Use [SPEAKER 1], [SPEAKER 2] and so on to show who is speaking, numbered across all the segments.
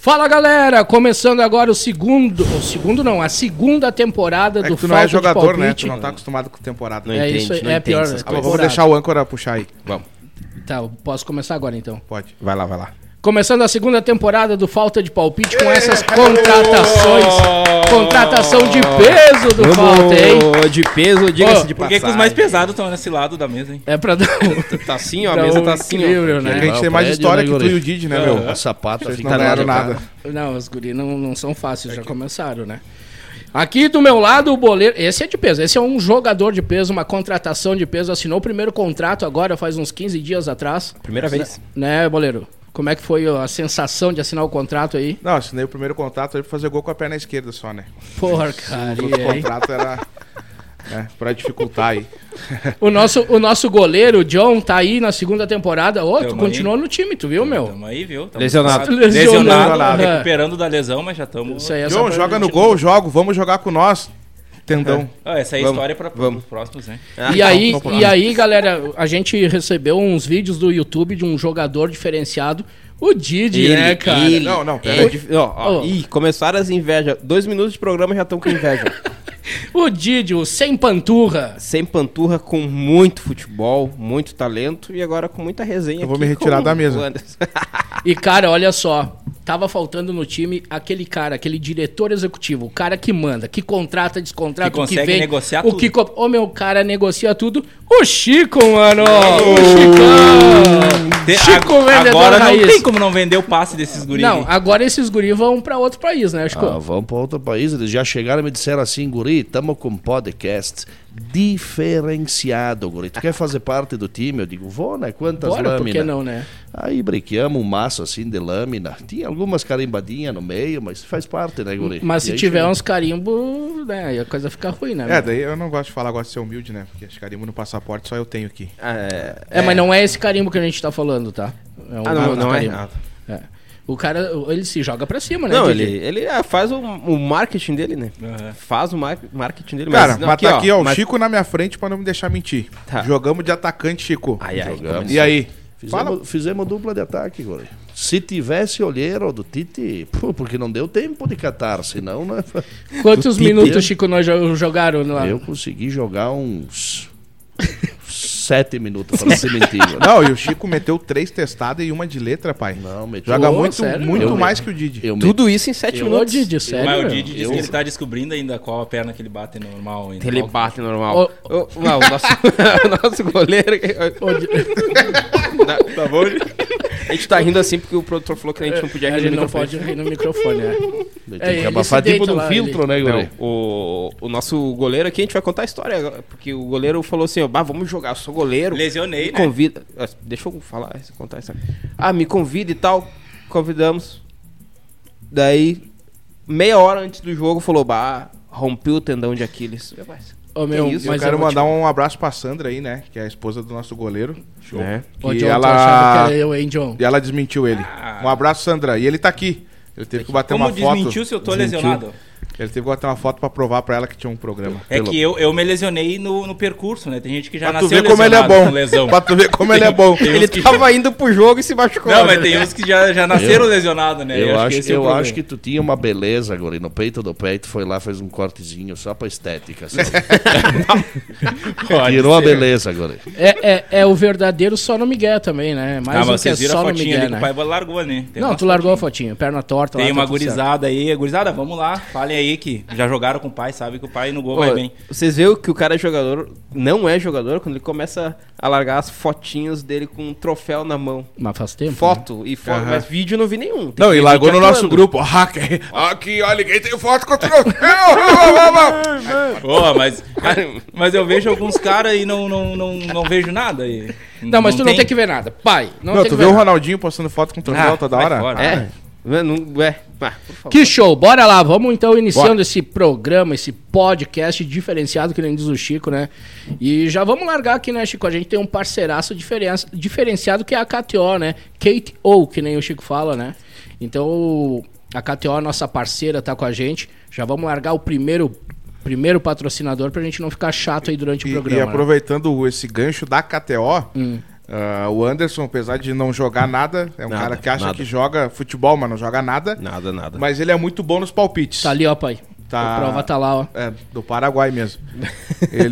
[SPEAKER 1] Fala galera, começando agora o segundo, o segundo não, a segunda temporada
[SPEAKER 2] É
[SPEAKER 1] do
[SPEAKER 2] que tu não é
[SPEAKER 1] Falta de
[SPEAKER 2] jogador, né?
[SPEAKER 1] Palpite.
[SPEAKER 2] Tu não tá acostumado com temporada.
[SPEAKER 3] Não
[SPEAKER 2] né?
[SPEAKER 1] É
[SPEAKER 3] entende,
[SPEAKER 1] isso aí,
[SPEAKER 3] não
[SPEAKER 1] é
[SPEAKER 3] entende
[SPEAKER 1] pior,
[SPEAKER 3] essas
[SPEAKER 1] é
[SPEAKER 2] Ah, mas
[SPEAKER 3] coisas.
[SPEAKER 2] vamos deixar o âncora puxar aí.
[SPEAKER 3] Vamos.
[SPEAKER 1] Tá, eu posso começar agora então.
[SPEAKER 2] Pode. Vai lá, vai lá.
[SPEAKER 1] Começando a segunda temporada do Falta de Palpite com essas contratações. Contratação de peso do Falta, hein?
[SPEAKER 3] Vamos, de peso, diga-se
[SPEAKER 1] Ô,
[SPEAKER 3] de
[SPEAKER 4] Por que, que os
[SPEAKER 3] passagem.
[SPEAKER 4] mais pesados estão nesse lado da mesa, então. hein?
[SPEAKER 1] É pra dar um,
[SPEAKER 3] Tá assim, ó, a
[SPEAKER 1] dar
[SPEAKER 3] mesa
[SPEAKER 1] um
[SPEAKER 3] tá assim,
[SPEAKER 1] equilíbrio,
[SPEAKER 3] ó.
[SPEAKER 2] É que a
[SPEAKER 1] né?
[SPEAKER 2] gente tem mais
[SPEAKER 5] prédio,
[SPEAKER 2] história
[SPEAKER 5] né,
[SPEAKER 2] que tu
[SPEAKER 5] guri?
[SPEAKER 2] e o Didi, né, meu?
[SPEAKER 5] O sapato
[SPEAKER 2] Vocês
[SPEAKER 5] fica
[SPEAKER 2] não ganharam
[SPEAKER 5] na cara.
[SPEAKER 2] nada.
[SPEAKER 1] Não, os guri não, não são fáceis,
[SPEAKER 2] É
[SPEAKER 1] já começaram, né? Aqui do meu lado, o boleiro. Esse é de peso, esse é um jogador de peso, uma contratação de peso. Assinou o primeiro contrato agora, faz uns 15 dias atrás.
[SPEAKER 3] Primeira vez.
[SPEAKER 1] Né, boleiro? Como é que foi a sensação de assinar o contrato aí?
[SPEAKER 2] Não, assinei o primeiro contrato aí pra fazer gol com a perna esquerda só, né? O
[SPEAKER 1] Porcaria,
[SPEAKER 2] outro
[SPEAKER 1] hein?
[SPEAKER 2] contrato era né, pra dificultar aí.
[SPEAKER 1] O nosso, o nosso goleiro, o John, tá aí na segunda temporada. Ô, tu
[SPEAKER 4] Tamo
[SPEAKER 1] continuou no time, tu viu, meu?
[SPEAKER 4] Tamo aí, viu? Tamo
[SPEAKER 3] Lesionado.
[SPEAKER 4] Tá lesionado,
[SPEAKER 1] Lesionado, né?
[SPEAKER 4] recuperando da lesão, mas já estamos.
[SPEAKER 1] aí é só
[SPEAKER 2] João,
[SPEAKER 1] pra
[SPEAKER 2] joga no
[SPEAKER 1] gente-
[SPEAKER 2] gol, jogo, vamos jogar com nós. Tendão.
[SPEAKER 4] essa é a
[SPEAKER 3] Vamos,
[SPEAKER 4] história para
[SPEAKER 3] vamos.
[SPEAKER 4] os próximos, né?
[SPEAKER 1] E aí, e aí, galera, a gente recebeu uns vídeos do YouTube de um jogador diferenciado, o Didi, né, cara?
[SPEAKER 2] Não, não, pera
[SPEAKER 3] peraí. Ó, ó,
[SPEAKER 1] Ô.
[SPEAKER 3] Ih, começaram as invejas. Dois minutos de programa já estão com inveja.
[SPEAKER 1] O Didi, o sem panturra.
[SPEAKER 3] Sem panturra, com muito futebol, muito talento e agora com muita resenha.
[SPEAKER 2] Eu vou
[SPEAKER 3] aqui
[SPEAKER 2] me retirar
[SPEAKER 3] com
[SPEAKER 2] da mesa.
[SPEAKER 3] o Anderson.
[SPEAKER 1] E, cara, olha só. Tava faltando no time aquele cara, aquele diretor executivo, o cara que manda, que contrata, descontrata,
[SPEAKER 4] Que
[SPEAKER 1] o que
[SPEAKER 4] consegue
[SPEAKER 1] vem,
[SPEAKER 4] negociar
[SPEAKER 1] o
[SPEAKER 4] tudo.
[SPEAKER 1] que co- Ô, meu cara negocia tudo. O Chico, mano! O Chicão!
[SPEAKER 4] Te-
[SPEAKER 1] Chico
[SPEAKER 4] ag-
[SPEAKER 1] vendedor
[SPEAKER 4] agora não
[SPEAKER 1] raiz.
[SPEAKER 4] tem como não vender o passe desses guris.
[SPEAKER 1] Não,
[SPEAKER 4] aí.
[SPEAKER 1] agora esses guris vão pra outro país, né, Chico?
[SPEAKER 5] Ah, vamos para outro país. Eles já chegaram e me disseram assim, guri, estamos com um podcast diferenciado, guri. Tu quer fazer parte do time? Eu digo, vou, né? Quantas
[SPEAKER 1] Bora, por que
[SPEAKER 5] lâminas?
[SPEAKER 1] não, né?
[SPEAKER 5] Aí brequeamos um maço assim de lâmina. Tinha algumas carimbadinhas no meio, mas faz parte, né, guri?
[SPEAKER 1] Mas
[SPEAKER 5] E
[SPEAKER 1] se
[SPEAKER 5] aí
[SPEAKER 1] tiver
[SPEAKER 5] chega-
[SPEAKER 1] uns carimbos, né, aí a coisa fica ruim, né?
[SPEAKER 2] É, daí eu não gosto de falar, gosto de ser humilde, né? Porque acho carimbo no passaporte só eu tenho aqui.
[SPEAKER 3] Ah, é,
[SPEAKER 1] É, mas não é esse carimbo que a gente tá falando, tá? É um
[SPEAKER 3] Ah, não,
[SPEAKER 1] outro
[SPEAKER 3] não é.
[SPEAKER 1] carimbo.
[SPEAKER 3] Ah, tá.
[SPEAKER 1] É. O cara, ele se joga pra cima, né?
[SPEAKER 3] Não,
[SPEAKER 1] Didi?
[SPEAKER 3] ele, ele ah, faz o, o marketing dele, né?
[SPEAKER 1] É.
[SPEAKER 4] Aham.
[SPEAKER 3] Faz o mar- marketing dele.
[SPEAKER 2] Cara, mas tá aqui, ó, o
[SPEAKER 3] mas-
[SPEAKER 2] Chico na minha frente pra não me deixar mentir.
[SPEAKER 3] Tá.
[SPEAKER 2] Jogamos de atacante, Chico.
[SPEAKER 3] Ai, ai,
[SPEAKER 5] Jogamos.
[SPEAKER 4] assim?
[SPEAKER 3] começou.
[SPEAKER 2] E aí? Fala.
[SPEAKER 5] Fizemos, fizemos dupla de ataque, guri. Se tivesse olheiro do Tite, pô, porque não deu tempo de catar, senão, né?
[SPEAKER 1] Quantos
[SPEAKER 5] Tite.
[SPEAKER 1] minutos, Chico, nós jo- jogaram lá?
[SPEAKER 5] Eu consegui jogar uns sete minutos, pra não ser mentira.
[SPEAKER 2] Não, e o Chico meteu três testadas e uma de letra, pai.
[SPEAKER 5] Não, meteu.
[SPEAKER 2] Joga
[SPEAKER 1] Ô,
[SPEAKER 2] muito,
[SPEAKER 1] sério?
[SPEAKER 2] muito
[SPEAKER 5] Eu-
[SPEAKER 2] mais que o Didi.
[SPEAKER 5] Eu meti-
[SPEAKER 3] Tudo isso em sete
[SPEAKER 1] Eu, ô,
[SPEAKER 3] minutos.
[SPEAKER 1] tipo Didi,
[SPEAKER 4] mas
[SPEAKER 1] sério?
[SPEAKER 4] o
[SPEAKER 1] meu?
[SPEAKER 4] Didi diz que ele tá descobrindo ainda qual a perna que ele bate normal. Então, Ainda.
[SPEAKER 3] Ele
[SPEAKER 4] Qual-
[SPEAKER 3] bate normal. Ô, não, o nosso, o nosso goleiro.
[SPEAKER 1] Ô, Di-
[SPEAKER 3] tá bom? A gente tá rindo assim porque o produtor falou que É, a gente não podia rir
[SPEAKER 1] ele
[SPEAKER 3] no
[SPEAKER 1] não
[SPEAKER 3] microfone.
[SPEAKER 1] pode rir no microfone, né?
[SPEAKER 5] Tem
[SPEAKER 1] É, ele
[SPEAKER 5] que abafar
[SPEAKER 1] se
[SPEAKER 5] tipo
[SPEAKER 1] deita
[SPEAKER 5] num
[SPEAKER 1] lá,
[SPEAKER 5] filtro, né,
[SPEAKER 3] Não,
[SPEAKER 5] Guri?
[SPEAKER 3] o, o nosso goleiro aqui, a gente vai contar a história. agora, Porque o goleiro falou assim: ó, bah, vamos jogar, eu sou goleiro.
[SPEAKER 4] Lesionei,
[SPEAKER 3] me
[SPEAKER 4] né?
[SPEAKER 3] convida. Ah, Deixa eu falar, contar isso aqui. Ah, me convida e tal. Convidamos. Daí, meia hora antes do jogo, falou: bah, rompeu o tendão de Aquiles. Eu, mas-
[SPEAKER 1] Ô, meu,
[SPEAKER 3] Que isso,
[SPEAKER 2] Eu
[SPEAKER 1] mas
[SPEAKER 2] quero
[SPEAKER 1] vou te-
[SPEAKER 2] mandar um abraço pra Sandra aí, né? Que é a esposa do nosso goleiro. Show.
[SPEAKER 3] É.
[SPEAKER 4] um
[SPEAKER 1] Ô,
[SPEAKER 2] Que
[SPEAKER 1] John, tu achava
[SPEAKER 2] ela...
[SPEAKER 1] que era eu, hein, John?
[SPEAKER 2] E ela desmentiu ele. Um abraço, Sandra. E ele tá aqui. Ele teve que bater
[SPEAKER 4] Ah. Como
[SPEAKER 2] uma foto.
[SPEAKER 4] desmentiu se eu tô
[SPEAKER 2] Desmentiu.
[SPEAKER 4] lesionado?
[SPEAKER 2] Ele teve que bater uma foto pra provar pra ela que tinha um programa.
[SPEAKER 4] É que eu, eu me lesionei no, no percurso, né? Tem gente que já
[SPEAKER 2] Pra tu
[SPEAKER 4] nasceu
[SPEAKER 2] ver como ele é
[SPEAKER 4] lesionado
[SPEAKER 2] bom.
[SPEAKER 4] com lesão.
[SPEAKER 2] Pra tu ver como ele é bom.
[SPEAKER 4] Tem
[SPEAKER 3] Ele
[SPEAKER 4] uns que-
[SPEAKER 3] tava indo pro jogo e se machucou.
[SPEAKER 4] Não, mas tem uns que já, já nasceram lesionados, né?
[SPEAKER 5] Eu, acho,
[SPEAKER 4] esse é o
[SPEAKER 5] eu
[SPEAKER 4] problema.
[SPEAKER 5] acho que tu tinha uma beleza, Guri, no peito do peito, foi lá, fez um cortezinho só pra estética. só.
[SPEAKER 4] Pode
[SPEAKER 5] Tirou a
[SPEAKER 4] ser.
[SPEAKER 5] beleza, Guri.
[SPEAKER 1] É, é, é o verdadeiro só no Miguel também, né? Mais
[SPEAKER 4] Ah,
[SPEAKER 1] um
[SPEAKER 4] mas
[SPEAKER 1] que é
[SPEAKER 4] vocês viram
[SPEAKER 1] só
[SPEAKER 4] a
[SPEAKER 1] no
[SPEAKER 4] fotinha
[SPEAKER 1] Miguel,
[SPEAKER 4] ali que o
[SPEAKER 1] né?
[SPEAKER 4] pai largou, né? Tem
[SPEAKER 1] Não,
[SPEAKER 4] uma
[SPEAKER 1] tu largou a fotinha, perna torta lá.
[SPEAKER 4] Tem
[SPEAKER 1] tá
[SPEAKER 4] uma
[SPEAKER 1] tudo certo.
[SPEAKER 4] gurizada aí, gurizada, vamos lá, falem aí que já jogaram com o pai, sabe que o pai no gol vai
[SPEAKER 3] Ô,
[SPEAKER 4] bem.
[SPEAKER 3] Vocês veem que o cara é jogador, não é jogador, quando ele começa a largar as fotinhas dele com um troféu na mão.
[SPEAKER 1] Mas faz
[SPEAKER 3] Uhum.
[SPEAKER 1] tempo.
[SPEAKER 3] Foto e foto,
[SPEAKER 2] Aham.
[SPEAKER 3] mas vídeo eu não vi nenhum. Tem
[SPEAKER 2] Não,
[SPEAKER 3] que
[SPEAKER 2] e
[SPEAKER 3] ver
[SPEAKER 2] largou no
[SPEAKER 3] vídeo
[SPEAKER 2] nosso
[SPEAKER 3] atuando.
[SPEAKER 2] grupo. Ah, que- Aqui, olha, ninguém tem foto com o troféu.
[SPEAKER 4] Ô, mas, mas eu vejo alguns caras e não, não, não, não vejo nada. E,
[SPEAKER 1] Não, mas tu não tem que ver nada. Pai, não,
[SPEAKER 2] Não,
[SPEAKER 1] tem
[SPEAKER 2] tu
[SPEAKER 1] que ver
[SPEAKER 2] vê
[SPEAKER 1] Ah,
[SPEAKER 2] o
[SPEAKER 1] nada.
[SPEAKER 2] Ronaldinho postando foto com o
[SPEAKER 3] Ah,
[SPEAKER 2] troféu toda
[SPEAKER 4] vai
[SPEAKER 2] hora?
[SPEAKER 4] fora.
[SPEAKER 3] É, Ué, não, é. Ah, por favor.
[SPEAKER 1] Que show, bora lá, vamos então iniciando esse programa, esse podcast diferenciado que nem diz o Chico, né? E já vamos largar aqui, né, Chico? A gente tem um parceiraço diferen- diferenciado que é a KTO, né? Kate O, que nem o Chico fala, né? Então, a KTO, nossa parceira, tá com a gente. Já vamos largar o primeiro, primeiro patrocinador pra gente não ficar chato aí durante o
[SPEAKER 2] E,
[SPEAKER 1] programa. Hum.
[SPEAKER 2] e
[SPEAKER 1] né?
[SPEAKER 2] aproveitando esse gancho da KTO, Ah, o Anderson, apesar de não jogar nada, é um
[SPEAKER 3] Nada,
[SPEAKER 2] cara que acha
[SPEAKER 3] nada.
[SPEAKER 2] que joga futebol, mas não joga nada.
[SPEAKER 3] Nada, nada.
[SPEAKER 2] Mas ele é muito bom nos palpites.
[SPEAKER 1] Tá ali, ó, pai.
[SPEAKER 2] Tá.
[SPEAKER 1] A prova tá lá, ó.
[SPEAKER 2] É, do Paraguai mesmo. Ele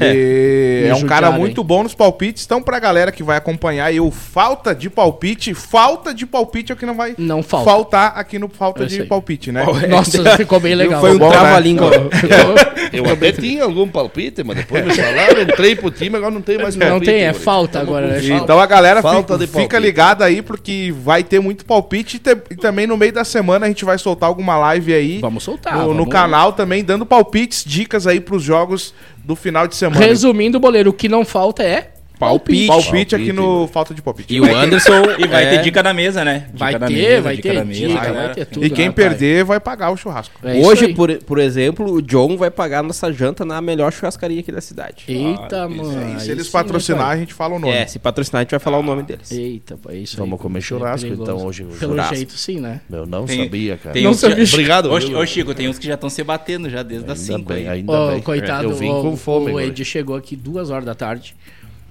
[SPEAKER 1] Me
[SPEAKER 2] é um cara
[SPEAKER 1] judiaram,
[SPEAKER 2] muito bom nos palpites. Então, pra galera que vai acompanhar aí o falta de palpite, falta de palpite é o que não vai
[SPEAKER 1] Não Hum, falta.
[SPEAKER 2] faltar aqui no falta
[SPEAKER 1] É isso
[SPEAKER 2] de
[SPEAKER 1] aí.
[SPEAKER 2] palpite, né?
[SPEAKER 1] Nossa, ficou bem legal.
[SPEAKER 3] Foi um
[SPEAKER 2] Bom, né?
[SPEAKER 3] trava-língua.
[SPEAKER 5] Eu até tinha algum palpite, mas depois me falaram, entrei pro time, agora não tem mais
[SPEAKER 1] Não
[SPEAKER 5] palpite,
[SPEAKER 1] tem, é
[SPEAKER 5] guri.
[SPEAKER 1] falta agora, né?
[SPEAKER 5] Falta.
[SPEAKER 2] Então a galera
[SPEAKER 5] É, Falta de
[SPEAKER 2] fica,
[SPEAKER 5] palpite.
[SPEAKER 2] fica ligada aí, porque vai ter muito palpite e, te- e também no meio da semana a gente vai soltar alguma live aí.
[SPEAKER 1] Vamos soltar,
[SPEAKER 2] No, no
[SPEAKER 1] vamos.
[SPEAKER 2] canal também, dando palpites, dicas aí pros jogos do final de semana.
[SPEAKER 5] é?
[SPEAKER 1] Resumindo, boleiro, o que não falta é
[SPEAKER 2] palpite.
[SPEAKER 1] palpite.
[SPEAKER 2] Palpite aqui no Falta de Palpite.
[SPEAKER 4] E o Anderson. E vai
[SPEAKER 3] é-
[SPEAKER 4] ter dica na mesa, né? Dica
[SPEAKER 1] Vai
[SPEAKER 4] da
[SPEAKER 1] ter,
[SPEAKER 4] mesa,
[SPEAKER 1] vai
[SPEAKER 4] dica
[SPEAKER 1] ter
[SPEAKER 4] da mesa,
[SPEAKER 1] dica,
[SPEAKER 4] galera.
[SPEAKER 1] vai ter tudo.
[SPEAKER 2] E quem
[SPEAKER 1] né, pai?
[SPEAKER 2] perder vai pagar o churrasco.
[SPEAKER 1] É isso
[SPEAKER 3] Hoje,
[SPEAKER 1] aí.
[SPEAKER 3] por, por exemplo, o John vai pagar nossa janta na melhor churrascaria aqui da cidade.
[SPEAKER 1] Eita,
[SPEAKER 4] Ah, isso
[SPEAKER 1] mano.
[SPEAKER 2] E se
[SPEAKER 1] aí
[SPEAKER 2] eles
[SPEAKER 1] sim,
[SPEAKER 2] patrocinar,
[SPEAKER 1] né,
[SPEAKER 2] a gente fala o nome.
[SPEAKER 3] É, se patrocinar, a gente vai falar o nome deles.
[SPEAKER 1] pai? Eita, pai, isso aí.
[SPEAKER 5] Vamos comer churrasco,
[SPEAKER 1] É perigoso.
[SPEAKER 5] então, hoje, o
[SPEAKER 1] Pelo
[SPEAKER 5] churrasco.
[SPEAKER 1] jeito, sim, né?
[SPEAKER 5] Eu não
[SPEAKER 4] Tem-
[SPEAKER 5] sabia, cara.
[SPEAKER 4] tem
[SPEAKER 5] Não
[SPEAKER 4] uns que-
[SPEAKER 5] sabia. Obrigado.
[SPEAKER 4] Ô,
[SPEAKER 5] viu,
[SPEAKER 4] Chi-
[SPEAKER 5] Lula?
[SPEAKER 4] Ô, Chico, tem uns que já estão se batendo já desde as
[SPEAKER 5] Ainda
[SPEAKER 4] 5
[SPEAKER 5] bem,
[SPEAKER 4] aí.
[SPEAKER 5] ainda
[SPEAKER 1] Ô,
[SPEAKER 5] bem.
[SPEAKER 1] coitado,
[SPEAKER 5] Eu vim
[SPEAKER 1] o,
[SPEAKER 5] com fome.
[SPEAKER 1] o
[SPEAKER 5] guri.
[SPEAKER 1] Ed chegou aqui duas horas da tarde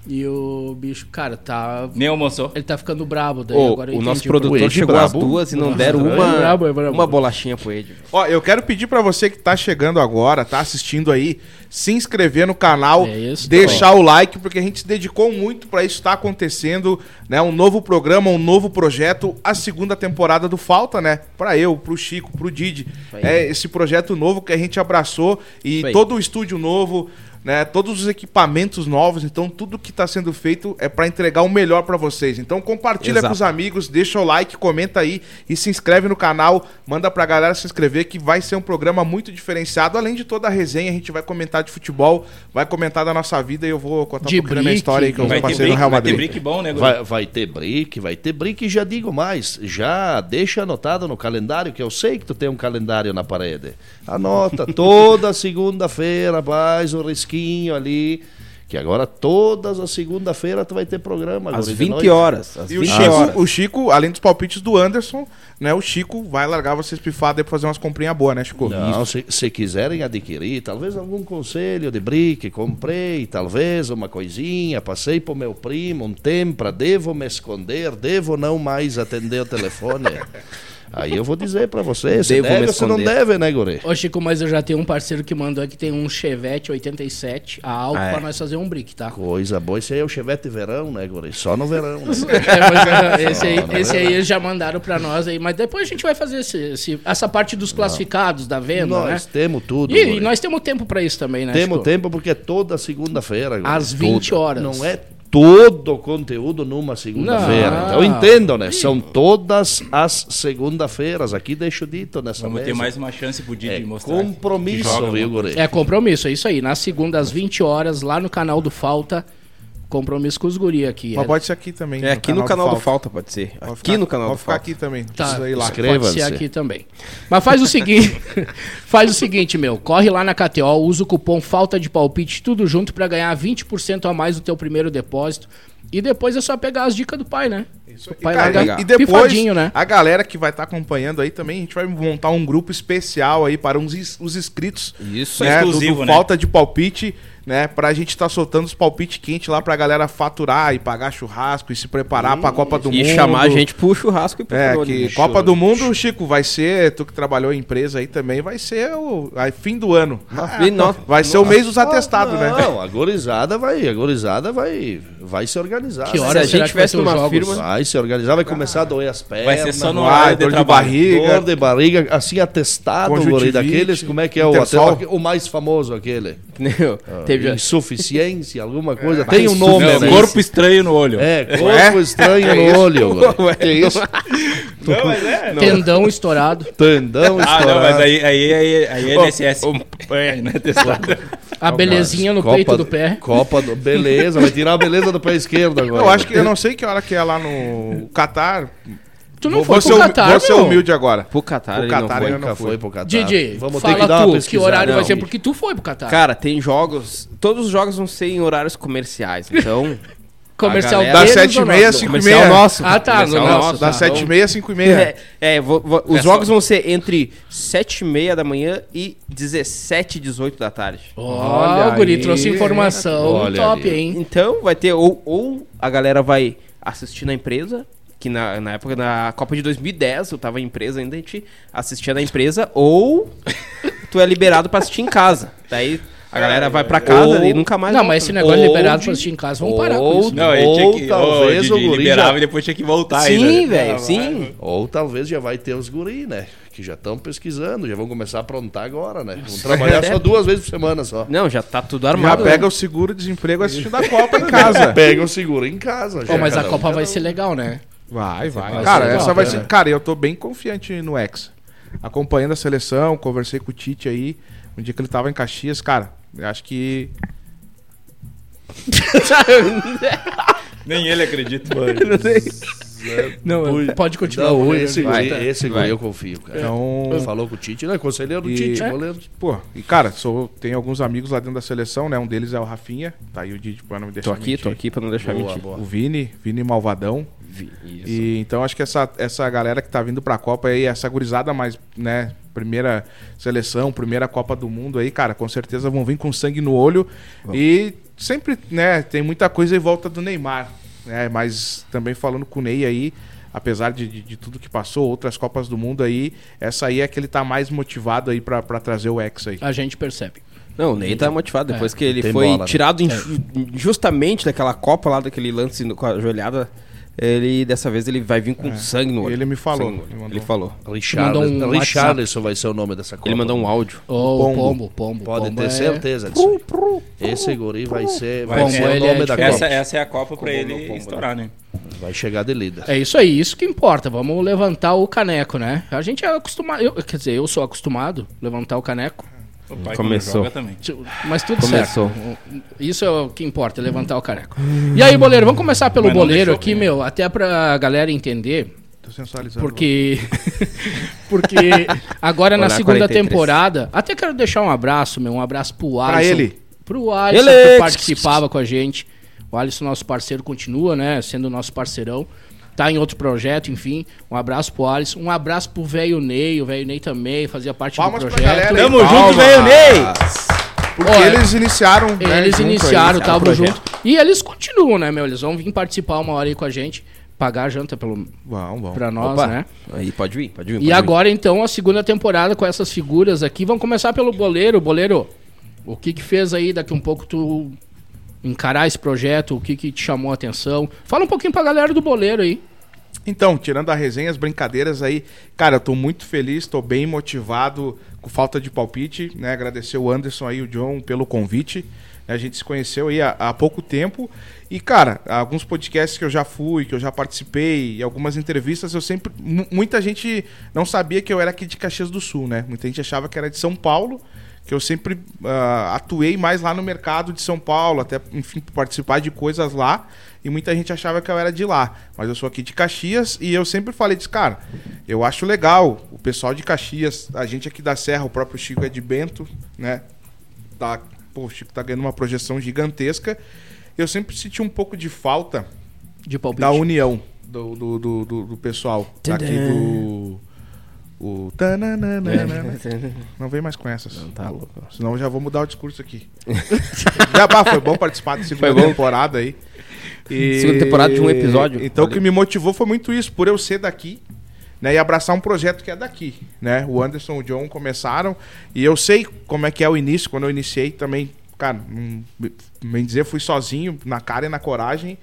[SPEAKER 1] e o bicho, cara, tá...
[SPEAKER 4] Nem almoçou.
[SPEAKER 1] Ele tá ficando brabo daí.
[SPEAKER 3] Ô,
[SPEAKER 1] agora eu
[SPEAKER 3] o é nosso
[SPEAKER 1] entendi.
[SPEAKER 5] O
[SPEAKER 3] produtor
[SPEAKER 5] Ed
[SPEAKER 3] chegou às
[SPEAKER 5] brabo.
[SPEAKER 3] duas e não deram
[SPEAKER 1] é
[SPEAKER 3] uma,
[SPEAKER 1] brabo, é brabo.
[SPEAKER 3] uma bolachinha pro Ed.
[SPEAKER 2] Ó, eu quero pedir pra você que tá chegando agora, tá assistindo aí, se inscrever no canal,
[SPEAKER 1] É isso,
[SPEAKER 2] deixar o like, porque a gente se dedicou muito pra isso estar acontecendo, né? Um novo programa, um novo projeto, a segunda temporada do Falta, né? Pra eu, pro Chico, pro Didi. É esse projeto novo que a gente abraçou e
[SPEAKER 3] Isso aí.
[SPEAKER 2] todo o estúdio novo, né? Todos os equipamentos novos, então tudo que tá sendo feito é pra entregar o melhor pra vocês. Então compartilha
[SPEAKER 3] Exato.
[SPEAKER 2] com os amigos, deixa o like, comenta aí e se inscreve no canal, manda pra galera se inscrever que vai ser um programa muito diferenciado. Além de toda a resenha, a gente vai comentar de futebol, vai comentar da nossa vida e eu vou contar
[SPEAKER 1] De
[SPEAKER 2] um pouquinho da minha
[SPEAKER 1] brick,
[SPEAKER 2] história aí que eu
[SPEAKER 5] é
[SPEAKER 4] Vai ter
[SPEAKER 2] passei no
[SPEAKER 4] brick,
[SPEAKER 2] Real
[SPEAKER 4] vai ter
[SPEAKER 2] Madrid.
[SPEAKER 4] brick bom, né? guri?
[SPEAKER 5] Vai, vai ter brick, vai ter brick e já digo mais, já deixa anotado no calendário, que eu sei que tu tem um calendário na parede. Anota toda segunda-feira, faz um risquinho ali, que agora todas as segunda-feira tu vai ter programa.
[SPEAKER 3] Às
[SPEAKER 5] guri, de
[SPEAKER 3] 20
[SPEAKER 5] noite.
[SPEAKER 3] horas. Às
[SPEAKER 2] E o
[SPEAKER 3] 20 horas.
[SPEAKER 2] Chico, o Chico, além dos palpites do Anderson, né? O Chico vai largar vocês pifados aí pra fazer umas comprinhas boas, né, Chico?
[SPEAKER 5] Não, se, se quiserem adquirir, talvez algum conselho de brick, comprei, talvez uma coisinha, passei pro meu primo um tempra, devo me esconder, devo não mais atender o telefone. Aí eu vou dizer pra vocês, se
[SPEAKER 3] Devo
[SPEAKER 5] deve
[SPEAKER 3] me
[SPEAKER 5] ou se não
[SPEAKER 3] esconder.
[SPEAKER 5] deve, né, guri?
[SPEAKER 1] Ô, Chico, mas eu já tenho um parceiro que mandou aqui, tem um Chevette 87, a alto,
[SPEAKER 5] Ah, é.
[SPEAKER 1] pra nós fazer um brick, tá?
[SPEAKER 5] Coisa boa, esse aí é o chevette verão, né, guri? Só no verão, né?
[SPEAKER 1] É, mas, é, esse, aí,
[SPEAKER 5] Não, não é
[SPEAKER 1] esse aí eles já mandaram pra nós aí, mas depois a gente vai fazer esse- esse- essa parte dos classificados, da venda,
[SPEAKER 5] nós
[SPEAKER 1] né?
[SPEAKER 5] temos tudo,
[SPEAKER 1] E,
[SPEAKER 5] guri.
[SPEAKER 1] e nós temos tempo pra isso também, né?
[SPEAKER 5] Temos
[SPEAKER 1] Chico?
[SPEAKER 5] tempo porque é toda segunda-feira. guri.
[SPEAKER 1] Às 20
[SPEAKER 5] Toda.
[SPEAKER 1] horas.
[SPEAKER 5] Não é todo o conteúdo numa segunda-feira.
[SPEAKER 1] Não.
[SPEAKER 5] Eu entendo, né? São todas as segunda-feiras. Aqui deixo dito nessa
[SPEAKER 4] Vamos ter
[SPEAKER 5] mesa.
[SPEAKER 4] mais uma chance pro Didi
[SPEAKER 5] É
[SPEAKER 4] mostrar.
[SPEAKER 5] compromisso,
[SPEAKER 4] Joga,
[SPEAKER 5] viu,
[SPEAKER 4] mano.
[SPEAKER 5] guri?
[SPEAKER 1] É compromisso, é isso aí. Na segunda, às 20 horas, lá no canal do Falta, compromisso com os guri aqui.
[SPEAKER 2] Mas
[SPEAKER 1] É-
[SPEAKER 2] pode ser aqui também.
[SPEAKER 3] É aqui no canal do
[SPEAKER 2] Falta.
[SPEAKER 3] Falta, pode ser.
[SPEAKER 2] Pode
[SPEAKER 3] Aqui
[SPEAKER 2] ficar-
[SPEAKER 3] no canal do
[SPEAKER 2] pode ficar
[SPEAKER 3] Falta.
[SPEAKER 2] aqui também.
[SPEAKER 1] Tá,
[SPEAKER 2] Precisa ir lá.
[SPEAKER 1] pode
[SPEAKER 5] Inscreva-se.
[SPEAKER 1] ser aqui também. Mas faz o seguinte, faz o seguinte, meu, corre lá na KTO, usa o cupom falta de palpite tudo junto pra ganhar 20% a mais do teu primeiro depósito e depois é só pegar as dicas do pai, né? Isso. O pai
[SPEAKER 2] Cara,
[SPEAKER 1] larga
[SPEAKER 2] e, e depois,
[SPEAKER 1] pifadinho, né?
[SPEAKER 2] a galera que vai estar acompanhando aí também, a gente vai montar um grupo especial aí para uns is- os inscritos.
[SPEAKER 4] Isso,
[SPEAKER 2] né,
[SPEAKER 4] exclusivo,
[SPEAKER 2] do, do
[SPEAKER 4] né?
[SPEAKER 2] Falta de palpite, né? Pra gente estar soltando os palpites quentes lá pra galera faturar e pagar churrasco e se preparar pra Copa do
[SPEAKER 3] E
[SPEAKER 2] Mundo.
[SPEAKER 3] chamar a gente pro churrasco e pro
[SPEAKER 2] É,
[SPEAKER 3] Corona.
[SPEAKER 2] que Copa do Mundo, Chico, vai ser, tu que trabalhou em empresa aí também, vai ser o aí, fim do ano.
[SPEAKER 3] Ah, E nós-
[SPEAKER 2] Vai ser o mês dos
[SPEAKER 1] É,
[SPEAKER 2] atestados,
[SPEAKER 5] não,
[SPEAKER 2] né?
[SPEAKER 5] a gorizada vai, a gorizada vai, vai se organizar.
[SPEAKER 1] Que
[SPEAKER 5] né?
[SPEAKER 1] hora
[SPEAKER 3] se
[SPEAKER 1] será
[SPEAKER 3] a gente
[SPEAKER 1] que vai
[SPEAKER 3] tivesse
[SPEAKER 1] ter os
[SPEAKER 3] numa
[SPEAKER 1] jogos?
[SPEAKER 3] firma-
[SPEAKER 5] Vai se organizar,
[SPEAKER 1] Ah.
[SPEAKER 5] vai começar a doer as pernas.
[SPEAKER 4] Vai ser só no
[SPEAKER 2] Vai,
[SPEAKER 4] horário
[SPEAKER 2] dor
[SPEAKER 4] de
[SPEAKER 2] de
[SPEAKER 4] trabalho.
[SPEAKER 2] barriga.
[SPEAKER 5] Dor de barriga, assim, atestado, guri,
[SPEAKER 2] Conjuntivite,
[SPEAKER 5] daqueles, como é que é o
[SPEAKER 2] Intersol.
[SPEAKER 5] atestado, o mais famoso aquele?
[SPEAKER 3] Que nem eu.
[SPEAKER 1] Ah,
[SPEAKER 3] Teve
[SPEAKER 5] Insuficiência, alguma
[SPEAKER 1] É.
[SPEAKER 5] coisa, tem um nome,
[SPEAKER 4] Não,
[SPEAKER 5] né?
[SPEAKER 4] corpo estranho no
[SPEAKER 2] Então.
[SPEAKER 4] olho.
[SPEAKER 5] É, corpo estranho no olho, guri.
[SPEAKER 2] é
[SPEAKER 3] Que isso?
[SPEAKER 4] Não, mas é.
[SPEAKER 1] Tendão estourado.
[SPEAKER 5] tendão
[SPEAKER 4] Ah,
[SPEAKER 5] estourado.
[SPEAKER 4] não, mas aí, aí, aí, aí é NSS.
[SPEAKER 1] A belezinha no
[SPEAKER 5] Copa
[SPEAKER 1] peito do
[SPEAKER 5] do-
[SPEAKER 1] pé.
[SPEAKER 5] Copa do... Beleza, vai tirar a beleza do pé esquerdo agora.
[SPEAKER 2] Eu acho que eu não sei que hora que é lá no Catar.
[SPEAKER 1] Tu não
[SPEAKER 2] Vou,
[SPEAKER 1] foi
[SPEAKER 2] vou ser,
[SPEAKER 1] pro
[SPEAKER 5] é um-
[SPEAKER 2] hum-
[SPEAKER 1] Catar,
[SPEAKER 2] vou ser
[SPEAKER 1] meu?
[SPEAKER 2] humilde agora.
[SPEAKER 3] Pro Catar,
[SPEAKER 2] Pro
[SPEAKER 3] ele não
[SPEAKER 2] Catar,
[SPEAKER 3] foi.
[SPEAKER 2] ele
[SPEAKER 5] Nunca
[SPEAKER 2] não
[SPEAKER 5] foi
[SPEAKER 2] foi.
[SPEAKER 5] pro Catar.
[SPEAKER 1] DJ,
[SPEAKER 5] Vamos ter
[SPEAKER 1] fala
[SPEAKER 5] que dar uma
[SPEAKER 1] tu, que
[SPEAKER 5] pesquisada.
[SPEAKER 1] horário vai
[SPEAKER 5] Não.
[SPEAKER 1] ser? Porque tu foi pro Catar.
[SPEAKER 3] Cara, tem jogos. Todos os jogos vão ser em horários comerciais. Então.
[SPEAKER 1] Comercial
[SPEAKER 3] a
[SPEAKER 1] deles
[SPEAKER 3] galera-
[SPEAKER 2] Das
[SPEAKER 1] ou
[SPEAKER 2] 7h30 às
[SPEAKER 1] nosso?
[SPEAKER 2] 5h30.
[SPEAKER 1] Ah, tá,
[SPEAKER 3] Comercial
[SPEAKER 1] no nosso,
[SPEAKER 3] nosso,
[SPEAKER 1] tá.
[SPEAKER 3] então
[SPEAKER 2] Então, Das 7h30 às 5h30.
[SPEAKER 3] É, é, vou- vou- os
[SPEAKER 4] É só-
[SPEAKER 3] jogos vão ser entre 7 e meia da manhã e 17 e 18 da tarde.
[SPEAKER 1] Ó, o guri
[SPEAKER 2] aí.
[SPEAKER 1] trouxe informação
[SPEAKER 5] Olha
[SPEAKER 1] top,
[SPEAKER 5] ali.
[SPEAKER 1] hein?
[SPEAKER 3] Então vai ter, ou, ou a galera vai assistir na empresa, que na, na época da Copa de 2010, eu tava em empresa ainda, a gente assistia na empresa, ou tu é liberado pra assistir em casa. Daí a galera vai pra casa Ou- e nunca mais
[SPEAKER 1] não,
[SPEAKER 3] volta.
[SPEAKER 1] mas esse negócio de
[SPEAKER 5] Ou
[SPEAKER 1] liberado
[SPEAKER 5] de-
[SPEAKER 1] pra assistir em casa, vamos parar com
[SPEAKER 5] ou
[SPEAKER 1] isso. né?
[SPEAKER 4] Não, ele tinha
[SPEAKER 5] Ou
[SPEAKER 4] que.
[SPEAKER 5] talvez
[SPEAKER 4] Talvez
[SPEAKER 5] o guri
[SPEAKER 4] liberava
[SPEAKER 5] já-
[SPEAKER 4] e depois tinha que voltar
[SPEAKER 3] Sim,
[SPEAKER 4] ainda.
[SPEAKER 1] né?
[SPEAKER 3] velho, sim.
[SPEAKER 5] Ou talvez já vai ter os guri, né? Que já estão pesquisando, já vão começar a aprontar agora, né? Vão trabalhar só duas vezes por semana só.
[SPEAKER 3] Não, já tá tudo
[SPEAKER 2] Já
[SPEAKER 3] armado. né?
[SPEAKER 2] pega o seguro-desemprego assistindo a Copa em casa.
[SPEAKER 5] Pega o seguro em casa.
[SPEAKER 1] Pô,
[SPEAKER 5] já,
[SPEAKER 1] mas a
[SPEAKER 5] cada um,
[SPEAKER 1] Copa
[SPEAKER 5] cada
[SPEAKER 1] vai
[SPEAKER 5] um.
[SPEAKER 1] ser legal, né?
[SPEAKER 2] Vai, vai.
[SPEAKER 1] Vai
[SPEAKER 2] cara,
[SPEAKER 1] ser
[SPEAKER 2] essa
[SPEAKER 1] top,
[SPEAKER 2] vai
[SPEAKER 1] né?
[SPEAKER 2] ser. Cara, eu tô bem confiante no Hexa. Acompanhando a seleção, conversei com o Tite aí. Um dia que ele tava em Caxias, cara, eu acho que.
[SPEAKER 4] Nem ele acredita.
[SPEAKER 1] Não, pode continuar.
[SPEAKER 5] Não,
[SPEAKER 1] goleiro.
[SPEAKER 5] esse
[SPEAKER 2] Vai.
[SPEAKER 5] guri,
[SPEAKER 1] né?
[SPEAKER 5] esse guri eu confio, cara.
[SPEAKER 2] Então.
[SPEAKER 5] Falou com o Tite, né? Conselheiro do
[SPEAKER 2] E-
[SPEAKER 5] Tite,
[SPEAKER 2] É.
[SPEAKER 5] goleiro.
[SPEAKER 2] Pô, e cara, sou, tenho alguns amigos lá dentro da seleção, né? Um deles é o Rafinha. Tá aí o Didi pra não me deixar.
[SPEAKER 3] Tô aqui,
[SPEAKER 2] mentir.
[SPEAKER 3] tô aqui pra não deixar
[SPEAKER 5] Boa,
[SPEAKER 3] mentir.
[SPEAKER 5] boa.
[SPEAKER 2] O Vini, Vini Malvadão. E então acho que essa, essa galera que tá vindo pra Copa aí, essa gurizada mais, né, primeira seleção, primeira Copa do Mundo aí, cara, com certeza vão vir com sangue no olho. E sempre, né, tem muita coisa em volta do Neymar, né? Mas também falando com o Ney aí, apesar de, de, de tudo que passou, outras Copas do Mundo aí, essa aí é que ele tá mais motivado aí pra pra trazer o ex aí.
[SPEAKER 1] A gente percebe.
[SPEAKER 3] Não, o Ney
[SPEAKER 2] É.
[SPEAKER 3] tá motivado. Depois que ele
[SPEAKER 5] Tem
[SPEAKER 3] foi
[SPEAKER 5] bola, né?
[SPEAKER 3] tirado inju- injustamente daquela Copa lá, daquele lance no- com a joelhada, ele dessa vez ele vai vir com sangue no olho.
[SPEAKER 2] É. Ele me falou,
[SPEAKER 3] Sangue no olho.
[SPEAKER 2] ele mandou.
[SPEAKER 3] Ele falou.
[SPEAKER 5] Richardo,
[SPEAKER 1] Mandou um
[SPEAKER 5] Richarlison vai ser o nome dessa Copa.
[SPEAKER 3] Ele mandou um áudio.
[SPEAKER 1] Ô,
[SPEAKER 2] Pombo.
[SPEAKER 1] pombo, pombo.
[SPEAKER 5] Pode
[SPEAKER 1] pombo
[SPEAKER 5] ter
[SPEAKER 1] é-
[SPEAKER 5] certeza disso. aí. Esse guri vai ser, vai
[SPEAKER 1] Pombo,
[SPEAKER 5] ser o
[SPEAKER 1] ele
[SPEAKER 5] nome
[SPEAKER 1] é
[SPEAKER 5] da
[SPEAKER 1] diferente.
[SPEAKER 5] Copa.
[SPEAKER 4] Essa, essa é a Copa pra ele
[SPEAKER 3] pombo, né?
[SPEAKER 4] estourar, né?
[SPEAKER 5] Vai chegar de líder.
[SPEAKER 1] É isso aí, isso que importa. Vamos levantar o caneco, né? A gente é acostumado. eu- quer dizer, eu sou acostumado a levantar o caneco.
[SPEAKER 4] O pai
[SPEAKER 3] Começou.
[SPEAKER 4] quando joga também.
[SPEAKER 1] Mas tudo
[SPEAKER 3] Começou.
[SPEAKER 1] certo. Isso é o que importa, é levantar o caneco. E aí, boleiro, vamos começar pelo
[SPEAKER 4] Mas não
[SPEAKER 1] boleiro
[SPEAKER 4] deixou,
[SPEAKER 1] aqui,
[SPEAKER 4] né?
[SPEAKER 1] meu, até pra galera entender.
[SPEAKER 2] Tô sensualizando.
[SPEAKER 1] Porque. Porque agora na
[SPEAKER 3] Olá,
[SPEAKER 1] segunda
[SPEAKER 3] 43.
[SPEAKER 1] temporada. Até quero deixar um abraço, meu. Um abraço pro Alisson.
[SPEAKER 2] Pra ele.
[SPEAKER 1] Pro Alisson
[SPEAKER 3] Ele.
[SPEAKER 1] que participava com a gente. O Alisson, nosso parceiro, continua, né? Sendo nosso parceirão. Tá em outro projeto, enfim. Um abraço pro Alisson. Um abraço pro velho Ney. O velho Ney também fazia parte
[SPEAKER 2] Palmas
[SPEAKER 1] do
[SPEAKER 2] pra
[SPEAKER 1] projeto.
[SPEAKER 2] galera, hein?
[SPEAKER 4] Tamo
[SPEAKER 2] Palma.
[SPEAKER 4] junto, veio Ney!
[SPEAKER 2] Porque
[SPEAKER 1] Olha,
[SPEAKER 2] eles iniciaram, né,
[SPEAKER 1] Eles
[SPEAKER 2] junto aí.
[SPEAKER 1] iniciaram, estavam
[SPEAKER 3] projeto.
[SPEAKER 1] junto. E eles continuam, né, meu? Eles vão vir participar uma hora aí com a gente. Pagar a janta pelo,
[SPEAKER 2] Vão, vão.
[SPEAKER 1] pra nós,
[SPEAKER 3] Opa.
[SPEAKER 1] né?
[SPEAKER 3] Aí pode vir, pode vir. pode
[SPEAKER 1] E
[SPEAKER 3] vir.
[SPEAKER 1] agora, então, a segunda temporada com essas figuras aqui. Vamos começar pelo Boleiro. Boleiro, o que que fez aí daqui um pouco tu encarar esse projeto? O que que te chamou a atenção? Fala um pouquinho pra galera do Boleiro aí.
[SPEAKER 2] Então, tirando a resenha, as brincadeiras aí, cara, eu tô muito feliz, tô bem motivado, com falta de palpite, né? Agradecer o Anderson aí, o John, pelo convite. né? A gente se conheceu aí há, há pouco tempo. E, cara, alguns podcasts que eu já fui, que eu já participei, e algumas entrevistas, eu sempre. mu- Muita gente não sabia que eu era aqui de Caxias do Sul, né? Muita gente achava que era de São Paulo que eu sempre ah, atuei mais lá no mercado de São Paulo, até, enfim, participar de coisas lá, e muita gente achava que eu era de lá, mas eu sou aqui de Caxias, e eu sempre falei disso, cara, eu acho legal, o pessoal de Caxias, a gente aqui da Serra, o próprio Chico é de Bento, né, tá, pô, o Chico tá ganhando uma projeção gigantesca, eu sempre senti um pouco de falta
[SPEAKER 1] De palpite.
[SPEAKER 2] da união do, do, do, do- do pessoal daqui do... O...
[SPEAKER 3] É.
[SPEAKER 2] tananana. Não vem né? mais com essas.
[SPEAKER 3] Tá louco.
[SPEAKER 2] Senão eu já vou mudar o discurso aqui. já, bah, foi bom participar da segunda temporada aí. E-
[SPEAKER 3] Segunda temporada de um episódio.
[SPEAKER 2] Então o que
[SPEAKER 3] Valeu.
[SPEAKER 2] me motivou foi muito isso, por eu ser daqui, né? E abraçar um projeto que é daqui, né? O Anderson e o John começaram. E eu sei como é que é o início, quando eu iniciei também, cara, hum, bem dizer, fui sozinho, na cara e na coragem.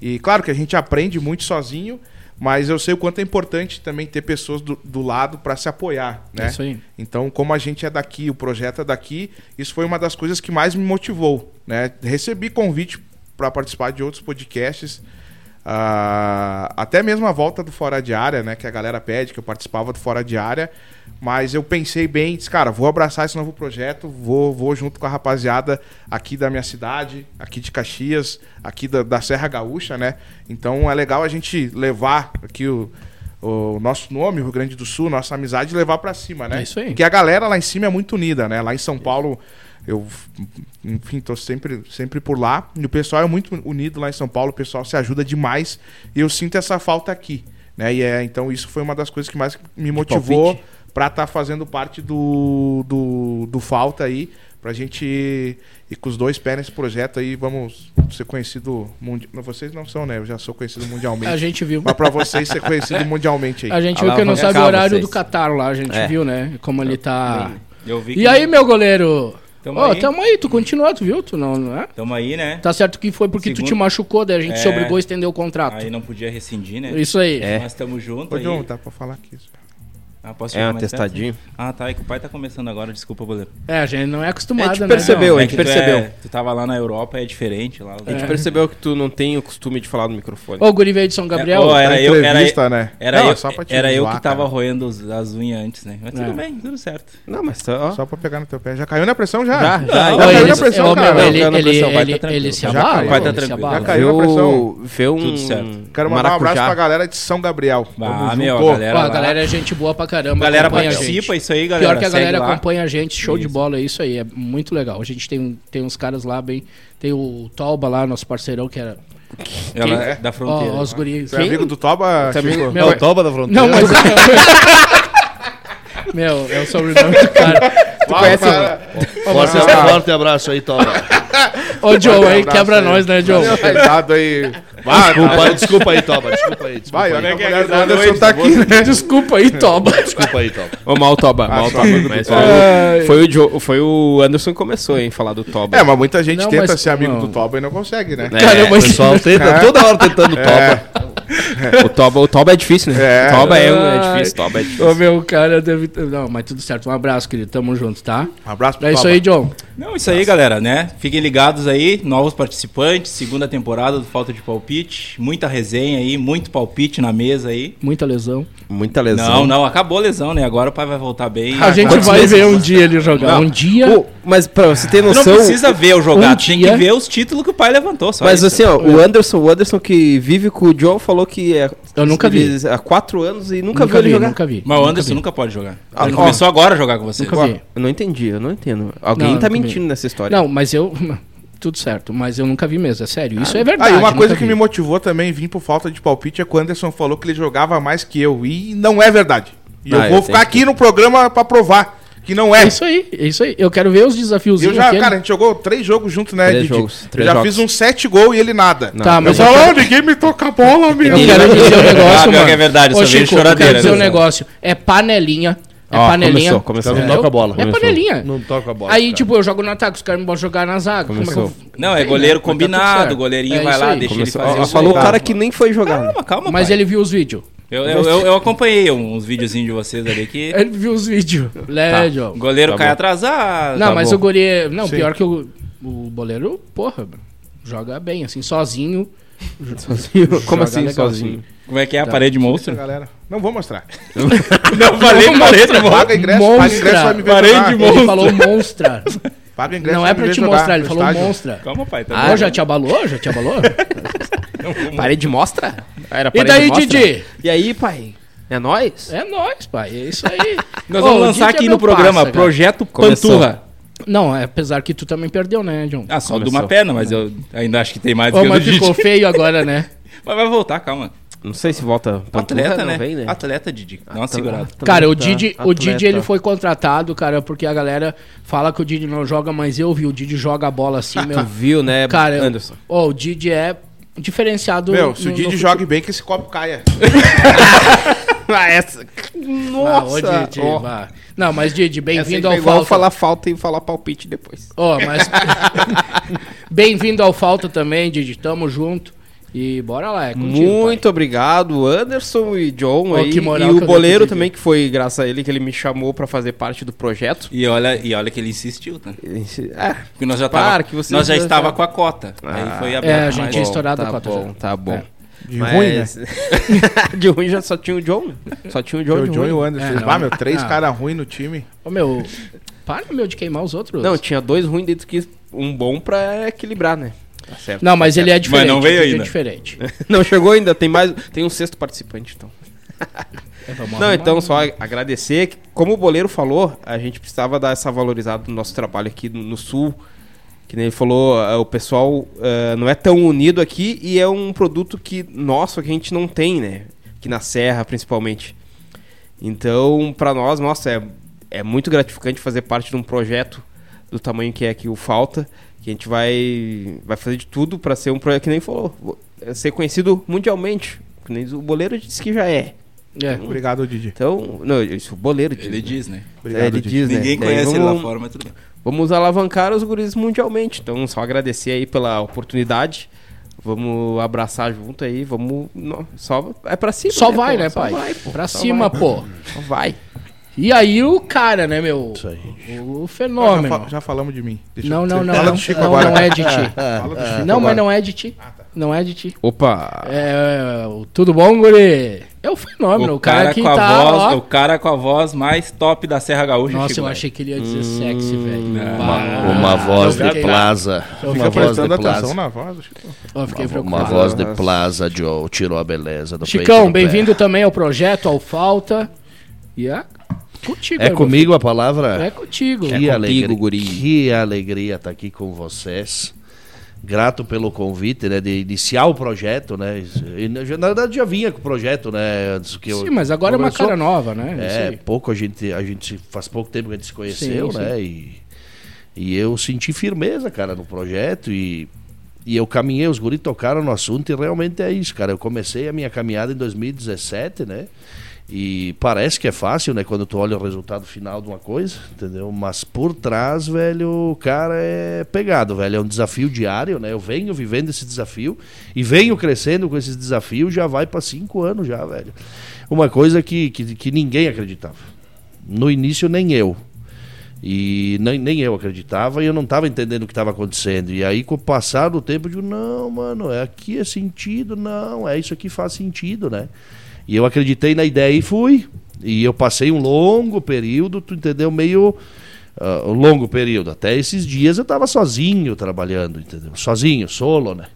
[SPEAKER 2] E claro que a gente aprende muito sozinho. Mas eu sei o quanto é importante também ter pessoas do, do lado para se apoiar, né?
[SPEAKER 1] Isso aí.
[SPEAKER 2] Então, como a gente é daqui, o projeto é daqui, isso foi uma das coisas que mais me motivou, né? Recebi convite para participar de outros podcasts, ah, até mesmo a volta do Fora de Área, né? Que a galera pede, que eu participava do Fora de Área, mas eu pensei bem, disse, cara, vou abraçar esse novo projeto, vou, vou junto com a rapaziada aqui da minha cidade, aqui de Caxias, aqui da, da Serra Gaúcha, né? Então, é legal a gente levar aqui o... O nosso nome, Rio Grande do Sul, nossa amizade, levar para cima, né?
[SPEAKER 1] É isso aí.
[SPEAKER 2] Que a galera lá em cima é muito unida, né? Lá em São Paulo, eu, enfim, tô sempre, sempre por lá. E o pessoal é muito unido lá em São Paulo, o pessoal se ajuda demais. E eu sinto essa falta aqui, né? E é, então isso foi uma das coisas que mais me motivou tá
[SPEAKER 3] palpite.
[SPEAKER 2] para estar fazendo parte do, do, do Falta aí. pra Pra gente ir, ir com os dois pés nesse projeto aí, vamos ser conhecido mundialmente. Vocês não são, né? Eu já sou conhecido mundialmente.
[SPEAKER 1] A gente viu.
[SPEAKER 2] Mas pra vocês ser conhecido mundialmente aí.
[SPEAKER 1] A gente
[SPEAKER 3] Ah,
[SPEAKER 1] viu que
[SPEAKER 3] lá,
[SPEAKER 1] não
[SPEAKER 3] vamos
[SPEAKER 1] sabe o
[SPEAKER 3] calma,
[SPEAKER 1] horário
[SPEAKER 3] vocês.
[SPEAKER 1] do Catar lá, a gente
[SPEAKER 3] É.
[SPEAKER 1] viu, né? Como ele tá.
[SPEAKER 4] Eu vi
[SPEAKER 1] E aí, meu goleiro?
[SPEAKER 4] Tamo
[SPEAKER 1] Ô,
[SPEAKER 4] aí.
[SPEAKER 1] tamo aí, tu continua, tu viu? Tu não, não é?
[SPEAKER 4] Tamo aí, né?
[SPEAKER 1] Tá certo que foi porque tu
[SPEAKER 4] Segundo-
[SPEAKER 1] te machucou, daí a gente se
[SPEAKER 4] É.
[SPEAKER 1] obrigou a estender o contrato.
[SPEAKER 4] Aí não podia rescindir, né?
[SPEAKER 1] Isso aí.
[SPEAKER 3] É.
[SPEAKER 4] Mas tamo junto
[SPEAKER 2] Ô,
[SPEAKER 4] aí.
[SPEAKER 2] John, dá pra falar aqui.
[SPEAKER 4] Ah, posso
[SPEAKER 3] É
[SPEAKER 4] chegar
[SPEAKER 3] um
[SPEAKER 4] mais perto?
[SPEAKER 3] atestadinho.
[SPEAKER 4] Ah, tá. É que o pai tá começando agora, desculpa, goleiro.
[SPEAKER 1] É, a gente não é acostumado,
[SPEAKER 3] A gente
[SPEAKER 1] né?
[SPEAKER 3] percebeu,
[SPEAKER 1] Não.
[SPEAKER 3] a gente
[SPEAKER 4] que tu
[SPEAKER 3] percebeu. É.
[SPEAKER 4] é- tu tava lá na Europa, é diferente lá.
[SPEAKER 3] A gente percebeu que tu não tem o costume de falar no microfone.
[SPEAKER 1] Ô, o guri veio de São Gabriel.
[SPEAKER 4] É, ó,
[SPEAKER 2] Na
[SPEAKER 4] era eu,
[SPEAKER 2] entrevista,
[SPEAKER 4] era,
[SPEAKER 2] né?
[SPEAKER 4] era
[SPEAKER 2] Não,
[SPEAKER 4] eu,
[SPEAKER 2] só pra te
[SPEAKER 4] era eu
[SPEAKER 2] zoar,
[SPEAKER 4] que tava
[SPEAKER 2] cara.
[SPEAKER 4] roendo os- as unhas antes, né? Mas tudo
[SPEAKER 1] É.
[SPEAKER 4] bem, tudo certo.
[SPEAKER 3] Não, mas tá, ó.
[SPEAKER 2] Só pra pegar no teu pé. Já caiu na pressão já?
[SPEAKER 3] Já, já,
[SPEAKER 1] Ô,
[SPEAKER 2] já
[SPEAKER 4] é,
[SPEAKER 2] caiu
[SPEAKER 1] ele-
[SPEAKER 2] na pressão,
[SPEAKER 1] ô, meu,
[SPEAKER 2] cara.
[SPEAKER 1] ele-
[SPEAKER 3] Caiu na
[SPEAKER 1] ele-
[SPEAKER 3] pressão, vai,
[SPEAKER 1] ele-
[SPEAKER 4] tá
[SPEAKER 1] ele
[SPEAKER 4] tranquilo.
[SPEAKER 1] se
[SPEAKER 4] Já
[SPEAKER 1] abala,
[SPEAKER 2] caiu, vai,
[SPEAKER 1] ele
[SPEAKER 2] tá
[SPEAKER 1] se
[SPEAKER 4] tranquilo.
[SPEAKER 1] abala.
[SPEAKER 2] Já caiu. na pressão.
[SPEAKER 3] Vê um
[SPEAKER 4] Tudo certo.
[SPEAKER 2] Quero mandar um abraço
[SPEAKER 3] maracujá.
[SPEAKER 2] pra galera de São Gabriel.
[SPEAKER 4] Ah,
[SPEAKER 2] Tamo
[SPEAKER 4] meu,
[SPEAKER 2] junto.
[SPEAKER 4] a galera,
[SPEAKER 1] Ó, a
[SPEAKER 4] lá.
[SPEAKER 1] galera é gente boa pra caramba.
[SPEAKER 4] galera
[SPEAKER 1] acompanha a
[SPEAKER 4] participa,
[SPEAKER 1] gente.
[SPEAKER 4] isso aí, galera.
[SPEAKER 1] Pior que a
[SPEAKER 4] segue
[SPEAKER 1] galera
[SPEAKER 4] lá.
[SPEAKER 1] acompanha a gente, show de
[SPEAKER 4] Isso.
[SPEAKER 1] bola, é isso aí, é muito legal. A gente tem, um, tem uns caras lá bem. Tem o Tauba lá, nosso parceirão, que era.
[SPEAKER 4] Ela
[SPEAKER 1] Quem?
[SPEAKER 4] é da fronteira.
[SPEAKER 1] Ó, os guris.
[SPEAKER 2] Tu é amigo do Toba, Chico?
[SPEAKER 1] Meu,
[SPEAKER 5] toba da fronteira.
[SPEAKER 1] Não, mas. Meu, é o sobrenome do cara.
[SPEAKER 2] Tu
[SPEAKER 3] conhece o-
[SPEAKER 5] Forte, forte abraço aí, Toba.
[SPEAKER 1] Ô, Joe, aí
[SPEAKER 2] abraço
[SPEAKER 1] quebra
[SPEAKER 2] aí.
[SPEAKER 1] nós, né, Joe?
[SPEAKER 2] Coitado aí. Vai,
[SPEAKER 5] Desculpa aí, desculpa aí, Toba. Desculpa aí, desculpa
[SPEAKER 2] Vai,
[SPEAKER 5] aí.
[SPEAKER 2] olha
[SPEAKER 4] Como
[SPEAKER 2] que
[SPEAKER 4] é
[SPEAKER 2] a
[SPEAKER 4] que é
[SPEAKER 2] mulher do
[SPEAKER 4] casado
[SPEAKER 2] Anderson
[SPEAKER 4] hoje,
[SPEAKER 2] tá aqui, né?
[SPEAKER 1] Desculpa aí, Toba.
[SPEAKER 5] Desculpa aí, Toba.
[SPEAKER 3] Ô, mal
[SPEAKER 2] Ah,
[SPEAKER 3] Toba, mal Toba.
[SPEAKER 2] amigo do
[SPEAKER 3] Mas
[SPEAKER 2] Toba.
[SPEAKER 3] foi, o- foi o Jo- foi o Anderson que começou, hein, falar do Toba.
[SPEAKER 2] É, mas muita gente
[SPEAKER 1] Não,
[SPEAKER 2] tenta
[SPEAKER 1] mas-
[SPEAKER 2] ser amigo
[SPEAKER 1] não.
[SPEAKER 2] do Toba e não consegue, né?
[SPEAKER 3] É,
[SPEAKER 1] Cara,
[SPEAKER 5] O
[SPEAKER 1] mas-
[SPEAKER 5] pessoal tenta, toda hora tentando Toba.
[SPEAKER 3] o, Toba o Toba é difícil, né?
[SPEAKER 2] É.
[SPEAKER 3] Toba é, um- é
[SPEAKER 1] Ai.
[SPEAKER 3] difícil, Toba é
[SPEAKER 1] Ô,
[SPEAKER 3] difícil.
[SPEAKER 1] meu cara, deve. Não, mas tudo certo. Um abraço, querido. Tamo junto, tá?
[SPEAKER 2] Um abraço pro
[SPEAKER 1] É isso
[SPEAKER 2] Toba.
[SPEAKER 1] aí, John.
[SPEAKER 4] Não, isso aí, galera, né? Fiquem ligados aí, novos participantes, segunda temporada do Falta de Palpite, muita resenha aí, muito palpite na mesa aí.
[SPEAKER 1] Muita lesão.
[SPEAKER 3] Muita lesão.
[SPEAKER 4] Não, não, acabou a lesão, né? Agora o pai vai voltar bem.
[SPEAKER 1] A gente
[SPEAKER 3] quantos
[SPEAKER 1] vai
[SPEAKER 3] meses?
[SPEAKER 1] ver um dia ele jogar.
[SPEAKER 3] Não.
[SPEAKER 1] Um dia.
[SPEAKER 3] Pô, mas pra você ter
[SPEAKER 4] Tu não
[SPEAKER 3] noção.
[SPEAKER 4] precisa ver o jogado, tem
[SPEAKER 1] um dia-
[SPEAKER 4] que ver os títulos que o pai levantou, só
[SPEAKER 3] Mas
[SPEAKER 4] isso.
[SPEAKER 3] assim, ó, o Anderson, o Anderson que vive com o Joe falou que é.
[SPEAKER 1] Eu nunca vi.
[SPEAKER 3] ele- Há quatro anos e nunca,
[SPEAKER 1] nunca,
[SPEAKER 3] viu ele
[SPEAKER 1] vi,
[SPEAKER 3] jogar.
[SPEAKER 1] nunca vi.
[SPEAKER 4] Mas o
[SPEAKER 1] nunca
[SPEAKER 4] Anderson
[SPEAKER 1] vi.
[SPEAKER 4] nunca pode jogar.
[SPEAKER 3] Ah,
[SPEAKER 4] Ele
[SPEAKER 3] ó.
[SPEAKER 4] começou agora a jogar com você.
[SPEAKER 1] Nunca vi.
[SPEAKER 3] Eu não entendi, eu não entendo. Alguém
[SPEAKER 1] Não,
[SPEAKER 3] tá
[SPEAKER 1] nunca vi.
[SPEAKER 3] mentindo nessa história.
[SPEAKER 1] Não, mas eu. Tudo certo, mas eu nunca vi mesmo, é sério. Isso é verdade.
[SPEAKER 2] Aí Ah, uma
[SPEAKER 1] nunca
[SPEAKER 2] coisa que
[SPEAKER 1] vi.
[SPEAKER 2] me motivou também vir por falta de palpite é quando o Anderson falou que ele jogava mais que eu. E não é verdade. E
[SPEAKER 3] Ah,
[SPEAKER 2] eu vou
[SPEAKER 3] eu
[SPEAKER 2] ficar
[SPEAKER 3] tenho
[SPEAKER 2] aqui no programa pra provar que não é.
[SPEAKER 1] É isso aí, é isso aí. Eu quero ver os desafios.
[SPEAKER 2] Eu já, cara, a gente jogou três jogos juntos, né,
[SPEAKER 3] Três
[SPEAKER 2] Didi?
[SPEAKER 3] jogos,
[SPEAKER 2] eu
[SPEAKER 3] três
[SPEAKER 2] já
[SPEAKER 3] jogos.
[SPEAKER 2] fiz uns sete gols e ele nada.
[SPEAKER 3] Não,
[SPEAKER 1] Tá,
[SPEAKER 3] eu
[SPEAKER 1] mas
[SPEAKER 2] eu
[SPEAKER 1] eu
[SPEAKER 2] falo, "Ah,
[SPEAKER 1] quero,
[SPEAKER 2] ninguém me toca a bola, meu.
[SPEAKER 1] eu quero dizer um
[SPEAKER 4] Ah,
[SPEAKER 1] negócio,
[SPEAKER 4] pior
[SPEAKER 1] mano.
[SPEAKER 4] que é verdade, eu
[SPEAKER 1] Ô,
[SPEAKER 4] só vejo
[SPEAKER 1] Chico, eu
[SPEAKER 4] choradeira
[SPEAKER 1] quero dizer um
[SPEAKER 4] nessa.
[SPEAKER 1] negócio. É panelinha. É
[SPEAKER 3] Ó,
[SPEAKER 1] panelinha.
[SPEAKER 3] começou, começou.
[SPEAKER 5] Então Não
[SPEAKER 1] entendeu?
[SPEAKER 5] toca a bola.
[SPEAKER 1] É
[SPEAKER 3] Começou.
[SPEAKER 1] panelinha.
[SPEAKER 5] Não toca a bola.
[SPEAKER 1] Aí,
[SPEAKER 5] cara.
[SPEAKER 1] tipo, eu jogo no ataque, os caras me botam jogar na zaga. Como é que eu-
[SPEAKER 3] Começou.
[SPEAKER 4] Não, é
[SPEAKER 1] Tem, né?
[SPEAKER 4] goleiro
[SPEAKER 1] Mas tá tudo
[SPEAKER 4] combinado,
[SPEAKER 1] certo.
[SPEAKER 4] goleirinho
[SPEAKER 1] É
[SPEAKER 4] vai
[SPEAKER 1] isso
[SPEAKER 4] lá,
[SPEAKER 1] aí.
[SPEAKER 4] deixa
[SPEAKER 3] Começou-
[SPEAKER 4] ele fazer
[SPEAKER 3] ó,
[SPEAKER 4] os
[SPEAKER 3] falou o
[SPEAKER 4] gols.
[SPEAKER 3] cara que nem foi jogar. né?
[SPEAKER 4] Calma, calma,
[SPEAKER 1] Mas
[SPEAKER 4] pai.
[SPEAKER 1] ele viu os vídeos.
[SPEAKER 4] Eu, eu, eu, eu acompanhei uns videozinhos de vocês ali que...
[SPEAKER 1] Ele viu os vídeos. Né, John?
[SPEAKER 4] O goleiro
[SPEAKER 3] Tá
[SPEAKER 4] cai
[SPEAKER 3] bom.
[SPEAKER 4] atrasado.
[SPEAKER 1] Não,
[SPEAKER 3] tá
[SPEAKER 1] mas
[SPEAKER 3] bom.
[SPEAKER 1] o guri. é- Não,
[SPEAKER 2] Sim.
[SPEAKER 1] pior que o, o boleiro, porra, mano, joga bem, assim, sozinho.
[SPEAKER 3] Sozinho.
[SPEAKER 1] Joga
[SPEAKER 3] Como assim,
[SPEAKER 1] legal,
[SPEAKER 3] sozinho?
[SPEAKER 4] Como é que é
[SPEAKER 1] Tá.
[SPEAKER 4] a parede monstro?
[SPEAKER 2] Galera, não vou mostrar.
[SPEAKER 4] Não falei
[SPEAKER 1] Não,
[SPEAKER 4] parede
[SPEAKER 2] Paga ingresso, paga
[SPEAKER 1] Monstra.
[SPEAKER 2] ingresso, vai me ver
[SPEAKER 4] Parei
[SPEAKER 2] jogar.
[SPEAKER 4] de
[SPEAKER 1] Ele falou monstra.
[SPEAKER 2] Paga ingresso,
[SPEAKER 1] Não
[SPEAKER 2] vai
[SPEAKER 1] é
[SPEAKER 2] me
[SPEAKER 1] pra
[SPEAKER 2] ver
[SPEAKER 1] te
[SPEAKER 2] jogar
[SPEAKER 1] mostrar, ele
[SPEAKER 2] no
[SPEAKER 1] falou
[SPEAKER 2] estádio.
[SPEAKER 1] monstra.
[SPEAKER 4] Calma, pai. Tá
[SPEAKER 1] Ô, já te abalou? Já te abalou?
[SPEAKER 3] Parede mostra? Era
[SPEAKER 1] E
[SPEAKER 3] parede
[SPEAKER 1] daí,
[SPEAKER 3] mostra?
[SPEAKER 1] Didi?
[SPEAKER 3] E aí, pai? É nóis?
[SPEAKER 1] É nóis, pai. É isso aí.
[SPEAKER 4] Nós
[SPEAKER 1] Ô,
[SPEAKER 4] vamos
[SPEAKER 1] o
[SPEAKER 4] lançar
[SPEAKER 1] Didi é
[SPEAKER 4] aqui
[SPEAKER 1] meu
[SPEAKER 4] no programa
[SPEAKER 1] parça, cara.
[SPEAKER 4] Projeto
[SPEAKER 3] Começou.
[SPEAKER 4] Panturra.
[SPEAKER 1] Não, é, apesar que tu também perdeu, né, John?
[SPEAKER 4] Ah, só
[SPEAKER 3] Começou.
[SPEAKER 4] de uma perna, mas eu ainda acho que tem mais do
[SPEAKER 1] Ô,
[SPEAKER 4] que o do
[SPEAKER 1] mas
[SPEAKER 4] Didi.
[SPEAKER 1] ficou feio agora, né?
[SPEAKER 4] Mas vai voltar, calma.
[SPEAKER 3] Não sei se volta Panturra,
[SPEAKER 4] Atleta,
[SPEAKER 3] não
[SPEAKER 4] né?
[SPEAKER 3] vem, né?
[SPEAKER 4] Atleta, Didi.
[SPEAKER 1] Ah,
[SPEAKER 4] Dá
[SPEAKER 1] então
[SPEAKER 4] uma segurada.
[SPEAKER 3] Atleta,
[SPEAKER 1] Cara, o Didi, o Didi
[SPEAKER 3] tá atleta.
[SPEAKER 1] ele foi contratado, cara, porque a galera fala que o Didi não joga, mas eu vi, o Didi joga a bola assim, meu.
[SPEAKER 3] Tu viu, né,
[SPEAKER 1] Cara,
[SPEAKER 3] Anderson?
[SPEAKER 1] ó, o Didi é diferenciado.
[SPEAKER 2] Meu, se
[SPEAKER 1] no-
[SPEAKER 2] o Didi
[SPEAKER 1] no-
[SPEAKER 2] jogue bem, que esse copo caia.
[SPEAKER 3] Ah, essa...
[SPEAKER 1] Ah, ô,
[SPEAKER 3] Nossa!
[SPEAKER 1] Didi, vá. Não, mas Didi, bem-vindo ao
[SPEAKER 3] Vamos
[SPEAKER 1] Falta.
[SPEAKER 3] falar falta e falar palpite depois.
[SPEAKER 1] Ó, mas bem-vindo ao Falta também, Didi, tamo junto. E bora lá, é contigo,
[SPEAKER 3] Muito obrigado, Anderson e John
[SPEAKER 1] Ó,
[SPEAKER 3] aí.
[SPEAKER 1] que moral
[SPEAKER 3] e
[SPEAKER 1] que
[SPEAKER 3] o
[SPEAKER 1] eu
[SPEAKER 3] Boleiro
[SPEAKER 1] dei pro Didi.
[SPEAKER 3] também, que foi graças a ele que ele me chamou pra fazer parte do projeto.
[SPEAKER 4] E olha, e olha que ele insistiu, tá?
[SPEAKER 3] É,
[SPEAKER 4] Porque nós já
[SPEAKER 3] Para,
[SPEAKER 4] tava,
[SPEAKER 3] que vocês
[SPEAKER 4] nós já
[SPEAKER 3] já-
[SPEAKER 4] estava com a cota. aí foi aberto.
[SPEAKER 1] é, a gente
[SPEAKER 4] mais.
[SPEAKER 1] tinha estourado
[SPEAKER 3] tá
[SPEAKER 1] a cota
[SPEAKER 3] Bom,
[SPEAKER 1] já. É.
[SPEAKER 3] tá bom.
[SPEAKER 2] De ruim, né?
[SPEAKER 3] de ruim já só tinha o John. né? Só tinha o John.
[SPEAKER 2] O
[SPEAKER 3] de
[SPEAKER 2] John
[SPEAKER 3] ruim.
[SPEAKER 2] e o Anderson.
[SPEAKER 1] É, não.
[SPEAKER 2] ah, meu, três
[SPEAKER 1] Ah.
[SPEAKER 2] caras ruins no time.
[SPEAKER 1] Ô, meu, para, meu, de queimar os outros.
[SPEAKER 3] Não, tinha dois ruins dentro que um bom pra equilibrar, né? Tá certo.
[SPEAKER 1] Não, mas ele é
[SPEAKER 4] Mas
[SPEAKER 1] diferente.
[SPEAKER 4] não veio
[SPEAKER 1] o Didi
[SPEAKER 4] ainda.
[SPEAKER 1] É diferente.
[SPEAKER 3] Não chegou ainda, tem mais. Tem um sexto participante, então.
[SPEAKER 1] É, vamos
[SPEAKER 3] Não,
[SPEAKER 1] arrumar.
[SPEAKER 3] então, só agradecer. que, Como o Boleiro falou, a gente precisava dar essa valorizada no nosso trabalho aqui no, no Sul. Que nem ele falou, ah, o pessoal ah, não é tão unido aqui e é um produto que nosso que a gente não tem, né? Aqui na Serra, principalmente. Então, pra nós, nossa, é, é muito gratificante fazer parte de um projeto do tamanho que é que o falta, que a gente vai, vai fazer de tudo para ser um projeto que nem falou, vou- é ser conhecido mundialmente, que nem o Boleiro disse que já é.
[SPEAKER 1] É.
[SPEAKER 2] Obrigado, Didi.
[SPEAKER 3] Então, não, isso o Boleiro diz,
[SPEAKER 4] Ele
[SPEAKER 3] né?
[SPEAKER 4] diz, né?
[SPEAKER 2] Obrigado,
[SPEAKER 3] É, ele
[SPEAKER 2] Didi.
[SPEAKER 3] diz, né?
[SPEAKER 4] Ninguém
[SPEAKER 3] Daí
[SPEAKER 4] conhece ele lá
[SPEAKER 3] vamos-
[SPEAKER 4] fora, mas tudo bem.
[SPEAKER 3] Vamos alavancar os guris mundialmente. Então, só agradecer aí pela oportunidade. Vamos abraçar junto aí, vamos. não, só é pra cima.
[SPEAKER 1] Só
[SPEAKER 3] né,
[SPEAKER 1] vai,
[SPEAKER 3] pô?
[SPEAKER 1] né,
[SPEAKER 3] Só
[SPEAKER 1] pai?
[SPEAKER 3] vai, pô.
[SPEAKER 1] pra
[SPEAKER 3] Só
[SPEAKER 1] cima,
[SPEAKER 3] vai.
[SPEAKER 1] pô.
[SPEAKER 3] Só vai.
[SPEAKER 1] E aí o cara, né, meu?
[SPEAKER 5] Isso aí.
[SPEAKER 1] O
[SPEAKER 2] Ah, já,
[SPEAKER 1] fenômeno.
[SPEAKER 2] fa- já falamos de mim. Deixa
[SPEAKER 1] Não,
[SPEAKER 2] eu-
[SPEAKER 1] não, não.
[SPEAKER 2] Fala
[SPEAKER 1] Não,
[SPEAKER 2] do Chico
[SPEAKER 1] não,
[SPEAKER 2] agora.
[SPEAKER 1] não é de ti.
[SPEAKER 2] Fala do Chico
[SPEAKER 1] Não,
[SPEAKER 2] agora.
[SPEAKER 1] mas não é de ti. Não é de ti.
[SPEAKER 3] Opa!
[SPEAKER 1] É, é, o tudo bom, guri? É o fenômeno.
[SPEAKER 4] O cara,
[SPEAKER 1] que
[SPEAKER 4] com a
[SPEAKER 1] tá,
[SPEAKER 4] voz,
[SPEAKER 1] ó.
[SPEAKER 4] o cara com a voz mais top da Serra Gaúcha.
[SPEAKER 1] Nossa,
[SPEAKER 4] Chico,
[SPEAKER 1] eu
[SPEAKER 4] né?
[SPEAKER 1] achei que ele ia dizer sexy, velho.
[SPEAKER 5] Uma,
[SPEAKER 1] Bah,
[SPEAKER 5] Hum, é, uma voz
[SPEAKER 1] eu
[SPEAKER 5] de
[SPEAKER 1] fiquei-
[SPEAKER 5] plaza. Uma
[SPEAKER 2] Fica
[SPEAKER 5] voz de
[SPEAKER 2] prestando atenção
[SPEAKER 5] plaza.
[SPEAKER 2] na voz do Chico.
[SPEAKER 1] Eu fiquei
[SPEAKER 5] Uma
[SPEAKER 1] preocupado.
[SPEAKER 5] voz de plaza, Joe. Tirou a beleza do peito
[SPEAKER 1] Chicão,
[SPEAKER 5] do pé.
[SPEAKER 1] bem-vindo também ao projeto, ao Falta. E é contigo,
[SPEAKER 5] É
[SPEAKER 1] meu
[SPEAKER 5] comigo a palavra?
[SPEAKER 1] filho. É contigo.
[SPEAKER 5] Que
[SPEAKER 1] É
[SPEAKER 5] alegria,
[SPEAKER 3] guri.
[SPEAKER 5] Que alegria estar aqui com vocês. Grato pelo convite, né, de iniciar o projeto, né? E, na já- na verdade já vinha com o projeto, né, antes que eu
[SPEAKER 1] Sim, mas agora é
[SPEAKER 5] começou.
[SPEAKER 1] uma cara nova, né?
[SPEAKER 5] É,
[SPEAKER 1] Isso aí.
[SPEAKER 5] pouco a gente a gente faz pouco tempo que a gente se conheceu,
[SPEAKER 1] Sim,
[SPEAKER 5] né? E, e eu senti firmeza, cara, no projeto e e eu caminhei, os guris tocaram no assunto e realmente é isso, cara. Eu comecei a minha caminhada em 2017, né? E parece que é fácil, né? Quando tu olha o resultado final de uma coisa, entendeu? Mas por trás, velho, o cara é pegado, velho. É um desafio diário, né? Eu venho vivendo esse desafio e venho crescendo com esse desafio já vai para cinco anos já, velho. Uma coisa que, que, que ninguém acreditava. No início, nem eu. E nem, nem eu acreditava e eu não estava entendendo o que estava acontecendo. E aí, com o passar do tempo, eu digo: não, mano, é aqui é sentido, não, é isso aqui faz sentido, né? E eu acreditei na ideia e fui. E eu passei um longo período, tu entendeu? Meio. ah, um longo período. Até esses dias eu estava sozinho trabalhando, entendeu? Sozinho, solo, né?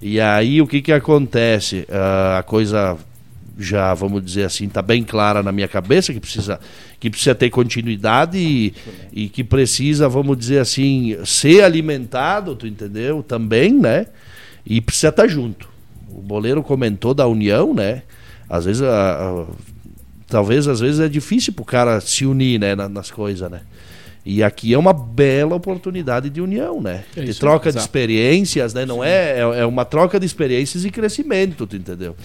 [SPEAKER 5] E aí o que que acontece? Ah, a coisa já, vamos dizer assim, tá bem clara na minha cabeça que precisa, que precisa ter continuidade e, e que precisa, vamos dizer assim, ser alimentado, tu entendeu? Também, né? E precisa estar junto. O Boleiro comentou da união, né? Às vezes a- a- talvez às vezes é difícil pro cara se unir, né, na- nas coisas, né? E aqui é uma bela oportunidade de união, né?
[SPEAKER 1] É
[SPEAKER 5] de
[SPEAKER 1] isso,
[SPEAKER 5] troca de
[SPEAKER 1] exato.
[SPEAKER 5] experiências, né? Não é, é é uma troca de experiências e crescimento, tu entendeu?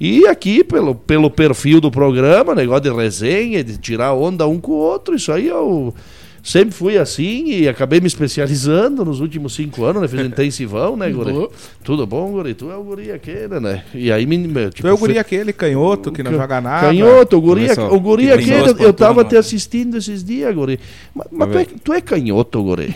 [SPEAKER 5] E aqui, pelo, pelo perfil do programa, negócio de resenha, de tirar onda um com o outro, isso aí eu sempre fui assim e acabei me especializando nos últimos cinco anos, né? Fiz um intensivão, né, Guri?
[SPEAKER 1] Boa.
[SPEAKER 5] Tudo bom, Guri? Tu é o Guri aquele, né? E aí, me, me- tipo,
[SPEAKER 2] Tu é o guri
[SPEAKER 5] fui-
[SPEAKER 2] aquele canhoto que não joga
[SPEAKER 3] Ah,
[SPEAKER 2] nada.
[SPEAKER 5] Canhoto, o guri, é
[SPEAKER 3] Começou.
[SPEAKER 5] o guri
[SPEAKER 4] Que
[SPEAKER 5] aquele,
[SPEAKER 4] ganhou as
[SPEAKER 5] eu tava
[SPEAKER 4] pantumas,
[SPEAKER 5] te
[SPEAKER 4] né?
[SPEAKER 5] assistindo esses dias, guri. Mas, mas tu, é, tu é canhoto, guri.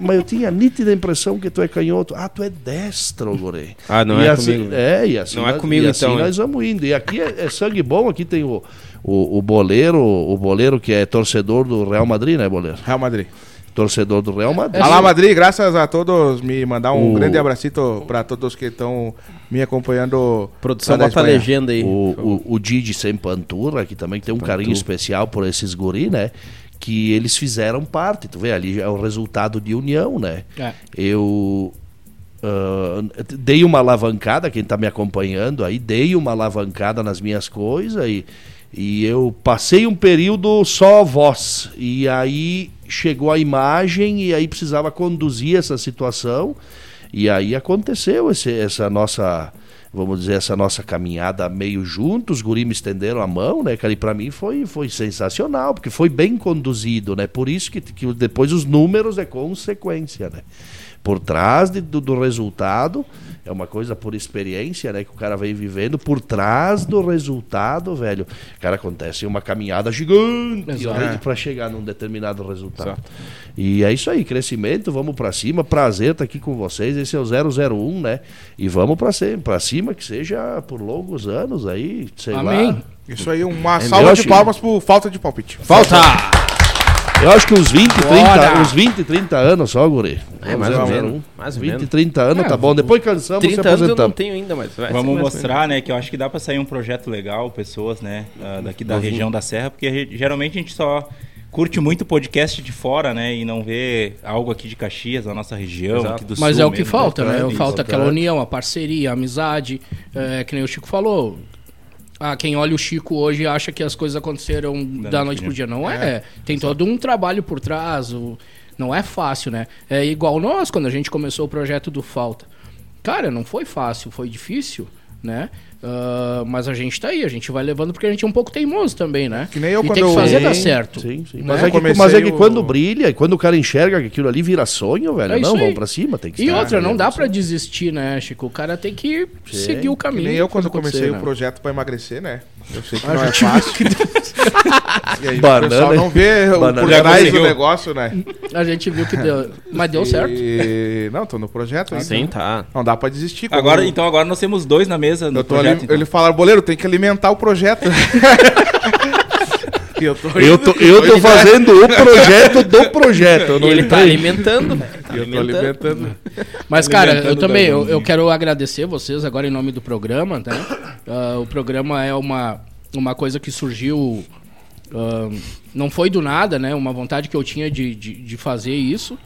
[SPEAKER 5] mas eu tinha a nítida impressão que tu é canhoto. Ah, tu é destro, guri.
[SPEAKER 3] Ah, não
[SPEAKER 5] E
[SPEAKER 3] é
[SPEAKER 5] assim-
[SPEAKER 3] comigo.
[SPEAKER 5] É, e assim,
[SPEAKER 3] Não é
[SPEAKER 5] nós,
[SPEAKER 3] comigo,
[SPEAKER 5] e assim
[SPEAKER 3] então,
[SPEAKER 5] nós vamos indo. E aqui é, é sangue bom, aqui tem o, o, o boleiro, o boleiro que é torcedor do Real Madrid, né, boleiro?
[SPEAKER 2] Real Madrid.
[SPEAKER 5] Torcedor do Real
[SPEAKER 1] É
[SPEAKER 5] Madrid.
[SPEAKER 1] assim.
[SPEAKER 2] Alá, Madrid, graças a todos. Me mandar um
[SPEAKER 5] O-
[SPEAKER 2] grande abracito para todos que estão me acompanhando.
[SPEAKER 3] Produção
[SPEAKER 2] lá da
[SPEAKER 3] bota a
[SPEAKER 2] Espanha.
[SPEAKER 3] legenda aí.
[SPEAKER 5] O, o, o Didi Sem Panturra, que também tem um carinho especial por esses guri, né? Que eles fizeram parte, tu vê, ali já é o resultado de união, né?
[SPEAKER 1] É.
[SPEAKER 5] Eu ah, dei uma alavancada, quem tá me acompanhando aí, dei uma alavancada nas minhas coisas e, e eu passei um período só voz. E aí chegou a imagem e aí precisava conduzir essa situação. E aí aconteceu esse- essa nossa, vamos dizer, essa nossa caminhada meio juntos, os guri me estenderam a mão, né, cara? E pra mim foi, foi sensacional, porque foi bem conduzido, né? Por isso que, que depois os números é consequência, né? Por trás de- do, do resultado, é uma coisa por experiência, né? Que o cara vem vivendo, por trás do resultado, velho, cara, acontece uma caminhada gigante
[SPEAKER 1] Exato.
[SPEAKER 3] É.
[SPEAKER 5] né, pra chegar num determinado resultado. E é isso aí, crescimento, vamos pra cima. Prazer estar aqui com vocês. Esse é o 001, né? E vamos pra cima, pra cima que seja por longos anos aí, sei lá.
[SPEAKER 1] Amém.
[SPEAKER 2] Isso aí, uma
[SPEAKER 5] Entendeu,
[SPEAKER 2] salva de
[SPEAKER 5] Chico?
[SPEAKER 2] palmas por falta de palpite.
[SPEAKER 5] É Falta! Eu acho que uns 20, 30,
[SPEAKER 1] Bora!
[SPEAKER 5] uns 20, 30 anos só, guri.
[SPEAKER 3] É, mais ou
[SPEAKER 5] 001.
[SPEAKER 3] menos, mais ou
[SPEAKER 5] 20,
[SPEAKER 3] menos.
[SPEAKER 5] 30 anos, tá bom. Depois cansamos,
[SPEAKER 3] 30
[SPEAKER 5] se
[SPEAKER 3] anos eu não
[SPEAKER 5] aposentamos.
[SPEAKER 3] tenho ainda, mas vai ser
[SPEAKER 4] Vamos
[SPEAKER 3] mais ou menos.
[SPEAKER 4] mostrar, né, que eu acho que dá pra sair um projeto legal, pessoas, né, ah, daqui da região da Serra, porque ge- geralmente a gente só curte muito podcast de fora, né, e não vê algo aqui de Caxias, da nossa região,
[SPEAKER 3] Exato.
[SPEAKER 4] aqui do
[SPEAKER 1] Mas
[SPEAKER 4] sul
[SPEAKER 1] é o que
[SPEAKER 4] mesmo.
[SPEAKER 1] falta, né?
[SPEAKER 5] importante,
[SPEAKER 1] Falta aquela
[SPEAKER 5] importante.
[SPEAKER 1] união, a parceria, a amizade. É, que nem o Chico falou. Ah, quem olha o Chico hoje acha que as coisas aconteceram da, noite
[SPEAKER 4] noite
[SPEAKER 1] pro
[SPEAKER 4] pro
[SPEAKER 1] dia. Não é. Tem todo um trabalho por trás. o- Não é fácil, né? É igual nós, quando a gente começou o projeto do Falta. Cara, não foi fácil, foi difícil, né? Ah, mas a gente tá aí, a gente vai levando porque a gente é um pouco teimoso também, né?
[SPEAKER 2] Que nem eu
[SPEAKER 1] e
[SPEAKER 2] quando
[SPEAKER 1] tem que
[SPEAKER 2] eu-
[SPEAKER 1] fazer dar
[SPEAKER 5] Sim,
[SPEAKER 1] certo.
[SPEAKER 5] Sim, sim.
[SPEAKER 1] né?
[SPEAKER 5] Mas, é que,
[SPEAKER 2] Comecei
[SPEAKER 5] mas é que
[SPEAKER 2] o-
[SPEAKER 5] quando brilha, e quando o cara enxerga que aquilo ali vira sonho, velho,
[SPEAKER 1] É isso
[SPEAKER 5] não,
[SPEAKER 1] aí.
[SPEAKER 5] vamos pra cima, tem que
[SPEAKER 1] E
[SPEAKER 5] estar,
[SPEAKER 1] outra, não
[SPEAKER 5] né?
[SPEAKER 1] dá pra desistir, né, Chico? O cara tem que seguir o
[SPEAKER 2] Que
[SPEAKER 1] caminho.
[SPEAKER 2] nem eu quando
[SPEAKER 1] Acontecer,
[SPEAKER 2] comecei
[SPEAKER 1] né?
[SPEAKER 2] o projeto pra emagrecer, né? Eu sei que
[SPEAKER 5] Ah,
[SPEAKER 2] não é fácil. e aí
[SPEAKER 5] Banana.
[SPEAKER 2] o pessoal não vê o
[SPEAKER 5] Banana.
[SPEAKER 2] por
[SPEAKER 4] Já
[SPEAKER 2] trás do
[SPEAKER 4] conseguiu.
[SPEAKER 2] negócio, né?
[SPEAKER 1] A gente viu que deu. Mas deu Então, certo.
[SPEAKER 2] E... Não, tô no projeto ainda.
[SPEAKER 3] Sim, tá.
[SPEAKER 2] Não dá pra desistir. como-
[SPEAKER 4] Agora, então agora nós temos dois na mesa no
[SPEAKER 2] Eu tô
[SPEAKER 4] projeto.
[SPEAKER 2] ali,
[SPEAKER 4] então.
[SPEAKER 2] Ele fala, boleiro, tem que alimentar o projeto. E eu tô
[SPEAKER 5] Eu tô, eu
[SPEAKER 1] tá-
[SPEAKER 5] tô fazendo o projeto do projeto. eu
[SPEAKER 3] E
[SPEAKER 5] não
[SPEAKER 3] ele tá
[SPEAKER 5] entrei.
[SPEAKER 3] alimentando, velho. Tá
[SPEAKER 2] Eu tô
[SPEAKER 3] alimentando.
[SPEAKER 2] alimentando.
[SPEAKER 1] Mas, cara, eu
[SPEAKER 4] Alimentando
[SPEAKER 1] também,
[SPEAKER 4] da
[SPEAKER 1] eu, eu
[SPEAKER 4] mãozinha.
[SPEAKER 1] quero agradecer vocês agora em nome do programa, né? Ah, o programa é uma, uma coisa que surgiu. ah, não foi do nada, né? Uma vontade que eu tinha de, de, de fazer isso.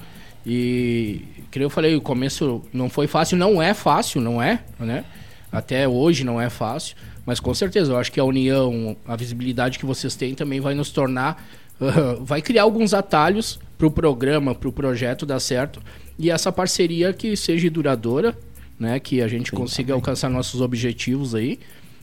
[SPEAKER 1] E, que nem eu falei, o começo não foi fácil, não é fácil, não é, né? Até hoje não é fácil, mas com certeza eu acho que a união, a visibilidade que vocês têm também vai nos tornar, ah, vai criar alguns atalhos para o programa, para o projeto dar certo e essa parceria que seja duradoura, né? Que a gente consiga alcançar nossos objetivos aí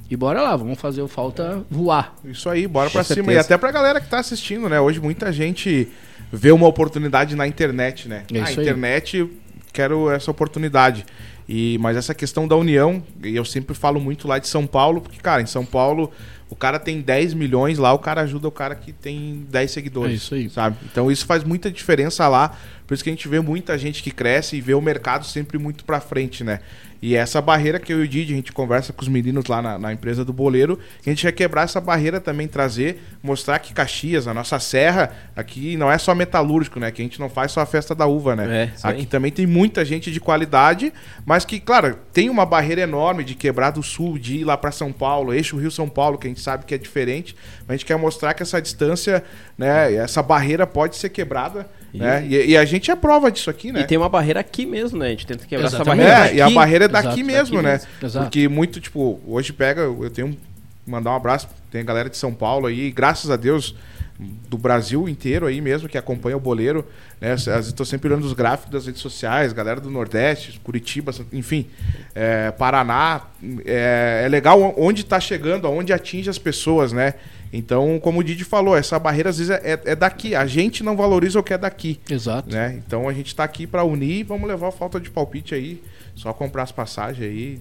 [SPEAKER 1] e bora lá, vamos fazer o falta voar.
[SPEAKER 2] Isso aí, bora
[SPEAKER 3] Com
[SPEAKER 2] pra cima.
[SPEAKER 3] certeza.
[SPEAKER 2] E até pra galera que tá assistindo, né? Hoje muita gente vê uma oportunidade na internet, né?
[SPEAKER 1] É
[SPEAKER 2] ah,
[SPEAKER 1] isso aí.
[SPEAKER 2] internet, quero essa oportunidade. E, mas essa questão da união, e eu sempre falo muito lá de São Paulo, porque, cara, em São Paulo, o cara tem 10 milhões lá, o cara ajuda o cara que tem 10 seguidores.
[SPEAKER 1] É isso aí.
[SPEAKER 2] Sabe? Então isso faz muita diferença lá. Por isso que a gente vê muita gente que cresce e vê o mercado sempre muito pra frente, né? E essa barreira que eu e o Didi, a gente conversa com os meninos lá na, na empresa do Boleiro, a gente quer quebrar essa barreira também, trazer, mostrar que Caxias, a nossa serra, aqui não é só metalúrgico, né? Que a gente não faz só a festa da uva, né?
[SPEAKER 3] É, isso aí.
[SPEAKER 2] aqui também tem muita gente de qualidade, mas que, claro, tem uma barreira enorme de quebrar do sul, de ir lá pra São Paulo, eixo Rio-São Paulo, que a gente sabe que é diferente, mas a gente quer mostrar que essa distância, né, essa barreira pode ser quebrada, né? E, e a gente é prova disso aqui, né?
[SPEAKER 3] E tem uma barreira aqui mesmo, né? A gente tenta quebrar essa
[SPEAKER 1] Exatamente.
[SPEAKER 3] barreira.
[SPEAKER 2] É, e a
[SPEAKER 3] daqui.
[SPEAKER 2] barreira é
[SPEAKER 1] Exato, daqui
[SPEAKER 2] daqui mesmo, né?
[SPEAKER 1] mesmo. Exato.
[SPEAKER 2] Porque muito, tipo, hoje pega, eu tenho mandar um abraço, tem a galera de São Paulo aí, graças a Deus, do Brasil inteiro aí mesmo, que acompanha o boleiro, né? Estou sempre olhando os gráficos das redes sociais, galera do Nordeste, Curitiba, enfim, é, Paraná. É, é legal onde está chegando, aonde atinge as pessoas, né? Então, como o Didi falou, essa barreira às vezes é, é daqui. A gente não valoriza o que é daqui
[SPEAKER 1] Exato.
[SPEAKER 2] né? Então a gente tá aqui pra unir e vamos levar a falta de palpite aí. Só comprar as passagens aí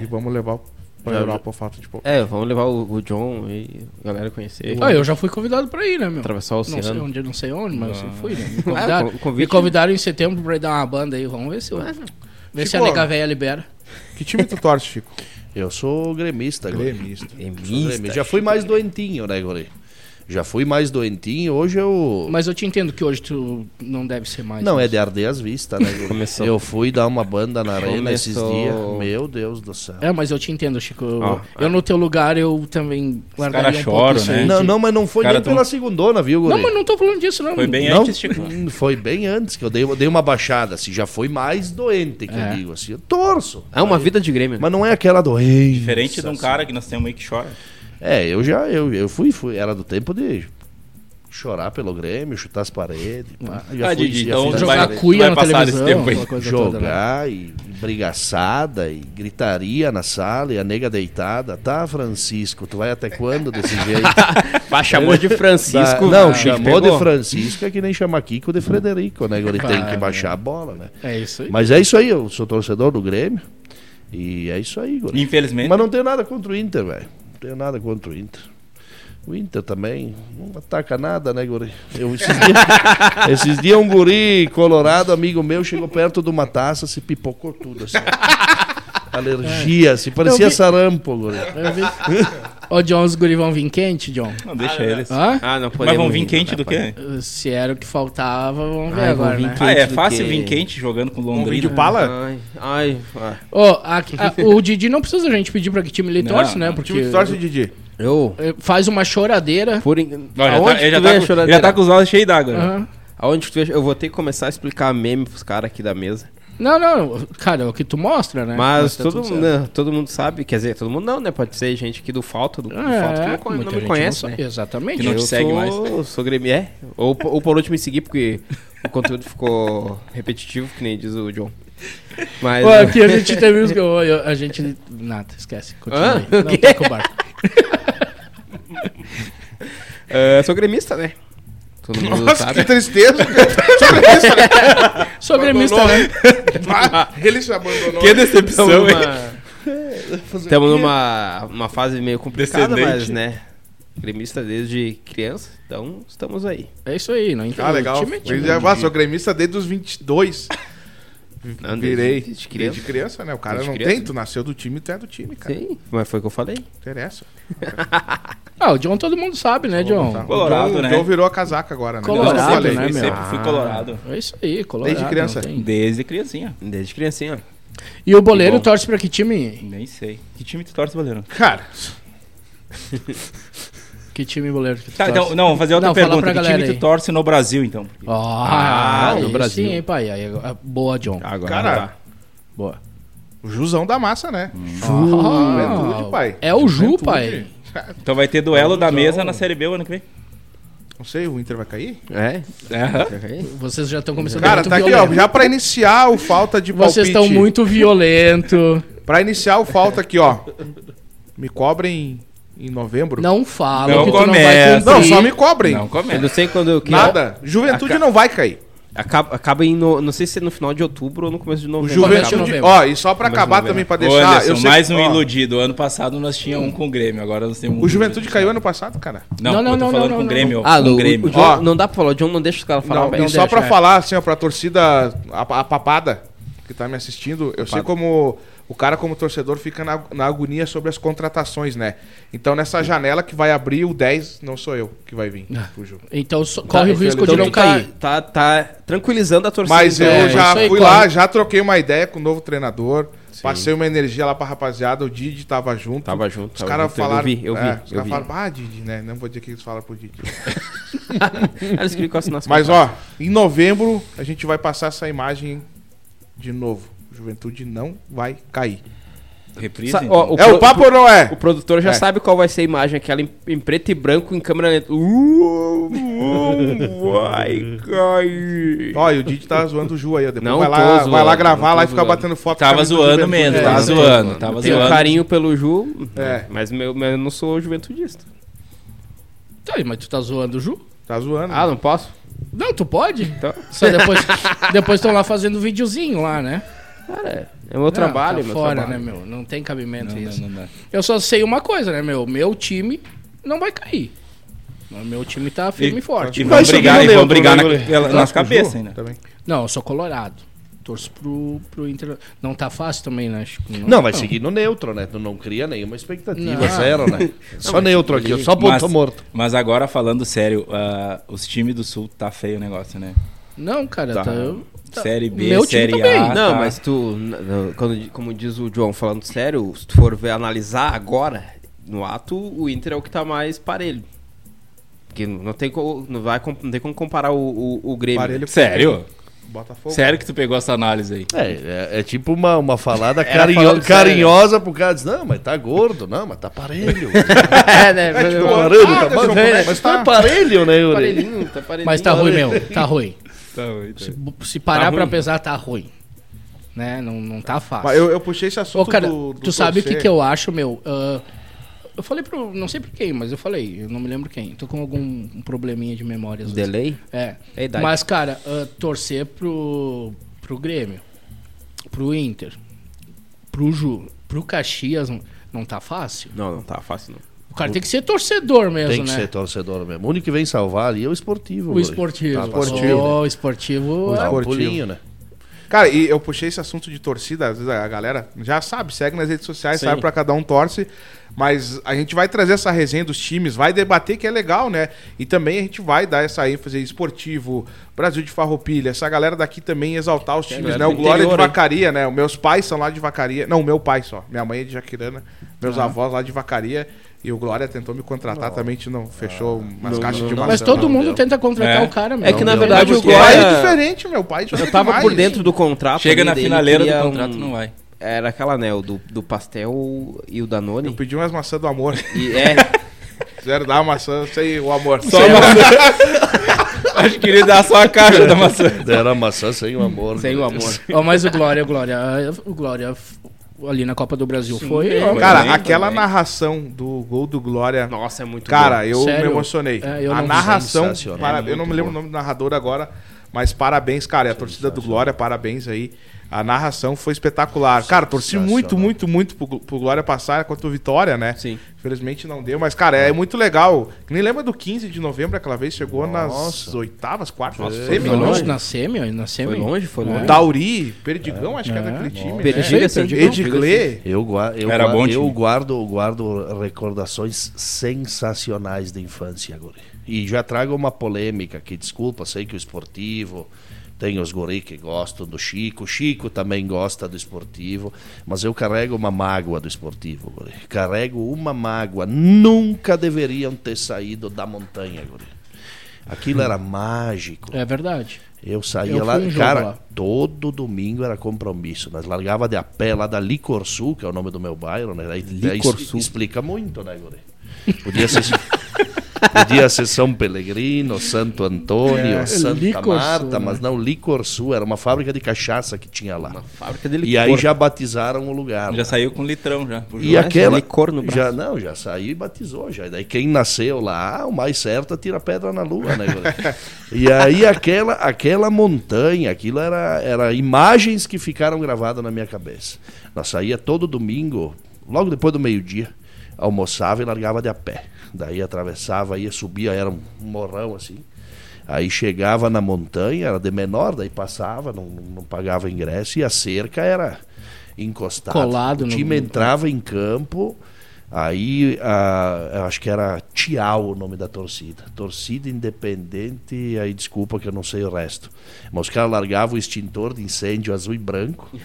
[SPEAKER 2] e vamos levar pra
[SPEAKER 3] Já-
[SPEAKER 2] Europa a falta de palpite.
[SPEAKER 3] É, vamos levar o, o John e a galera conhecer.
[SPEAKER 1] Ah, eu já fui convidado pra ir, né, meu?
[SPEAKER 3] Atravessar o
[SPEAKER 1] Não sei
[SPEAKER 3] oceano.
[SPEAKER 1] onde, não sei onde, mas eu fui, né? Me
[SPEAKER 3] Ah,
[SPEAKER 1] convidaram,
[SPEAKER 3] o convite-
[SPEAKER 1] me convidaram em setembro pra ir dar uma banda aí, vamos ver se eu... Ver se a
[SPEAKER 2] Chico,
[SPEAKER 1] nega velha libera.
[SPEAKER 2] Que time tu torce, Chico?
[SPEAKER 5] Eu sou gremista agora.
[SPEAKER 2] Gremista.
[SPEAKER 5] Sou gremista. Já fui mais doentinho, né, Guri? Já fui mais doentinho. Hoje eu.
[SPEAKER 1] Mas eu te entendo que hoje tu não deve ser mais. né?
[SPEAKER 5] Não, é de arder as vistas, né? Guri?
[SPEAKER 3] Começou.
[SPEAKER 5] Eu fui dar uma banda na arena esses
[SPEAKER 3] Começou.
[SPEAKER 5] dias. Meu Deus do céu.
[SPEAKER 1] É, mas eu te entendo, Chico. Eu,
[SPEAKER 3] Ó,
[SPEAKER 1] eu no teu lugar, eu também guardaria
[SPEAKER 4] caras
[SPEAKER 1] um pouco
[SPEAKER 4] choram,
[SPEAKER 1] isso
[SPEAKER 4] né?
[SPEAKER 1] aí de-
[SPEAKER 5] Não, não, mas não foi
[SPEAKER 4] Cara,
[SPEAKER 5] nem
[SPEAKER 4] tão-
[SPEAKER 5] pela segundona, viu, Guri?
[SPEAKER 1] tá um- Não, mas não tô falando disso, não.
[SPEAKER 4] Foi bem
[SPEAKER 5] Não,
[SPEAKER 4] antes, Chico.
[SPEAKER 5] hum, foi bem antes que eu dei, eu dei uma baixada, assim, já foi mais doente que
[SPEAKER 1] É.
[SPEAKER 5] eu digo, assim, eu torço.
[SPEAKER 3] É uma vida de Grêmio.
[SPEAKER 5] Mas não é aquela doença. assim.
[SPEAKER 4] Diferente de um cara que nós temos aí que chora.
[SPEAKER 5] É, eu já, eu, eu fui, fui, era do tempo de chorar pelo Grêmio, chutar as paredes, pá, já
[SPEAKER 4] Ah,
[SPEAKER 5] fui,
[SPEAKER 4] Didi,
[SPEAKER 5] já
[SPEAKER 4] então
[SPEAKER 5] fiz
[SPEAKER 4] vai-
[SPEAKER 5] as
[SPEAKER 1] Jogar
[SPEAKER 5] paredes.
[SPEAKER 1] cuia
[SPEAKER 4] vai
[SPEAKER 1] na
[SPEAKER 4] passar
[SPEAKER 1] televisão,
[SPEAKER 4] desse tempo aí.
[SPEAKER 1] aquela coisa toda, né?
[SPEAKER 5] jogar e e brigaçada e gritaria na sala e a nega deitada, tá, Francisco, tu vai até quando desse jeito?
[SPEAKER 3] Mas chamou de Francisco.
[SPEAKER 5] Tá, não,
[SPEAKER 3] o Chico
[SPEAKER 5] chamou de
[SPEAKER 3] pegou.
[SPEAKER 5] Francisco é que nem chamar Kiko de Frederico, né? Ele tem
[SPEAKER 1] Vai,
[SPEAKER 5] que baixar a bola, né?
[SPEAKER 1] É isso aí.
[SPEAKER 5] Mas é isso aí, eu sou torcedor do Grêmio. E é isso aí, Guri.
[SPEAKER 4] Infelizmente.
[SPEAKER 5] Mas não tenho nada contra o Inter, velho. Não tenho nada contra o Inter. O Inter também não ataca nada, né, Guri? Eu, esses, dias, esses dias um guri colorado, amigo meu, chegou perto de uma taça, se pipocou tudo, assim. Alergia, assim, parecia
[SPEAKER 1] Eu vi-
[SPEAKER 5] sarampo, Guri.
[SPEAKER 1] Eu vi. Ô, John, os guri vão vir quente, John?
[SPEAKER 4] Não, deixa eles.
[SPEAKER 1] Hã?
[SPEAKER 3] Ah, não
[SPEAKER 4] Mas
[SPEAKER 3] podemos
[SPEAKER 4] vão vir
[SPEAKER 3] não,
[SPEAKER 4] quente
[SPEAKER 3] né,
[SPEAKER 4] do
[SPEAKER 3] pai?
[SPEAKER 4] quê?
[SPEAKER 1] Se era o que faltava, vamos ver
[SPEAKER 3] Ai, vão
[SPEAKER 1] agora,
[SPEAKER 3] vir
[SPEAKER 1] né?
[SPEAKER 3] quente
[SPEAKER 4] Ah, é
[SPEAKER 3] do
[SPEAKER 4] fácil
[SPEAKER 3] quê?
[SPEAKER 4] vir quente jogando com
[SPEAKER 2] Um vídeo
[SPEAKER 4] Londrina.
[SPEAKER 2] pala?
[SPEAKER 3] Ai, ai. ai.
[SPEAKER 1] Ô, a- a- o Didi não precisa a gente pedir pra que time ele
[SPEAKER 4] Não,
[SPEAKER 1] torce, né?
[SPEAKER 4] não.
[SPEAKER 2] Que
[SPEAKER 1] Porque
[SPEAKER 2] time tu torce, Didi?
[SPEAKER 3] Eu.
[SPEAKER 1] eh, faz uma choradeira.
[SPEAKER 3] Por in...
[SPEAKER 4] Ó, já tá-
[SPEAKER 3] Aonde
[SPEAKER 4] ele
[SPEAKER 3] que
[SPEAKER 4] já
[SPEAKER 3] tu vê
[SPEAKER 4] tá,
[SPEAKER 3] a
[SPEAKER 4] com-
[SPEAKER 3] choradeira?
[SPEAKER 4] já tá com os olhos cheios d'água. né?
[SPEAKER 1] Aham.
[SPEAKER 3] Aonde que tu vê... Eu vou ter que começar a explicar meme pros caras aqui da mesa.
[SPEAKER 1] Não, não, cara, é o que tu mostra, né?
[SPEAKER 3] Mas
[SPEAKER 1] tá
[SPEAKER 3] todo,
[SPEAKER 1] tudo
[SPEAKER 3] mundo-
[SPEAKER 1] certo.
[SPEAKER 3] né, todo mundo sabe, quer dizer, todo mundo não, né? Pode ser gente aqui do Falta, do, do Falta, que não,
[SPEAKER 1] É,
[SPEAKER 3] con- não
[SPEAKER 1] muita
[SPEAKER 3] me
[SPEAKER 1] gente
[SPEAKER 3] conhece,
[SPEAKER 1] sabe.
[SPEAKER 3] né?
[SPEAKER 1] Exatamente.
[SPEAKER 4] Que não
[SPEAKER 3] eu
[SPEAKER 4] te segue
[SPEAKER 3] sou,
[SPEAKER 4] mais.
[SPEAKER 3] sou gremio, é. Ou, po- ou por último me seguir, porque o conteúdo ficou repetitivo, que nem diz o John. Mas... é,
[SPEAKER 1] Pô, aqui a gente teve uns que eu- eu- a gente... Nada, esquece. Continua
[SPEAKER 3] Hã?
[SPEAKER 1] aí.
[SPEAKER 3] O
[SPEAKER 1] Não,
[SPEAKER 3] quê?
[SPEAKER 1] tá com o barco.
[SPEAKER 3] Ah, sou gremista, né? Todo mundo
[SPEAKER 2] Nossa,
[SPEAKER 3] sabe.
[SPEAKER 2] que tristeza.
[SPEAKER 1] Sou gremista, né?
[SPEAKER 2] Ah, Ele se abandonou.
[SPEAKER 3] Que decepção,
[SPEAKER 4] Tamo
[SPEAKER 3] hein? Estamos numa uma fase meio complicada, mas,
[SPEAKER 4] Descendente.
[SPEAKER 3] né? Gremista desde criança, então estamos aí.
[SPEAKER 1] É isso aí, não entendo.
[SPEAKER 2] Ah, legal.
[SPEAKER 1] Time é time.
[SPEAKER 2] Ele já, ah, sou gremista desde os 22.
[SPEAKER 3] Não, desde-
[SPEAKER 2] Virei.
[SPEAKER 3] desde criança.
[SPEAKER 2] Desde criança, né? O cara
[SPEAKER 3] Desde
[SPEAKER 2] não
[SPEAKER 3] criança.
[SPEAKER 2] tem. Tu nasceu do time, tu é do time, cara.
[SPEAKER 3] Sim, mas foi o que eu falei.
[SPEAKER 2] Não interessa.
[SPEAKER 1] Ah, o John todo mundo sabe, né, John?
[SPEAKER 2] Tá. O
[SPEAKER 4] Colorado,
[SPEAKER 2] John- o
[SPEAKER 4] né?
[SPEAKER 2] John virou a casaca agora, né?
[SPEAKER 1] Colorado,
[SPEAKER 2] Eu falei.
[SPEAKER 1] né,
[SPEAKER 4] sempre,
[SPEAKER 1] meu?
[SPEAKER 4] sempre fui colorado.
[SPEAKER 1] É isso aí, colorado.
[SPEAKER 2] Desde criança.
[SPEAKER 1] não tem.
[SPEAKER 4] Desde criancinha.
[SPEAKER 3] Desde criancinha, ó.
[SPEAKER 1] E o boleiro
[SPEAKER 4] Bom.
[SPEAKER 1] torce pra que time?
[SPEAKER 4] Nem sei. Que time tu torce, Valero?
[SPEAKER 2] Cara,
[SPEAKER 1] Que time boleiro que tu
[SPEAKER 4] Tá,
[SPEAKER 1] torce?
[SPEAKER 4] então, não, vou fazer outra
[SPEAKER 1] Não, fala
[SPEAKER 4] pergunta.
[SPEAKER 1] pra
[SPEAKER 4] Que time
[SPEAKER 1] galera aí.
[SPEAKER 4] tu torce no Brasil, então? Porque-
[SPEAKER 1] Ah,
[SPEAKER 3] Ah, no
[SPEAKER 1] aí
[SPEAKER 3] Brasil.
[SPEAKER 1] Sim, hein, pai. Aí, ah, boa, John.
[SPEAKER 3] Agora
[SPEAKER 2] Cara,
[SPEAKER 3] tá.
[SPEAKER 1] Boa.
[SPEAKER 2] o Jusão da massa, né?
[SPEAKER 1] Ah,
[SPEAKER 2] Juventude, pai.
[SPEAKER 1] É o Ju,
[SPEAKER 2] Juventude.
[SPEAKER 1] pai.
[SPEAKER 4] Então vai ter duelo da mesa na Série B o ano que vem.
[SPEAKER 2] Não sei, o Inter vai cair?
[SPEAKER 3] É?
[SPEAKER 1] Vocês já estão começando
[SPEAKER 2] Cara,
[SPEAKER 1] muito
[SPEAKER 2] tá aqui,
[SPEAKER 1] violento.
[SPEAKER 2] ó. Já pra iniciar o falta de palpite.
[SPEAKER 1] Vocês estão muito violento.
[SPEAKER 2] Pra iniciar o falta aqui, ó. Me cobrem em novembro.
[SPEAKER 1] Não fala
[SPEAKER 4] Não
[SPEAKER 1] que
[SPEAKER 4] começa.
[SPEAKER 1] tu não vai
[SPEAKER 2] Não,
[SPEAKER 1] cumprir.
[SPEAKER 2] só me cobrem.
[SPEAKER 4] Não,
[SPEAKER 3] Eu
[SPEAKER 4] começa.
[SPEAKER 3] não sei quando eu que-
[SPEAKER 2] Nada. Juventude não vai cair.
[SPEAKER 3] Acaba, acaba em. no- não sei se é no final de outubro ou no começo de novembro.
[SPEAKER 1] Começa em
[SPEAKER 2] Juventude.
[SPEAKER 1] novembro.
[SPEAKER 2] Ó, e só pra acabar também, pra
[SPEAKER 4] Ô,
[SPEAKER 2] deixar.
[SPEAKER 4] Anderson,
[SPEAKER 2] eu sei-
[SPEAKER 4] mais um
[SPEAKER 2] ó,
[SPEAKER 4] iludido. Ano passado nós tínhamos um com o Grêmio, agora nós temos um.
[SPEAKER 2] O Juventude caiu ano passado, cara.
[SPEAKER 4] Não,
[SPEAKER 1] Não, não,
[SPEAKER 4] não, não. Eu tô
[SPEAKER 1] não,
[SPEAKER 4] falando
[SPEAKER 1] não,
[SPEAKER 4] com
[SPEAKER 1] não,
[SPEAKER 4] o Grêmio.
[SPEAKER 3] Ah,
[SPEAKER 4] com
[SPEAKER 3] o,
[SPEAKER 4] o Grêmio.
[SPEAKER 3] o John,
[SPEAKER 2] Ó.
[SPEAKER 3] não dá pra falar. O John não deixa os caras falar.
[SPEAKER 2] Não,
[SPEAKER 3] velho.
[SPEAKER 2] e só
[SPEAKER 1] deixa,
[SPEAKER 2] pra
[SPEAKER 1] é.
[SPEAKER 2] falar, assim, ó, pra torcida, a, a papada que tá me assistindo, eu sei como o cara, como torcedor, fica na, na agonia sobre as contratações, né? Então, nessa janela que vai abrir o 10, não sou eu que vai vir
[SPEAKER 3] Ah.
[SPEAKER 2] pro jogo.
[SPEAKER 1] Então só- corre o risco de
[SPEAKER 3] Então
[SPEAKER 1] não
[SPEAKER 3] tu tá-
[SPEAKER 1] cair.
[SPEAKER 3] Tá, tá tranquilizando a torcida. né?
[SPEAKER 2] Mas eu
[SPEAKER 1] é,
[SPEAKER 2] já
[SPEAKER 1] isso aí,
[SPEAKER 2] fui
[SPEAKER 1] corre.
[SPEAKER 2] lá, já troquei uma ideia com o novo treinador, passei uma energia lá pra rapaziada, o Didi tava junto.
[SPEAKER 3] Tava junto,
[SPEAKER 2] Os
[SPEAKER 3] tava
[SPEAKER 2] caras
[SPEAKER 3] junto, eu
[SPEAKER 2] falaram.
[SPEAKER 3] vi, eu vi,
[SPEAKER 2] é, os caras
[SPEAKER 3] eu vi.
[SPEAKER 2] falaram, ah, Didi, né? Não vou dizer o que eles falaram pro Didi.
[SPEAKER 3] Eles queriam que eu assinasse
[SPEAKER 2] Mas
[SPEAKER 3] contrato.
[SPEAKER 2] ó, em novembro a gente vai passar essa imagem de novo. Juventude não vai cair.
[SPEAKER 4] Reprise?
[SPEAKER 3] Sa- ó,
[SPEAKER 2] é
[SPEAKER 3] pro-
[SPEAKER 2] o papo ou não é?
[SPEAKER 3] O produtor já
[SPEAKER 2] É.
[SPEAKER 3] sabe qual vai ser a imagem, aquela em, em preto e branco em câmera lenta. Uh, não vai cair.
[SPEAKER 2] Ó, e o Didi tá zoando o Ju aí, ó. Depois
[SPEAKER 3] Não
[SPEAKER 2] vai lá,
[SPEAKER 3] tô
[SPEAKER 2] vai lá
[SPEAKER 3] zoando,
[SPEAKER 2] gravar
[SPEAKER 3] não
[SPEAKER 2] lá e
[SPEAKER 3] tô
[SPEAKER 2] ficar
[SPEAKER 3] zoando.
[SPEAKER 2] batendo foto. com a
[SPEAKER 4] Tava
[SPEAKER 2] camisa do
[SPEAKER 4] zoando
[SPEAKER 2] Juventude.
[SPEAKER 4] mesmo,
[SPEAKER 2] É,
[SPEAKER 4] tava
[SPEAKER 2] não tô
[SPEAKER 4] zoando, tava
[SPEAKER 3] Eu tenho
[SPEAKER 4] zoando.
[SPEAKER 3] um carinho pelo Ju,
[SPEAKER 2] É.
[SPEAKER 3] mas, meu, mas eu não sou juventudista.
[SPEAKER 1] Tá, mas tu tá zoando o Ju?
[SPEAKER 2] Tá zoando.
[SPEAKER 3] Ah, não posso?
[SPEAKER 1] Não, tu pode.
[SPEAKER 3] Então,
[SPEAKER 1] Só depois depois estão lá fazendo videozinho lá, né?
[SPEAKER 3] cara, é meu trabalho,
[SPEAKER 1] tá
[SPEAKER 3] meu
[SPEAKER 1] fora,
[SPEAKER 3] trabalho.
[SPEAKER 1] né, meu? Não tem cabimento
[SPEAKER 4] Não,
[SPEAKER 1] isso.
[SPEAKER 4] não, não, não.
[SPEAKER 1] Eu só sei uma coisa, né, meu? Meu time não vai cair. Mas Meu time tá firme e, forte.
[SPEAKER 4] E
[SPEAKER 5] Vai
[SPEAKER 4] vão
[SPEAKER 5] subir
[SPEAKER 4] brigar,
[SPEAKER 5] o
[SPEAKER 4] e
[SPEAKER 5] Leandro,
[SPEAKER 4] vão brigar
[SPEAKER 5] né,
[SPEAKER 4] na-
[SPEAKER 5] goleiro?
[SPEAKER 4] pela- nas
[SPEAKER 2] Torce pro Ju
[SPEAKER 4] cabeças né? ainda.
[SPEAKER 2] Também.
[SPEAKER 1] Não, eu sou colorado. Torço pro, pro Inter. Não tá fácil também, né? Chico?
[SPEAKER 5] Não, vai seguir no neutro, né? Tu não cria nenhuma expectativa,
[SPEAKER 1] Não.
[SPEAKER 5] zero, né? Só neutro aqui, ó, só ponto morto.
[SPEAKER 4] mas agora, falando sério, ah, os times do Sul tá feio o negócio, né?
[SPEAKER 1] Não, cara. Tá.
[SPEAKER 4] Tá.
[SPEAKER 1] tá-
[SPEAKER 4] Série B,
[SPEAKER 1] meu time
[SPEAKER 4] Série
[SPEAKER 1] também.
[SPEAKER 4] A.
[SPEAKER 3] Não,
[SPEAKER 4] tá.
[SPEAKER 3] mas tu, n- n- quando, como diz o John, falando sério, se tu for ver, analisar agora, no ato, o Inter é o que tá mais parelho. Porque não tem, co- não vai, com- não tem como comparar o, o, o Grêmio.
[SPEAKER 2] Parelho
[SPEAKER 4] Sério?
[SPEAKER 2] com o Botafogo.
[SPEAKER 4] Sério que tu pegou essa análise aí?
[SPEAKER 5] É, é, é tipo uma, uma falada
[SPEAKER 3] Era
[SPEAKER 5] carinho-
[SPEAKER 3] falando sério.
[SPEAKER 5] carinhosa pro cara. Diz, não, mas tá gordo, não, mas tá parelho.
[SPEAKER 3] é, né?
[SPEAKER 2] É, tipo,
[SPEAKER 5] Tá
[SPEAKER 2] ah,
[SPEAKER 5] parelho, tá
[SPEAKER 2] deixa eu
[SPEAKER 5] parelho.
[SPEAKER 2] começar.
[SPEAKER 5] Mas tá parelho, né, Yuri?
[SPEAKER 3] Parelhinho, tá parelhinho.
[SPEAKER 1] Mas tá ruim, meu. Tá então. ruim.
[SPEAKER 4] Tá, muito.
[SPEAKER 1] Se, se parar
[SPEAKER 3] Tá ruim.
[SPEAKER 1] pra pesar, tá ruim. Né? Não, não tá fácil.
[SPEAKER 2] Mas Eu, eu puxei esse assunto
[SPEAKER 1] Ô, cara,
[SPEAKER 2] do, do
[SPEAKER 1] tu sabe o que,
[SPEAKER 2] torcer.
[SPEAKER 1] que eu acho, meu? Ah, eu falei pro. Não sei pra quem, mas eu falei. Eu não me lembro quem. Tô com algum probleminha de memória. às vezes.
[SPEAKER 3] Delay?
[SPEAKER 1] É.
[SPEAKER 3] É a idade.
[SPEAKER 1] Mas, cara, ah, torcer pro, pro Grêmio, pro Inter, pro Ju, pro Caxias, não- não tá fácil.
[SPEAKER 3] Não, não tá fácil não.
[SPEAKER 1] O cara tem que ser torcedor mesmo,
[SPEAKER 5] Tem que
[SPEAKER 1] né?
[SPEAKER 5] ser torcedor mesmo. O único que vem salvar ali é o esportivo.
[SPEAKER 1] O
[SPEAKER 5] Yuri.
[SPEAKER 1] esportivo.
[SPEAKER 5] Tá,
[SPEAKER 1] Pô,
[SPEAKER 5] passou,
[SPEAKER 2] esportivo.
[SPEAKER 5] né?
[SPEAKER 1] O esportivo.
[SPEAKER 5] Dá
[SPEAKER 1] é-
[SPEAKER 5] um
[SPEAKER 2] esportivo.
[SPEAKER 5] pulinho, né?
[SPEAKER 2] Cara, e eu puxei esse assunto de torcida, às vezes a galera já sabe, segue nas redes sociais, sabe pra cada um torce, mas a gente vai trazer essa resenha dos times, vai debater que é legal, né? E também a gente vai dar essa ênfase aí, esportivo, Brasil de Farroupilha, essa galera daqui também exaltar os times,
[SPEAKER 3] galera
[SPEAKER 2] né?
[SPEAKER 3] do
[SPEAKER 2] O Glória
[SPEAKER 3] interior,
[SPEAKER 2] de
[SPEAKER 3] hein?
[SPEAKER 2] Vacaria, né? Os meus pais são lá de Vacaria, não, o meu pai só, minha mãe é de Jaquirana, meus avós lá de Vacaria. E o Glória tentou me contratar também, a gente não fechou
[SPEAKER 3] Ah,
[SPEAKER 2] umas caixas de maçã.
[SPEAKER 5] tá,
[SPEAKER 1] Mas todo
[SPEAKER 2] não
[SPEAKER 1] mundo
[SPEAKER 2] deu.
[SPEAKER 1] tenta contratar
[SPEAKER 4] É.
[SPEAKER 1] o cara, meu.
[SPEAKER 3] É que na
[SPEAKER 1] Não deu.
[SPEAKER 3] verdade o
[SPEAKER 2] O pai é
[SPEAKER 3] Glória.
[SPEAKER 2] diferente, meu pai. é
[SPEAKER 3] Eu
[SPEAKER 2] diferente
[SPEAKER 3] tava por
[SPEAKER 2] demais.
[SPEAKER 3] dentro do contrato.
[SPEAKER 4] Chega
[SPEAKER 3] ali
[SPEAKER 4] na
[SPEAKER 3] dele,
[SPEAKER 4] finaleira do
[SPEAKER 3] queria
[SPEAKER 4] contrato,
[SPEAKER 3] um-
[SPEAKER 4] não vai.
[SPEAKER 3] Era aquela, né? O do, do pastel e o Danone.
[SPEAKER 2] Eu pedi umas maçãs do amor.
[SPEAKER 3] E é.
[SPEAKER 2] Quiseram dar uma maçã sem o amor.
[SPEAKER 4] Só a maçã. Acho que queria dar só a caixa da maçã.
[SPEAKER 5] Era maçã sem o amor.
[SPEAKER 3] Sem o amor.
[SPEAKER 1] Ó, mas o Glória, o Glória, o Glória f- ali na Copa do Brasil foi. ó,
[SPEAKER 4] Foi
[SPEAKER 2] Cara,
[SPEAKER 4] bem,
[SPEAKER 2] aquela
[SPEAKER 1] né?
[SPEAKER 4] foi bem.
[SPEAKER 2] narração do gol do Glória.
[SPEAKER 3] Nossa, é muito
[SPEAKER 2] Cara, eu
[SPEAKER 1] Sério?
[SPEAKER 2] me emocionei.
[SPEAKER 1] É, eu
[SPEAKER 2] a
[SPEAKER 1] não-
[SPEAKER 2] narração.
[SPEAKER 5] Sensacional.
[SPEAKER 2] para-
[SPEAKER 5] É
[SPEAKER 2] eu não
[SPEAKER 5] muito
[SPEAKER 2] me lembro
[SPEAKER 5] bom.
[SPEAKER 2] o nome do narrador agora, mas parabéns, cara. E a torcida do Glória, parabéns aí. A narração foi espetacular. Cara, torci
[SPEAKER 5] Sensacional.
[SPEAKER 2] muito, muito, muito pro, pro Glória passar contra o Vitória, né?
[SPEAKER 3] Sim.
[SPEAKER 2] Infelizmente não deu, mas, cara, é muito legal. Que Nem lembra do 15 de novembro aquela vez? Chegou nas
[SPEAKER 5] Nossa.
[SPEAKER 2] oitavas, quartas,
[SPEAKER 1] Foi
[SPEAKER 2] semi.
[SPEAKER 1] longe
[SPEAKER 5] né?
[SPEAKER 1] na semi, ó, na semi.
[SPEAKER 3] Foi longe, foi longe.
[SPEAKER 2] O Tauri, Perdigão, acho que é
[SPEAKER 1] É.
[SPEAKER 2] daquele time.
[SPEAKER 3] Perdigão,
[SPEAKER 2] né?
[SPEAKER 3] sim.
[SPEAKER 2] Edgley.
[SPEAKER 5] Eu, gua- eu,
[SPEAKER 4] Era
[SPEAKER 5] gua-
[SPEAKER 4] bom
[SPEAKER 5] eu
[SPEAKER 4] time.
[SPEAKER 5] guardo, guardo recordações sensacionais de infância, guri. E já trago uma polêmica aqui, desculpa, sei que o esportivo tem os guri que gostam do Chico, o Chico também gosta do esportivo, mas eu carrego uma mágoa do esportivo, guri. Carrego uma mágoa. Nunca deveriam ter saído da montanha, guri. Aquilo era mágico.
[SPEAKER 1] É verdade.
[SPEAKER 5] Eu saía
[SPEAKER 1] Eu
[SPEAKER 5] lá,
[SPEAKER 1] fui em jogo
[SPEAKER 5] cara,
[SPEAKER 1] lá.
[SPEAKER 5] todo domingo era compromisso. Nós largava de a pé lá da Licor Sul, que é o nome do meu bairro, né? Daí, daí
[SPEAKER 3] Licor
[SPEAKER 5] es-
[SPEAKER 3] Sul.
[SPEAKER 5] explica muito, né, Guri? Podia ser, podia ser São Pelegrino, Santo Antônio, Santa
[SPEAKER 1] É, Licor Sul,
[SPEAKER 5] Marta,
[SPEAKER 1] né?
[SPEAKER 5] mas não, Licor Sul era uma fábrica de cachaça que tinha lá.
[SPEAKER 3] Fábrica dele.
[SPEAKER 5] E aí já batizaram o lugar.
[SPEAKER 4] Já saiu com litrão já. pro
[SPEAKER 5] E
[SPEAKER 4] jogo.
[SPEAKER 3] né? Já
[SPEAKER 5] aquela.
[SPEAKER 3] licor no braço.
[SPEAKER 5] Já não, já saiu e batizou já. E daí quem nasceu lá, ah, o mais certo é tirar pedra na lua, né? guri? e aí aquela, aquela montanha, aquilo era, era imagens que ficaram gravadas na minha cabeça. Nós saía todo domingo, logo depois do meio-dia, almoçava e largava de a pé. Daí atravessava, ia subia, era um morrão assim. Aí chegava na montanha, era de menor, daí passava, não, não pagava ingresso e a cerca era encostada.
[SPEAKER 1] Colado
[SPEAKER 5] o
[SPEAKER 1] no-
[SPEAKER 5] time
[SPEAKER 1] no-
[SPEAKER 5] entrava em campo, aí a- eu acho que era Tial o nome da torcida. Torcida independente, aí desculpa que eu não sei o resto. Mas os caras largavam o extintor de incêndio azul e branco.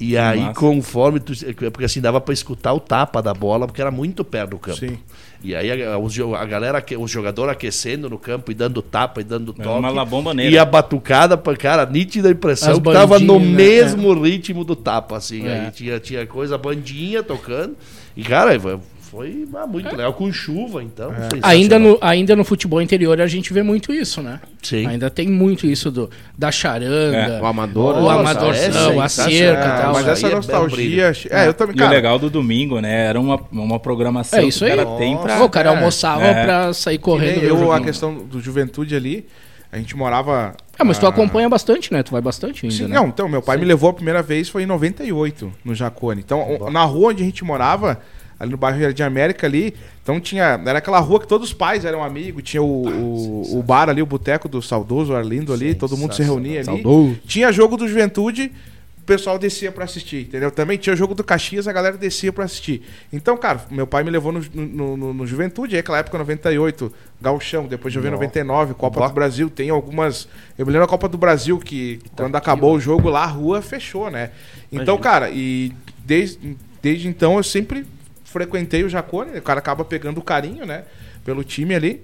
[SPEAKER 5] E aí,
[SPEAKER 4] Massa.
[SPEAKER 5] conforme tu, porque assim dava pra escutar o tapa da bola, porque era muito perto do
[SPEAKER 1] Então,
[SPEAKER 5] campo.
[SPEAKER 2] Sim.
[SPEAKER 5] E aí a, os jo- a galera, aque- os jogadores aquecendo no campo e dando tapa e dando
[SPEAKER 4] Era
[SPEAKER 5] toque.
[SPEAKER 4] É, uma labombaneira.
[SPEAKER 5] e a batucada, pra- cara, nítida a impressão
[SPEAKER 1] As
[SPEAKER 5] que tava no
[SPEAKER 1] bandinhas, né?
[SPEAKER 5] mesmo ritmo do tapa, assim.
[SPEAKER 1] É.
[SPEAKER 5] Aí tinha, tinha coisa, bandinha tocando. E, cara, foi, foi, ah, muito legal. Com chuva, então. sensacional.
[SPEAKER 1] É. Ainda no, ainda no futebol interior a gente vê muito isso, né?
[SPEAKER 5] Sim.
[SPEAKER 1] Ainda tem muito isso do, da charanga,
[SPEAKER 4] É,
[SPEAKER 1] tá. o,
[SPEAKER 3] O amador.
[SPEAKER 5] Nossa,
[SPEAKER 1] amadorzão,
[SPEAKER 5] é
[SPEAKER 1] a
[SPEAKER 5] sensacional.
[SPEAKER 1] cerca e tal.
[SPEAKER 2] mas
[SPEAKER 5] aí
[SPEAKER 2] essa
[SPEAKER 5] é belo
[SPEAKER 2] nostalgia. É, eu também,
[SPEAKER 4] E o
[SPEAKER 2] cara.
[SPEAKER 4] legal do domingo, né? Era uma, uma programação
[SPEAKER 1] É isso
[SPEAKER 4] que o
[SPEAKER 1] aí.
[SPEAKER 4] cara tem pra.
[SPEAKER 1] Pô, o cara
[SPEAKER 2] é.
[SPEAKER 1] almoçava
[SPEAKER 4] É.
[SPEAKER 1] pra sair
[SPEAKER 2] Que nem
[SPEAKER 1] correndo. ver o
[SPEAKER 2] eu, a
[SPEAKER 1] joguinho.
[SPEAKER 2] questão do juventude ali, a gente morava.
[SPEAKER 1] Ah, mas tu
[SPEAKER 2] ah,
[SPEAKER 1] acompanha bastante, né? Tu vai bastante ainda,
[SPEAKER 2] Sim,
[SPEAKER 1] né?
[SPEAKER 2] não, então, meu pai me levou a primeira vez foi em 98, no Jacone. Então, o- na rua onde a gente morava, ali no bairro de América ali, então tinha. Era aquela rua que todos os pais eram amigos, tinha o, o, o bar ali, o boteco do saudoso Arlindo ali, todo mundo se reunia ali.
[SPEAKER 3] Saudoso.
[SPEAKER 2] Tinha jogo do Juventude, o pessoal descia pra assistir, entendeu? Também tinha jogo do Caxias, a galera descia pra assistir. Então, cara, meu pai me levou no, no, no- no Juventude, aí aquela época 98, Galchão, depois já veio 99, Copa do Brasil, tem algumas... Eu me lembro da Copa do Brasil, que quando acabou o jogo lá, a rua fechou, né? Então, cara, e desde, desde então eu sempre frequentei o Jacone, o cara acaba pegando o carinho, né? Pelo time ali.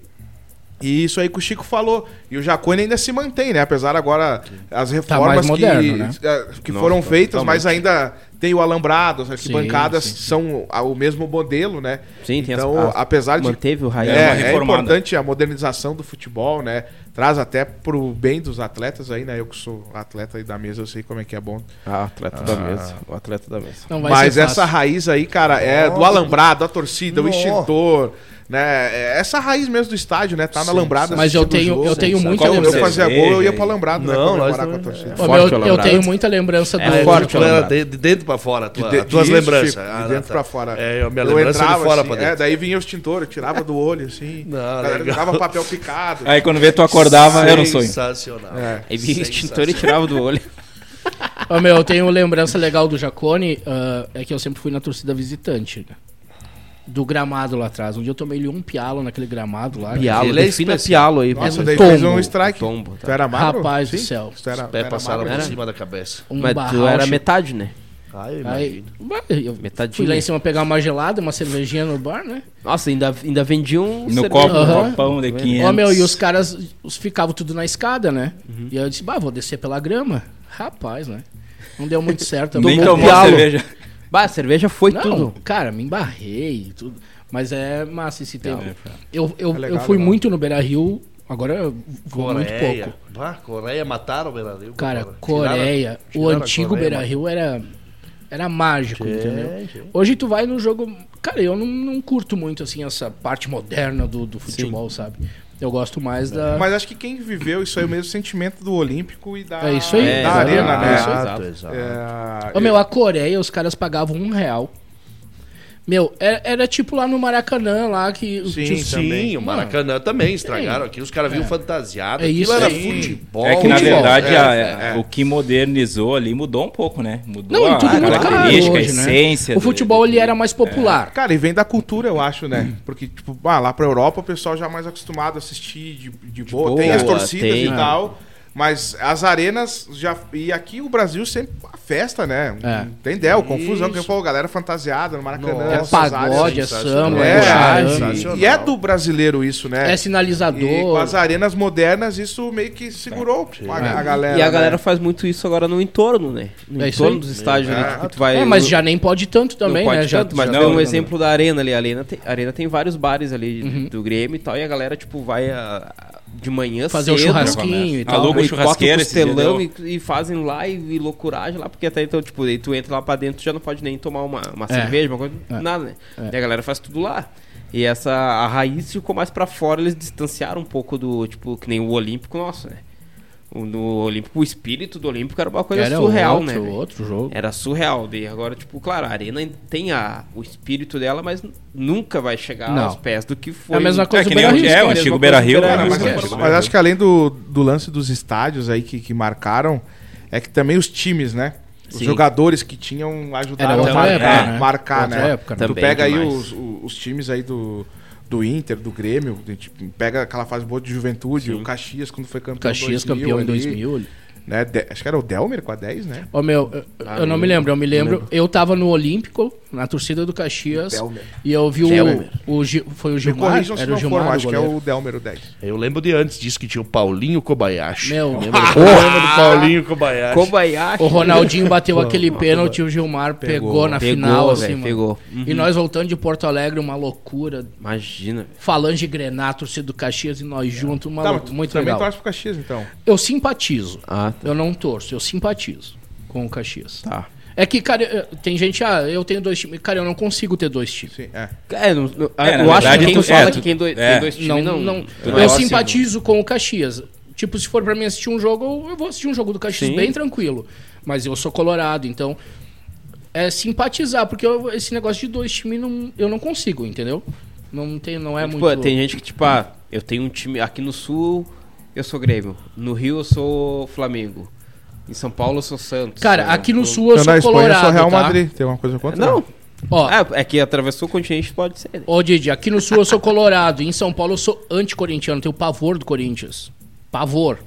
[SPEAKER 2] E isso aí que o Chico falou. E o Jacone ainda se mantém, né? Apesar agora as reformas
[SPEAKER 1] Tá mais moderno,
[SPEAKER 2] que,
[SPEAKER 1] né?
[SPEAKER 2] eh, que foram feitas, mas ainda tem o alambrado, as arquibancadas
[SPEAKER 1] sim, sim.
[SPEAKER 2] são a- o mesmo modelo, né?
[SPEAKER 3] Sim, tem as-
[SPEAKER 2] então,
[SPEAKER 3] as-
[SPEAKER 2] apesar de
[SPEAKER 3] Manteve o raio.
[SPEAKER 4] uma
[SPEAKER 2] é, é
[SPEAKER 4] reformada.
[SPEAKER 2] importante a modernização do futebol, né? Traz até pro bem dos atletas aí, né? Eu que sou atleta aí da mesa, eu sei como é que é bom.
[SPEAKER 3] Ah, atleta da mesa. O atleta da mesa.
[SPEAKER 1] Não vai
[SPEAKER 2] Mas
[SPEAKER 1] ser
[SPEAKER 2] essa
[SPEAKER 1] fácil.
[SPEAKER 2] raiz aí, cara, é do alambrado, a torcida, o
[SPEAKER 5] Nossa.
[SPEAKER 2] extintor, né? É Essa raiz mesmo do estádio, né? Tá na alambrada.
[SPEAKER 1] Mas eu
[SPEAKER 2] assistindo o
[SPEAKER 1] tenho- eu
[SPEAKER 2] jogo.
[SPEAKER 1] tenho muita
[SPEAKER 2] Quando eu
[SPEAKER 1] lembrança.
[SPEAKER 2] fazia gol, eu ia
[SPEAKER 4] Cerveja
[SPEAKER 2] pra alambrado, né?
[SPEAKER 5] Não, é.
[SPEAKER 2] comemorar
[SPEAKER 5] nós
[SPEAKER 2] com a
[SPEAKER 5] também,
[SPEAKER 2] torcida.
[SPEAKER 1] Ô,
[SPEAKER 3] forte
[SPEAKER 1] meu,
[SPEAKER 3] o
[SPEAKER 1] eu
[SPEAKER 3] alambrado.
[SPEAKER 1] tenho muita lembrança do.
[SPEAKER 5] É,
[SPEAKER 2] forte,
[SPEAKER 5] tu era
[SPEAKER 3] Alambrado.
[SPEAKER 5] de, de dentro pra fora, a tua,
[SPEAKER 2] De-
[SPEAKER 5] tuas
[SPEAKER 2] disso,
[SPEAKER 5] lembranças.
[SPEAKER 2] Chico,
[SPEAKER 5] Ah,
[SPEAKER 2] de dentro
[SPEAKER 5] tá.
[SPEAKER 2] pra fora.
[SPEAKER 5] É, a minha lembrança é de fora
[SPEAKER 2] assim,
[SPEAKER 5] pra dentro.
[SPEAKER 2] É, daí vinha o extintor, eu tirava do olho, assim.
[SPEAKER 5] Não,
[SPEAKER 2] a galera
[SPEAKER 5] legal.
[SPEAKER 2] dava papel picado.
[SPEAKER 4] Aí quando vê tu acordava, era um sonho.
[SPEAKER 5] Sensacional.
[SPEAKER 2] É.
[SPEAKER 3] Aí vinha o extintor e tirava do olho.
[SPEAKER 1] Ô, meu, eu tenho lembrança legal do Jacone, ah, é que eu sempre fui na torcida visitante, né? Do gramado lá atrás, onde eu tomei um pialo naquele gramado lá.
[SPEAKER 3] Pialo.
[SPEAKER 5] Ele é
[SPEAKER 3] Defina
[SPEAKER 5] especial.
[SPEAKER 3] pialo aí.
[SPEAKER 2] Nossa,
[SPEAKER 1] um
[SPEAKER 2] daí
[SPEAKER 1] tombo,
[SPEAKER 2] fez um strike.
[SPEAKER 3] tombo, tá.
[SPEAKER 2] Tu era magro?
[SPEAKER 1] Rapaz do
[SPEAKER 2] Sim.
[SPEAKER 1] céu.
[SPEAKER 2] Tu era,
[SPEAKER 5] Pé
[SPEAKER 2] era
[SPEAKER 5] passaram
[SPEAKER 2] magro? né?
[SPEAKER 5] por
[SPEAKER 3] era?
[SPEAKER 5] cima da cabeça.
[SPEAKER 1] Um
[SPEAKER 3] Mas tu
[SPEAKER 1] barral
[SPEAKER 3] era
[SPEAKER 1] che-
[SPEAKER 3] metade, né?
[SPEAKER 5] Ah, eu
[SPEAKER 1] Aí,
[SPEAKER 5] imagino.
[SPEAKER 1] bah, eu
[SPEAKER 3] Metadinha.
[SPEAKER 1] fui lá em cima pegar uma gelada, uma cervejinha no bar, né?
[SPEAKER 3] Nossa, ainda, ainda vendi um.
[SPEAKER 4] No
[SPEAKER 3] cerveja.
[SPEAKER 4] copo,
[SPEAKER 1] Aham.
[SPEAKER 4] no copão de 500.
[SPEAKER 1] Ó, meu, e os caras os ficavam tudo na escada, né?
[SPEAKER 3] Uhum.
[SPEAKER 1] E eu disse, bah, vou descer pela grama. Rapaz, né? Não deu muito certo.
[SPEAKER 4] Nem
[SPEAKER 1] Tomou um
[SPEAKER 4] tomou
[SPEAKER 1] pialo.
[SPEAKER 4] cerveja.
[SPEAKER 3] Bah, a cerveja foi
[SPEAKER 1] Não,
[SPEAKER 3] tudo.
[SPEAKER 1] cara, me embarrei e tudo. Mas é massa esse tempo.
[SPEAKER 4] é, cara.
[SPEAKER 1] eu, eu,
[SPEAKER 2] É legal,
[SPEAKER 1] eu fui
[SPEAKER 2] legal.
[SPEAKER 1] muito no Beira Rio, agora eu vou muito
[SPEAKER 5] Coreia.
[SPEAKER 1] pouco.
[SPEAKER 5] Bah, Coreia mataram o Beira-Rio.
[SPEAKER 1] Cara,
[SPEAKER 5] Tiraram-
[SPEAKER 1] Coreia, o
[SPEAKER 5] tiraram a
[SPEAKER 1] antigo
[SPEAKER 5] Coreia,
[SPEAKER 1] Beira Rio era, era mágico, entendeu?
[SPEAKER 5] tchê.
[SPEAKER 1] Hoje tu vai no jogo. Cara, eu não, não curto muito assim essa parte moderna do, do futebol, sabe? Eu gosto mais da.
[SPEAKER 2] Mas acho que quem viveu isso aí é o mesmo sentimento do Olímpico e da,
[SPEAKER 1] É isso aí.
[SPEAKER 2] da
[SPEAKER 1] É,
[SPEAKER 2] Arena,
[SPEAKER 5] exato,
[SPEAKER 2] né?
[SPEAKER 5] Exato,
[SPEAKER 2] É,
[SPEAKER 5] exato.
[SPEAKER 1] Ô, meu, a Coreia, os caras pagavam um real. Meu, era, era tipo lá no Maracanã, lá que.
[SPEAKER 2] Sim,
[SPEAKER 1] tinha-
[SPEAKER 5] Sim,
[SPEAKER 2] também.
[SPEAKER 5] o Maracanã também estragaram aqui. Os caras vinham fantasiados.
[SPEAKER 1] É
[SPEAKER 5] Aquilo
[SPEAKER 1] isso
[SPEAKER 5] era
[SPEAKER 1] aí.
[SPEAKER 5] futebol.
[SPEAKER 4] É que na
[SPEAKER 1] futebol,
[SPEAKER 4] verdade
[SPEAKER 5] é,
[SPEAKER 4] a-
[SPEAKER 2] é.
[SPEAKER 4] o que modernizou ali mudou um pouco, né? Mudou
[SPEAKER 1] Não,
[SPEAKER 4] a
[SPEAKER 1] e tudo muito caro
[SPEAKER 4] característica, a
[SPEAKER 1] hoje, né?
[SPEAKER 4] essência.
[SPEAKER 1] O
[SPEAKER 4] do-
[SPEAKER 1] futebol
[SPEAKER 4] do-
[SPEAKER 1] ele era mais popular.
[SPEAKER 2] Cara, e vem da cultura, eu acho, né? Porque, tipo, ah, lá pra Europa o pessoal já é mais acostumado a assistir de, de boa. Tem as
[SPEAKER 3] boa,
[SPEAKER 2] torcidas
[SPEAKER 3] tem.
[SPEAKER 5] né?
[SPEAKER 2] e tal. Mas as arenas já. E aqui o Brasil sempre. A festa, né?
[SPEAKER 1] É.
[SPEAKER 2] Entendeu? Confusão que
[SPEAKER 5] Isso.
[SPEAKER 2] falou, galera fantasiada no Maracanã.
[SPEAKER 5] Nossa.
[SPEAKER 1] É
[SPEAKER 2] essas
[SPEAKER 1] pagode, é
[SPEAKER 2] áreas.
[SPEAKER 5] sensacional.
[SPEAKER 1] samba,
[SPEAKER 2] É,
[SPEAKER 1] é, charme,
[SPEAKER 5] sensacional.
[SPEAKER 2] e, e é do brasileiro isso, né?
[SPEAKER 1] é
[SPEAKER 2] E com
[SPEAKER 1] sinalizador.
[SPEAKER 2] as arenas modernas, isso meio que segurou a,
[SPEAKER 3] É.
[SPEAKER 2] a galera.
[SPEAKER 3] E a galera
[SPEAKER 2] né?
[SPEAKER 3] faz muito isso agora no entorno, né? No
[SPEAKER 1] É isso
[SPEAKER 3] entorno
[SPEAKER 1] aí.
[SPEAKER 3] dos estádios ali,
[SPEAKER 2] Exato.
[SPEAKER 3] que tu vai.
[SPEAKER 1] É, mas já nem pode tanto
[SPEAKER 3] não
[SPEAKER 1] também,
[SPEAKER 3] pode
[SPEAKER 1] né? Já-
[SPEAKER 3] tanto, mas
[SPEAKER 1] já-
[SPEAKER 3] não,
[SPEAKER 4] não,
[SPEAKER 3] um
[SPEAKER 4] não.
[SPEAKER 3] exemplo da Arena ali. A Arena, tem, a Arena tem vários bares ali de- do Grêmio e tal, e a galera, tipo, vai a- a- de manhã
[SPEAKER 1] Fazer o
[SPEAKER 3] cedo,
[SPEAKER 1] churrasquinho e tal.
[SPEAKER 4] Alô,
[SPEAKER 3] Alugam
[SPEAKER 4] Alugam churrasqueira Tá esse dia
[SPEAKER 3] costelão e, e fazem lá e, e loucuragem lá, porque até então, tipo, daí tu entra lá pra dentro, tu já não pode nem tomar uma, uma
[SPEAKER 1] É.
[SPEAKER 3] cerveja, uma coisa,
[SPEAKER 1] É.
[SPEAKER 3] nada, né? E a galera faz tudo lá. E essa, a raiz ficou mais pra fora, eles distanciaram um pouco do, tipo, que nem o Olímpico nosso, né? O, no Olímpico, o espírito do Olímpico era uma coisa
[SPEAKER 1] era
[SPEAKER 3] surreal,
[SPEAKER 1] outro,
[SPEAKER 3] né? velho?
[SPEAKER 1] outro jogo. É
[SPEAKER 3] Era surreal. Daí agora, tipo, claro, a Arena tem a, o espírito dela, mas nunca vai chegar
[SPEAKER 1] Não.
[SPEAKER 3] aos pés do que foi.
[SPEAKER 1] É a mesma coisa
[SPEAKER 4] que
[SPEAKER 1] do
[SPEAKER 4] nem
[SPEAKER 1] Beira
[SPEAKER 4] o-
[SPEAKER 1] Rio.
[SPEAKER 4] é, o
[SPEAKER 1] esquece.
[SPEAKER 3] Mesma
[SPEAKER 4] antigo
[SPEAKER 3] coisa do
[SPEAKER 4] Beira-Rio,
[SPEAKER 2] Cara,
[SPEAKER 3] Beira-Rio,
[SPEAKER 2] mas, é,
[SPEAKER 1] esquece.
[SPEAKER 2] mas acho que além do, do lance dos estádios aí que, que marcaram, é que também os times, né? Os
[SPEAKER 3] Sim.
[SPEAKER 2] jogadores que tinham
[SPEAKER 1] Era
[SPEAKER 2] ajudado a
[SPEAKER 1] outra
[SPEAKER 2] marcar,
[SPEAKER 1] época, né?
[SPEAKER 2] marcar,
[SPEAKER 1] Outra
[SPEAKER 2] né?
[SPEAKER 1] época,
[SPEAKER 2] tu
[SPEAKER 1] né?
[SPEAKER 3] Também
[SPEAKER 2] pega aí
[SPEAKER 3] demais.
[SPEAKER 2] os, o- os times aí do, do Inter, do Grêmio, de, tipo, pega aquela fase boa de juventude, o Caxias quando foi campeão
[SPEAKER 1] Caxias campeão em
[SPEAKER 2] ali,
[SPEAKER 1] 2000.
[SPEAKER 2] Né? De- acho que era o Delmer com a 10, né?
[SPEAKER 1] Ó, meu, eu, eu não me lembro, eu me lembro, Eu tava no Olímpico, na torcida do Caxias.
[SPEAKER 2] Delmer.
[SPEAKER 1] E eu vi o.
[SPEAKER 3] Delmer.
[SPEAKER 1] o Gi- foi o
[SPEAKER 2] Me
[SPEAKER 1] Gilmar?
[SPEAKER 2] corrijam se
[SPEAKER 1] Era o
[SPEAKER 2] não for,
[SPEAKER 1] Gilmar.
[SPEAKER 2] mas
[SPEAKER 1] o
[SPEAKER 2] acho que é
[SPEAKER 1] goleiro.
[SPEAKER 2] o Delmer o 10.
[SPEAKER 5] Eu lembro de antes disso que tinha o Paulinho Kobayashi.
[SPEAKER 1] Meu,
[SPEAKER 5] eu lembro, eu lembro do Paulinho Kobayashi.
[SPEAKER 3] Kobayashi.
[SPEAKER 1] O Ronaldinho bateu aquele pênalti, o Gilmar pegou, na
[SPEAKER 3] Pegou,
[SPEAKER 1] final,
[SPEAKER 3] velho,
[SPEAKER 1] assim, mano.
[SPEAKER 3] pegou. Uhum.
[SPEAKER 1] E nós voltando de Porto Alegre, uma loucura.
[SPEAKER 3] Imagina. velho.
[SPEAKER 1] Falange Grená, torcida do Caxias e nós juntos, uma
[SPEAKER 2] Tá, mas
[SPEAKER 1] loucura.
[SPEAKER 2] tu
[SPEAKER 1] Muito
[SPEAKER 2] também
[SPEAKER 1] legal.
[SPEAKER 2] torce pro Caxias, então.
[SPEAKER 1] Eu simpatizo.
[SPEAKER 3] Ah, tá.
[SPEAKER 1] Eu não torço, eu simpatizo com o Caxias.
[SPEAKER 3] Tá.
[SPEAKER 1] É que, cara, eu- tem gente, ah, eu tenho dois times. Cara, eu não consigo ter dois times.
[SPEAKER 2] Sim, é.
[SPEAKER 3] É, não- não-
[SPEAKER 4] É, na
[SPEAKER 3] eu acho
[SPEAKER 4] verdade,
[SPEAKER 3] que quem
[SPEAKER 4] tu-
[SPEAKER 3] fala
[SPEAKER 4] é,
[SPEAKER 3] que
[SPEAKER 4] tu-
[SPEAKER 3] quem doi-
[SPEAKER 4] é.
[SPEAKER 3] tem dois times
[SPEAKER 1] Não,
[SPEAKER 3] não.
[SPEAKER 1] não,
[SPEAKER 3] não é
[SPEAKER 1] Eu
[SPEAKER 3] assim,
[SPEAKER 1] simpatizo com o Caxias. Tipo, se for pra mim assistir um jogo, eu vou assistir um jogo do Caxias
[SPEAKER 3] Sim.
[SPEAKER 1] bem tranquilo. Mas eu sou colorado, então. É simpatizar, porque eu- esse negócio de dois times não, eu não consigo, entendeu? Não, tem, não é
[SPEAKER 3] Tipo,
[SPEAKER 1] muito.
[SPEAKER 3] Tem gente que, tipo, ah, eu tenho um time aqui no Sul, eu sou Grêmio. No Rio, eu sou Flamengo. Em São Paulo, eu sou Santos.
[SPEAKER 1] Cara,
[SPEAKER 3] Eu-
[SPEAKER 1] aqui no
[SPEAKER 3] eu-
[SPEAKER 1] sul eu
[SPEAKER 2] Então,
[SPEAKER 1] sou
[SPEAKER 2] Espanha
[SPEAKER 1] colorado.
[SPEAKER 2] eu sou Real
[SPEAKER 1] tá?
[SPEAKER 2] Madrid, tem uma coisa contra?
[SPEAKER 3] Não.
[SPEAKER 1] Ó,
[SPEAKER 3] Ah, é que atravessou o continente, pode ser. né?
[SPEAKER 1] Ô, Didi, aqui no sul eu sou colorado, em São Paulo eu sou anticorintiano, tenho pavor do Corinthians. Pavor.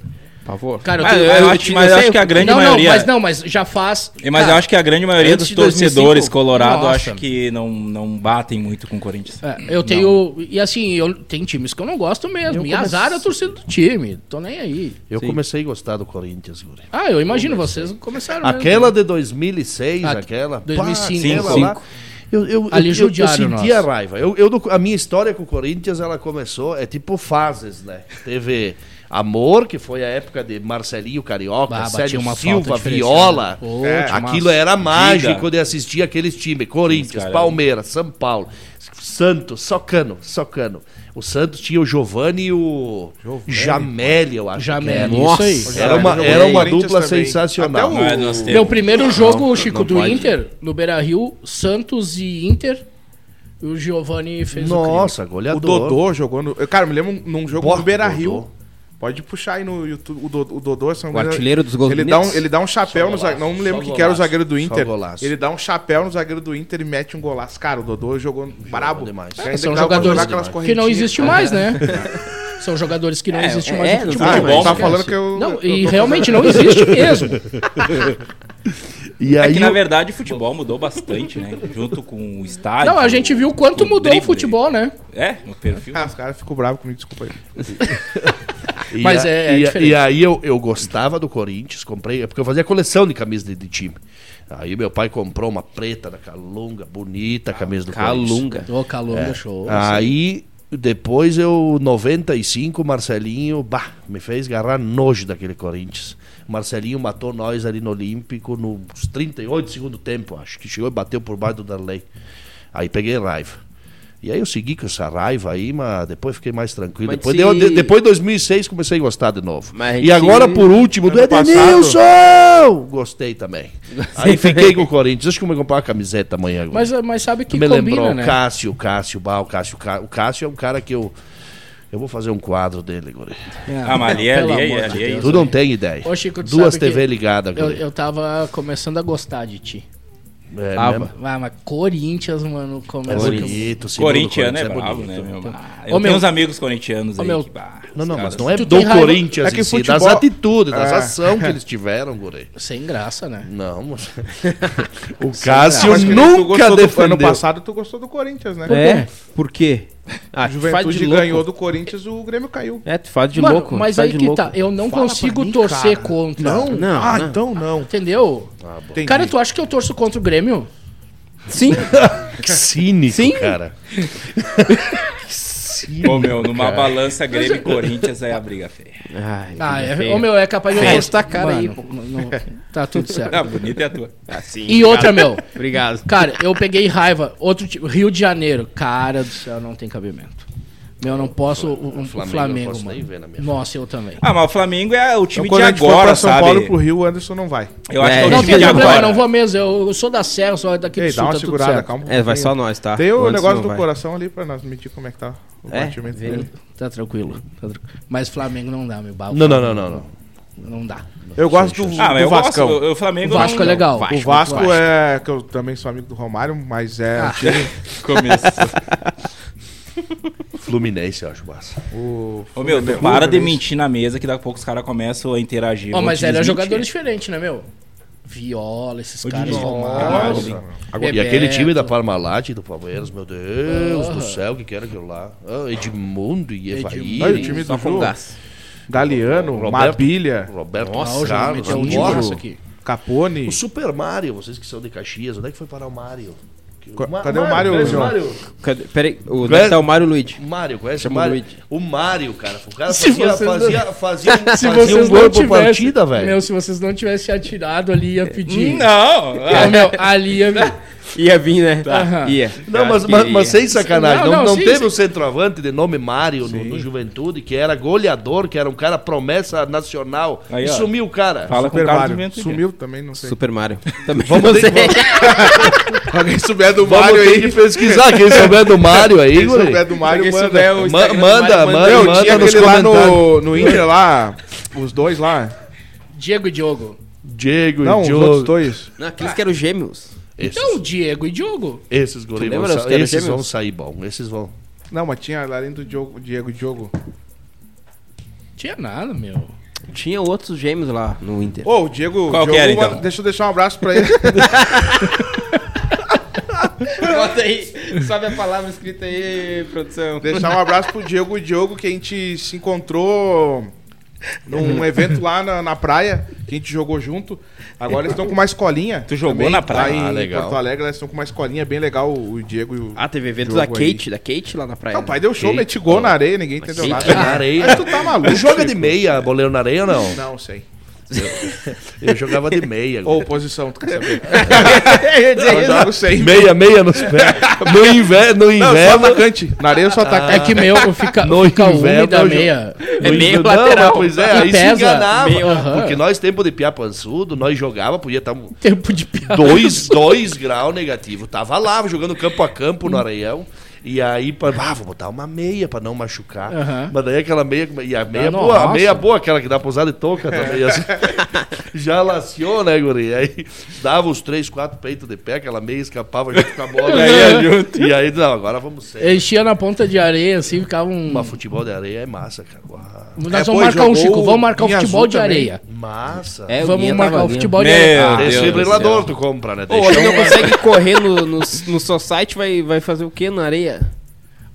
[SPEAKER 3] Pavor.
[SPEAKER 1] Cara, eu
[SPEAKER 4] Ah,
[SPEAKER 1] tenho.
[SPEAKER 4] eu acho- mas eu acho que é a grande
[SPEAKER 1] não,
[SPEAKER 4] maioria.
[SPEAKER 1] não, mas não, mas já faz. Tá,
[SPEAKER 4] E- Mas
[SPEAKER 1] Cara,
[SPEAKER 4] eu acho que a grande maioria
[SPEAKER 3] antes
[SPEAKER 4] dos
[SPEAKER 3] de 2005,
[SPEAKER 4] torcedores colorados
[SPEAKER 1] nossa.
[SPEAKER 4] acho que não, não batem muito com o Corinthians.
[SPEAKER 1] É, eu tenho. E assim, eu, tem times que eu não gosto mesmo. e azar é a torcida do time. Tô nem aí.
[SPEAKER 5] Eu comecei a gostar do Corinthians, guri.
[SPEAKER 1] Ah, eu imagino, vocês começaram. mesmo.
[SPEAKER 5] Aquela de 2006,
[SPEAKER 1] Ah,
[SPEAKER 5] aquela. pá,
[SPEAKER 1] 2005.
[SPEAKER 5] aquela lá, Eu, eu,
[SPEAKER 1] Ali
[SPEAKER 5] eu, eu, eu
[SPEAKER 1] judiaram
[SPEAKER 5] sentia
[SPEAKER 1] nós.
[SPEAKER 5] raiva. Eu, eu, no- a minha história com o Corinthians, ela começou, é tipo fases, né? Teve Amor, que foi a época de Marcelinho Carioca,
[SPEAKER 1] Bah, batia
[SPEAKER 5] Sérgio
[SPEAKER 1] uma
[SPEAKER 5] Silva,
[SPEAKER 1] falta né?
[SPEAKER 5] Viola.
[SPEAKER 1] diferenciada. Ô,
[SPEAKER 5] É,
[SPEAKER 1] timaço.
[SPEAKER 5] aquilo era mágico
[SPEAKER 4] Diga.
[SPEAKER 5] de assistir aqueles times. Corinthians,
[SPEAKER 4] Caralho.
[SPEAKER 5] Palmeiras, São Paulo, Santos, Socano, Socano. O Santos tinha o Giovanni e o Jamelli, eu acho.
[SPEAKER 1] Jamelli,
[SPEAKER 5] que era.
[SPEAKER 1] É, isso aí.
[SPEAKER 5] Nossa,
[SPEAKER 2] é,
[SPEAKER 5] Era uma, era uma dupla sensacional.
[SPEAKER 2] Até o-
[SPEAKER 4] Mas é, nós temos-
[SPEAKER 1] Meu primeiro jogo,
[SPEAKER 3] não
[SPEAKER 1] Chico, do
[SPEAKER 3] pode.
[SPEAKER 1] Inter, no Beira Rio, Santos e Inter. E o Giovanni fez
[SPEAKER 5] Nossa,
[SPEAKER 2] O
[SPEAKER 5] goleador.
[SPEAKER 2] Dodô jogou no. eu, Cara, eu me lembro um, num jogo
[SPEAKER 5] Porra,
[SPEAKER 2] do Beira
[SPEAKER 5] Dodô.
[SPEAKER 2] Rio. Pode puxar aí no YouTube. O Dodô, o Dodô se não me
[SPEAKER 3] O
[SPEAKER 2] engano,
[SPEAKER 3] artilheiro dos gols
[SPEAKER 2] ele
[SPEAKER 3] do
[SPEAKER 2] dá um
[SPEAKER 3] Minas.
[SPEAKER 2] Ele dá um chapéu no
[SPEAKER 5] golaço,
[SPEAKER 2] zagueiro. Não me lembro
[SPEAKER 5] só
[SPEAKER 2] quem que era o
[SPEAKER 5] golaço,
[SPEAKER 2] zagueiro do
[SPEAKER 5] só
[SPEAKER 2] Inter.
[SPEAKER 5] golaço.
[SPEAKER 2] Ele dá um chapéu no zagueiro do Inter e mete um golaço. Cara, o Dodô jogou brabo.
[SPEAKER 5] demais.
[SPEAKER 2] Ainda
[SPEAKER 1] o São
[SPEAKER 2] que dava pra
[SPEAKER 1] jogadores
[SPEAKER 2] jogar aquelas
[SPEAKER 1] que não
[SPEAKER 2] correntinhas.
[SPEAKER 1] existe mais, né? São jogadores que não existem
[SPEAKER 3] é,
[SPEAKER 1] mais
[SPEAKER 3] é,
[SPEAKER 1] no
[SPEAKER 3] não
[SPEAKER 1] futebol.
[SPEAKER 2] Ah,
[SPEAKER 3] existe
[SPEAKER 2] bom,
[SPEAKER 3] mais,
[SPEAKER 2] tá
[SPEAKER 1] esquece.
[SPEAKER 2] falando que eu.
[SPEAKER 1] Não,
[SPEAKER 2] eu
[SPEAKER 1] e
[SPEAKER 2] tô
[SPEAKER 1] realmente não existe mesmo.
[SPEAKER 5] E
[SPEAKER 4] É
[SPEAKER 5] aí
[SPEAKER 4] que, na
[SPEAKER 5] o-
[SPEAKER 4] verdade, o futebol mudou bastante, né? Junto com o estádio.
[SPEAKER 1] Não, a gente viu o quanto
[SPEAKER 4] com
[SPEAKER 1] mudou
[SPEAKER 4] drible.
[SPEAKER 1] o futebol, né?
[SPEAKER 4] É, no perfil.
[SPEAKER 2] Ah, os caras ficam bravos comigo, desculpa aí.
[SPEAKER 5] E
[SPEAKER 1] Mas
[SPEAKER 5] a-
[SPEAKER 1] é- é
[SPEAKER 5] e, a-
[SPEAKER 1] diferente.
[SPEAKER 5] e aí eu, eu gostava do Corinthians, comprei, é porque eu fazia coleção de camisas de, de time. Aí meu pai comprou uma preta da Calunga, bonita a camisa do Corinthians.
[SPEAKER 3] Calunga.
[SPEAKER 1] Ô, Calunga, show.
[SPEAKER 5] Aí depois eu, 95, Marcelinho, bah, me fez garrar nojo daquele Corinthians. Marcelinho matou nós ali no Olímpico nos 38 segundo tempo, acho que chegou e bateu por baixo do Darley. Aí peguei raiva. E aí eu segui com essa raiva aí, mas depois fiquei mais tranquilo.
[SPEAKER 3] Mas
[SPEAKER 5] depois,
[SPEAKER 3] se-
[SPEAKER 5] deu- de, depois de 2006 comecei a gostar de novo.
[SPEAKER 3] Mas
[SPEAKER 5] E
[SPEAKER 3] se-
[SPEAKER 5] agora, por último, do
[SPEAKER 2] Ano passado-
[SPEAKER 5] Edenilson! Gostei também. Aí fiquei com o Corinthians. Acho que eu vou comprar uma camiseta amanhã agora.
[SPEAKER 1] Mas, mas sabe que
[SPEAKER 5] me
[SPEAKER 1] combina,
[SPEAKER 5] lembrou
[SPEAKER 1] né?
[SPEAKER 5] o Cássio, o Cássio, bah, o Cássio, o Cá- o Cássio é um cara que eu eu vou fazer um quadro dele, guri.
[SPEAKER 4] Ah, mas ali é-
[SPEAKER 1] Pelo
[SPEAKER 4] ali é-
[SPEAKER 1] amor
[SPEAKER 4] ali
[SPEAKER 1] de
[SPEAKER 4] é
[SPEAKER 1] Deus.
[SPEAKER 5] Tu não tem ideia.
[SPEAKER 1] Ô, Chico, tu
[SPEAKER 5] Duas
[SPEAKER 1] sabe que
[SPEAKER 5] TV ligadas,
[SPEAKER 1] Eu,
[SPEAKER 5] guri.
[SPEAKER 1] eu tava começando a gostar de ti.
[SPEAKER 5] É
[SPEAKER 3] tava.
[SPEAKER 5] mesmo?
[SPEAKER 1] Ah, mas Corinthians, mano,
[SPEAKER 5] É
[SPEAKER 1] começa...
[SPEAKER 5] bonito, segundo
[SPEAKER 4] Corintiano é
[SPEAKER 5] Corinthians,
[SPEAKER 4] bravo, né,
[SPEAKER 5] bonito.
[SPEAKER 4] meu? Ah,
[SPEAKER 1] Ô,
[SPEAKER 4] Eu
[SPEAKER 1] meu-
[SPEAKER 4] tenho uns amigos corintianos
[SPEAKER 1] Ô,
[SPEAKER 4] aí
[SPEAKER 1] meu-
[SPEAKER 4] que, bah,
[SPEAKER 5] Não,
[SPEAKER 4] os
[SPEAKER 5] não,
[SPEAKER 4] caras-
[SPEAKER 5] mas não é
[SPEAKER 1] Tu
[SPEAKER 5] do
[SPEAKER 1] tem raiva-
[SPEAKER 5] Corinthians
[SPEAKER 2] É que
[SPEAKER 5] em si,
[SPEAKER 2] futebol-
[SPEAKER 5] das atitudes, das
[SPEAKER 2] Ah.
[SPEAKER 5] ações que eles tiveram, guri.
[SPEAKER 1] Sem graça, né?
[SPEAKER 5] Não, mas... o Cássio
[SPEAKER 2] Ah, Mas que nem tu
[SPEAKER 5] nunca
[SPEAKER 2] gostou do- ano
[SPEAKER 5] defendeu.
[SPEAKER 2] passado tu gostou do Corinthians, né?
[SPEAKER 3] É, por quê? Ah,
[SPEAKER 2] A
[SPEAKER 3] tu faz de
[SPEAKER 2] Juventude
[SPEAKER 3] louco.
[SPEAKER 2] ganhou do Corinthians, o Grêmio caiu.
[SPEAKER 3] É, tu faz de
[SPEAKER 1] Mano,
[SPEAKER 3] louco.
[SPEAKER 1] mas
[SPEAKER 3] tu faz
[SPEAKER 1] aí
[SPEAKER 3] de
[SPEAKER 1] que
[SPEAKER 3] louco.
[SPEAKER 1] tá, eu não
[SPEAKER 2] Fala pra
[SPEAKER 1] consigo
[SPEAKER 2] mim,
[SPEAKER 1] torcer
[SPEAKER 2] cara.
[SPEAKER 1] contra.
[SPEAKER 3] não,
[SPEAKER 2] Ah,
[SPEAKER 3] não.
[SPEAKER 2] então não.
[SPEAKER 1] Entendeu?
[SPEAKER 2] Entendi.
[SPEAKER 1] Cara, tu acha que eu torço contra o Grêmio?
[SPEAKER 3] Sim,
[SPEAKER 5] Que cínico,
[SPEAKER 3] Sim.
[SPEAKER 5] cara.
[SPEAKER 4] Ô, meu, numa balança Grêmio e Corinthians é a briga feia.
[SPEAKER 3] Ai,
[SPEAKER 1] Ah, é,
[SPEAKER 3] feio.
[SPEAKER 1] ô meu, é capaz de eu
[SPEAKER 3] Feio.
[SPEAKER 1] gostar.
[SPEAKER 3] Essa cara aí,
[SPEAKER 1] Mano,
[SPEAKER 3] pô.
[SPEAKER 1] não- não- tá tudo certo.
[SPEAKER 4] Ah, bonita é a tua.
[SPEAKER 3] Assim,
[SPEAKER 1] E outra, meu.
[SPEAKER 3] Obrigado.
[SPEAKER 1] Cara, eu peguei raiva. Outro tipo, Rio de Janeiro. Cara do céu, não tem cabimento. Meu, eu não posso. O, o- o
[SPEAKER 5] Flamengo,
[SPEAKER 1] Flamengo,
[SPEAKER 5] eu não posso
[SPEAKER 1] mano.
[SPEAKER 5] nem ver na minha
[SPEAKER 1] Nossa, eu também.
[SPEAKER 4] Ah, mas o Flamengo é o time
[SPEAKER 2] Então, quando
[SPEAKER 4] de
[SPEAKER 2] a gente for pra
[SPEAKER 4] agora,
[SPEAKER 2] São
[SPEAKER 4] sabe?
[SPEAKER 2] Paulo e pro Rio, o Anderson não vai.
[SPEAKER 4] Eu acho
[SPEAKER 3] É,
[SPEAKER 4] que é o
[SPEAKER 1] não,
[SPEAKER 3] gente
[SPEAKER 4] time
[SPEAKER 1] tem
[SPEAKER 4] de
[SPEAKER 1] problema, não
[SPEAKER 4] agora.
[SPEAKER 1] vou mesmo. Eu, eu sou da Serra, sou daqui do
[SPEAKER 2] Ei,
[SPEAKER 1] Sul,
[SPEAKER 2] dá uma
[SPEAKER 1] tá tudo
[SPEAKER 2] segurada,
[SPEAKER 1] certo.
[SPEAKER 2] calma. um
[SPEAKER 3] É, vai
[SPEAKER 2] pouquinho.
[SPEAKER 3] só nós, tá?
[SPEAKER 2] Tem o
[SPEAKER 3] Antes
[SPEAKER 2] negócio
[SPEAKER 3] não
[SPEAKER 2] do
[SPEAKER 3] vai.
[SPEAKER 2] coração ali pra nós medir como é que tá o
[SPEAKER 3] É,
[SPEAKER 2] batimento
[SPEAKER 3] vê.
[SPEAKER 2] dele.
[SPEAKER 1] Tá tranquilo, tá tranquilo. Mas Flamengo não dá, meu babo.
[SPEAKER 5] Não, não, não, não. não.
[SPEAKER 1] Não dá.
[SPEAKER 2] Eu gosto do,
[SPEAKER 4] Ah, mas
[SPEAKER 2] do
[SPEAKER 4] eu
[SPEAKER 2] Vascão.
[SPEAKER 4] gosto. O Flamengo
[SPEAKER 1] O Vasco é legal.
[SPEAKER 2] O Vasco, é. que eu também sou amigo do Romário, mas é.
[SPEAKER 5] Ah.
[SPEAKER 2] o time-
[SPEAKER 4] Começou.
[SPEAKER 5] Fluminense, eu acho, massa.
[SPEAKER 2] o,
[SPEAKER 4] Ô, meu, tu
[SPEAKER 2] Fluminense.
[SPEAKER 4] para de mentir na mesa que daqui a pouco os caras começam a interagir.
[SPEAKER 1] Ó,
[SPEAKER 4] Vou
[SPEAKER 1] mas
[SPEAKER 4] te
[SPEAKER 1] ele é
[SPEAKER 4] desmentir.
[SPEAKER 1] jogador diferente, né, meu? Viola, esses
[SPEAKER 4] Vou te
[SPEAKER 1] caras.
[SPEAKER 4] desmentir.
[SPEAKER 1] Romário.
[SPEAKER 4] Nossa.
[SPEAKER 5] e
[SPEAKER 1] Bebeto.
[SPEAKER 5] aquele time da Parmalat e do Palmeiras, meu Deus
[SPEAKER 1] Porra.
[SPEAKER 5] do céu, o que que era aquilo lá? Ah, Edmundo e Evaí.
[SPEAKER 1] Edmundo.
[SPEAKER 2] Olha o time
[SPEAKER 3] Só
[SPEAKER 2] do
[SPEAKER 3] com
[SPEAKER 2] Ju,
[SPEAKER 3] gás.
[SPEAKER 2] Galiano,
[SPEAKER 5] Roberto.
[SPEAKER 2] Mabilha,
[SPEAKER 5] Roberto
[SPEAKER 1] Ah, o
[SPEAKER 5] Nossa,
[SPEAKER 1] João
[SPEAKER 5] Carlos,
[SPEAKER 1] meteu um assim.
[SPEAKER 5] Moro.
[SPEAKER 1] golaço aqui.
[SPEAKER 2] Capone.
[SPEAKER 5] O Super Mario, vocês que são de Caxias, onde é que foi parar o Mário?
[SPEAKER 2] Co- cadê o Mário,
[SPEAKER 5] conhece o
[SPEAKER 2] João?
[SPEAKER 5] Mário?
[SPEAKER 3] Cadê- Peraí, o
[SPEAKER 5] Glenn-
[SPEAKER 3] deve tá o Mário Luigi.
[SPEAKER 5] Mário, conhece
[SPEAKER 3] Chama
[SPEAKER 5] o Mário?
[SPEAKER 3] o Luigi.
[SPEAKER 5] O Mário, cara. O cara
[SPEAKER 1] Se
[SPEAKER 5] fazia,
[SPEAKER 1] vocês não-
[SPEAKER 5] fazia, fazia, fazia,
[SPEAKER 1] Se vocês
[SPEAKER 5] um gol
[SPEAKER 1] não
[SPEAKER 5] por
[SPEAKER 1] tivessem,
[SPEAKER 5] partida, velho.
[SPEAKER 1] Meu, se vocês não tivessem atirado ali, ia pedir.
[SPEAKER 4] Não!
[SPEAKER 5] Ah.
[SPEAKER 1] Ô, meu, ali ia.
[SPEAKER 3] Ia vir, né?
[SPEAKER 1] Tá.
[SPEAKER 3] Ia.
[SPEAKER 5] Não, mas,
[SPEAKER 3] Ah,
[SPEAKER 5] mas,
[SPEAKER 3] ia.
[SPEAKER 5] mas sem sacanagem.
[SPEAKER 1] Não,
[SPEAKER 5] Não,
[SPEAKER 1] não,
[SPEAKER 5] não
[SPEAKER 1] sim,
[SPEAKER 5] teve
[SPEAKER 1] sim.
[SPEAKER 5] um centroavante de nome Mário no, no Juventude, que era goleador, que era um cara promessa nacional.
[SPEAKER 4] Aí,
[SPEAKER 5] e
[SPEAKER 4] ó.
[SPEAKER 5] sumiu o cara.
[SPEAKER 4] Fala com o
[SPEAKER 2] Super
[SPEAKER 4] cara do
[SPEAKER 2] Mario.
[SPEAKER 4] vento.
[SPEAKER 2] Sumiu também, não sei.
[SPEAKER 3] Super Mario. Também
[SPEAKER 5] Vamos
[SPEAKER 3] não
[SPEAKER 5] ter-
[SPEAKER 3] sei.
[SPEAKER 2] Alguém souber do
[SPEAKER 5] Vamos ter que pesquisar. Quem souber do Mário aí,
[SPEAKER 2] Quem
[SPEAKER 5] guri.
[SPEAKER 2] souber do Mário,
[SPEAKER 3] Quem
[SPEAKER 2] manda.
[SPEAKER 3] souber o
[SPEAKER 5] Ma-
[SPEAKER 3] Instagram do
[SPEAKER 5] manda,
[SPEAKER 3] Mário,
[SPEAKER 5] manda,
[SPEAKER 2] Meu,
[SPEAKER 5] manda
[SPEAKER 2] tinha
[SPEAKER 5] nos
[SPEAKER 2] aquele lá
[SPEAKER 5] comentários.
[SPEAKER 2] no, no Inter lá, os dois lá.
[SPEAKER 1] Diego e Diogo.
[SPEAKER 5] Diego
[SPEAKER 2] Não,
[SPEAKER 5] e
[SPEAKER 2] os outros
[SPEAKER 5] Diogo.
[SPEAKER 2] dois.
[SPEAKER 3] Não, aqueles que eram gêmeos.
[SPEAKER 5] Esses,
[SPEAKER 1] Então, Diego e Diogo.
[SPEAKER 5] esses guri
[SPEAKER 3] lembra
[SPEAKER 5] vão
[SPEAKER 3] os
[SPEAKER 5] sa-
[SPEAKER 3] que eram
[SPEAKER 5] esses vão
[SPEAKER 3] gêmeos?
[SPEAKER 5] sair bom. Esses vão.
[SPEAKER 2] Não, mas tinha lá além do Diogo, Diego e Diogo.
[SPEAKER 1] Tinha nada, meu.
[SPEAKER 3] Tinha outros gêmeos lá no Inter.
[SPEAKER 2] Ô, o Diego.
[SPEAKER 4] Qual
[SPEAKER 2] Diogo,
[SPEAKER 4] que era, então?
[SPEAKER 2] Deixa eu deixar um abraço pra ele.
[SPEAKER 3] Bota aí, sobe a palavra escrita aí, produção.
[SPEAKER 2] deixar um abraço pro Diego e Diogo, que a gente se encontrou
[SPEAKER 4] Uhum.
[SPEAKER 2] num evento lá na, na praia, que a gente jogou junto. Agora eles estão com uma escolinha.
[SPEAKER 4] Tu jogou na praia?
[SPEAKER 2] Lá
[SPEAKER 5] Ah,
[SPEAKER 2] em
[SPEAKER 5] legal.
[SPEAKER 2] Porto Alegre, eles estão com uma escolinha bem legal, o o Diego e o.
[SPEAKER 3] Ah, teve evento
[SPEAKER 2] Jogo
[SPEAKER 3] da
[SPEAKER 2] aí.
[SPEAKER 3] Kate, da Kate lá na praia.
[SPEAKER 2] Não, o
[SPEAKER 3] né?
[SPEAKER 2] pai deu show,
[SPEAKER 5] Kate,
[SPEAKER 2] meti gol na areia, ninguém entendeu
[SPEAKER 5] Quem
[SPEAKER 2] nada.
[SPEAKER 5] que na areia?
[SPEAKER 2] Mas tu tá maluco.
[SPEAKER 5] Tu Ah, joga de
[SPEAKER 2] Chico.
[SPEAKER 5] meia, boleiro na areia ou não?
[SPEAKER 2] Não, sei.
[SPEAKER 5] Eu jogava de meia.
[SPEAKER 2] Ou posição, tu quer saber? Eu
[SPEAKER 5] guri.
[SPEAKER 2] jogo sem.
[SPEAKER 5] meia, meia nos pés. No inverno,
[SPEAKER 2] Não,
[SPEAKER 5] no
[SPEAKER 2] eu sou
[SPEAKER 5] inverno.
[SPEAKER 2] atacante. Na areia eu sou atacante.
[SPEAKER 1] É que meu, fica,
[SPEAKER 5] No
[SPEAKER 1] fica
[SPEAKER 5] Ah. inverno,
[SPEAKER 1] úmida da
[SPEAKER 5] eu-
[SPEAKER 1] meia.
[SPEAKER 5] no
[SPEAKER 3] meio
[SPEAKER 5] inverno-
[SPEAKER 3] lateral.
[SPEAKER 5] mas Pois é, aí
[SPEAKER 1] Pesa.
[SPEAKER 5] se enganava.
[SPEAKER 1] Meio, aham.
[SPEAKER 5] Porque nós, tempo de piá pançudo, nós jogava, podia tá um estar
[SPEAKER 1] Tempo de piada.
[SPEAKER 5] dois, dois graus negativo. Tava lá, jogando campo a campo no areião. E aí, pra- ah, vou botar uma meia pra não machucar.
[SPEAKER 1] Aham.
[SPEAKER 5] Mas daí aquela meia. E a meia
[SPEAKER 1] Ah, não,
[SPEAKER 5] boa, a
[SPEAKER 1] nossa.
[SPEAKER 5] meia boa, aquela que dá pra usar de touca também. assim. Já laciou, né, guri? Aí dava os três, quatro peitos de pé, aquela meia escapava junto com a bola. e, aí, e aí, não, agora vamos ser.
[SPEAKER 1] Enchia na ponta de areia, assim, ficava um.
[SPEAKER 5] Mas futebol de areia é massa, cara. Uau.
[SPEAKER 1] Nós
[SPEAKER 2] É,
[SPEAKER 1] vamos
[SPEAKER 2] pô,
[SPEAKER 1] marcar um,
[SPEAKER 2] jogou
[SPEAKER 1] Chico. Vamos marcar o
[SPEAKER 2] em
[SPEAKER 1] futebol
[SPEAKER 2] azul
[SPEAKER 1] de
[SPEAKER 2] também.
[SPEAKER 1] areia.
[SPEAKER 5] Massa.
[SPEAKER 3] É, o
[SPEAKER 1] Vamos
[SPEAKER 3] Guinha
[SPEAKER 1] marcar
[SPEAKER 3] tava
[SPEAKER 1] o
[SPEAKER 3] ali, ó.
[SPEAKER 1] futebol de
[SPEAKER 4] Meu
[SPEAKER 1] areia.
[SPEAKER 4] Deus do
[SPEAKER 5] Desfibrilador
[SPEAKER 4] céu.
[SPEAKER 5] tu compra, né?
[SPEAKER 3] Ô,
[SPEAKER 5] Deixa
[SPEAKER 3] ele
[SPEAKER 5] eu-
[SPEAKER 3] não consegue correr no, no, no society, vai, vai fazer o quê na areia?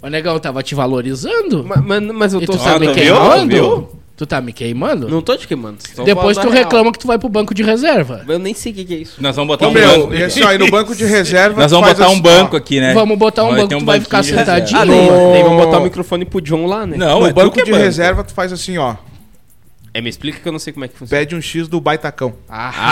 [SPEAKER 1] Ô, negão, tava te valorizando?
[SPEAKER 3] Ma- Mas, mas eu
[SPEAKER 1] E
[SPEAKER 3] tô
[SPEAKER 1] tu tá
[SPEAKER 4] Ah,
[SPEAKER 1] me
[SPEAKER 3] sabendo
[SPEAKER 4] tu viu?
[SPEAKER 1] queimando?
[SPEAKER 4] Viu?
[SPEAKER 1] Tu tá me queimando?
[SPEAKER 3] Não tô te queimando. só
[SPEAKER 1] Depois tu
[SPEAKER 3] falando a real.
[SPEAKER 1] reclama que tu vai pro banco de reserva.
[SPEAKER 3] Eu nem sei o que, que é isso.
[SPEAKER 4] Nós vamos botar
[SPEAKER 2] Ô,
[SPEAKER 4] um
[SPEAKER 2] meu,
[SPEAKER 4] banco.
[SPEAKER 2] e assim, ó, e no banco de reserva.
[SPEAKER 4] Nós vamos
[SPEAKER 2] faz
[SPEAKER 4] botar
[SPEAKER 2] assim,
[SPEAKER 4] um
[SPEAKER 2] ó.
[SPEAKER 4] banco aqui, né?
[SPEAKER 1] Vamos botar um
[SPEAKER 4] Vai
[SPEAKER 1] banco
[SPEAKER 4] ter
[SPEAKER 1] que tu vai ficar
[SPEAKER 4] banquinho de reserva.
[SPEAKER 1] sentadinho.
[SPEAKER 3] Ah,
[SPEAKER 1] Não.
[SPEAKER 3] daí, daí vamos botar o microfone pro John lá, né?
[SPEAKER 4] Não,
[SPEAKER 2] No
[SPEAKER 4] é tu que
[SPEAKER 2] banco
[SPEAKER 4] é
[SPEAKER 2] de
[SPEAKER 4] banco.
[SPEAKER 2] reserva, tu faz assim, ó.
[SPEAKER 3] É, me explica que eu não sei como é que funciona.
[SPEAKER 2] Pede um X do baitacão.
[SPEAKER 3] Ah,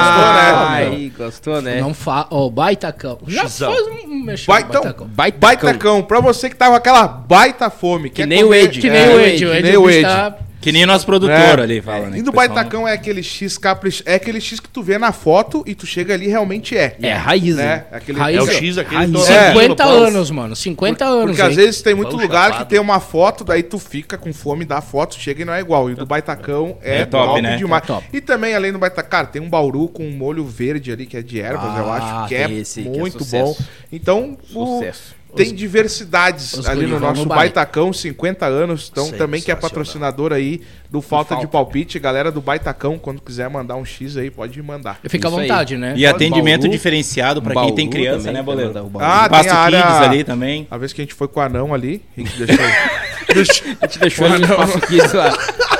[SPEAKER 2] Gostou, né?
[SPEAKER 3] Aí, gostou, né?
[SPEAKER 1] Não fa... Ô, baitacão. Já
[SPEAKER 5] Xizão.
[SPEAKER 1] faz um um mexer no
[SPEAKER 2] Baitão.
[SPEAKER 1] baitacão.
[SPEAKER 3] Baitacão.
[SPEAKER 2] então, Baitacão, pra você que tava com aquela baita fome.
[SPEAKER 3] Que
[SPEAKER 2] quer
[SPEAKER 3] nem o
[SPEAKER 2] comer-
[SPEAKER 3] Ed.
[SPEAKER 1] Que
[SPEAKER 2] É,
[SPEAKER 1] nem o Ed. O
[SPEAKER 2] que
[SPEAKER 1] Ed,
[SPEAKER 2] nem
[SPEAKER 1] o
[SPEAKER 2] o
[SPEAKER 1] bicho
[SPEAKER 2] Ed.
[SPEAKER 1] tá-
[SPEAKER 4] Que nem o nosso produtor
[SPEAKER 2] É.
[SPEAKER 4] ali fala, né?
[SPEAKER 2] E
[SPEAKER 4] que
[SPEAKER 2] do
[SPEAKER 4] o pessoal
[SPEAKER 2] baitacão é aquele X capricho, é aquele X que tu vê na foto e tu chega ali e realmente é.
[SPEAKER 3] É raiz,
[SPEAKER 2] né?
[SPEAKER 3] né?
[SPEAKER 2] Aquele
[SPEAKER 1] Raiz
[SPEAKER 5] É o
[SPEAKER 2] É,
[SPEAKER 5] X aquele.
[SPEAKER 2] É.
[SPEAKER 5] torradinho no
[SPEAKER 1] 50
[SPEAKER 5] pão.
[SPEAKER 1] anos, mano. 50 anos.
[SPEAKER 2] Porque às
[SPEAKER 1] hein?
[SPEAKER 2] vezes tem muito
[SPEAKER 5] Pão
[SPEAKER 2] lugar
[SPEAKER 5] chapado.
[SPEAKER 2] que tem uma foto, daí tu fica com fome da foto, chega e não é igual. E o do baitacão é,
[SPEAKER 4] É top,
[SPEAKER 2] top,
[SPEAKER 4] né?
[SPEAKER 2] demais.
[SPEAKER 1] É top.
[SPEAKER 2] E também, além do baitacão, cara, tem um bauru com um molho verde ali, que é de ervas,
[SPEAKER 3] Ah,
[SPEAKER 2] eu acho, que é
[SPEAKER 3] tem esse que é
[SPEAKER 2] muito bom.
[SPEAKER 3] sucesso.
[SPEAKER 2] Então, o-
[SPEAKER 3] Sucesso.
[SPEAKER 2] tem diversidades
[SPEAKER 1] os
[SPEAKER 2] ali
[SPEAKER 1] guri
[SPEAKER 2] no
[SPEAKER 1] vão
[SPEAKER 2] nosso
[SPEAKER 1] no baile.
[SPEAKER 2] baitacão, 50 anos. Então, também que é
[SPEAKER 5] Sensacional.
[SPEAKER 2] patrocinador aí do Falta de Palpite. Galera do baitacão, quando quiser mandar um X aí, pode mandar.
[SPEAKER 1] Fica à
[SPEAKER 3] Isso aí.
[SPEAKER 1] vontade, né?
[SPEAKER 4] E atendimento
[SPEAKER 3] Bauru.
[SPEAKER 4] diferenciado pra quem tem
[SPEAKER 3] Bauru
[SPEAKER 4] criança,
[SPEAKER 3] também,
[SPEAKER 4] né, Boleiro?
[SPEAKER 3] tem o Bauru.
[SPEAKER 2] Ah, tem
[SPEAKER 4] Passo
[SPEAKER 2] a área...
[SPEAKER 4] Kids ali também.
[SPEAKER 2] A vez que a gente foi com o anão ali, a gente deixou deixou
[SPEAKER 3] A gente deixou ele no espaço aqui, isso lá.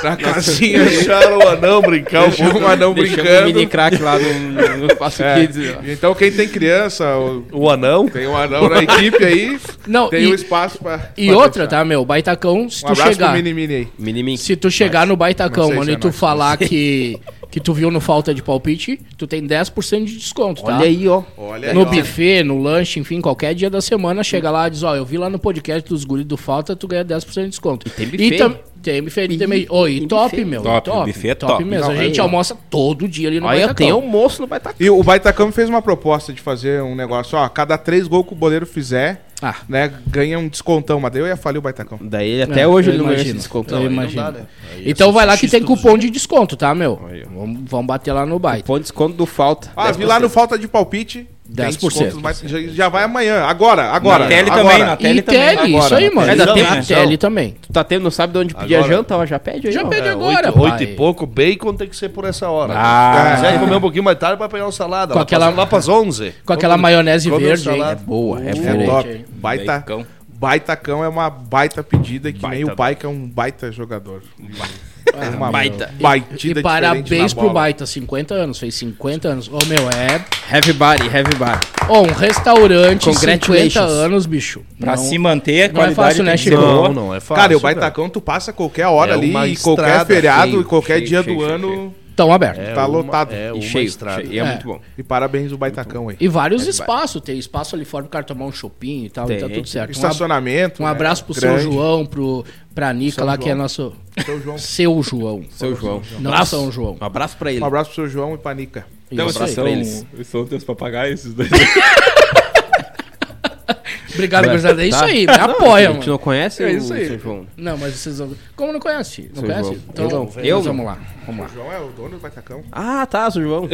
[SPEAKER 2] na casinha.
[SPEAKER 5] Deixaram o anão brincar um
[SPEAKER 2] Deixou
[SPEAKER 5] pouco.
[SPEAKER 2] um anão
[SPEAKER 3] Deixamos o
[SPEAKER 2] brincando.
[SPEAKER 3] mini crack lá no, no espaço
[SPEAKER 2] É,
[SPEAKER 3] kids. ó.
[SPEAKER 2] Então quem tem criança, o-
[SPEAKER 5] O anão?
[SPEAKER 2] tem um anão na equipe aí,
[SPEAKER 1] Não,
[SPEAKER 2] tem
[SPEAKER 1] e-
[SPEAKER 2] um espaço pra.
[SPEAKER 1] E
[SPEAKER 2] pra
[SPEAKER 1] outra,
[SPEAKER 2] deixar.
[SPEAKER 1] tá, meu? Baitacão, se
[SPEAKER 2] Um
[SPEAKER 1] tu
[SPEAKER 2] abraço pro
[SPEAKER 1] chegar.
[SPEAKER 2] Mini Mini aí.
[SPEAKER 3] Mini mini.
[SPEAKER 1] Se tu chegar no
[SPEAKER 2] Não
[SPEAKER 1] Baitacão,
[SPEAKER 2] sei se
[SPEAKER 1] mano,
[SPEAKER 2] é
[SPEAKER 1] e tu
[SPEAKER 2] nóis,
[SPEAKER 1] falar que, que tu viu no Falta de Palpite, tu tem 10% de desconto, tá?
[SPEAKER 3] Olha aí, ó.
[SPEAKER 2] Olha
[SPEAKER 1] no
[SPEAKER 2] aí, ó.
[SPEAKER 1] buffet, no lanche, enfim, qualquer dia da semana, chega lá e diz, ó, eu vi lá no podcast dos guris do Falta, tu ganha 10% de desconto. E
[SPEAKER 3] tem buffet.
[SPEAKER 1] tam- tem buffet e tem meio... Ô, e
[SPEAKER 3] tem
[SPEAKER 1] top,
[SPEAKER 3] buffet.
[SPEAKER 1] meu.
[SPEAKER 4] Top,
[SPEAKER 1] top,
[SPEAKER 4] buffet é
[SPEAKER 1] top
[SPEAKER 4] top.
[SPEAKER 1] mesmo.
[SPEAKER 3] Não,
[SPEAKER 1] a gente
[SPEAKER 3] aí, ó.
[SPEAKER 1] almoça todo dia ali no
[SPEAKER 3] Olha, tem
[SPEAKER 1] Baitacão.
[SPEAKER 3] almoço no Baitacão.
[SPEAKER 2] E o Baitacam fez uma proposta de fazer um negócio, ó, cada três gols que o goleiro fizer,
[SPEAKER 1] Ah.
[SPEAKER 2] né, ganha um descontão, mas daí eu ia falir o Baitacão.
[SPEAKER 3] Daí ele até hoje ele não ganhou esse desconto.
[SPEAKER 1] É, Eu
[SPEAKER 3] Não,
[SPEAKER 1] imagino.
[SPEAKER 5] dá, né? Aí é
[SPEAKER 1] Então
[SPEAKER 5] só
[SPEAKER 1] vai lá que
[SPEAKER 5] X
[SPEAKER 1] tem
[SPEAKER 5] todos os
[SPEAKER 1] cupom de desconto, tá, meu? Vamos, vamos bater lá no Baita.
[SPEAKER 3] Põe desconto do falta.
[SPEAKER 2] Ah, vi lá no Falta de Palpite, tem
[SPEAKER 1] 10%.
[SPEAKER 2] descontos, mas já, já vai amanhã, agora, agora.
[SPEAKER 4] Na tele
[SPEAKER 2] agora.
[SPEAKER 4] também, na
[SPEAKER 1] E
[SPEAKER 4] tele também.
[SPEAKER 1] Tele, isso
[SPEAKER 2] Agora,
[SPEAKER 1] aí,
[SPEAKER 2] né?
[SPEAKER 1] mano.
[SPEAKER 3] Ainda
[SPEAKER 1] tem
[SPEAKER 3] tem
[SPEAKER 1] a
[SPEAKER 5] opção.
[SPEAKER 1] Tele também.
[SPEAKER 3] Tu tá tendo, não sabe de onde pedir a
[SPEAKER 5] Agora.
[SPEAKER 3] janta, ó. Já pede aí,
[SPEAKER 1] Já
[SPEAKER 3] ó.
[SPEAKER 1] pede
[SPEAKER 5] É,
[SPEAKER 1] agora,
[SPEAKER 5] oito,
[SPEAKER 1] pai.
[SPEAKER 5] oito e pouco, bacon tem que ser por essa hora.
[SPEAKER 4] Ah.
[SPEAKER 5] Se quiser comer um pouquinho mais tarde, vai pegar um salada.
[SPEAKER 1] Com
[SPEAKER 5] lá,
[SPEAKER 1] aquela-
[SPEAKER 5] pras, lá pras 11.
[SPEAKER 1] Com aquela maionese
[SPEAKER 5] come um
[SPEAKER 1] verde, hein?
[SPEAKER 5] salado.
[SPEAKER 3] Boa, é
[SPEAKER 2] É
[SPEAKER 1] Diferente,
[SPEAKER 3] boa.
[SPEAKER 2] top.
[SPEAKER 1] hein?
[SPEAKER 2] Baita,
[SPEAKER 4] Baitacão.
[SPEAKER 2] baitacão é uma baita pedida, que nem o Baita é um baita jogador. É uma
[SPEAKER 3] Baita.
[SPEAKER 2] baitida
[SPEAKER 1] E
[SPEAKER 2] diferente
[SPEAKER 1] parabéns
[SPEAKER 2] na
[SPEAKER 1] pro
[SPEAKER 2] bola.
[SPEAKER 1] Baita, 50 anos, fez 50 anos. Ô, meu, é.
[SPEAKER 3] Heavy body, heavy body.
[SPEAKER 1] Ó, um restaurante,
[SPEAKER 3] Congratulations.
[SPEAKER 1] 50 anos, bicho.
[SPEAKER 4] Pra
[SPEAKER 1] Não-
[SPEAKER 4] se manter a
[SPEAKER 1] não é
[SPEAKER 4] qualidade
[SPEAKER 1] fácil, né,
[SPEAKER 4] tem que ser
[SPEAKER 1] Chico?
[SPEAKER 4] boa.
[SPEAKER 5] Não, não é fácil.
[SPEAKER 2] Cara, e o Baitacão tu passa qualquer hora
[SPEAKER 5] É
[SPEAKER 2] ali,
[SPEAKER 5] uma
[SPEAKER 2] e qualquer
[SPEAKER 5] estrada,
[SPEAKER 2] feriado,
[SPEAKER 5] cheio,
[SPEAKER 2] e qualquer
[SPEAKER 3] cheio,
[SPEAKER 2] dia
[SPEAKER 3] cheio,
[SPEAKER 2] do
[SPEAKER 3] cheio,
[SPEAKER 2] ano.
[SPEAKER 3] cheio.
[SPEAKER 1] Tão aberto.
[SPEAKER 5] É
[SPEAKER 2] tá
[SPEAKER 5] uma-
[SPEAKER 2] lotado.
[SPEAKER 5] É
[SPEAKER 2] E
[SPEAKER 5] uma
[SPEAKER 3] E cheio,
[SPEAKER 5] estrada.
[SPEAKER 3] cheio. E é,
[SPEAKER 1] É.
[SPEAKER 3] muito bom.
[SPEAKER 2] E parabéns o Baitacão aí.
[SPEAKER 1] E vários espaços, tem espaço ali fora pro cara tomar um chopinho e tal,
[SPEAKER 3] Tem.
[SPEAKER 1] e tá tudo certo. Um, ab-
[SPEAKER 2] Estacionamento.
[SPEAKER 1] um
[SPEAKER 2] né?
[SPEAKER 1] abraço pro
[SPEAKER 2] Grande.
[SPEAKER 1] seu João, pro, pra Nica
[SPEAKER 2] Seu
[SPEAKER 1] lá,
[SPEAKER 2] João.
[SPEAKER 1] que é nosso.
[SPEAKER 2] Seu João.
[SPEAKER 1] Seu João.
[SPEAKER 3] Seu João.
[SPEAKER 1] Não São João.
[SPEAKER 3] Um abraço pra ele.
[SPEAKER 2] Um abraço pro seu João e pra Nica.
[SPEAKER 4] Então,
[SPEAKER 1] Isso aí.
[SPEAKER 4] são,
[SPEAKER 3] pra eles.
[SPEAKER 4] são teus papagaios, esses dois.
[SPEAKER 1] Obrigado, gurizada. É isso
[SPEAKER 3] Tá?
[SPEAKER 1] aí, me
[SPEAKER 3] Não,
[SPEAKER 1] apoia,
[SPEAKER 3] A gente não
[SPEAKER 1] mano.
[SPEAKER 3] conhece
[SPEAKER 2] É
[SPEAKER 3] o
[SPEAKER 2] isso aí.
[SPEAKER 3] Seu João.
[SPEAKER 1] Não, mas vocês. não- Como não conhece? Não
[SPEAKER 3] Seu
[SPEAKER 1] conhece?
[SPEAKER 3] João.
[SPEAKER 1] Então,
[SPEAKER 3] Eu não.
[SPEAKER 1] mas
[SPEAKER 3] Eu não.
[SPEAKER 1] vamos lá. Vamos
[SPEAKER 2] O João é o dono do Baitacão.
[SPEAKER 3] Ah, tá, Seu João.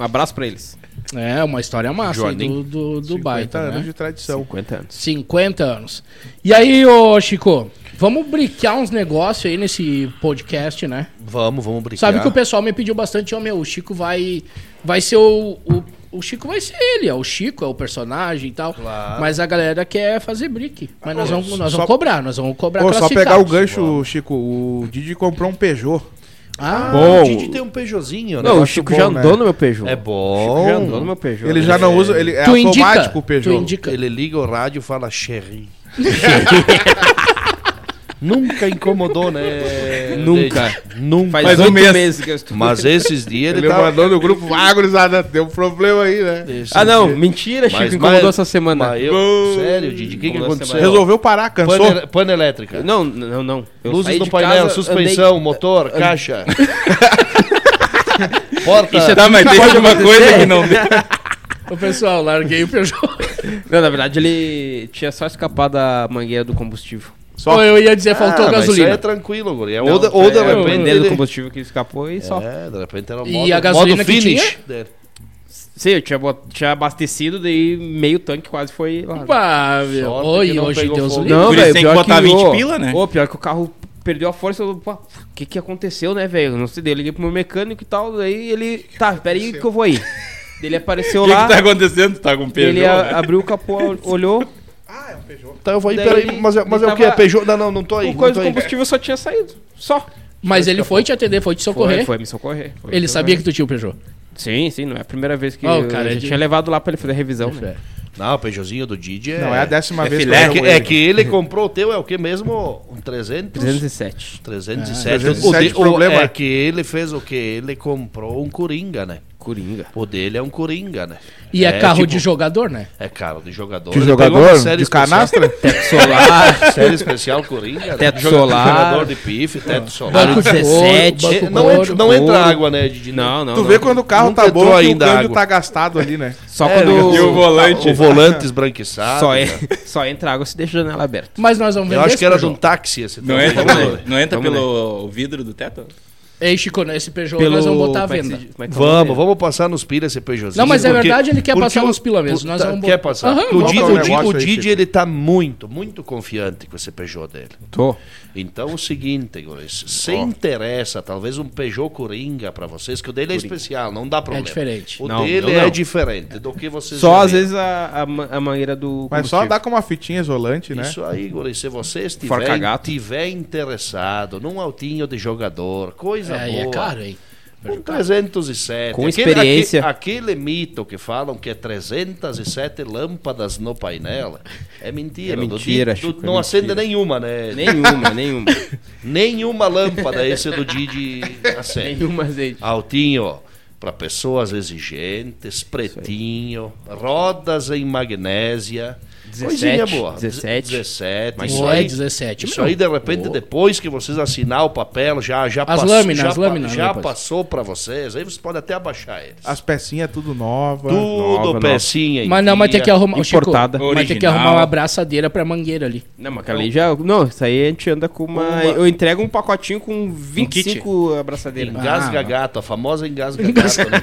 [SPEAKER 3] Um abraço pra eles.
[SPEAKER 1] lá. É uma história massa aí do, do, do
[SPEAKER 2] 50
[SPEAKER 1] baita,
[SPEAKER 2] anos
[SPEAKER 1] né?
[SPEAKER 2] de tradição.
[SPEAKER 3] 50 anos.
[SPEAKER 1] 50 anos. E aí, ô Chico, vamos brincar uns negócios aí nesse podcast, né?
[SPEAKER 5] Vamos, vamos brincar.
[SPEAKER 1] Sabe que o pessoal me pediu bastante, ó, meu, o Chico vai vai ser o, o, o Chico vai ser ele, é o Chico, é o personagem e tal.
[SPEAKER 5] Claro.
[SPEAKER 1] Mas a galera quer fazer brick. Mas nós vamos, nós
[SPEAKER 2] só-
[SPEAKER 1] vamos cobrar, nós vamos cobrar
[SPEAKER 2] Pô, só pegar o
[SPEAKER 1] classificados.
[SPEAKER 2] gancho, Chico. O Didi comprou um Peugeot.
[SPEAKER 1] Ah,
[SPEAKER 5] Ah,
[SPEAKER 3] Bom.
[SPEAKER 5] o Didi tem um Peugeotzinho, né?
[SPEAKER 3] Não, o
[SPEAKER 2] Negócio
[SPEAKER 3] Chico
[SPEAKER 2] bom,
[SPEAKER 3] já
[SPEAKER 2] né?
[SPEAKER 3] andou no meu Peugeot.
[SPEAKER 5] É
[SPEAKER 3] O Chico já andou
[SPEAKER 5] bom.
[SPEAKER 3] no meu Peugeot.
[SPEAKER 2] Ele
[SPEAKER 5] né?
[SPEAKER 2] já não usa, ele é
[SPEAKER 1] tu indica,
[SPEAKER 2] automático o
[SPEAKER 1] tu
[SPEAKER 2] Peugeot.
[SPEAKER 1] indica.
[SPEAKER 5] Ele liga o rádio e fala Sherry. Nunca incomodou, né?
[SPEAKER 3] Nunca.
[SPEAKER 5] Dede? Nunca.
[SPEAKER 3] Faz,
[SPEAKER 2] Faz um
[SPEAKER 3] oito
[SPEAKER 2] mês.
[SPEAKER 3] meses que eu estou.
[SPEAKER 5] Mas esses dias ele,
[SPEAKER 2] Ele
[SPEAKER 5] é tava...
[SPEAKER 2] mandou no grupo, ah, gurizada, tem um problema aí, né?
[SPEAKER 5] Esses
[SPEAKER 3] Ah, não,
[SPEAKER 5] dias-
[SPEAKER 3] mentira, Chico.
[SPEAKER 5] Mas-
[SPEAKER 3] incomodou
[SPEAKER 5] mas-
[SPEAKER 3] essa semana.
[SPEAKER 5] mas eu- Sério, Didi, o que, que
[SPEAKER 3] Incomodou
[SPEAKER 5] aconteceu?
[SPEAKER 3] essa semana.
[SPEAKER 2] Resolveu parar, cansou.
[SPEAKER 5] Pane, pane elétrica.
[SPEAKER 3] Não, não, não. Eu
[SPEAKER 5] Luzes
[SPEAKER 3] saí
[SPEAKER 5] do
[SPEAKER 3] de
[SPEAKER 5] painel,
[SPEAKER 3] casa,
[SPEAKER 5] suspensão,
[SPEAKER 3] andei-
[SPEAKER 5] motor, caixa. Porta. é
[SPEAKER 3] é
[SPEAKER 4] Tá, mas deixa uma coisa que não...
[SPEAKER 1] Ô, pessoal, larguei o Peugeot.
[SPEAKER 3] Não, na verdade ele tinha só escapado da mangueira do combustível.
[SPEAKER 1] Só eu ia dizer, faltou
[SPEAKER 5] Ah, mas
[SPEAKER 1] gasolina.
[SPEAKER 5] Isso aí é tranquilo, guri.
[SPEAKER 3] Não,
[SPEAKER 5] ou, de, ou de
[SPEAKER 3] é, o
[SPEAKER 5] repente.
[SPEAKER 3] vendeiro do
[SPEAKER 5] Ele...
[SPEAKER 3] combustível que escapou e só.
[SPEAKER 5] É, de repente era o
[SPEAKER 1] E
[SPEAKER 5] modo,
[SPEAKER 1] a gasolina
[SPEAKER 5] modo
[SPEAKER 1] que
[SPEAKER 5] finish.
[SPEAKER 3] Sim, eu tinha, bot- tinha abastecido, daí meio tanque quase foi lá.
[SPEAKER 1] Pá, meu.
[SPEAKER 5] Sorte que
[SPEAKER 1] Oi,
[SPEAKER 5] não
[SPEAKER 1] hoje
[SPEAKER 5] pegou
[SPEAKER 1] Deus o
[SPEAKER 5] fogo.
[SPEAKER 1] livre.
[SPEAKER 4] Por isso
[SPEAKER 3] velho,
[SPEAKER 4] tem que
[SPEAKER 3] pior
[SPEAKER 4] botar 20
[SPEAKER 3] ô,
[SPEAKER 4] pila, né?
[SPEAKER 3] ô, pior que o carro perdeu a força. eu, pá, O que que aconteceu, né, velho? Eu Não sei, daí eu liguei pro meu mecânico e tal, daí ele... Tá, peraí que eu vou aí. Ele apareceu
[SPEAKER 4] O que,
[SPEAKER 3] lá,
[SPEAKER 4] que tá acontecendo? Tá com Peugeot?
[SPEAKER 3] ele
[SPEAKER 4] né?
[SPEAKER 3] a- abriu o capô, olhou,
[SPEAKER 5] Então eu vou aí,
[SPEAKER 3] Daí
[SPEAKER 5] peraí,
[SPEAKER 3] ele-
[SPEAKER 5] mas, é- mas
[SPEAKER 3] ele
[SPEAKER 5] é o que? É
[SPEAKER 3] tava-
[SPEAKER 5] Peugeot? Não, não, não tô aí.
[SPEAKER 3] o
[SPEAKER 5] não
[SPEAKER 3] coisa
[SPEAKER 5] tô
[SPEAKER 3] do
[SPEAKER 5] aí.
[SPEAKER 3] combustível só tinha saído. Só.
[SPEAKER 1] Mas ele foi te atender, foi te socorrer.
[SPEAKER 3] Foi, foi me socorrer. foi me
[SPEAKER 1] Ele sabia
[SPEAKER 3] socorrer.
[SPEAKER 1] que tu tinha o Peugeot.
[SPEAKER 3] Sim, sim, não é a primeira vez que
[SPEAKER 5] Ah,
[SPEAKER 1] Ó, o
[SPEAKER 3] eu,
[SPEAKER 1] cara
[SPEAKER 3] eu
[SPEAKER 1] é
[SPEAKER 3] já
[SPEAKER 1] de-
[SPEAKER 3] tinha levado lá pra ele fazer a
[SPEAKER 5] É
[SPEAKER 3] revisão. né?
[SPEAKER 5] Não, o Peugeotzinho do Didi é.
[SPEAKER 2] Não, é a décima
[SPEAKER 4] É
[SPEAKER 2] vez
[SPEAKER 4] filé,
[SPEAKER 5] É
[SPEAKER 2] eu
[SPEAKER 5] que,
[SPEAKER 2] erro
[SPEAKER 5] é
[SPEAKER 2] ele.
[SPEAKER 5] que ele comprou o teu, é o que mesmo? Um 300?
[SPEAKER 3] 307.
[SPEAKER 5] 307.
[SPEAKER 2] Ah, 307
[SPEAKER 5] o de, o,
[SPEAKER 2] problema.
[SPEAKER 5] é que ele fez o que? Ele comprou um Coringa, né?
[SPEAKER 3] Coringa.
[SPEAKER 5] O dele é um Coringa, né?
[SPEAKER 1] E é, carro
[SPEAKER 5] tipo-
[SPEAKER 1] de jogador, né?
[SPEAKER 5] É carro de jogador.
[SPEAKER 2] De
[SPEAKER 5] Ele pegou uma
[SPEAKER 2] jogador?
[SPEAKER 5] série
[SPEAKER 2] De
[SPEAKER 5] especial-
[SPEAKER 2] canastra?
[SPEAKER 3] Teto solar.
[SPEAKER 5] Série especial Coringa. né?
[SPEAKER 3] Teto
[SPEAKER 5] Jogador-
[SPEAKER 3] solar.
[SPEAKER 5] Jogador de pife, teto solar. tá-
[SPEAKER 1] Banco de
[SPEAKER 3] 17.
[SPEAKER 1] couro, banco
[SPEAKER 5] É, não, entra,
[SPEAKER 1] couro.
[SPEAKER 5] não entra água, né, Didi?
[SPEAKER 3] não, não.
[SPEAKER 2] Tu
[SPEAKER 3] não.
[SPEAKER 2] vê quando o carro
[SPEAKER 5] Nunca
[SPEAKER 2] tá bom
[SPEAKER 5] entrou
[SPEAKER 2] que o
[SPEAKER 5] ainda
[SPEAKER 2] câmbio
[SPEAKER 5] água.
[SPEAKER 2] tá gastado ali, né?
[SPEAKER 3] Só
[SPEAKER 5] É,
[SPEAKER 3] quando.
[SPEAKER 5] e
[SPEAKER 4] o volante?
[SPEAKER 5] O volante esbranquiçado.
[SPEAKER 4] Ah,
[SPEAKER 3] Só, é. en-
[SPEAKER 5] né?
[SPEAKER 4] tá.
[SPEAKER 3] só entra água se deixa a janela aberta.
[SPEAKER 1] Mas nós vamos
[SPEAKER 5] Eu
[SPEAKER 1] vender
[SPEAKER 5] acho
[SPEAKER 1] esse
[SPEAKER 5] que era de
[SPEAKER 1] Peugeot.
[SPEAKER 5] um táxi esse
[SPEAKER 4] Não é?
[SPEAKER 5] troço,
[SPEAKER 4] entra,
[SPEAKER 5] né?
[SPEAKER 4] pelo, não entra
[SPEAKER 3] Vamos
[SPEAKER 4] pelo vidro do teto?
[SPEAKER 1] Ei, Chico, esse Peugeot nós vamos botar à
[SPEAKER 3] como é que
[SPEAKER 1] venda.
[SPEAKER 3] se- como é que
[SPEAKER 5] Vamos,
[SPEAKER 3] se-
[SPEAKER 5] vamos passar nos pira esse Peugeotzinho.
[SPEAKER 1] Não, mas é
[SPEAKER 5] porque-
[SPEAKER 1] verdade, ele quer
[SPEAKER 5] porque
[SPEAKER 1] passar
[SPEAKER 5] o-
[SPEAKER 1] nos pila mesmo. Nós
[SPEAKER 5] puta,
[SPEAKER 1] vamos
[SPEAKER 5] Quer
[SPEAKER 1] botar-
[SPEAKER 5] passar.
[SPEAKER 1] Aham,
[SPEAKER 5] Porque o
[SPEAKER 1] vamos
[SPEAKER 5] Didi,
[SPEAKER 2] colocar
[SPEAKER 5] o
[SPEAKER 2] um
[SPEAKER 5] Didi-
[SPEAKER 2] negócio
[SPEAKER 5] o
[SPEAKER 2] aí,
[SPEAKER 5] Didi,
[SPEAKER 2] Chico.
[SPEAKER 5] ele tá muito, muito confiante com esse Peugeot dele.
[SPEAKER 3] Tô.
[SPEAKER 5] Então o seguinte, guris, se interessa talvez um Peugeot Coringa pra vocês, que o dele é especial, não dá problema.
[SPEAKER 1] diferente.
[SPEAKER 5] O
[SPEAKER 3] Não,
[SPEAKER 5] dele
[SPEAKER 3] eu não.
[SPEAKER 5] é diferente do que vocês
[SPEAKER 3] Só
[SPEAKER 5] já
[SPEAKER 3] às
[SPEAKER 5] viram.
[SPEAKER 3] vezes a, a, ma- a mangueira do.
[SPEAKER 2] Mas só
[SPEAKER 3] combustível.
[SPEAKER 2] dá com uma fitinha isolante, né?
[SPEAKER 5] Isso aí, guris, se vocês
[SPEAKER 3] Forca
[SPEAKER 5] tiver,
[SPEAKER 3] gato.
[SPEAKER 5] tiver interessado num altinho de jogador, coisa
[SPEAKER 1] É, e
[SPEAKER 5] boa.
[SPEAKER 1] é caro, hein?
[SPEAKER 5] Um 307.
[SPEAKER 3] Com experiência.
[SPEAKER 5] Aquele, aquele mito que falam que é 307 lâmpadas no painel é mentira.
[SPEAKER 3] É
[SPEAKER 5] Do
[SPEAKER 3] mentira,
[SPEAKER 5] Didi- do-
[SPEAKER 3] Chico, é
[SPEAKER 5] Não acende
[SPEAKER 3] mentira.
[SPEAKER 5] nenhuma, né?
[SPEAKER 3] Nenhuma, nenhuma.
[SPEAKER 5] Nenhuma lâmpada esse é do Didi acende.
[SPEAKER 3] nenhuma, gente.
[SPEAKER 5] Altinho, para pessoas exigentes, pretinho, rodas em magnésia.
[SPEAKER 3] 17,
[SPEAKER 5] coisinha boa.
[SPEAKER 3] 17.
[SPEAKER 5] 17.
[SPEAKER 1] Mas
[SPEAKER 5] isso
[SPEAKER 1] é
[SPEAKER 5] aí-
[SPEAKER 1] 17,
[SPEAKER 5] Isso
[SPEAKER 1] meu.
[SPEAKER 5] aí, de repente, depois que vocês assinar o papel, já, já
[SPEAKER 1] As
[SPEAKER 5] passou.
[SPEAKER 1] lâminas,
[SPEAKER 5] já,
[SPEAKER 1] as
[SPEAKER 5] pa-
[SPEAKER 1] lâminas,
[SPEAKER 5] já
[SPEAKER 1] depois.
[SPEAKER 5] passou para vocês. Aí vocês podem até abaixar eles.
[SPEAKER 2] As pecinhas tudo nova.
[SPEAKER 5] Tudo
[SPEAKER 3] nova,
[SPEAKER 5] pecinha. em
[SPEAKER 1] Mas não, mas tem
[SPEAKER 5] dia.
[SPEAKER 1] que arrumar. ô, Chico,
[SPEAKER 3] Importada.
[SPEAKER 1] Mas tem que
[SPEAKER 4] Original.
[SPEAKER 1] arrumar uma abraçadeira pra mangueira ali.
[SPEAKER 3] Não, mas aquela ali já. é Não, isso aí a gente anda com uma.
[SPEAKER 5] Uma-
[SPEAKER 3] Eu entrego um pacotinho com 25 abraçadeiras.
[SPEAKER 1] Ah.
[SPEAKER 3] Ah,
[SPEAKER 5] Engasga gato, a famosa engasga gato. Né?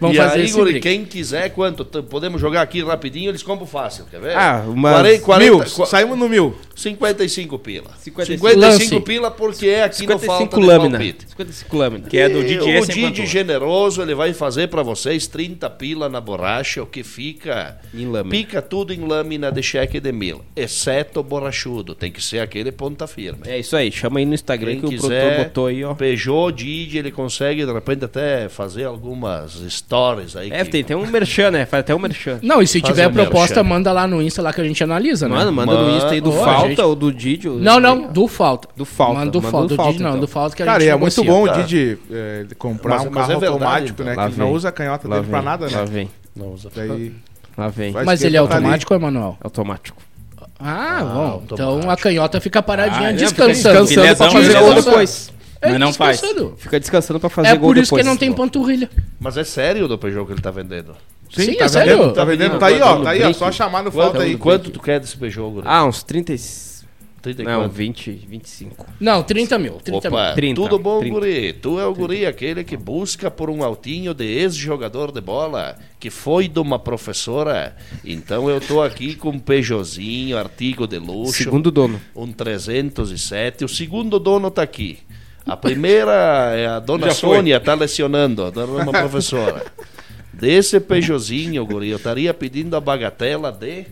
[SPEAKER 1] Vamos
[SPEAKER 5] e
[SPEAKER 1] fazer
[SPEAKER 5] aí,
[SPEAKER 1] esse
[SPEAKER 5] guri,
[SPEAKER 1] brinco.
[SPEAKER 5] quem quiser, quanto? T- Podemos jogar aqui rapidinho, eles compram fácil, quer ver?
[SPEAKER 3] Ah, umas
[SPEAKER 5] Quaren- quarenta-
[SPEAKER 2] mil,
[SPEAKER 5] qua-
[SPEAKER 2] saímos no mil.
[SPEAKER 5] 55 pila.
[SPEAKER 3] 55.
[SPEAKER 5] 55
[SPEAKER 1] Lance.
[SPEAKER 5] pila porque é aqui não
[SPEAKER 3] 55
[SPEAKER 5] falta
[SPEAKER 3] lâmina.
[SPEAKER 5] de palpite.
[SPEAKER 3] 55 lâmina.
[SPEAKER 4] Que é do
[SPEAKER 5] E
[SPEAKER 4] Didi
[SPEAKER 5] o
[SPEAKER 4] esse
[SPEAKER 5] Didi generoso, ele vai fazer pra vocês 30 pila na borracha, o que fica...
[SPEAKER 3] Em lâmina.
[SPEAKER 5] Pica tudo em lâmina de cheque de mil, exceto o borrachudo, tem que ser aquele ponta firme.
[SPEAKER 3] É isso aí, chama aí no Instagram
[SPEAKER 5] Quem
[SPEAKER 3] que o
[SPEAKER 5] quiser,
[SPEAKER 3] produtor botou aí, ó.
[SPEAKER 5] Peugeot, Didi, ele consegue de repente até fazer algumas stories aí.
[SPEAKER 3] É,
[SPEAKER 5] que-
[SPEAKER 3] tem, tem um merchan, né? Faz até um merchan.
[SPEAKER 1] Não, e se
[SPEAKER 5] Faz
[SPEAKER 1] tiver
[SPEAKER 5] o meu,
[SPEAKER 1] proposta,
[SPEAKER 5] Xande.
[SPEAKER 1] manda lá no Insta lá que a gente analisa, né?
[SPEAKER 3] Mano, manda no Insta aí do
[SPEAKER 1] Ô,
[SPEAKER 3] Falta
[SPEAKER 1] gente.
[SPEAKER 3] ou do Didi. ou-
[SPEAKER 1] Não, não, do falta.
[SPEAKER 3] Do falta,
[SPEAKER 1] Manda do
[SPEAKER 3] manda
[SPEAKER 1] falta.
[SPEAKER 3] do
[SPEAKER 1] Do
[SPEAKER 3] falta,
[SPEAKER 1] Didi não,
[SPEAKER 3] então.
[SPEAKER 1] do falta que a gente
[SPEAKER 2] Cara, e é muito
[SPEAKER 1] negocia.
[SPEAKER 2] bom
[SPEAKER 5] tá.
[SPEAKER 2] o Didi eh, de comprar
[SPEAKER 5] Mas-
[SPEAKER 2] um
[SPEAKER 5] mas
[SPEAKER 2] carro
[SPEAKER 5] é verdade,
[SPEAKER 2] automático,
[SPEAKER 5] então.
[SPEAKER 2] né?
[SPEAKER 3] Lá
[SPEAKER 2] que ele não
[SPEAKER 3] vem.
[SPEAKER 2] usa a canhota
[SPEAKER 3] Lá
[SPEAKER 2] dele pra
[SPEAKER 3] vem,
[SPEAKER 2] nada,
[SPEAKER 3] Lá
[SPEAKER 2] né?
[SPEAKER 3] vem,
[SPEAKER 5] Não usa
[SPEAKER 2] Daí,
[SPEAKER 3] lá vem.
[SPEAKER 2] a
[SPEAKER 1] Mas
[SPEAKER 2] esquerda
[SPEAKER 1] ele é
[SPEAKER 2] tá ali.
[SPEAKER 1] automático ou é manual?
[SPEAKER 3] Automático.
[SPEAKER 1] Ah, bom. Então
[SPEAKER 5] automático.
[SPEAKER 1] a canhota fica paradinha
[SPEAKER 4] Ah, né?
[SPEAKER 1] descansando.
[SPEAKER 4] Fica descansando pra
[SPEAKER 1] Descansando.
[SPEAKER 4] fazer gol
[SPEAKER 3] depois.
[SPEAKER 1] É,
[SPEAKER 4] Mas não faz.
[SPEAKER 1] descansando.
[SPEAKER 3] Fica descansando pra fazer
[SPEAKER 1] É
[SPEAKER 3] gol
[SPEAKER 1] por isso
[SPEAKER 3] depois.
[SPEAKER 1] que não tem panturrilha.
[SPEAKER 5] Mas é sério do Peugeot que ele tá vendendo?
[SPEAKER 1] Sim,
[SPEAKER 2] tá
[SPEAKER 1] é sério?
[SPEAKER 2] Vendendo, tá vendendo, tá aí, ó. Tá aí, ó.
[SPEAKER 3] Brick.
[SPEAKER 2] Só chamar no
[SPEAKER 5] Quanto,
[SPEAKER 2] falta aí.
[SPEAKER 5] quanto tu quer desse Peugeot, guri?
[SPEAKER 3] Ah, uns 30 e... Não,
[SPEAKER 5] 34.
[SPEAKER 3] 20, 25.
[SPEAKER 1] Não, 30 mil. 30 mil.
[SPEAKER 5] Opa,
[SPEAKER 3] 30,
[SPEAKER 5] tudo bom,
[SPEAKER 3] 30.
[SPEAKER 5] guri? Tu é o guri, aquele que busca por um altinho de ex-jogador de bola, que foi de uma professora. Então eu tô aqui com um Peugeotzinho, artigo de luxo,
[SPEAKER 3] Segundo dono.
[SPEAKER 5] um 307. O segundo dono tá aqui. A primeira é a dona
[SPEAKER 4] Já foi.
[SPEAKER 5] Sônia, tá lecionando, a dona uma professora. Desse Peugeotzinho, guri, eu estaria pedindo a bagatela de...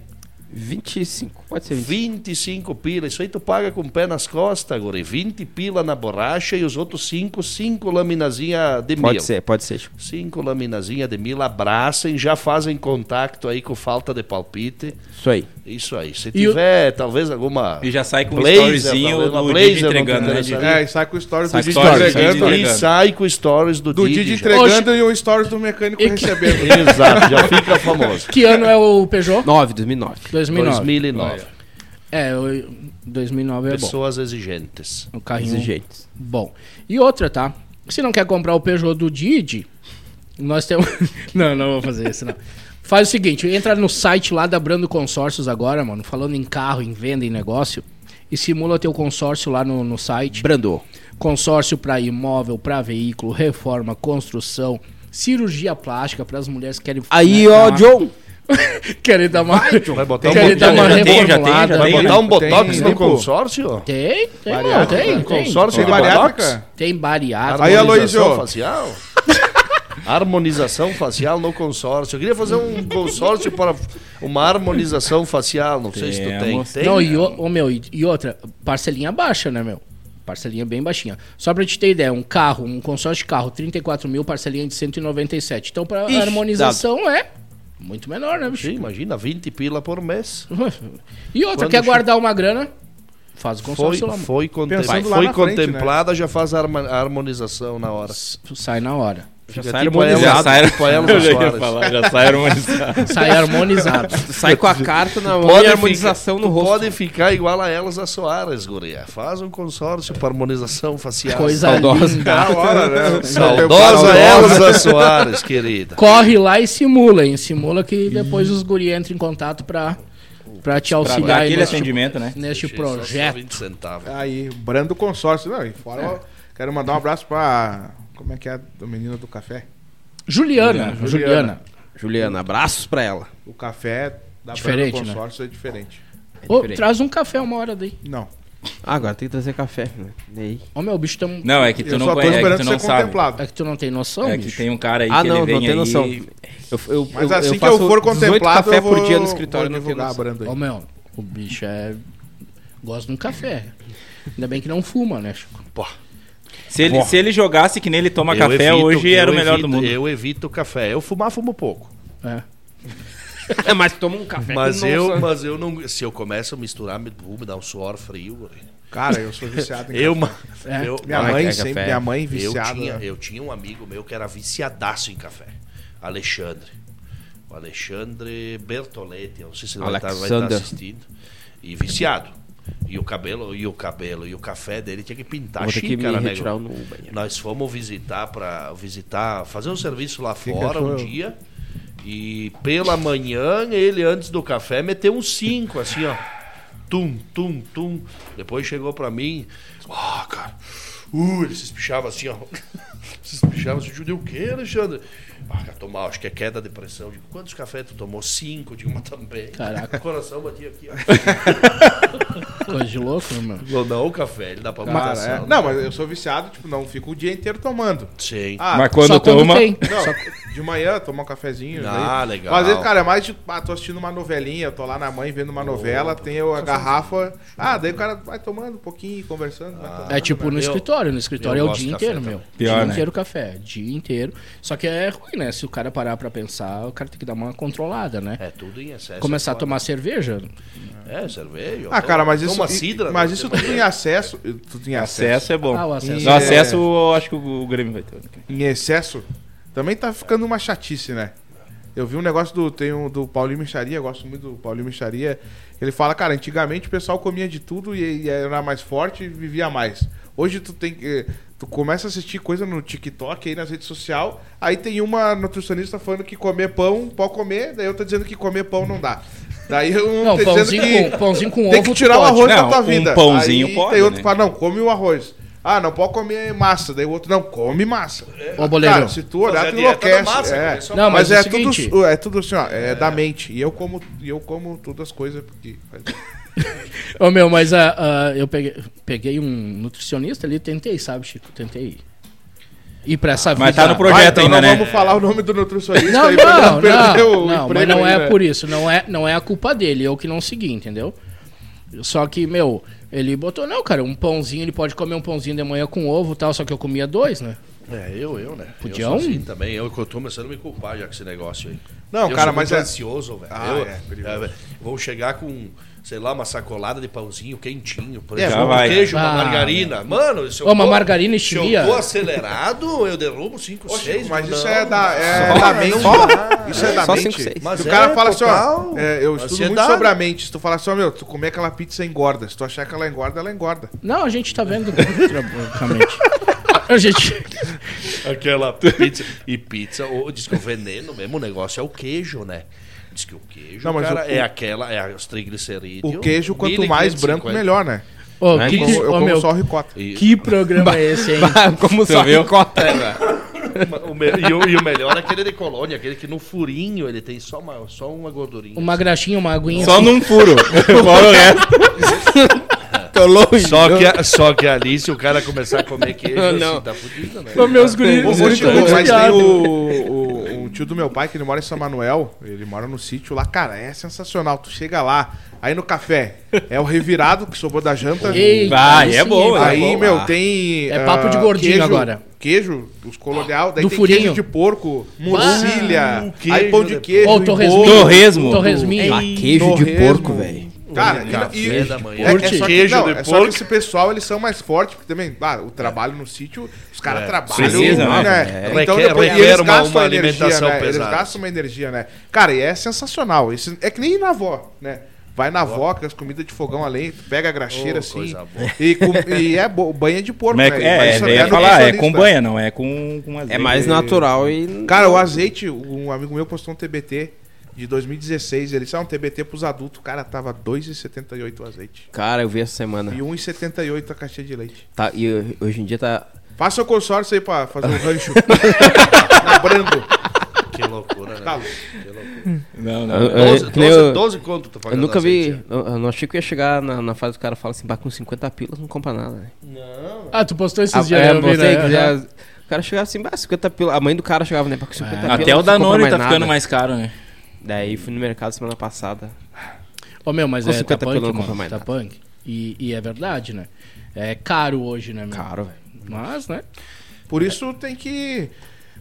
[SPEAKER 3] 25, pode ser 20.
[SPEAKER 5] 25 pila, isso aí tu paga com o pé nas costas, guri. 20 pila na borracha e os outros 5, 5 laminazinha de mil.
[SPEAKER 3] Pode ser, pode ser. tipo, Chico.
[SPEAKER 5] 5 laminazinha de mil, abracem, já fazem contato aí com falta de palpite.
[SPEAKER 3] Isso aí.
[SPEAKER 5] Isso aí. Se
[SPEAKER 1] E o-
[SPEAKER 5] tiver, talvez alguma.
[SPEAKER 4] E já sai com um
[SPEAKER 5] Blazer,
[SPEAKER 4] storyzinho
[SPEAKER 5] talvez, uma
[SPEAKER 4] do
[SPEAKER 5] Blazer,
[SPEAKER 4] Didi
[SPEAKER 5] não
[SPEAKER 4] entregando,
[SPEAKER 5] tem
[SPEAKER 4] né,
[SPEAKER 5] essa-
[SPEAKER 4] Didi?
[SPEAKER 2] É, e sai com o stories do
[SPEAKER 4] Sai com
[SPEAKER 2] Didi
[SPEAKER 4] stories,
[SPEAKER 2] entregando.
[SPEAKER 4] Didi.
[SPEAKER 5] E sai com stories tá do,
[SPEAKER 2] Do
[SPEAKER 5] Didi.
[SPEAKER 2] Didi
[SPEAKER 5] já.
[SPEAKER 2] entregando e o stories do mecânico recebendo.
[SPEAKER 5] Exato, já fica famoso.
[SPEAKER 1] Que ano é o Peugeot?
[SPEAKER 3] 9, 2009.
[SPEAKER 1] 2009.
[SPEAKER 5] 2009.
[SPEAKER 1] É, o- 2009 é bom.
[SPEAKER 5] Pessoas exigentes.
[SPEAKER 1] Um
[SPEAKER 3] Uhum.
[SPEAKER 1] carrinho
[SPEAKER 3] Exigentes.
[SPEAKER 1] bom. E outra, tá? Se não quer comprar o Peugeot do Didi, nós temos... não, não vou fazer isso, não. Faz o seguinte, entra no site lá da Brando Consórcios agora, mano, falando em carro, em venda, em negócio, e simula teu consórcio lá no, no site.
[SPEAKER 3] Brandou.
[SPEAKER 1] Consórcio para imóvel, para veículo, reforma, construção, cirurgia plástica para as mulheres que querem
[SPEAKER 3] Aí,
[SPEAKER 1] né,
[SPEAKER 3] ó,
[SPEAKER 1] dar
[SPEAKER 3] John.
[SPEAKER 1] uma- querem dar uma
[SPEAKER 5] Vai botar um,
[SPEAKER 1] Quer tá
[SPEAKER 5] bo-
[SPEAKER 1] dar uma
[SPEAKER 4] já tem, já tem,
[SPEAKER 1] reformulada.
[SPEAKER 4] já
[SPEAKER 5] vai
[SPEAKER 4] tem.
[SPEAKER 5] botar um
[SPEAKER 2] tem
[SPEAKER 5] botox no
[SPEAKER 2] limpo.
[SPEAKER 5] consórcio?
[SPEAKER 1] Tem, tem, mano,
[SPEAKER 5] Bariátrica.
[SPEAKER 1] tem, tem.
[SPEAKER 5] Consórcio
[SPEAKER 2] Tem
[SPEAKER 5] de botox?
[SPEAKER 2] bariátrica?
[SPEAKER 1] Tem bariátrica.
[SPEAKER 2] Aí, Aloysio.
[SPEAKER 5] Harmonização facial? harmonização facial no consórcio. Eu queria fazer um consórcio para uma harmonização facial. Não sei se tu tem.
[SPEAKER 4] Temos.
[SPEAKER 5] Tem?
[SPEAKER 1] Não, e, o- ô, meu, e, e outra, parcelinha baixa, né, meu? Parcelinha bem baixinha. Só pra te ter ideia, um carro, um consórcio de carro, 34 mil, parcelinha de 197. Então, pra
[SPEAKER 3] Ixi,
[SPEAKER 1] harmonização é muito menor, né, bicho?
[SPEAKER 5] Sim, imagina, 20 pila por mês.
[SPEAKER 1] E outra,
[SPEAKER 5] Quando
[SPEAKER 1] quer
[SPEAKER 5] chega-
[SPEAKER 1] guardar uma grana, faz o
[SPEAKER 5] Foi,
[SPEAKER 1] consórcio lá, mano.
[SPEAKER 5] foi, contem-
[SPEAKER 2] Pensando lá
[SPEAKER 5] foi
[SPEAKER 2] na frente,
[SPEAKER 5] contemplada, já faz a harma- a harmonização na hora.
[SPEAKER 1] Sai na hora.
[SPEAKER 5] Fica
[SPEAKER 3] sai
[SPEAKER 5] tipo
[SPEAKER 3] harmonizado.
[SPEAKER 5] ela,
[SPEAKER 4] sai-
[SPEAKER 5] tipo ela
[SPEAKER 4] Eu já ia
[SPEAKER 5] Soares.
[SPEAKER 4] falar, já sai harmonizado.
[SPEAKER 1] Sai harmonizado.
[SPEAKER 3] Sai com a carta na mão
[SPEAKER 5] Pode
[SPEAKER 3] e a harmonização
[SPEAKER 5] ficar,
[SPEAKER 3] no
[SPEAKER 5] tu
[SPEAKER 3] rosto.
[SPEAKER 5] Pode ficar igual a Elza Soares, guria. Faz um consórcio para harmonização facial.
[SPEAKER 1] Coisa
[SPEAKER 3] saudosa.
[SPEAKER 1] linda.
[SPEAKER 2] Hora, né?
[SPEAKER 5] Saudosa Elza Soares, querida.
[SPEAKER 1] Corre lá e simula, hein? Simula que depois os guri entram em contato pra, pra te
[SPEAKER 4] Dá
[SPEAKER 1] auxiliar aí
[SPEAKER 4] aquele
[SPEAKER 1] neste,
[SPEAKER 4] atendimento, né?
[SPEAKER 1] neste
[SPEAKER 5] Deixei só
[SPEAKER 1] projeto.
[SPEAKER 5] 20 centavos.
[SPEAKER 2] Aí, Brando Consórcio. Não, e fora, ó, quero mandar um abraço pra. Como é que é a menina do café?
[SPEAKER 1] Juliana, Juliana.
[SPEAKER 3] Juliana, abraços pra ela.
[SPEAKER 2] O café da
[SPEAKER 1] Diferente,
[SPEAKER 2] Brando
[SPEAKER 1] né?
[SPEAKER 2] Consórcio é diferente.
[SPEAKER 1] Ô,
[SPEAKER 3] diferente.
[SPEAKER 1] traz um café uma hora daí.
[SPEAKER 2] Não.
[SPEAKER 3] Ah, agora tem que trazer café. Né? E aí?
[SPEAKER 1] Ô meu, o bicho tem um...
[SPEAKER 4] Não, é que tu
[SPEAKER 2] Eu
[SPEAKER 4] não
[SPEAKER 2] só tô
[SPEAKER 4] conhece, é que
[SPEAKER 2] esperando
[SPEAKER 4] tu
[SPEAKER 2] ser
[SPEAKER 4] não sabe.
[SPEAKER 2] contemplado.
[SPEAKER 1] É que tu não tem noção,
[SPEAKER 4] É que
[SPEAKER 1] bicho.
[SPEAKER 4] tem um cara aí
[SPEAKER 3] ah,
[SPEAKER 4] que
[SPEAKER 3] não,
[SPEAKER 4] ele vem
[SPEAKER 3] não tem
[SPEAKER 4] aí...
[SPEAKER 3] noção. Eu, eu,
[SPEAKER 2] Mas
[SPEAKER 3] eu-
[SPEAKER 2] assim que
[SPEAKER 3] faço
[SPEAKER 2] eu for
[SPEAKER 3] 18
[SPEAKER 2] contemplado,
[SPEAKER 3] café
[SPEAKER 2] eu vou,
[SPEAKER 3] por dia no escritório,
[SPEAKER 2] vou
[SPEAKER 3] não tem
[SPEAKER 2] divulgar a
[SPEAKER 3] noção.
[SPEAKER 2] Brando aí.
[SPEAKER 1] Ô meu, o bicho é... Gosta de um café. Ainda bem que não fuma, né, Chico?
[SPEAKER 4] Se ele, se ele jogasse que nem ele toma
[SPEAKER 5] Eu
[SPEAKER 4] café,
[SPEAKER 5] evito-
[SPEAKER 4] hoje
[SPEAKER 5] eu
[SPEAKER 4] era o melhor
[SPEAKER 5] evito-
[SPEAKER 4] do mundo.
[SPEAKER 5] Eu evito café. Eu fumar, fumo pouco.
[SPEAKER 1] É.
[SPEAKER 3] É, mas toma um café.
[SPEAKER 5] Mas
[SPEAKER 3] Nossa.
[SPEAKER 5] eu, mas eu não. Se eu começo a misturar, me, vou me dar um suor frio. guria.
[SPEAKER 2] Cara, eu sou viciado em
[SPEAKER 5] Eu, ma-
[SPEAKER 1] É.
[SPEAKER 5] eu,
[SPEAKER 2] Minha
[SPEAKER 5] ah,
[SPEAKER 2] mãe
[SPEAKER 3] quer
[SPEAKER 2] sempre,
[SPEAKER 3] café.
[SPEAKER 2] minha mãe
[SPEAKER 5] eu,
[SPEAKER 2] viciada. né?
[SPEAKER 5] tinha, eu tinha um amigo meu que era viciadaço em café. Alexandre. O Alexandre Bertoletti, eu não sei se ele vai estar, vai estar
[SPEAKER 3] Alexander.
[SPEAKER 5] assistindo. E viciado. E o cabelo, e o cabelo, e o café dele tinha que pintar
[SPEAKER 3] Vou ter que me
[SPEAKER 5] xícara, né?
[SPEAKER 3] retirar no banheiro.
[SPEAKER 5] Nós fomos visitar para visitar, fazer um serviço lá
[SPEAKER 2] que
[SPEAKER 5] fora
[SPEAKER 2] achou?
[SPEAKER 5] um dia. E pela manhã, ele antes do café meteu um 5, assim, ó. Tum, tum, tum. Depois chegou pra mim. Ah, cara. Uh, ele se espichava assim, ó. se espichava assim, judeu, o quê, Alexandre? Ah, cara, tomar, acho que é queda de pressão. Digo, quantos cafés tu tomou? Cinco, digo, mas também.
[SPEAKER 1] Caraca.
[SPEAKER 5] O coração batia aqui, ó.
[SPEAKER 1] Coisa de louco, né, meu?
[SPEAKER 5] Não, não, o café, ele dá pra
[SPEAKER 2] Cara,
[SPEAKER 5] botar
[SPEAKER 2] é-
[SPEAKER 5] sal.
[SPEAKER 2] Não, mas eu sou viciado, tipo, não fico o dia inteiro tomando.
[SPEAKER 5] Sim.
[SPEAKER 2] Ah,
[SPEAKER 4] Mas quando
[SPEAKER 1] Só
[SPEAKER 4] toma...
[SPEAKER 1] quando tem.
[SPEAKER 2] Não, de manhã tomar um cafezinho.
[SPEAKER 5] Ah,
[SPEAKER 2] daí-
[SPEAKER 5] legal.
[SPEAKER 2] Mas, às vezes, cara, é mais de. Ah, tô assistindo uma novelinha, eu tô lá na mãe vendo uma novela, tem eu a garrafa. Ah, daí o cara vai tomando um pouquinho, conversando.
[SPEAKER 5] Ah,
[SPEAKER 2] vai tomando.
[SPEAKER 1] É tipo no
[SPEAKER 5] Eu-
[SPEAKER 1] escritório. No escritório
[SPEAKER 5] eu
[SPEAKER 1] é o
[SPEAKER 5] gosto
[SPEAKER 1] dia
[SPEAKER 5] de
[SPEAKER 1] inteiro,
[SPEAKER 5] café
[SPEAKER 1] meu.
[SPEAKER 4] Pior,
[SPEAKER 1] dia
[SPEAKER 4] né?
[SPEAKER 1] inteiro café. Dia inteiro. Só que é ruim, né? Se o cara parar pra pensar, o cara tem que dar uma controlada, né?
[SPEAKER 5] É tudo em excesso.
[SPEAKER 1] Começar a
[SPEAKER 5] Fora.
[SPEAKER 1] tomar cerveja.
[SPEAKER 5] É, cerveja.
[SPEAKER 2] Ah, cara, mas isso.
[SPEAKER 5] Toma cidra.
[SPEAKER 2] mas
[SPEAKER 5] né?
[SPEAKER 2] isso tu tem acesso. Tu tem acesso.
[SPEAKER 4] Acesso é bom.
[SPEAKER 1] Ah, o acesso.
[SPEAKER 4] No
[SPEAKER 2] É.
[SPEAKER 4] acesso, eu acho que o o Grêmio vai ter. né?
[SPEAKER 2] Em excesso, também tá ficando uma chatice, né? Eu vi um negócio do. Tem um, do Paulinho Micharia, eu gosto muito do Paulinho Micharia. Ele fala, cara, antigamente o pessoal comia de tudo e, e era mais forte e vivia mais. Hoje tu tem que. Tu começa a assistir coisa no TikTok aí nas redes sociais, aí tem uma nutricionista falando que comer pão pode comer, daí eu tô dizendo que comer pão não dá. Daí eu
[SPEAKER 1] Não,
[SPEAKER 2] tô
[SPEAKER 1] pãozinho
[SPEAKER 2] dizendo que
[SPEAKER 1] com, pãozinho com
[SPEAKER 2] tem
[SPEAKER 1] ovo
[SPEAKER 2] que
[SPEAKER 1] tu
[SPEAKER 2] tirar o
[SPEAKER 1] pode.
[SPEAKER 2] arroz da
[SPEAKER 4] Não,
[SPEAKER 2] tua
[SPEAKER 4] um
[SPEAKER 2] vida.
[SPEAKER 4] pãozinho
[SPEAKER 2] Aí
[SPEAKER 4] pode,
[SPEAKER 2] Tem outro que
[SPEAKER 4] né?
[SPEAKER 2] fala, não, come o arroz. Ah, não pode comer massa. Daí o outro, não, come massa.
[SPEAKER 1] Ô, boleirão.
[SPEAKER 2] Cara, se tu olhar,
[SPEAKER 5] Mas é
[SPEAKER 2] tu
[SPEAKER 5] a dieta da
[SPEAKER 2] enlouquece.
[SPEAKER 5] massa,
[SPEAKER 2] é.
[SPEAKER 5] é só
[SPEAKER 1] Não,
[SPEAKER 2] Não,
[SPEAKER 1] mas
[SPEAKER 2] mas,
[SPEAKER 1] é o
[SPEAKER 2] é, tudo,
[SPEAKER 1] seguinte-
[SPEAKER 2] su- é tudo assim, ó, é, da mente. E eu como, e eu como todas as coisas. Porque...
[SPEAKER 1] Ô meu, mas ah, ah, eu peguei, peguei um nutricionista ali, tentei, sabe, Chico? Tentei ir pra essa vida.
[SPEAKER 4] Mas tá no projeto
[SPEAKER 2] Ah, então
[SPEAKER 4] ainda,
[SPEAKER 2] não
[SPEAKER 4] né?
[SPEAKER 2] vamos falar o nome do nutricionista
[SPEAKER 1] Não,
[SPEAKER 2] aí pra
[SPEAKER 1] não, não,
[SPEAKER 2] o
[SPEAKER 1] não, mas
[SPEAKER 2] emprego
[SPEAKER 1] não
[SPEAKER 2] aí,
[SPEAKER 1] é
[SPEAKER 2] né?
[SPEAKER 1] por isso, não é, não é a culpa dele, eu que não segui, entendeu? Só que, meu, ele botou, não, cara, um pãozinho, ele pode comer um pãozinho de manhã com ovo e tal, só que eu comia dois, né?
[SPEAKER 5] É, eu, eu, né?
[SPEAKER 1] Podia
[SPEAKER 5] eu
[SPEAKER 1] um.
[SPEAKER 5] sou assim também. Eu, que eu tô começando a me culpar já com esse negócio aí.
[SPEAKER 2] Não,
[SPEAKER 5] eu
[SPEAKER 2] cara,
[SPEAKER 5] sou
[SPEAKER 2] mas
[SPEAKER 5] muito
[SPEAKER 2] é-
[SPEAKER 5] ansioso, velho.
[SPEAKER 2] Ah,
[SPEAKER 5] eu,
[SPEAKER 2] é, perigoso.
[SPEAKER 5] é, vou chegar com, sei lá, uma sacolada de pãozinho quentinho, por
[SPEAKER 2] É,
[SPEAKER 5] exemplo,
[SPEAKER 4] já vai.
[SPEAKER 5] um queijo, uma
[SPEAKER 1] Ah.
[SPEAKER 5] margarina. Mano, se eu
[SPEAKER 1] Ô, uma margarina e
[SPEAKER 5] se
[SPEAKER 1] chia.
[SPEAKER 5] eu tô acelerado, eu derrubo 5,
[SPEAKER 2] Ô,
[SPEAKER 5] 6.
[SPEAKER 2] Chico, Mas isso é da, é da mente. Só? Isso é da
[SPEAKER 3] Só cinco,
[SPEAKER 2] mente.
[SPEAKER 3] seis.
[SPEAKER 5] Mas
[SPEAKER 2] o cara
[SPEAKER 5] é,
[SPEAKER 2] fala assim, ó,
[SPEAKER 5] total.
[SPEAKER 2] é, eu estudo muito
[SPEAKER 5] Ansiedade.
[SPEAKER 2] sobre a mente. Se tu falar assim, ó, meu, tu comer aquela pizza engorda. Se tu achar que ela engorda, ela engorda.
[SPEAKER 1] Não, a gente tá vendo, tra- realmente. A gente,
[SPEAKER 5] Aquela pizza. E pizza, ou diz que o veneno mesmo, o negócio é o queijo, né? Diz que o queijo
[SPEAKER 2] Não, mas
[SPEAKER 5] cara,
[SPEAKER 2] o-
[SPEAKER 5] é aquela, é os triglicerídeos.
[SPEAKER 2] O queijo, quanto mais branco,
[SPEAKER 5] 1550.
[SPEAKER 2] melhor, né?
[SPEAKER 1] Ô,
[SPEAKER 2] Eu
[SPEAKER 1] que,
[SPEAKER 2] como, eu
[SPEAKER 1] ô,
[SPEAKER 2] como
[SPEAKER 1] meu,
[SPEAKER 2] só ricota.
[SPEAKER 5] E-
[SPEAKER 1] que programa é esse, hein?
[SPEAKER 3] Como
[SPEAKER 4] Tu
[SPEAKER 3] só
[SPEAKER 4] viu?
[SPEAKER 3] ricota, né, velho?
[SPEAKER 5] O me- e, o, e o melhor é aquele de colônia, aquele que no furinho ele tem só uma, só uma gordurinha.
[SPEAKER 1] Uma graxinha, uma aguinha. assim.
[SPEAKER 4] Só num furo. Fora o resto.
[SPEAKER 3] Tô longe.
[SPEAKER 5] Só que, a- só que ali, se o cara começar a comer queijo,
[SPEAKER 3] Não,
[SPEAKER 5] assim,
[SPEAKER 3] não.
[SPEAKER 5] tá fudido, né?
[SPEAKER 1] Ô, meus guris,
[SPEAKER 2] Ô,
[SPEAKER 1] os
[SPEAKER 2] ô,
[SPEAKER 1] guris
[SPEAKER 2] tio,
[SPEAKER 1] tão muito
[SPEAKER 2] mas tem
[SPEAKER 1] piados.
[SPEAKER 2] o, o- o tio do meu pai, que ele mora em São Manuel, ele mora no sítio lá, cara, é sensacional. Tu chega lá, aí no café, é o revirado que sobrou da janta.
[SPEAKER 1] Eita,
[SPEAKER 4] Vai,
[SPEAKER 1] aí
[SPEAKER 4] é
[SPEAKER 1] sim,
[SPEAKER 4] boa,
[SPEAKER 1] hein?
[SPEAKER 4] é
[SPEAKER 2] Aí,
[SPEAKER 4] bom.
[SPEAKER 2] meu,
[SPEAKER 4] Ah.
[SPEAKER 2] tem.
[SPEAKER 1] É
[SPEAKER 2] ah,
[SPEAKER 1] papo de gordinho
[SPEAKER 2] queijo-
[SPEAKER 1] agora.
[SPEAKER 2] Queijo, os colonial, daí
[SPEAKER 1] Do
[SPEAKER 2] tem
[SPEAKER 1] furinho. um
[SPEAKER 2] queijo de porco, morcilha,
[SPEAKER 5] queijo
[SPEAKER 2] aí pão de
[SPEAKER 5] depois.
[SPEAKER 2] queijo,
[SPEAKER 1] Ô,
[SPEAKER 2] e
[SPEAKER 1] torresminho.
[SPEAKER 2] bolo.
[SPEAKER 4] Torresmo.
[SPEAKER 1] Torresminho.
[SPEAKER 3] Ah, queijo de
[SPEAKER 2] torresmo.
[SPEAKER 3] porco, velho.
[SPEAKER 2] Cara,
[SPEAKER 5] Café
[SPEAKER 2] e, e,
[SPEAKER 5] da
[SPEAKER 2] é,
[SPEAKER 5] manhã.
[SPEAKER 2] é só que,
[SPEAKER 5] Queijo
[SPEAKER 2] não,
[SPEAKER 5] de
[SPEAKER 2] é só que
[SPEAKER 5] porco.
[SPEAKER 2] esse pessoal, eles são mais fortes, porque também, ah, o trabalho no sítio, os caras trabalham,
[SPEAKER 4] É, precisa,
[SPEAKER 2] né?
[SPEAKER 4] né?
[SPEAKER 5] É.
[SPEAKER 2] Então,
[SPEAKER 5] Requer-
[SPEAKER 2] depois, e
[SPEAKER 5] requer
[SPEAKER 2] eles
[SPEAKER 5] uma-
[SPEAKER 2] gastam
[SPEAKER 5] uma
[SPEAKER 2] energia,
[SPEAKER 5] alimentação
[SPEAKER 2] né? Eles
[SPEAKER 5] pesada.
[SPEAKER 2] gastam uma energia, né? Cara, e é sensacional. Esse, é que nem ir na avó, né? Vai na avó, com as comidas de fogão além, tu pega a graxeira
[SPEAKER 5] Ô,
[SPEAKER 2] assim.
[SPEAKER 5] coisa boa.
[SPEAKER 2] E, com- e é bo- banha de porco,
[SPEAKER 4] Como é,
[SPEAKER 2] né?
[SPEAKER 4] que-
[SPEAKER 2] E vai
[SPEAKER 4] é, é,
[SPEAKER 2] saber
[SPEAKER 4] eu ia
[SPEAKER 2] no
[SPEAKER 4] falar, é
[SPEAKER 2] nutricionista.
[SPEAKER 4] com banha, não é com, com azeite.
[SPEAKER 3] É mais natural e.
[SPEAKER 2] Cara, o azeite, um amigo meu postou um TBT de 2016, ele disse, ah, um TBT pros adultos. Cara, tava 2,78 o azeite.
[SPEAKER 3] Cara, eu vi essa semana.
[SPEAKER 1] Né.
[SPEAKER 2] E 1,78 a caixinha de leite.
[SPEAKER 3] Tá, e hoje em dia tá.
[SPEAKER 2] Faça o consórcio aí pra fazer um rancho. Na Brando.
[SPEAKER 5] Que loucura, né?
[SPEAKER 2] Tá louco.
[SPEAKER 4] Não, não.
[SPEAKER 3] Eu- eu-
[SPEAKER 5] 12,
[SPEAKER 3] que nem eu-
[SPEAKER 5] 12, 12 conto tu
[SPEAKER 3] Eu
[SPEAKER 5] pagando
[SPEAKER 3] nunca vi.
[SPEAKER 5] azeite,
[SPEAKER 3] Eu, eu não achei que eu ia chegar na, na fase do cara fala assim, bah, com 50 pilas não compra nada, né?
[SPEAKER 1] Ah, tu postou esses
[SPEAKER 3] Ah,
[SPEAKER 1] dias,
[SPEAKER 3] é,
[SPEAKER 1] eu vi,
[SPEAKER 3] mostrei
[SPEAKER 1] né?
[SPEAKER 3] que
[SPEAKER 1] Aham.
[SPEAKER 3] já- o cara chegava assim, bah, 50 pilas. A mãe do cara chegava, né? Bah, com 50 pilas.
[SPEAKER 4] Até
[SPEAKER 3] não
[SPEAKER 4] o
[SPEAKER 3] se compra
[SPEAKER 4] Danone tá
[SPEAKER 3] nada.
[SPEAKER 4] ficando mais caro, né?
[SPEAKER 3] Daí fui no mercado semana passada.
[SPEAKER 1] Ô, meu, mas
[SPEAKER 3] Com
[SPEAKER 1] é, tá
[SPEAKER 3] 50 pelo
[SPEAKER 1] punk,
[SPEAKER 3] eu não compro
[SPEAKER 1] mano,
[SPEAKER 3] mais
[SPEAKER 1] tá
[SPEAKER 3] nada.
[SPEAKER 1] punk. E, e é verdade, né? É caro hoje, né, meu?
[SPEAKER 3] Caro, velho.
[SPEAKER 1] Mas, né?
[SPEAKER 2] Por isso tem que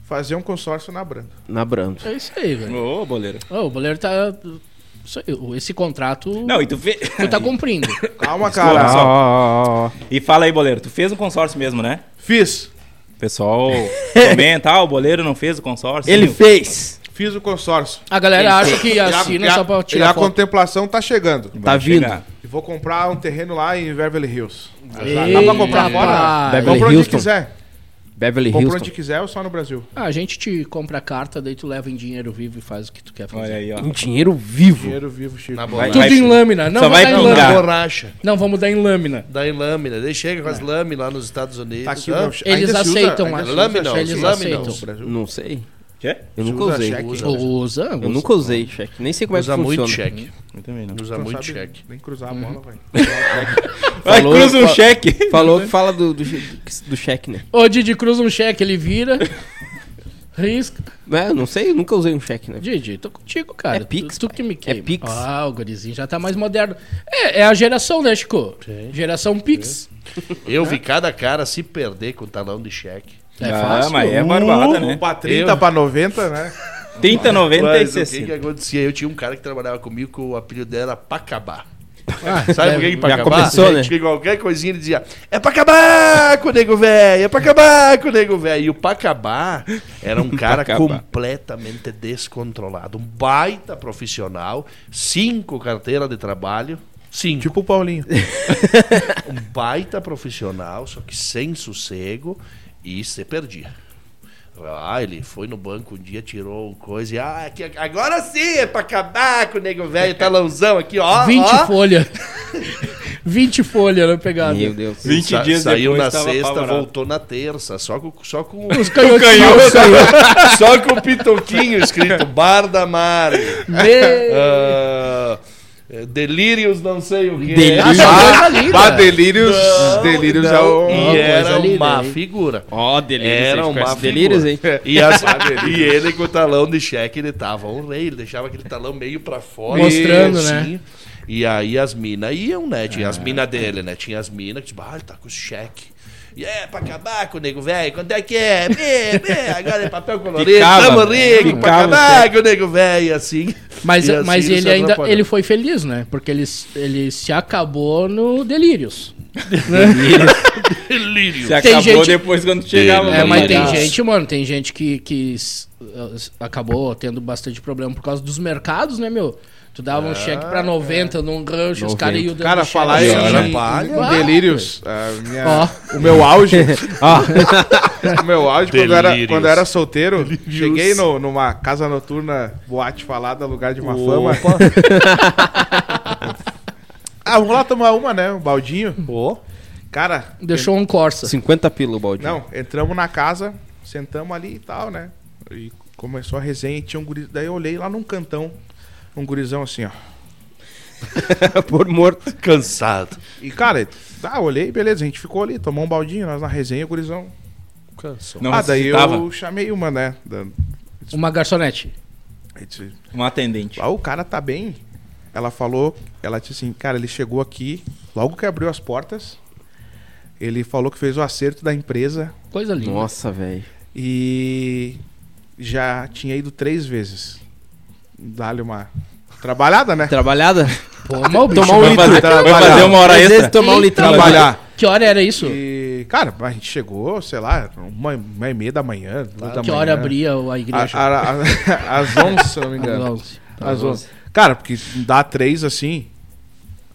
[SPEAKER 2] fazer um consórcio na Brando.
[SPEAKER 3] Na Brando.
[SPEAKER 1] É isso aí, velho.
[SPEAKER 4] Ô, boleiro.
[SPEAKER 1] Ô, o goleiro tá... Isso aí, o- esse contrato
[SPEAKER 4] Não, e tu fez.
[SPEAKER 1] tu tá cumprindo.
[SPEAKER 2] Calma,
[SPEAKER 3] Ah,
[SPEAKER 4] Olha
[SPEAKER 2] cara.
[SPEAKER 4] só. E fala aí, boleiro, tu fez um consórcio mesmo, né?
[SPEAKER 2] Fiz.
[SPEAKER 4] Pessoal, comenta, ah, o boleiro não fez o consórcio.
[SPEAKER 3] Ele
[SPEAKER 4] Sim,
[SPEAKER 3] fez!
[SPEAKER 2] Fiz o consórcio.
[SPEAKER 1] A galera acha que assina
[SPEAKER 2] e a,
[SPEAKER 1] só pra
[SPEAKER 2] e a
[SPEAKER 1] tirar foto.
[SPEAKER 2] contemplação tá chegando.
[SPEAKER 3] tá
[SPEAKER 4] vai
[SPEAKER 3] vindo.
[SPEAKER 4] chegar.
[SPEAKER 2] E vou comprar um terreno lá em Beverly Hills.
[SPEAKER 1] Eita,
[SPEAKER 2] dá pra comprar fora?
[SPEAKER 1] pai.
[SPEAKER 3] Beverly
[SPEAKER 2] Compra onde
[SPEAKER 3] Houston.
[SPEAKER 2] quiser.
[SPEAKER 3] Beverly
[SPEAKER 2] Compra
[SPEAKER 3] Hills.
[SPEAKER 2] onde quiser ou só no Brasil.
[SPEAKER 1] Ah, a gente te compra a carta, daí tu leva em dinheiro vivo e faz o que tu quer fazer.
[SPEAKER 4] Olha aí, ó.
[SPEAKER 3] Em dinheiro vivo.
[SPEAKER 2] Dinheiro vivo, Chico. Tá
[SPEAKER 5] Na
[SPEAKER 4] Vai-
[SPEAKER 5] borracha.
[SPEAKER 1] Tudo em lâmina. Não,
[SPEAKER 4] Só
[SPEAKER 1] vamos
[SPEAKER 4] vai
[SPEAKER 1] dar em
[SPEAKER 4] pingar.
[SPEAKER 5] Na
[SPEAKER 1] lâmina.
[SPEAKER 5] borracha.
[SPEAKER 1] Não, vamos dar em lâmina.
[SPEAKER 5] Dá em lâmina. Daí chega com
[SPEAKER 3] É.
[SPEAKER 5] as lâminas lá nos Estados Unidos.
[SPEAKER 2] Tá aqui
[SPEAKER 5] né?
[SPEAKER 2] o meu
[SPEAKER 1] Eles
[SPEAKER 2] ainda se usa-
[SPEAKER 1] aceitam,
[SPEAKER 2] ainda
[SPEAKER 1] acho.
[SPEAKER 2] se usa
[SPEAKER 5] Lâmina,
[SPEAKER 2] cheque
[SPEAKER 1] eles
[SPEAKER 2] lá no
[SPEAKER 1] aceitam.
[SPEAKER 2] Brasil?
[SPEAKER 3] Não sei.
[SPEAKER 4] Quê?
[SPEAKER 3] Eu nunca
[SPEAKER 2] usa
[SPEAKER 3] usei.
[SPEAKER 2] cheque?
[SPEAKER 1] Usa, usa.
[SPEAKER 3] Eu nunca usei cheque. Nem sei como
[SPEAKER 5] Usa
[SPEAKER 3] é que funciona.
[SPEAKER 5] muito cheque.
[SPEAKER 4] Eu também não.
[SPEAKER 5] Usa
[SPEAKER 2] Não
[SPEAKER 5] muito
[SPEAKER 2] sabe
[SPEAKER 5] cheque.
[SPEAKER 2] Tipo assim, Nem cruzar a
[SPEAKER 1] Uhum.
[SPEAKER 2] bola, velho.
[SPEAKER 4] Vai,
[SPEAKER 3] Falou-
[SPEAKER 4] cruza um
[SPEAKER 3] fa-
[SPEAKER 4] cheque.
[SPEAKER 3] Falou que fala do, do, che- do cheque, né?
[SPEAKER 1] Ô, Didi, cruza um cheque, ele vira. risca.
[SPEAKER 3] É, eu não sei, eu nunca usei um cheque, né?
[SPEAKER 1] Didi, tô contigo, cara.
[SPEAKER 3] É Pix,
[SPEAKER 1] Tu, tu que me queima.
[SPEAKER 3] Pix.
[SPEAKER 1] Ah, o gurizinho já tá mais moderno. É, é a geração, né, Chico? Geração Pix.
[SPEAKER 2] Né?
[SPEAKER 5] Eu vi cada cara se perder com talão de cheque.
[SPEAKER 1] É
[SPEAKER 4] ah,
[SPEAKER 1] fácil.
[SPEAKER 4] mas é barbada, né?
[SPEAKER 2] Pra 30,
[SPEAKER 5] Eu-
[SPEAKER 2] pra 90, né?
[SPEAKER 4] 30, 90 e
[SPEAKER 5] Mas
[SPEAKER 2] assim.
[SPEAKER 5] o que, que
[SPEAKER 4] 60.
[SPEAKER 5] acontecia? Eu tinha um cara que trabalhava comigo que o apelido dela era Pacabá.
[SPEAKER 1] Ah,
[SPEAKER 5] Sabe
[SPEAKER 1] é-
[SPEAKER 5] por que que pra
[SPEAKER 3] já
[SPEAKER 5] acabar?
[SPEAKER 3] começou, né?
[SPEAKER 5] Que qualquer coisinha ele dizia, é pra acabar com o nego velho, é pra acabar com o nego velho. E o pra acabar era um cara
[SPEAKER 4] acabar.
[SPEAKER 5] completamente descontrolado, um baita profissional, cinco carteiras de trabalho, cinco.
[SPEAKER 2] Tipo o Paulinho.
[SPEAKER 5] Um baita profissional, só que sem sossego e se perdia. Ah, ele foi no banco um dia, tirou coisa e ah, aqui, agora sim é pra acabar com o nego velho, talãozão aqui, ó.
[SPEAKER 1] 20
[SPEAKER 5] ó.
[SPEAKER 1] folhas. 20 folhas, né, pegada?
[SPEAKER 3] Meu Deus.
[SPEAKER 4] 20
[SPEAKER 5] Sa-
[SPEAKER 4] dias
[SPEAKER 5] saiu
[SPEAKER 4] depois
[SPEAKER 5] na
[SPEAKER 4] tava
[SPEAKER 5] sexta,
[SPEAKER 4] apavorado.
[SPEAKER 5] voltou na terça, só com só com
[SPEAKER 1] Os canhotinhos.
[SPEAKER 5] só com o pitoquinho escrito Bar da Mari.
[SPEAKER 1] Meu...
[SPEAKER 5] Ah, é, delírios não sei o que.
[SPEAKER 3] Delírios.
[SPEAKER 1] Coisa linda.
[SPEAKER 2] Bah, delírios. delírios é o.
[SPEAKER 5] E
[SPEAKER 1] coisa
[SPEAKER 5] era
[SPEAKER 1] linda,
[SPEAKER 5] uma
[SPEAKER 1] hein?
[SPEAKER 5] figura.
[SPEAKER 3] Ó, delírios.
[SPEAKER 5] Era
[SPEAKER 3] hein?
[SPEAKER 5] uma
[SPEAKER 3] Conhece delírios, hein?
[SPEAKER 5] figura. E, as- e ele com o talão de cheque, ele tava um rei, ele deixava aquele talão meio pra fora.
[SPEAKER 1] Mostrando, né?
[SPEAKER 5] E aí as minas iam, né? Tinha as minas dele, né? Tinha as minas que tipo, ah, ele tá com os cheque. E é pra acabar com o nego velho, quanto é que é? Bê, bê, agora é papel colorido,
[SPEAKER 4] Ficava,
[SPEAKER 5] tamo
[SPEAKER 4] né?
[SPEAKER 5] rico, pra
[SPEAKER 4] Ficava o
[SPEAKER 5] acabar com o nego velho, assim.
[SPEAKER 1] Mas,
[SPEAKER 5] E assim
[SPEAKER 1] mas ele
[SPEAKER 5] se
[SPEAKER 1] ainda
[SPEAKER 5] atrapalhou.
[SPEAKER 1] ele foi feliz, né? Porque ele, s- ele se acabou no Delírios.
[SPEAKER 5] Delírio.
[SPEAKER 4] Você
[SPEAKER 1] Tem
[SPEAKER 4] acabou
[SPEAKER 1] gente-
[SPEAKER 4] depois quando chegava.
[SPEAKER 5] Delírio.
[SPEAKER 1] É,
[SPEAKER 5] É,
[SPEAKER 1] mas tem
[SPEAKER 5] mas-
[SPEAKER 1] gente, mano, tem uh, gente que, que s- acabou tendo bastante problema por causa dos mercados, né, meu? Tu dava um cheque pra 90 num rancho, os caras iam dando
[SPEAKER 2] Cara,
[SPEAKER 1] cheque. assim,
[SPEAKER 2] falar né?
[SPEAKER 5] E
[SPEAKER 2] em,
[SPEAKER 5] era
[SPEAKER 2] em-
[SPEAKER 5] palha.
[SPEAKER 2] em delírios, a minha-
[SPEAKER 1] Ó.
[SPEAKER 2] o meu auge, Ah. o meu auge quando eu era,
[SPEAKER 5] Delírios.
[SPEAKER 2] quando eu era solteiro, cheguei no- numa casa noturna, boate falada, lugar de uma fama. Ah, vamos lá tomar uma, né? Um baldinho. Cara,
[SPEAKER 1] Deixou um Corsa.
[SPEAKER 3] 50 pila o balde.
[SPEAKER 2] Não, entramos na casa, sentamos ali e tal, né? E começou a resenha e tinha um gurizão. Daí eu olhei lá num cantão, um gurizão assim, ó.
[SPEAKER 4] né?
[SPEAKER 3] por morto.
[SPEAKER 5] Cansado.
[SPEAKER 2] E cara, tá, olhei, beleza, a gente ficou ali, tomou um baldinho, nós na resenha, o gurizão.
[SPEAKER 5] Cansado.
[SPEAKER 4] Não
[SPEAKER 2] ah, daí
[SPEAKER 4] ressuscitava.
[SPEAKER 2] eu chamei uma, né? Da-
[SPEAKER 1] Uma garçonete.
[SPEAKER 2] eu disse,
[SPEAKER 4] Um atendente.
[SPEAKER 2] ah, o cara tá bem. Ela falou, ela disse assim, cara, ele chegou aqui, logo que abriu as portas, ele falou que fez o acerto da empresa
[SPEAKER 1] Coisa linda.
[SPEAKER 3] Nossa, velho.
[SPEAKER 2] e já tinha ido três vezes. Dá-lhe uma trabalhada,
[SPEAKER 3] Então,
[SPEAKER 2] né?
[SPEAKER 3] Trabalhada?
[SPEAKER 1] Pô, mal bicho.
[SPEAKER 2] Tomar um litro,
[SPEAKER 4] Vai fazer uma hora
[SPEAKER 3] Às vezes
[SPEAKER 4] extra.
[SPEAKER 3] tomar um
[SPEAKER 1] Eita,
[SPEAKER 3] litrão.
[SPEAKER 2] trabalhar.
[SPEAKER 1] Que hora era isso?
[SPEAKER 2] E, cara, a gente chegou, sei lá, uma, uma e meia da manhã, duas da
[SPEAKER 1] que
[SPEAKER 2] manhã.
[SPEAKER 1] hora abria né, a igreja?
[SPEAKER 2] A- a- a- Às 11, se eu não me ah, engano.
[SPEAKER 1] Às onze.
[SPEAKER 2] Às 11. Cara, porque dá três assim.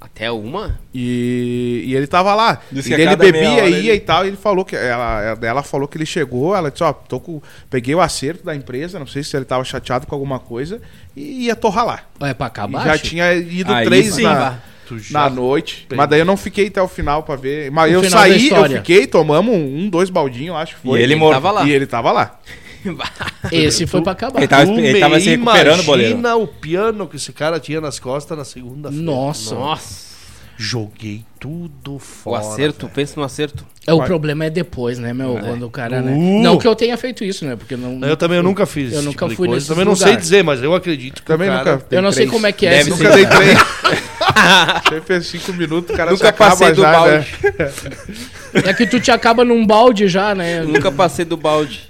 [SPEAKER 3] Até uma?
[SPEAKER 2] E, e ele tava lá.
[SPEAKER 4] Diz
[SPEAKER 2] E
[SPEAKER 4] que a
[SPEAKER 2] ele
[SPEAKER 4] cada
[SPEAKER 2] bebia,
[SPEAKER 4] meia hora
[SPEAKER 2] ia
[SPEAKER 4] ele-
[SPEAKER 2] e tal. E ele falou que. Ela, ela- ela falou que ele chegou, ela disse, ó, tô com, peguei o acerto da empresa, não sei se ele tava chateado com alguma coisa, e ia torrar lá.
[SPEAKER 1] É pra
[SPEAKER 2] E
[SPEAKER 1] acabar?
[SPEAKER 2] já tinha ido
[SPEAKER 4] Aí
[SPEAKER 2] três
[SPEAKER 4] sim,
[SPEAKER 2] na,
[SPEAKER 4] vá.
[SPEAKER 5] Tu já-
[SPEAKER 2] na noite. Mas daí eu não fiquei até o final pra ver. Mas
[SPEAKER 1] No
[SPEAKER 2] eu
[SPEAKER 1] final da
[SPEAKER 2] saí, eu
[SPEAKER 1] história.
[SPEAKER 2] fiquei, tomamos um, dois baldinhos, acho que
[SPEAKER 4] E
[SPEAKER 2] foi.
[SPEAKER 4] ele
[SPEAKER 2] E
[SPEAKER 4] morto.
[SPEAKER 3] tava lá.
[SPEAKER 2] ele tava lá.
[SPEAKER 1] Esse foi pra acabar.
[SPEAKER 4] Ele tava,
[SPEAKER 5] Tu
[SPEAKER 4] Tá, ele tava
[SPEAKER 5] me
[SPEAKER 4] se recuperando, boleiro.
[SPEAKER 5] Um Imagina o piano que esse cara tinha nas costas na segunda-feira.
[SPEAKER 1] Nossa.
[SPEAKER 3] Nossa.
[SPEAKER 5] Joguei tudo
[SPEAKER 3] O
[SPEAKER 5] fora.
[SPEAKER 3] acerto, pensa no acerto.
[SPEAKER 1] É, o problema é depois, né, meu? Quando o cara, né?
[SPEAKER 5] Uh!
[SPEAKER 1] Não que eu tenha feito isso, né? Porque não.
[SPEAKER 5] Eu também eu nunca fiz.
[SPEAKER 1] Eu
[SPEAKER 5] esse
[SPEAKER 1] nunca
[SPEAKER 5] tipo de
[SPEAKER 1] fui
[SPEAKER 5] coisa.
[SPEAKER 1] nesses
[SPEAKER 5] Também não
[SPEAKER 1] lugares.
[SPEAKER 5] sei dizer, mas eu acredito que
[SPEAKER 2] Também
[SPEAKER 5] o cara...
[SPEAKER 2] nunca.
[SPEAKER 1] Eu não sei como é que é esse
[SPEAKER 4] Deve
[SPEAKER 2] Nunca
[SPEAKER 1] lugar.
[SPEAKER 2] dei três. Sempre cinco minutos, o cara
[SPEAKER 3] Nunca
[SPEAKER 2] se acaba
[SPEAKER 3] passei do
[SPEAKER 2] já, né?
[SPEAKER 3] balde.
[SPEAKER 1] É que tu te acaba num balde já, né?
[SPEAKER 3] Nunca passei do balde.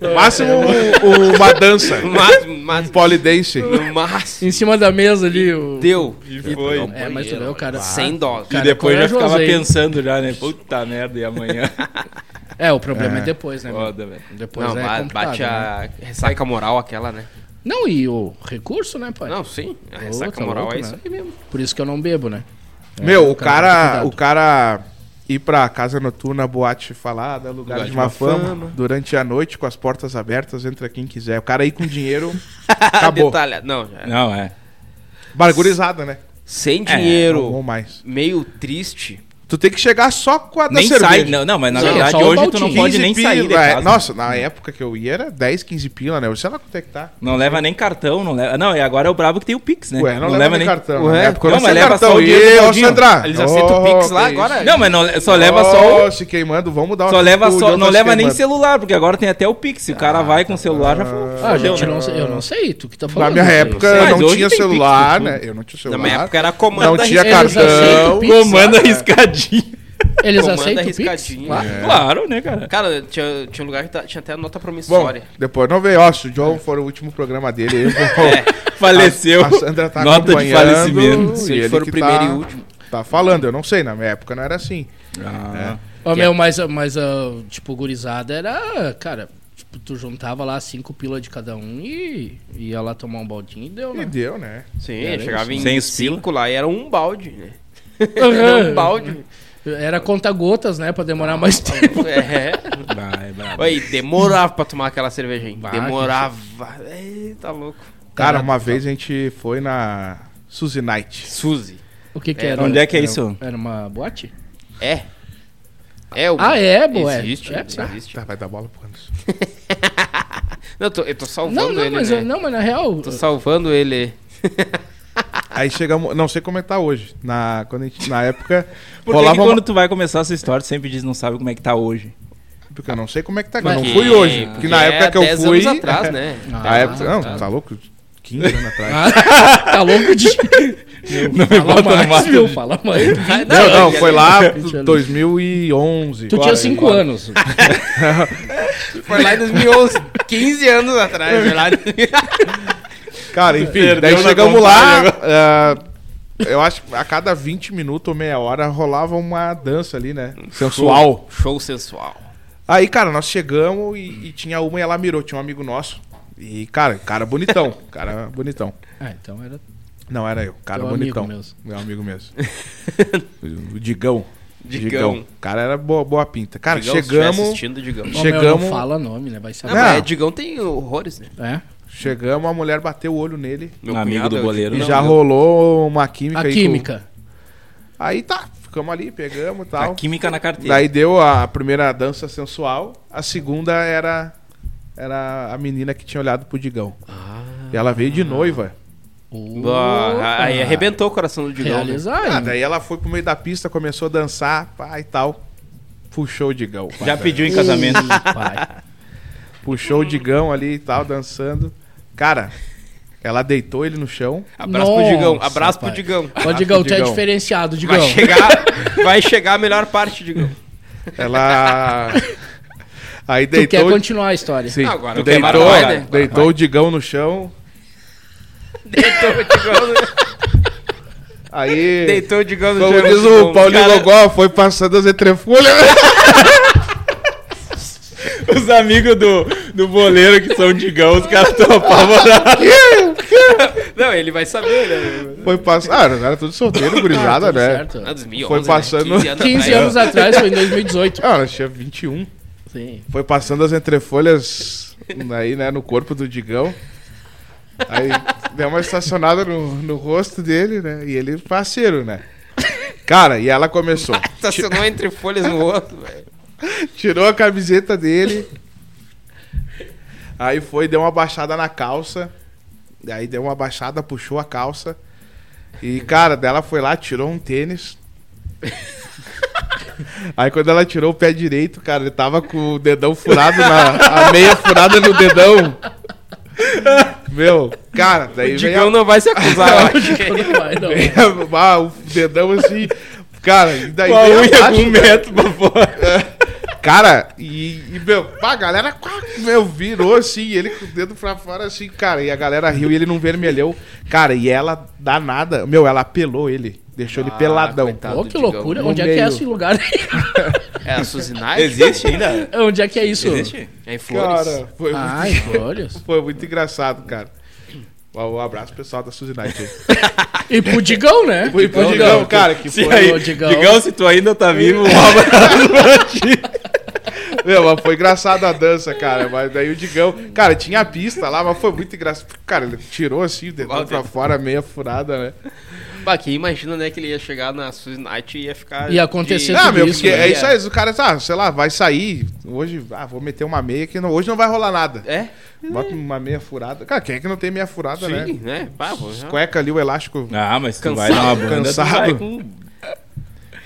[SPEAKER 2] No Máximo o- o- uma dança.
[SPEAKER 3] Mas, mas,
[SPEAKER 2] Um polidense.
[SPEAKER 3] no máximo.
[SPEAKER 1] Em cima da mesa ali. O...
[SPEAKER 3] Deu.
[SPEAKER 4] Foi.
[SPEAKER 1] É, mas tu vê o cara.
[SPEAKER 3] 100 dólares.
[SPEAKER 4] E
[SPEAKER 1] cara,
[SPEAKER 4] depois já
[SPEAKER 1] corajoso,
[SPEAKER 4] ficava
[SPEAKER 1] hein?
[SPEAKER 4] pensando já, né? Puta merda, e amanhã?
[SPEAKER 1] É, o problema é, depois, né? meu?
[SPEAKER 4] Foda, velho.
[SPEAKER 1] Depois
[SPEAKER 3] Não,
[SPEAKER 1] é
[SPEAKER 3] ba-
[SPEAKER 1] complicado,
[SPEAKER 3] bate
[SPEAKER 1] né?
[SPEAKER 3] a ressaca moral aquela, né?
[SPEAKER 1] Não, e o recurso, né, pai?
[SPEAKER 3] Não, sim. A
[SPEAKER 1] Ô,
[SPEAKER 3] ressaca
[SPEAKER 1] tá
[SPEAKER 3] moral
[SPEAKER 1] louco,
[SPEAKER 3] é isso
[SPEAKER 1] né?
[SPEAKER 3] aí mesmo.
[SPEAKER 1] Por isso que eu não bebo, né?
[SPEAKER 2] Meu, o
[SPEAKER 1] cara,
[SPEAKER 2] cara,
[SPEAKER 1] cuidado.
[SPEAKER 2] o cara ir pra casa noturna, boate falada, lugar, de má fama, durante a noite com as portas abertas, entra quem quiser. O cara ir com dinheiro, acabou.
[SPEAKER 3] Detalha. Ah, Não, já.
[SPEAKER 4] Não, é.
[SPEAKER 2] Bargurizada, né?
[SPEAKER 3] Sem
[SPEAKER 2] Não vou
[SPEAKER 3] dinheiro,
[SPEAKER 2] mais.
[SPEAKER 3] meio triste.
[SPEAKER 2] Tu tem que chegar só com a da
[SPEAKER 4] Nem
[SPEAKER 2] cerveja.
[SPEAKER 4] sai. Não, não, mas na
[SPEAKER 1] Sim, é
[SPEAKER 4] verdade
[SPEAKER 1] só o
[SPEAKER 4] hoje tu não
[SPEAKER 1] baldinho.
[SPEAKER 4] pode
[SPEAKER 2] 15
[SPEAKER 4] nem
[SPEAKER 2] pila,
[SPEAKER 4] sair de
[SPEAKER 2] é.
[SPEAKER 4] casa.
[SPEAKER 2] Nossa, na época que eu ia era 10, 15 pila, né? Sei lá quanto é que tá.
[SPEAKER 4] Não leva nem cartão, não leva. Não, e agora é o brabo que tem o Pix, né?
[SPEAKER 2] Ué, não, leva, nem cartão.
[SPEAKER 3] Ué,
[SPEAKER 2] na época eu
[SPEAKER 4] não, mas
[SPEAKER 2] tinha
[SPEAKER 4] leva só
[SPEAKER 2] cartão.
[SPEAKER 4] o dinheiro
[SPEAKER 2] E,
[SPEAKER 4] do
[SPEAKER 2] ô,
[SPEAKER 4] baldinho.
[SPEAKER 2] Sandra.
[SPEAKER 1] Ah,
[SPEAKER 3] Eles aceitam o Pix lá
[SPEAKER 2] que
[SPEAKER 3] agora?
[SPEAKER 4] Não, mas não, só leva
[SPEAKER 2] Ô,
[SPEAKER 4] só o.
[SPEAKER 2] se queimando, vamos dar uma-
[SPEAKER 4] Só leva
[SPEAKER 2] o
[SPEAKER 4] só,
[SPEAKER 2] Jonas
[SPEAKER 4] não leva nem
[SPEAKER 2] queimando.
[SPEAKER 4] celular, porque agora tem até o Pix. Se o cara vai com o celular, já falou.
[SPEAKER 1] Ah,
[SPEAKER 4] fodeu,
[SPEAKER 1] gente,
[SPEAKER 4] né?
[SPEAKER 1] não sei- eu não sei, tu que tá
[SPEAKER 2] Na
[SPEAKER 1] falando.
[SPEAKER 2] minha
[SPEAKER 1] não sei.
[SPEAKER 2] época
[SPEAKER 4] sei. Mas
[SPEAKER 2] não
[SPEAKER 4] hoje
[SPEAKER 2] tinha
[SPEAKER 4] tem Pix
[SPEAKER 2] celular,
[SPEAKER 4] tudo.
[SPEAKER 2] né? Eu não tinha
[SPEAKER 3] Na
[SPEAKER 2] celular.
[SPEAKER 3] minha época era
[SPEAKER 2] Não
[SPEAKER 3] comando
[SPEAKER 2] tinha
[SPEAKER 3] arriscado.
[SPEAKER 1] Eles aceitam
[SPEAKER 2] cartão.
[SPEAKER 1] o Pix,
[SPEAKER 4] Comando
[SPEAKER 1] né?
[SPEAKER 4] arriscadinho.
[SPEAKER 1] Eles
[SPEAKER 3] Comando
[SPEAKER 1] aceitam o Pix?
[SPEAKER 3] arriscadinho.
[SPEAKER 1] Claro.
[SPEAKER 4] Claro, né, cara?
[SPEAKER 3] Cara, tinha, tinha um lugar que ta- tinha até nota
[SPEAKER 2] Bom,
[SPEAKER 3] promissória.
[SPEAKER 2] depois não veio. Ó, se o John for o último programa dele, eu vou...
[SPEAKER 3] É,
[SPEAKER 4] Faleceu.
[SPEAKER 2] A, a Sandra tá
[SPEAKER 4] Nota de
[SPEAKER 2] acompanhando,
[SPEAKER 4] falecimento.
[SPEAKER 3] Se
[SPEAKER 2] e
[SPEAKER 3] ele for o
[SPEAKER 2] que
[SPEAKER 3] primeiro
[SPEAKER 2] tá-
[SPEAKER 3] e último.
[SPEAKER 2] Tá falando, eu não sei, na minha época não era assim.
[SPEAKER 4] Ah,
[SPEAKER 2] É.
[SPEAKER 1] Ô, meu, mas, mas ah, tipo, gurizada era, cara, tipo, tu juntava lá cinco pila de cada um e ia lá tomar um baldinho e deu,
[SPEAKER 2] E
[SPEAKER 3] é?
[SPEAKER 1] né?
[SPEAKER 2] deu, né?
[SPEAKER 3] Sim, chegava em
[SPEAKER 4] Sem os pila.
[SPEAKER 3] 5 lá e era um balde, né? era um balde.
[SPEAKER 1] Era conta-gotas, né, pra demorar mais tempo.
[SPEAKER 3] É.
[SPEAKER 4] Vai, vai.
[SPEAKER 3] Aí, demorava pra tomar aquela cerveja, hein?
[SPEAKER 1] Bah,
[SPEAKER 3] Demorava. Ei, tá louco.
[SPEAKER 2] Cara, uma
[SPEAKER 3] tá.
[SPEAKER 2] vez a gente foi na Suzy Night.
[SPEAKER 3] Suzy.
[SPEAKER 1] O que que
[SPEAKER 3] É,
[SPEAKER 1] era?
[SPEAKER 4] Onde é que é
[SPEAKER 1] Era-
[SPEAKER 4] isso?
[SPEAKER 1] Era uma boate?
[SPEAKER 3] É. É o.
[SPEAKER 1] Ah, é, boé.
[SPEAKER 3] Existe,
[SPEAKER 1] É, tá.
[SPEAKER 3] existe.
[SPEAKER 2] Tá, vai dar bola pro Anderson.
[SPEAKER 3] Não, eu tô, eu tô salvando
[SPEAKER 1] Não, não,
[SPEAKER 3] ele.
[SPEAKER 1] mas,
[SPEAKER 3] né?
[SPEAKER 1] eu- não, mas na real... tá
[SPEAKER 3] Tô salvando ele.
[SPEAKER 2] Aí chegamos, não sei comentar hoje. Na, quando a gente, na época,
[SPEAKER 4] Por que, que
[SPEAKER 2] uma-
[SPEAKER 4] quando tu vai começar essa história, tu sempre diz não sabe como é que tá hoje?
[SPEAKER 2] Porque eu não sei como é que tá.
[SPEAKER 3] Mas
[SPEAKER 2] eu não
[SPEAKER 3] que-
[SPEAKER 2] fui hoje. Porque na
[SPEAKER 3] é
[SPEAKER 2] época que eu
[SPEAKER 3] 10
[SPEAKER 2] fui.
[SPEAKER 3] anos atrás, né?
[SPEAKER 2] A época. Não, tá louco? 15 anos atrás.
[SPEAKER 4] Ah,
[SPEAKER 1] Tá louco de...
[SPEAKER 4] Não me
[SPEAKER 1] Fala
[SPEAKER 4] bota no
[SPEAKER 1] mais,
[SPEAKER 4] mato.
[SPEAKER 1] meu, fala mais.
[SPEAKER 3] Ah,
[SPEAKER 2] Não, não,
[SPEAKER 3] ele-
[SPEAKER 2] foi lá
[SPEAKER 1] Vinte anos.
[SPEAKER 2] 2011.
[SPEAKER 1] Tu tinha
[SPEAKER 2] Quase.
[SPEAKER 1] cinco anos.
[SPEAKER 2] é.
[SPEAKER 3] Foi lá em 2011, 15 anos atrás. Foi lá em-
[SPEAKER 2] Cara, enfim, daí
[SPEAKER 4] na
[SPEAKER 2] chegamos lá. ah, eu acho que a cada 20 minutos ou meia hora rolava uma dança ali, né? Sensual.
[SPEAKER 3] Show sensual.
[SPEAKER 2] Aí, cara, nós chegamos e, e tinha uma e ela mirou. Tinha um amigo nosso. E, cara, cara bonitão. Cara bonitão.
[SPEAKER 1] Ah, então era
[SPEAKER 2] Não, era eu. Cara
[SPEAKER 1] Teu amigo
[SPEAKER 4] né?
[SPEAKER 2] bonitão.
[SPEAKER 1] mesmo.
[SPEAKER 2] Meu É um amigo mesmo. o Digão.
[SPEAKER 3] Digão.
[SPEAKER 2] O cara era boa, boa pinta. Cara,
[SPEAKER 3] Digão, se estiver
[SPEAKER 2] chegamos.
[SPEAKER 3] assistindo, Digão.
[SPEAKER 1] Ô,
[SPEAKER 2] Chegamos-
[SPEAKER 1] meu, não fala nome, né? Vai
[SPEAKER 3] Não,
[SPEAKER 1] saber.
[SPEAKER 2] Não.
[SPEAKER 3] mas é, Digão tem horrores, né?
[SPEAKER 1] É.
[SPEAKER 2] Chegamos, a mulher bateu o olho nele.
[SPEAKER 3] Meu
[SPEAKER 4] Amigo
[SPEAKER 3] cunhado
[SPEAKER 4] do
[SPEAKER 3] é-
[SPEAKER 4] goleiro,
[SPEAKER 2] E
[SPEAKER 4] não,
[SPEAKER 2] já
[SPEAKER 4] meu.
[SPEAKER 2] rolou uma química
[SPEAKER 1] A
[SPEAKER 2] aí. com-
[SPEAKER 1] química.
[SPEAKER 2] Aí tá, ficamos ali, pegamos e
[SPEAKER 4] A
[SPEAKER 2] tal.
[SPEAKER 4] Tá química na carteira.
[SPEAKER 2] Daí deu a primeira dança sensual, a segunda era era a menina que tinha olhado pro Digão.
[SPEAKER 4] Ah.
[SPEAKER 2] E ela veio de noiva.
[SPEAKER 3] Bah, aí arrebentou o coração do Digão. né?
[SPEAKER 1] Realizar.
[SPEAKER 2] Ah,
[SPEAKER 1] hein?
[SPEAKER 2] daí ela foi pro meio da pista, começou a dançar, pá e tal. Puxou o Digão.
[SPEAKER 4] Já
[SPEAKER 2] Pá,
[SPEAKER 4] pediu em casamento.
[SPEAKER 1] Ih, pai.
[SPEAKER 2] Puxou o Digão ali e tal, dançando. Cara, ela deitou ele no chão.
[SPEAKER 3] Abraço
[SPEAKER 1] Nossa,
[SPEAKER 3] pro Digão, abraço
[SPEAKER 1] pai.
[SPEAKER 3] pro Digão.
[SPEAKER 1] Ô, Digão, tu é
[SPEAKER 2] Digão.
[SPEAKER 1] diferenciado, Digão.
[SPEAKER 3] Vai chegar, vai chegar a melhor parte, Digão.
[SPEAKER 2] Ela. Aí
[SPEAKER 1] Tu quer
[SPEAKER 2] deitou.
[SPEAKER 1] continuar a história.
[SPEAKER 2] Sim, Tá
[SPEAKER 3] Ah, agora
[SPEAKER 2] tu
[SPEAKER 3] quer mais,
[SPEAKER 2] deitou, é?
[SPEAKER 3] vai, né?
[SPEAKER 2] deitou o Digão no chão.
[SPEAKER 3] Deitou o Digão no,
[SPEAKER 2] Aí.
[SPEAKER 3] deitou o Digão no
[SPEAKER 2] Como
[SPEAKER 3] chão.
[SPEAKER 2] diz
[SPEAKER 3] Digão,
[SPEAKER 2] o Paulinho
[SPEAKER 3] cara,
[SPEAKER 2] Gogó, foi passando as entrefolhas.
[SPEAKER 4] Os amigos do, do boleiro que são Digão, os caras estão apavorados.
[SPEAKER 3] Não, ele vai saber, né?
[SPEAKER 2] Foi passando. Ah, era tudo solteiro, gurizada,
[SPEAKER 1] Tá Tudo
[SPEAKER 2] né?
[SPEAKER 1] certo.
[SPEAKER 3] Ah, 2011,
[SPEAKER 2] Foi passando-
[SPEAKER 3] né? 15 anos
[SPEAKER 1] 15
[SPEAKER 3] atrás.
[SPEAKER 1] anos atrás, foi em 2018.
[SPEAKER 2] Ah, ela tinha 21.
[SPEAKER 1] Sim.
[SPEAKER 2] Foi passando as entrefolhas aí, né, no corpo do Digão. Aí deu uma estacionada no, no rosto dele, né? E ele, parceiro, né? Cara, e ela começou.
[SPEAKER 3] Estacionou Tá um entre folhas no outro, velho.
[SPEAKER 2] Tirou a camiseta dele. Aí foi, deu uma baixada na calça. Aí deu uma baixada, puxou a calça. E, cara, dela foi lá, tirou um tênis. Aí quando ela tirou o pé direito, cara, ele tava com o dedão furado na. A meia furada no dedão. Meu, cara, daí
[SPEAKER 3] O
[SPEAKER 2] vem
[SPEAKER 3] Digão
[SPEAKER 2] a-
[SPEAKER 3] não vai se acusar, eu acho.
[SPEAKER 1] Não vai, não.
[SPEAKER 2] vem a- ah, o dedão assim. Cara, e daí
[SPEAKER 4] Então. Com
[SPEAKER 2] vem a
[SPEAKER 4] a unha
[SPEAKER 2] baixa-
[SPEAKER 4] com um metro pra fora.
[SPEAKER 2] Cara, e, e, meu, a galera quá, meu, virou assim, ele com o dedo pra fora assim, cara, e a galera riu e ele não vermelhou. Cara, e ela danada, meu, ela apelou ele, deixou ele peladão.
[SPEAKER 3] coitado.
[SPEAKER 1] Ô,
[SPEAKER 3] do
[SPEAKER 1] que
[SPEAKER 3] Digão.
[SPEAKER 1] loucura.
[SPEAKER 2] No
[SPEAKER 1] Onde é que é
[SPEAKER 2] meio.
[SPEAKER 1] esse lugar?
[SPEAKER 3] É a Suzinai?
[SPEAKER 4] Existe ainda?
[SPEAKER 1] Onde é que é isso?
[SPEAKER 4] Existe?
[SPEAKER 3] É em Flores.
[SPEAKER 2] Cara, foi,
[SPEAKER 1] Ai,
[SPEAKER 2] muito,
[SPEAKER 1] olha.
[SPEAKER 2] foi muito engraçado, cara. Um abraço pessoal da Suzy Night. aí.
[SPEAKER 1] E pro Digão, né?
[SPEAKER 2] Foi pro Digão, cara, que
[SPEAKER 4] Então, Se
[SPEAKER 2] foi.
[SPEAKER 4] aí,
[SPEAKER 1] ô, Digão.
[SPEAKER 4] Digão. se tu ainda tá vivo, um abraço pra ti.
[SPEAKER 2] Meu, mas foi engraçado a dança, cara. Mas daí o Digão. Cara, tinha a pista lá, mas foi muito engraçado. Cara, ele tirou assim o dedão pra fora, meia furada, né?
[SPEAKER 3] Bah, quem imagina, né, que ele ia chegar na Suzy Night e ia ficar...
[SPEAKER 1] Ia acontecer
[SPEAKER 3] de-
[SPEAKER 2] Ah, meu,
[SPEAKER 1] isso,
[SPEAKER 2] porque
[SPEAKER 1] né?
[SPEAKER 2] é isso aí. O cara tá, sei lá, vai sair. Hoje, ah, vou meter uma meia que não, hoje não vai rolar nada.
[SPEAKER 3] É?
[SPEAKER 2] Bota uma meia furada. Cara, quem é que não tem meia furada,
[SPEAKER 3] Sim,
[SPEAKER 2] né?
[SPEAKER 3] né? Pá, vou já-
[SPEAKER 2] Cueca ali, o elástico.
[SPEAKER 4] Ah, mas tu vai
[SPEAKER 3] Cansado.
[SPEAKER 4] dar uma banda, tu vai
[SPEAKER 2] Cansado.
[SPEAKER 4] com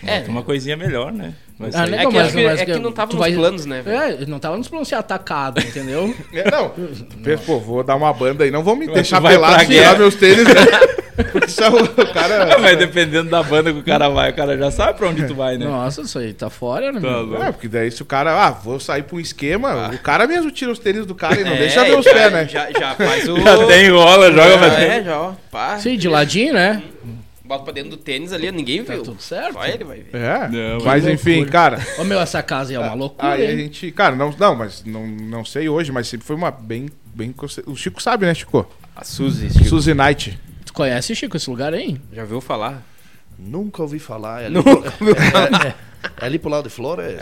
[SPEAKER 3] É.
[SPEAKER 4] uma coisinha melhor, né? Mas
[SPEAKER 1] Ah,
[SPEAKER 4] aí-
[SPEAKER 1] né?
[SPEAKER 3] É
[SPEAKER 1] Não,
[SPEAKER 3] que,
[SPEAKER 1] mas-
[SPEAKER 3] acho que,
[SPEAKER 1] mas
[SPEAKER 3] é
[SPEAKER 1] que
[SPEAKER 3] que não tava
[SPEAKER 1] tu
[SPEAKER 3] nos
[SPEAKER 1] vai-
[SPEAKER 3] planos, né? velho?
[SPEAKER 1] É, não tava nos planos ser atacado, entendeu?
[SPEAKER 2] É, Não, Pensa, pô, vou dar uma banda aí. Não vão me deixar
[SPEAKER 4] vai pra
[SPEAKER 2] pelado, tirar
[SPEAKER 4] guerra.
[SPEAKER 2] meus tênis. Né? Isso é o cara.
[SPEAKER 4] Ah, mas dependendo da banda que o cara vai, o cara já sabe pra onde tu vai, né?
[SPEAKER 1] Nossa, isso aí tá fora, né?
[SPEAKER 4] Tá
[SPEAKER 1] meu?
[SPEAKER 4] louco.
[SPEAKER 2] É, porque daí se o cara, ah, vou sair pra um esquema, o cara mesmo tira os tênis do cara e não
[SPEAKER 3] É,
[SPEAKER 2] deixa ver os
[SPEAKER 3] já-
[SPEAKER 2] pés, né?
[SPEAKER 3] Já, já faz o...
[SPEAKER 4] Até enrola, joga pra
[SPEAKER 3] já,
[SPEAKER 4] dentro.
[SPEAKER 3] É, já, ó. Pá,
[SPEAKER 1] Sim, de ladinho, né?
[SPEAKER 3] bota pra dentro do tênis ali, ninguém
[SPEAKER 1] Tá
[SPEAKER 3] viu.
[SPEAKER 1] tudo certo.
[SPEAKER 3] Só ele vai ver.
[SPEAKER 2] É,
[SPEAKER 4] Não,
[SPEAKER 2] mas
[SPEAKER 1] que
[SPEAKER 2] enfim,
[SPEAKER 1] loucura.
[SPEAKER 2] cara.
[SPEAKER 1] Ô meu, essa casa é uma loucura.
[SPEAKER 2] Aí a
[SPEAKER 1] hein?
[SPEAKER 2] gente, cara, não, não, mas não, não sei hoje, mas sempre foi uma bem, bem, conce- o Chico sabe, né, Chico?
[SPEAKER 3] A Suzy,
[SPEAKER 2] Suzy Knight.
[SPEAKER 1] Tu conhece, Chico, esse lugar aí?
[SPEAKER 3] já viu falar?
[SPEAKER 5] Nunca ouvi falar. É ali,
[SPEAKER 3] Nunca viu
[SPEAKER 5] é ali pro lado de Flores.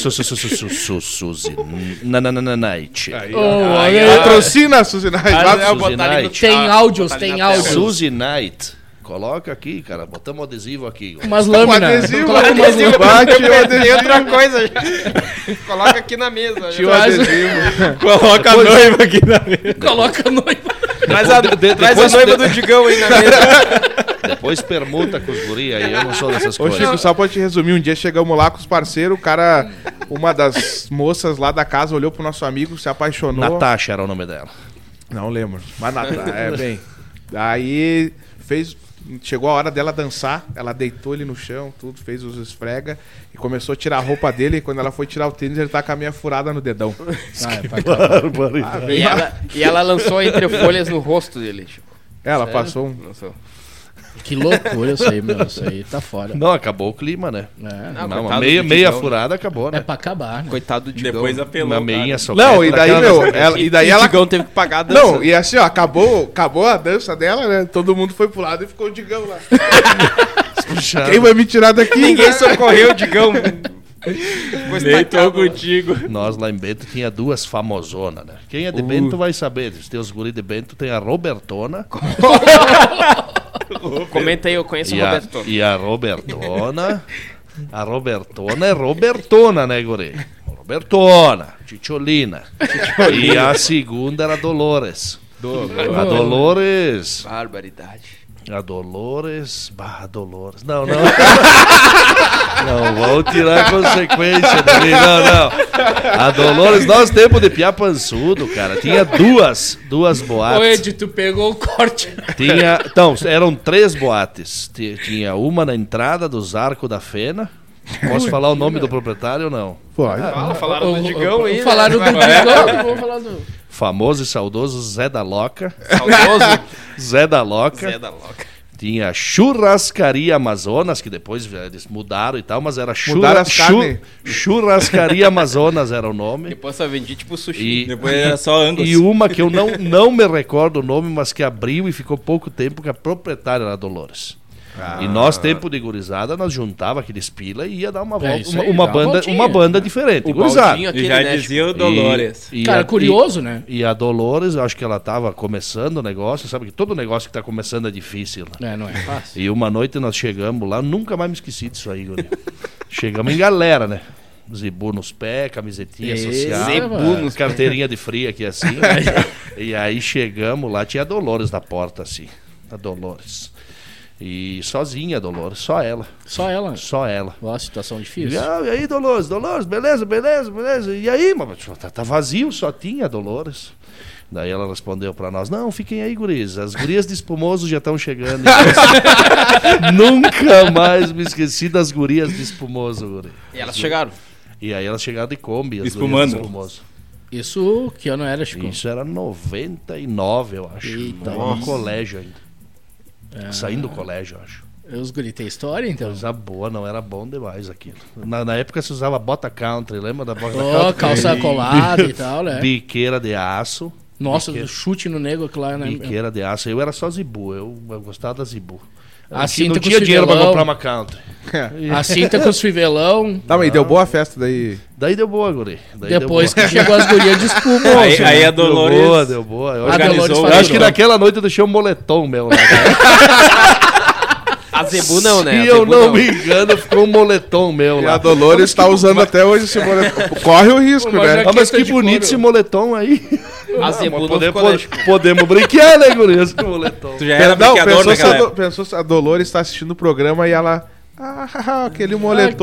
[SPEAKER 5] Su- su- su- su- su- su- Suzy. Na- na- na- na- Night.
[SPEAKER 2] Aí, é
[SPEAKER 1] Ô,
[SPEAKER 2] ó.
[SPEAKER 1] olha
[SPEAKER 2] É.
[SPEAKER 1] aí.
[SPEAKER 2] Patrocina a Suzy Knight.
[SPEAKER 5] Ah,
[SPEAKER 2] lá,
[SPEAKER 5] não,
[SPEAKER 2] Suzy.
[SPEAKER 5] botar ali no chat.
[SPEAKER 1] Tem áudios, tem áudios.
[SPEAKER 5] Suzy Night. Coloca aqui, cara. Botamos adesivo aqui.
[SPEAKER 1] Umas
[SPEAKER 2] Um
[SPEAKER 1] lâminas.
[SPEAKER 2] adesivo,
[SPEAKER 1] Coloca
[SPEAKER 2] um
[SPEAKER 1] umas
[SPEAKER 2] adesivo, bate um adesivo,
[SPEAKER 3] outra coisa. já. Coloca aqui na mesa.
[SPEAKER 2] tira o
[SPEAKER 3] Já.
[SPEAKER 2] um adesivo.
[SPEAKER 4] Coloca a noiva aqui na mesa.
[SPEAKER 1] Coloca a noiva.
[SPEAKER 3] Traz a, traz a
[SPEAKER 5] depois
[SPEAKER 3] noiva do
[SPEAKER 5] de-
[SPEAKER 3] Digão aí na mesa.
[SPEAKER 5] Depois permuta com os guri aí. Eu não sou dessas
[SPEAKER 2] Ô,
[SPEAKER 5] coisas.
[SPEAKER 2] Chico, só pra te resumir, um dia chegamos lá com os parceiros, o cara, uma das moças lá da casa olhou pro nosso amigo, se apaixonou.
[SPEAKER 5] Natasha era o nome dela.
[SPEAKER 2] Não lembro. Mas nada, é bem. Aí fez. Chegou a hora dela dançar, ela deitou ele no chão, tudo, fez os esfrega e começou a tirar a roupa dele. E quando ela foi tirar o tênis, ele tá com a meia furada no dedão.
[SPEAKER 1] Ah, é
[SPEAKER 3] E ela, e ela lançou entre folhas no rosto dele. Tipo,
[SPEAKER 2] Ela passou um.
[SPEAKER 3] lançou.
[SPEAKER 1] Que loucura isso aí, meu. Isso aí tá fora.
[SPEAKER 5] Não, acabou o clima, né?
[SPEAKER 1] É,
[SPEAKER 3] Ah,
[SPEAKER 5] Não,
[SPEAKER 3] coitado
[SPEAKER 5] a
[SPEAKER 3] do
[SPEAKER 5] meia,
[SPEAKER 3] Digão,
[SPEAKER 5] meia
[SPEAKER 3] né?
[SPEAKER 5] furada acabou,
[SPEAKER 1] é
[SPEAKER 5] né?
[SPEAKER 1] pra acabar, né?
[SPEAKER 3] Coitado do Digão.
[SPEAKER 4] Depois apelou.
[SPEAKER 5] Uma meinha
[SPEAKER 4] cara.
[SPEAKER 5] é só.
[SPEAKER 2] Não, e daí, meu, ela- e daí
[SPEAKER 3] E
[SPEAKER 2] ela.
[SPEAKER 3] O Digão teve que pagar a dança.
[SPEAKER 2] Não, e assim, ó, acabou, acabou a dança dela, né? Todo mundo foi pro lado e ficou o Digão lá. Quem vai me tirar daqui?
[SPEAKER 3] Tá. Ninguém socorreu o Digão.
[SPEAKER 4] Nem tô contigo.
[SPEAKER 5] Nós lá em Bento tinha duas famosonas, né? Quem
[SPEAKER 2] Uh.
[SPEAKER 5] é de Bento vai saber. Tem os guri de Bento, tem a Robertona
[SPEAKER 3] Comenta aí, eu conheço
[SPEAKER 5] e
[SPEAKER 3] o
[SPEAKER 5] a,
[SPEAKER 3] Roberto.
[SPEAKER 5] e a Robertona. A Robertona é Robertona, né, guri? Robertona, Ticholina. E a segunda era Dolores. A Dolores.
[SPEAKER 3] Barbaridade.
[SPEAKER 5] A Dolores. Barra Dolores. Não, não. Não, vamos tirar a consequência dali. Não, não. A Dolores, nós tempo de piá pançudo, cara. Tinha duas, duas
[SPEAKER 1] Ô,
[SPEAKER 5] boates.
[SPEAKER 1] Ed, tu pegou o corte.
[SPEAKER 5] Tinha, então, eram três boates. Ti- Tinha uma na entrada dos Arcos da Fena. Posso falar o nome do proprietário ou não?
[SPEAKER 3] Fala, falaram do Digão aí. né?
[SPEAKER 1] Falaram do Digão, vamos falar do...
[SPEAKER 5] Famoso e saudoso Zé da Loca.
[SPEAKER 3] Saudoso.
[SPEAKER 5] Zé da Loca.
[SPEAKER 3] Zé da Loca.
[SPEAKER 5] Tinha Churrascaria Amazonas, que depois eh, eles mudaram e tal, mas era
[SPEAKER 2] Mudaram
[SPEAKER 5] churra,
[SPEAKER 2] as carnes.
[SPEAKER 5] chu, Churrascaria Amazonas era o nome.
[SPEAKER 3] Depois só vendi tipo sushi.
[SPEAKER 5] E,
[SPEAKER 4] Depois era só Angus.
[SPEAKER 3] assim.
[SPEAKER 5] e um uma que eu não, não me recordo o nome, mas que abriu e ficou pouco tempo, que a proprietária era Dolores.
[SPEAKER 2] Ah.
[SPEAKER 5] E nós, tempo de gurizada, nós juntava aqueles pila e ia dar uma volta,
[SPEAKER 1] É isso
[SPEAKER 5] uma,
[SPEAKER 1] aí,
[SPEAKER 5] uma
[SPEAKER 1] dá uma
[SPEAKER 5] banda,
[SPEAKER 1] voltinha.
[SPEAKER 5] uma banda diferente.
[SPEAKER 3] O
[SPEAKER 5] gurizada.
[SPEAKER 3] Tipo, baldinho
[SPEAKER 4] E
[SPEAKER 3] aquele,
[SPEAKER 4] já
[SPEAKER 3] né?
[SPEAKER 4] dizia o Dolores.
[SPEAKER 5] E- e
[SPEAKER 1] Cara,
[SPEAKER 5] a-
[SPEAKER 1] curioso, né?
[SPEAKER 5] E, e a Dolores, eu acho que ela estava começando o negócio, sabe que todo negócio que está começando é difícil, né?
[SPEAKER 1] É, não é fácil.
[SPEAKER 5] E uma noite nós chegamos lá, nunca mais me esqueci disso aí, guri. Chegamos em galera, né? Zibu nos pés, camisetinha
[SPEAKER 1] Esse,
[SPEAKER 5] social.
[SPEAKER 1] Zebu
[SPEAKER 5] nos carteirinha de fria aqui assim. e aí chegamos lá, tinha a Dolores na porta, assim. A Dolores. E sozinha a Dolores, só ela.
[SPEAKER 1] Só ela.
[SPEAKER 5] Só ela.
[SPEAKER 1] Ó, situação
[SPEAKER 5] E,
[SPEAKER 1] difícil.
[SPEAKER 5] ah, e aí, Dolores, Dolores, beleza, beleza, beleza. E aí, mas tá, tá vazio, só tinha Dolores. Daí ela respondeu pra nós: Não, fiquem aí, gurias. As gurias de espumoso já estão chegando. Nunca mais me esqueci das gurias de espumoso, guri.
[SPEAKER 3] E elas chegaram.
[SPEAKER 5] E aí elas chegaram de Kombi, as
[SPEAKER 4] Espumando.
[SPEAKER 5] gurias de espumoso.
[SPEAKER 1] Isso que ano era, tipo, Chico?
[SPEAKER 5] Isso era 99, eu acho.
[SPEAKER 1] Eita,
[SPEAKER 5] Tava no colégio ainda. Saindo do colégio, eu acho.
[SPEAKER 1] Os gritei história, então.
[SPEAKER 5] Coisa boa, não era bom demais aquilo. Na, na época se usava bota country, lembra da bota
[SPEAKER 1] Ó,
[SPEAKER 5] country?
[SPEAKER 1] calça colada e tal, né?
[SPEAKER 5] Biqueira de aço.
[SPEAKER 1] Nossa,
[SPEAKER 5] biqueira.
[SPEAKER 1] o chute no nego que lá, né?
[SPEAKER 5] Biqueira de aço. Eu era só Zibu, eu, eu gostava da Zibu. Eu
[SPEAKER 1] A
[SPEAKER 5] não tinha-
[SPEAKER 1] cinta
[SPEAKER 5] não
[SPEAKER 1] Ah, então com
[SPEAKER 5] tinha dinheiro pra
[SPEAKER 1] fivelão.
[SPEAKER 5] comprar uma country.
[SPEAKER 1] A cinta com os fivelão.
[SPEAKER 2] Tá, mas deu boa a festa daí.
[SPEAKER 5] Daí deu boa, guri. Daí deu
[SPEAKER 1] Depois
[SPEAKER 5] boa.
[SPEAKER 1] que chegou as gurias de espuma.
[SPEAKER 4] Aí,
[SPEAKER 1] assim,
[SPEAKER 4] aí a
[SPEAKER 1] né?
[SPEAKER 4] Dolores.
[SPEAKER 5] Deu boa, deu boa. Eu,
[SPEAKER 1] A
[SPEAKER 5] acho-
[SPEAKER 4] organizou.
[SPEAKER 1] Dolores
[SPEAKER 5] eu
[SPEAKER 1] faturou.
[SPEAKER 5] acho que naquela noite eu deixei um moletom meu lá.
[SPEAKER 3] A Zebu não, né? A
[SPEAKER 5] Se eu
[SPEAKER 3] Zebu
[SPEAKER 5] não me engano, ficou um moletom meu
[SPEAKER 2] E
[SPEAKER 5] lá.
[SPEAKER 2] a Dolores tá usando até hoje esse boleto. Corre o risco,
[SPEAKER 1] Uma
[SPEAKER 2] né?
[SPEAKER 5] Ah, mas
[SPEAKER 1] jaqueta
[SPEAKER 5] que
[SPEAKER 1] de
[SPEAKER 5] bonito
[SPEAKER 1] couro.
[SPEAKER 5] esse moletom aí.
[SPEAKER 3] A Zebu não
[SPEAKER 5] Podemos-
[SPEAKER 2] é?
[SPEAKER 3] ficou, né?
[SPEAKER 5] pode- podemos brincar, né, gurias, com o moletom.
[SPEAKER 4] Tu já era né,
[SPEAKER 2] Não,
[SPEAKER 4] brinqueador
[SPEAKER 2] pensou se,
[SPEAKER 4] naquela
[SPEAKER 2] a,
[SPEAKER 4] época.
[SPEAKER 2] Do- pensou se a Dolores tá assistindo o programa e ela. Ah, aquele moletom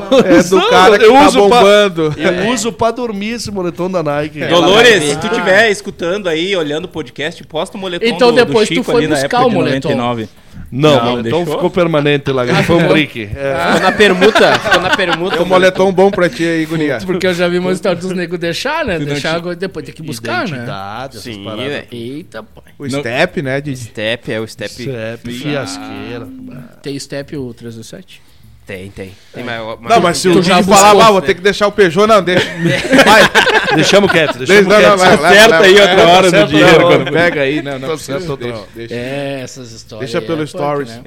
[SPEAKER 5] Tolo.
[SPEAKER 2] é do cara que
[SPEAKER 5] eu
[SPEAKER 2] tá
[SPEAKER 5] uso pra-
[SPEAKER 2] bombando. É,
[SPEAKER 5] Eu uso pra dormir esse moletom da Nike.
[SPEAKER 4] Dolores,
[SPEAKER 3] vai
[SPEAKER 4] se tu estiver escutando aí, olhando o podcast, posta o moletom
[SPEAKER 1] Então
[SPEAKER 4] do, do
[SPEAKER 1] depois tu
[SPEAKER 4] Chico
[SPEAKER 1] foi
[SPEAKER 4] ali na
[SPEAKER 1] buscar
[SPEAKER 4] época
[SPEAKER 1] o
[SPEAKER 4] de
[SPEAKER 1] moletom.
[SPEAKER 4] 99.
[SPEAKER 5] Não,
[SPEAKER 4] Não,
[SPEAKER 5] o moletom
[SPEAKER 4] deixou?
[SPEAKER 5] ficou permanente lá. Foi um brick. É.
[SPEAKER 3] Ficou na permuta. Ficou na permuta.
[SPEAKER 2] É um moletom bom pra ti aí, guria.
[SPEAKER 1] Porque eu já vi uma história dos negros deixar, né?
[SPEAKER 4] não
[SPEAKER 1] Deixar
[SPEAKER 4] tinha-
[SPEAKER 1] agora, depois tem que buscar, né?
[SPEAKER 5] Identidade, essas
[SPEAKER 3] Sim,
[SPEAKER 5] paradas.
[SPEAKER 3] velho.
[SPEAKER 1] Eita, pai.
[SPEAKER 2] O step, né? De...
[SPEAKER 3] Step, é o Step.
[SPEAKER 5] Step, fiasqueira.
[SPEAKER 1] Tem step o 317?
[SPEAKER 3] Ah, Tem, tem.
[SPEAKER 5] É.
[SPEAKER 3] Tem mais, mais-
[SPEAKER 2] Não, mas se
[SPEAKER 1] Tu
[SPEAKER 2] o
[SPEAKER 1] já
[SPEAKER 2] Gigi
[SPEAKER 1] buscou,
[SPEAKER 2] falar, "Ah, vou
[SPEAKER 3] né?
[SPEAKER 2] ter que deixar o Peugeot, não, deixa. Vai,
[SPEAKER 5] Deixamos quieto,
[SPEAKER 2] deixa
[SPEAKER 5] deixamos
[SPEAKER 2] não, não,
[SPEAKER 5] quieto.
[SPEAKER 2] vai, leva,
[SPEAKER 4] Acerta
[SPEAKER 2] leva.
[SPEAKER 4] aí outra
[SPEAKER 2] É,
[SPEAKER 4] hora
[SPEAKER 2] acerta
[SPEAKER 4] do
[SPEAKER 2] outra
[SPEAKER 4] dinheiro,
[SPEAKER 2] hora,
[SPEAKER 4] quando-
[SPEAKER 2] Pega aí, não, não.
[SPEAKER 5] Tá
[SPEAKER 2] precisa,
[SPEAKER 5] certo,
[SPEAKER 2] deixa,
[SPEAKER 5] não.
[SPEAKER 2] deixa.
[SPEAKER 1] É, essas histórias.
[SPEAKER 2] Deixa pelo
[SPEAKER 1] é punk,
[SPEAKER 2] stories.
[SPEAKER 1] né?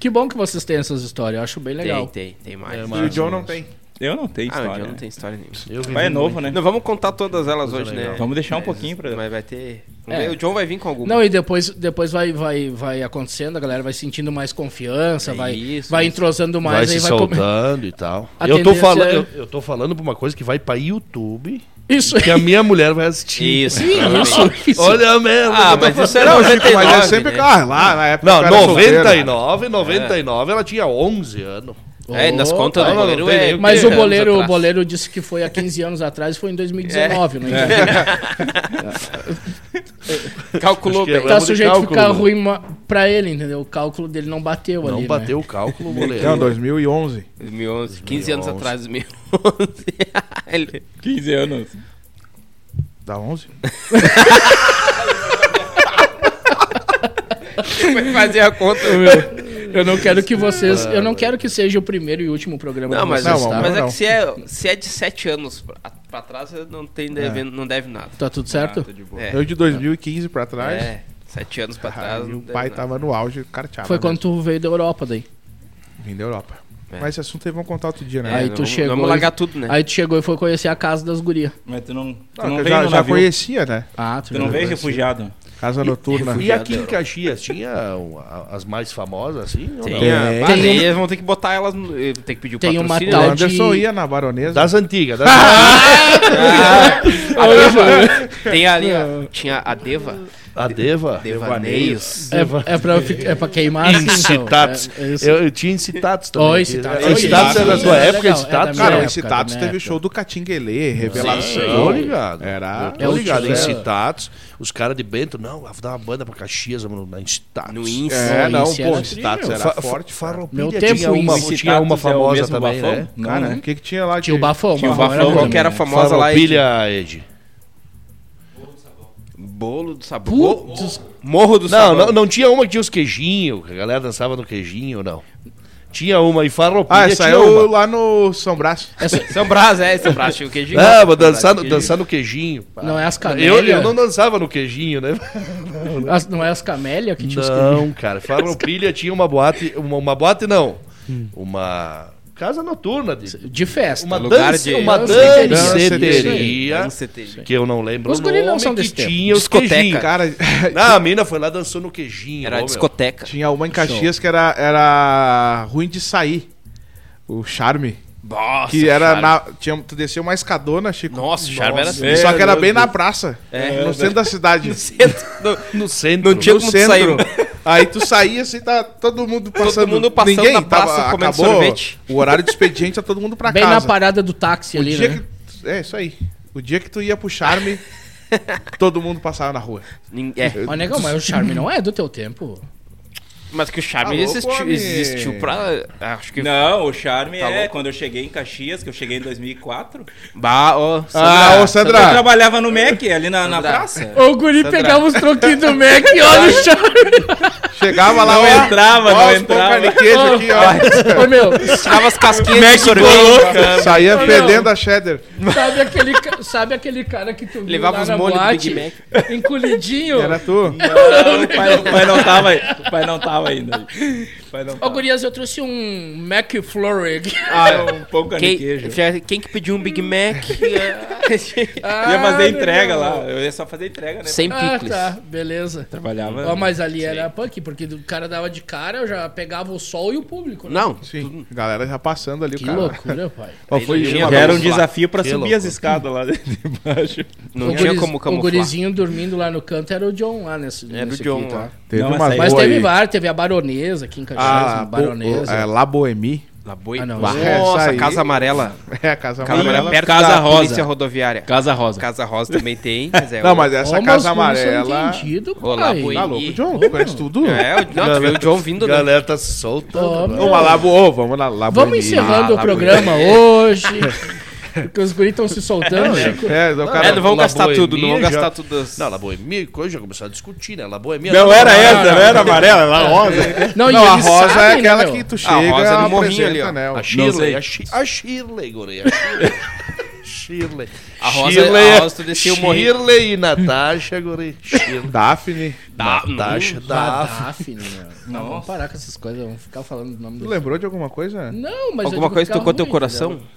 [SPEAKER 1] Que bom que vocês têm essas histórias, eu acho bem legal.
[SPEAKER 3] Tem, tem, tem mais.
[SPEAKER 5] É,
[SPEAKER 2] E o John não tem.
[SPEAKER 4] Eu não tenho
[SPEAKER 3] Ah,
[SPEAKER 4] história.
[SPEAKER 5] né?
[SPEAKER 3] eu não tem história nenhuma.
[SPEAKER 5] Eu vivi
[SPEAKER 4] Mas é novo,
[SPEAKER 5] muito.
[SPEAKER 4] né?
[SPEAKER 3] Não, vamos contar todas elas hoje, né?
[SPEAKER 4] Vamos deixar um
[SPEAKER 3] Mas-
[SPEAKER 4] pouquinho pra-
[SPEAKER 3] Mas vai ter...
[SPEAKER 1] É.
[SPEAKER 3] O John vai vir com alguma.
[SPEAKER 1] Não, e depois, depois vai, vai, vai acontecendo, a galera vai sentindo mais confiança,
[SPEAKER 3] É
[SPEAKER 1] vai,
[SPEAKER 3] isso,
[SPEAKER 1] vai
[SPEAKER 3] isso.
[SPEAKER 1] entrosando mais,
[SPEAKER 5] Vai
[SPEAKER 1] aí
[SPEAKER 5] se
[SPEAKER 1] vai comer.
[SPEAKER 5] soltando e tal.
[SPEAKER 1] A
[SPEAKER 5] Eu tô,
[SPEAKER 1] tendência
[SPEAKER 5] fala...
[SPEAKER 1] é-
[SPEAKER 5] eu, eu tô falando pra uma coisa que vai pra YouTube,
[SPEAKER 1] Isso,
[SPEAKER 5] que a minha mulher vai assistir.
[SPEAKER 3] Isso.
[SPEAKER 1] isso, isso.
[SPEAKER 5] Olha a merda.
[SPEAKER 3] Ah,
[SPEAKER 5] que eu tô
[SPEAKER 3] mas isso era
[SPEAKER 5] falando.
[SPEAKER 2] Não, Chico,
[SPEAKER 3] 99,
[SPEAKER 2] mas é sempre.
[SPEAKER 3] né?
[SPEAKER 2] Ah, lá na época.
[SPEAKER 5] Não,
[SPEAKER 2] o cara era solteiro. né?
[SPEAKER 5] 99, 99, ela tinha 11 anos.
[SPEAKER 3] É, nas
[SPEAKER 1] Oh,
[SPEAKER 3] contas do
[SPEAKER 5] não, não
[SPEAKER 3] goleiro
[SPEAKER 5] tem
[SPEAKER 3] é...
[SPEAKER 5] nem o que
[SPEAKER 1] Mas o
[SPEAKER 5] anos
[SPEAKER 1] boleiro, o
[SPEAKER 5] atrás.
[SPEAKER 1] boleiro disse que foi há 15 anos atrás, foi em 2019, não é?
[SPEAKER 3] Calculou
[SPEAKER 5] Acho que é
[SPEAKER 3] bem.
[SPEAKER 1] Tá
[SPEAKER 5] Erramos de
[SPEAKER 1] sujeito a ficar
[SPEAKER 5] cálculo, né?
[SPEAKER 1] ruim ma- pra ele, entendeu? O cálculo dele não bateu ali.
[SPEAKER 5] Não
[SPEAKER 1] né?
[SPEAKER 5] bateu o cálculo,
[SPEAKER 2] Não,
[SPEAKER 5] goleiro.
[SPEAKER 2] 2011.
[SPEAKER 3] 2011, 15 anos
[SPEAKER 5] 2011.
[SPEAKER 3] atrás, 2011. Ele-
[SPEAKER 4] 15 anos.
[SPEAKER 2] Dá 11?
[SPEAKER 3] Vai fazer a conta,
[SPEAKER 1] Eu não quero que vocês. Eu não quero que seja o primeiro e último programa
[SPEAKER 3] Não,
[SPEAKER 1] de
[SPEAKER 3] mas,
[SPEAKER 1] vocês,
[SPEAKER 2] não,
[SPEAKER 1] tá?
[SPEAKER 3] mas é
[SPEAKER 2] não.
[SPEAKER 3] que se é, se é de 7 anos pra, pra trás, não, tem deve, não deve nada.
[SPEAKER 1] Tá tudo certo?
[SPEAKER 4] tá de boa.
[SPEAKER 3] É,
[SPEAKER 2] Eu de 2015 pra trás.
[SPEAKER 3] é 7 anos pra
[SPEAKER 2] cara,
[SPEAKER 3] trás.
[SPEAKER 2] e
[SPEAKER 3] não
[SPEAKER 2] o
[SPEAKER 3] deve
[SPEAKER 2] Ah, pai
[SPEAKER 3] nada.
[SPEAKER 2] tava no auge, o cara tchava,
[SPEAKER 1] Foi
[SPEAKER 2] né?
[SPEAKER 1] quando tu veio da Europa daí.
[SPEAKER 2] Vim da Europa.
[SPEAKER 3] É.
[SPEAKER 2] Mas esse assunto aí vamos contar outro dia,
[SPEAKER 3] É,
[SPEAKER 2] né?
[SPEAKER 1] Aí
[SPEAKER 3] não
[SPEAKER 1] tu
[SPEAKER 3] vamos-
[SPEAKER 1] chegou
[SPEAKER 3] Vamos
[SPEAKER 1] e-
[SPEAKER 3] largar tudo, né?
[SPEAKER 1] Aí tu chegou e foi conhecer a casa das gurias.
[SPEAKER 4] Mas tu não, tu
[SPEAKER 2] Ah,
[SPEAKER 4] não
[SPEAKER 2] que eu
[SPEAKER 4] veio
[SPEAKER 2] já,
[SPEAKER 4] no
[SPEAKER 2] já
[SPEAKER 4] navio.
[SPEAKER 2] conhecia, né?
[SPEAKER 1] Ah, tu,
[SPEAKER 4] Tu não veio
[SPEAKER 1] veio?
[SPEAKER 4] refugiado.
[SPEAKER 2] Casa noturna.
[SPEAKER 5] E aqui em Caxias tinha um- a- as mais famosas, assim? ou
[SPEAKER 2] É.
[SPEAKER 3] Tem,
[SPEAKER 5] não?
[SPEAKER 3] tem,
[SPEAKER 2] Tem.
[SPEAKER 3] vão ter que botar elas. no- eh, Tem que pedir o
[SPEAKER 1] um Tem uma
[SPEAKER 2] O
[SPEAKER 1] tal
[SPEAKER 3] patrocínio. né?
[SPEAKER 2] Anderson
[SPEAKER 1] de-
[SPEAKER 2] ia na baronesa.
[SPEAKER 5] Das antigas. Das antigas.
[SPEAKER 3] A Deva. Tem ali, ó. Tinha a Deva.
[SPEAKER 5] A Deva.
[SPEAKER 3] Devaneios.
[SPEAKER 1] É, é, pra, fi- é pra queimar assim, então.
[SPEAKER 5] Incitados.
[SPEAKER 1] É- é isso.
[SPEAKER 5] eu, eu tinha incitados também.
[SPEAKER 1] Ó, Incitatos.
[SPEAKER 5] É, Incitatos era da tua
[SPEAKER 1] Legal,
[SPEAKER 5] época,
[SPEAKER 1] é da
[SPEAKER 5] incitados.
[SPEAKER 1] minha
[SPEAKER 2] Cara,
[SPEAKER 1] época,
[SPEAKER 2] esse Tatos
[SPEAKER 1] da minha
[SPEAKER 2] teve o
[SPEAKER 1] época.
[SPEAKER 2] show do Catinguelê,
[SPEAKER 5] Tô
[SPEAKER 2] revelação.
[SPEAKER 5] ligado.
[SPEAKER 2] Era-
[SPEAKER 1] É
[SPEAKER 5] Eu Tô
[SPEAKER 1] o
[SPEAKER 5] ligado.
[SPEAKER 1] Tchan.
[SPEAKER 5] Incitados. Os caras de Bento, não, vou dar uma banda pra Caxias, mano, na Incitados.
[SPEAKER 3] No Insta.
[SPEAKER 2] É, não,
[SPEAKER 1] Esse
[SPEAKER 2] pô,
[SPEAKER 1] era
[SPEAKER 2] esse Tatos
[SPEAKER 5] Fa-
[SPEAKER 2] era
[SPEAKER 5] fa-
[SPEAKER 2] forte. cara.
[SPEAKER 5] Farroupilha
[SPEAKER 1] Meu tempo,
[SPEAKER 5] tinha uma,
[SPEAKER 1] Incitatos
[SPEAKER 5] tinha
[SPEAKER 4] é
[SPEAKER 5] uma
[SPEAKER 4] o
[SPEAKER 5] famosa
[SPEAKER 4] mesmo
[SPEAKER 5] também,
[SPEAKER 4] bafão?
[SPEAKER 5] né?
[SPEAKER 4] Não,
[SPEAKER 2] Cara,
[SPEAKER 4] né?
[SPEAKER 2] o que que tinha lá de...
[SPEAKER 1] Tinha é o Bafão.
[SPEAKER 4] Tinha o
[SPEAKER 1] Bafão era
[SPEAKER 4] Bafão,
[SPEAKER 1] bom
[SPEAKER 3] Qual que era a
[SPEAKER 1] também. né?
[SPEAKER 3] famosa lá? Ed?
[SPEAKER 5] Farroupilha, Ed.
[SPEAKER 3] Bolo do sabor.
[SPEAKER 1] Putz,
[SPEAKER 3] Morro do
[SPEAKER 5] Não,
[SPEAKER 3] sabor.
[SPEAKER 5] não, não tinha uma que tinha os queijinhos, que a galera dançava no queijinho, não. Tinha uma e farroupilha
[SPEAKER 2] Ah, essa
[SPEAKER 5] tinha
[SPEAKER 2] eu
[SPEAKER 5] uma.
[SPEAKER 2] lá no São Brás.
[SPEAKER 3] São Brás, é, São Brás tinha o queijinho.
[SPEAKER 5] Ah, mas
[SPEAKER 3] São
[SPEAKER 5] dançar,
[SPEAKER 3] Brás,
[SPEAKER 5] no-
[SPEAKER 3] queijinho.
[SPEAKER 5] dançar no queijinho.
[SPEAKER 1] Não é as
[SPEAKER 5] eu,
[SPEAKER 1] camélias?
[SPEAKER 5] eu não dançava no queijinho, né?
[SPEAKER 1] As- não é as camélias que tinha os
[SPEAKER 5] Não, cara. Farroupilha tinha uma boate, uma, uma boate não, uma casa noturna de
[SPEAKER 1] De festa.
[SPEAKER 5] uma
[SPEAKER 3] lugar
[SPEAKER 5] dança,
[SPEAKER 3] de-
[SPEAKER 5] uma
[SPEAKER 1] danceteria.
[SPEAKER 5] danceteria
[SPEAKER 3] Danceteria.
[SPEAKER 5] que eu não lembro
[SPEAKER 1] Os
[SPEAKER 5] o
[SPEAKER 1] guri
[SPEAKER 5] nome,
[SPEAKER 1] não são
[SPEAKER 5] que
[SPEAKER 1] desse tempo.
[SPEAKER 5] tinha os
[SPEAKER 3] Discoteca.
[SPEAKER 5] queijinhos.
[SPEAKER 2] Cara,
[SPEAKER 5] Não, a mina foi lá dançou no queijinho.
[SPEAKER 3] Era
[SPEAKER 5] ó,
[SPEAKER 3] a
[SPEAKER 5] meu.
[SPEAKER 3] discoteca.
[SPEAKER 2] tinha uma em Caxias que era, era ruim de sair. O Charme.
[SPEAKER 3] Nossa,
[SPEAKER 2] Que era
[SPEAKER 3] Charme.
[SPEAKER 2] na. Tinha, tu descia uma escadona, Chico.
[SPEAKER 3] Nossa, o Charme era
[SPEAKER 1] É,
[SPEAKER 2] E Só que era bem na praça.
[SPEAKER 3] É.
[SPEAKER 2] no centro da cidade. No
[SPEAKER 3] No,
[SPEAKER 5] No centro.
[SPEAKER 3] Não tinha- como tu saiu.
[SPEAKER 2] Aí tu saía assim, tá todo mundo passando.
[SPEAKER 3] mundo passando
[SPEAKER 2] Ninguém
[SPEAKER 3] na praça
[SPEAKER 2] tava,
[SPEAKER 3] comendo
[SPEAKER 2] acabou
[SPEAKER 3] sorvete.
[SPEAKER 2] O horário de expediente tá todo mundo pra
[SPEAKER 1] Bem na
[SPEAKER 2] casa.
[SPEAKER 1] parada do táxi
[SPEAKER 2] o
[SPEAKER 1] ali,
[SPEAKER 2] dia
[SPEAKER 1] né?
[SPEAKER 2] que, é, isso aí. O dia que tu ia pro Charme, todo mundo passava na rua.
[SPEAKER 3] Nin- é.
[SPEAKER 1] Ó, negão, mas o charme não é do teu tempo.
[SPEAKER 3] Mas que o Charme
[SPEAKER 2] Alô,
[SPEAKER 3] existiu,
[SPEAKER 2] Bomi.
[SPEAKER 3] existiu pra. ah, Acho que.
[SPEAKER 4] Não, o charme é
[SPEAKER 3] louco.
[SPEAKER 4] quando eu cheguei em Caxias, que eu cheguei em 2004.
[SPEAKER 3] Bah, ô,
[SPEAKER 2] Ah, ô Sandra!
[SPEAKER 4] Eu trabalhava no Mac, ali na, na
[SPEAKER 3] Sandra.
[SPEAKER 4] praça.
[SPEAKER 1] O guri pegava os troquinhos do Mac e olha o charme.
[SPEAKER 2] Chegava lá,
[SPEAKER 4] Não
[SPEAKER 2] ó, ó,
[SPEAKER 4] entrava, não
[SPEAKER 2] os pão
[SPEAKER 4] entrava.
[SPEAKER 2] caniquejo aqui, ó.
[SPEAKER 1] Ô, meu,
[SPEAKER 3] tirava as casquinhas de sorvete.
[SPEAKER 4] Louca.
[SPEAKER 2] Saía
[SPEAKER 1] Não.
[SPEAKER 2] fedendo a cheddar.
[SPEAKER 1] sabe aquele, ca- sabe aquele cara que tu viu
[SPEAKER 3] Levava
[SPEAKER 1] lá
[SPEAKER 3] os
[SPEAKER 1] na
[SPEAKER 3] molhos do
[SPEAKER 1] boate,
[SPEAKER 3] Big
[SPEAKER 1] encolhidinho?
[SPEAKER 2] Era tu.
[SPEAKER 4] O pai, o pai não tava aí. O pai não tava ainda. O pai não
[SPEAKER 1] Ô,
[SPEAKER 4] tava.
[SPEAKER 1] gurias, eu trouxe um McFlurry aqui.
[SPEAKER 4] Ah, é um pão com
[SPEAKER 3] Quem,
[SPEAKER 4] queijo.
[SPEAKER 3] já- quem que pediu um Big Mac? Ah,
[SPEAKER 4] Ia
[SPEAKER 1] Ah,
[SPEAKER 4] fazer entrega
[SPEAKER 1] negão.
[SPEAKER 4] lá. Eu ia só fazer entrega, né?
[SPEAKER 3] Sem
[SPEAKER 1] Ah,
[SPEAKER 3] picles.
[SPEAKER 1] tá, beleza.
[SPEAKER 4] Trabalhava.
[SPEAKER 1] Ó, mas ali era punk, porque o cara dava de cara, eu já pegava o sol e o público, né?
[SPEAKER 3] Não,
[SPEAKER 2] Sim, galera já passando ali,
[SPEAKER 1] Que
[SPEAKER 2] o cara.
[SPEAKER 1] loucura, pai.
[SPEAKER 2] Ó, foi
[SPEAKER 3] Ele
[SPEAKER 2] uma
[SPEAKER 4] Já era um
[SPEAKER 2] vez.
[SPEAKER 4] desafio pra
[SPEAKER 5] Que
[SPEAKER 4] subir
[SPEAKER 5] louco.
[SPEAKER 4] as escadas lá de de baixo.
[SPEAKER 3] não
[SPEAKER 1] O
[SPEAKER 3] tinha
[SPEAKER 1] guriz-
[SPEAKER 3] como É,
[SPEAKER 1] O
[SPEAKER 3] camuflar.
[SPEAKER 1] gurizinho dormindo lá no canto era o John lá nesse
[SPEAKER 3] Era o
[SPEAKER 1] nesse
[SPEAKER 3] John
[SPEAKER 1] aqui, tá?
[SPEAKER 3] lá.
[SPEAKER 2] Teve
[SPEAKER 4] Não,
[SPEAKER 2] uma
[SPEAKER 4] essa aí-
[SPEAKER 1] Mas
[SPEAKER 2] boa
[SPEAKER 1] teve
[SPEAKER 2] aí.
[SPEAKER 1] várias, teve a Baronesa aqui em Caxias,
[SPEAKER 2] Ah,
[SPEAKER 1] a
[SPEAKER 2] bo-
[SPEAKER 1] Baronesa.
[SPEAKER 2] é, La Boemi.
[SPEAKER 3] Lá boi.
[SPEAKER 1] Ah, não.
[SPEAKER 3] Nossa,
[SPEAKER 2] Essa aí-
[SPEAKER 3] Casa Amarela.
[SPEAKER 2] É, a Casa
[SPEAKER 3] Casa
[SPEAKER 2] Amarela.
[SPEAKER 3] Amarela perto
[SPEAKER 4] Casa
[SPEAKER 3] da
[SPEAKER 4] Rosa.
[SPEAKER 3] polícia rodoviária.
[SPEAKER 4] Casa Rosa.
[SPEAKER 3] Casa Rosa também tem, mas é
[SPEAKER 2] Não,
[SPEAKER 3] o-
[SPEAKER 2] mas essa
[SPEAKER 1] Ó, mas
[SPEAKER 2] Casa
[SPEAKER 1] como isso é
[SPEAKER 2] Amarela.
[SPEAKER 1] entendido,
[SPEAKER 3] Ô, lá,
[SPEAKER 1] pai.
[SPEAKER 3] boi.
[SPEAKER 2] Tá louco, John? Tu conhece tudo?
[SPEAKER 3] É, o- não, tu vê o John vindo, né?
[SPEAKER 5] galera tá se soltando.
[SPEAKER 1] Ó,
[SPEAKER 5] né?
[SPEAKER 1] meu.
[SPEAKER 2] Ô, mas lá, ô, vamos lá, lá
[SPEAKER 1] Vamos
[SPEAKER 2] Boemi.
[SPEAKER 1] encerrando
[SPEAKER 3] Ah,
[SPEAKER 1] o
[SPEAKER 3] lá,
[SPEAKER 1] programa hoje. Porque os guris estão se soltando, Chico.
[SPEAKER 2] É, o cara.
[SPEAKER 3] É, não vamos
[SPEAKER 5] La
[SPEAKER 3] gastar
[SPEAKER 5] Boemia
[SPEAKER 3] tudo, não vamos
[SPEAKER 5] já-
[SPEAKER 3] gastar tudo. as-
[SPEAKER 5] Não, La Boemia e coisa já começaram a discutir, né? La Boemia
[SPEAKER 4] Não era essa,
[SPEAKER 1] não
[SPEAKER 4] não era amarela, era rosa.
[SPEAKER 1] Não, e
[SPEAKER 2] Não, a
[SPEAKER 1] eles
[SPEAKER 2] rosa
[SPEAKER 1] sabem,
[SPEAKER 2] é aquela
[SPEAKER 1] né, meu?
[SPEAKER 2] que tu chega,
[SPEAKER 3] rosa é no morrinho
[SPEAKER 2] apresenta,
[SPEAKER 3] ali, ó.
[SPEAKER 2] né?
[SPEAKER 5] A
[SPEAKER 4] sei.
[SPEAKER 5] Shirley, a, Shi- a Shirley, gorei. A Shirley. é Shirley.
[SPEAKER 3] A Rosa- a Rosa, tu desceu o morrinho.
[SPEAKER 5] Shirley e Natasha, gorei. Shirley.
[SPEAKER 2] Daphne.
[SPEAKER 3] Dá-
[SPEAKER 5] Natasha,
[SPEAKER 1] Da
[SPEAKER 5] da
[SPEAKER 1] Daphne, meu. né? Não, vamos
[SPEAKER 4] Nossa.
[SPEAKER 1] parar com essas coisas, vamos ficar falando do nome
[SPEAKER 2] Tu
[SPEAKER 1] do...
[SPEAKER 2] lembrou de alguma coisa?
[SPEAKER 1] Não, mas... eu
[SPEAKER 3] Alguma
[SPEAKER 1] digo
[SPEAKER 3] coisa
[SPEAKER 1] ficar
[SPEAKER 3] tocou teu
[SPEAKER 1] ruim,
[SPEAKER 3] coração?
[SPEAKER 1] entendeu?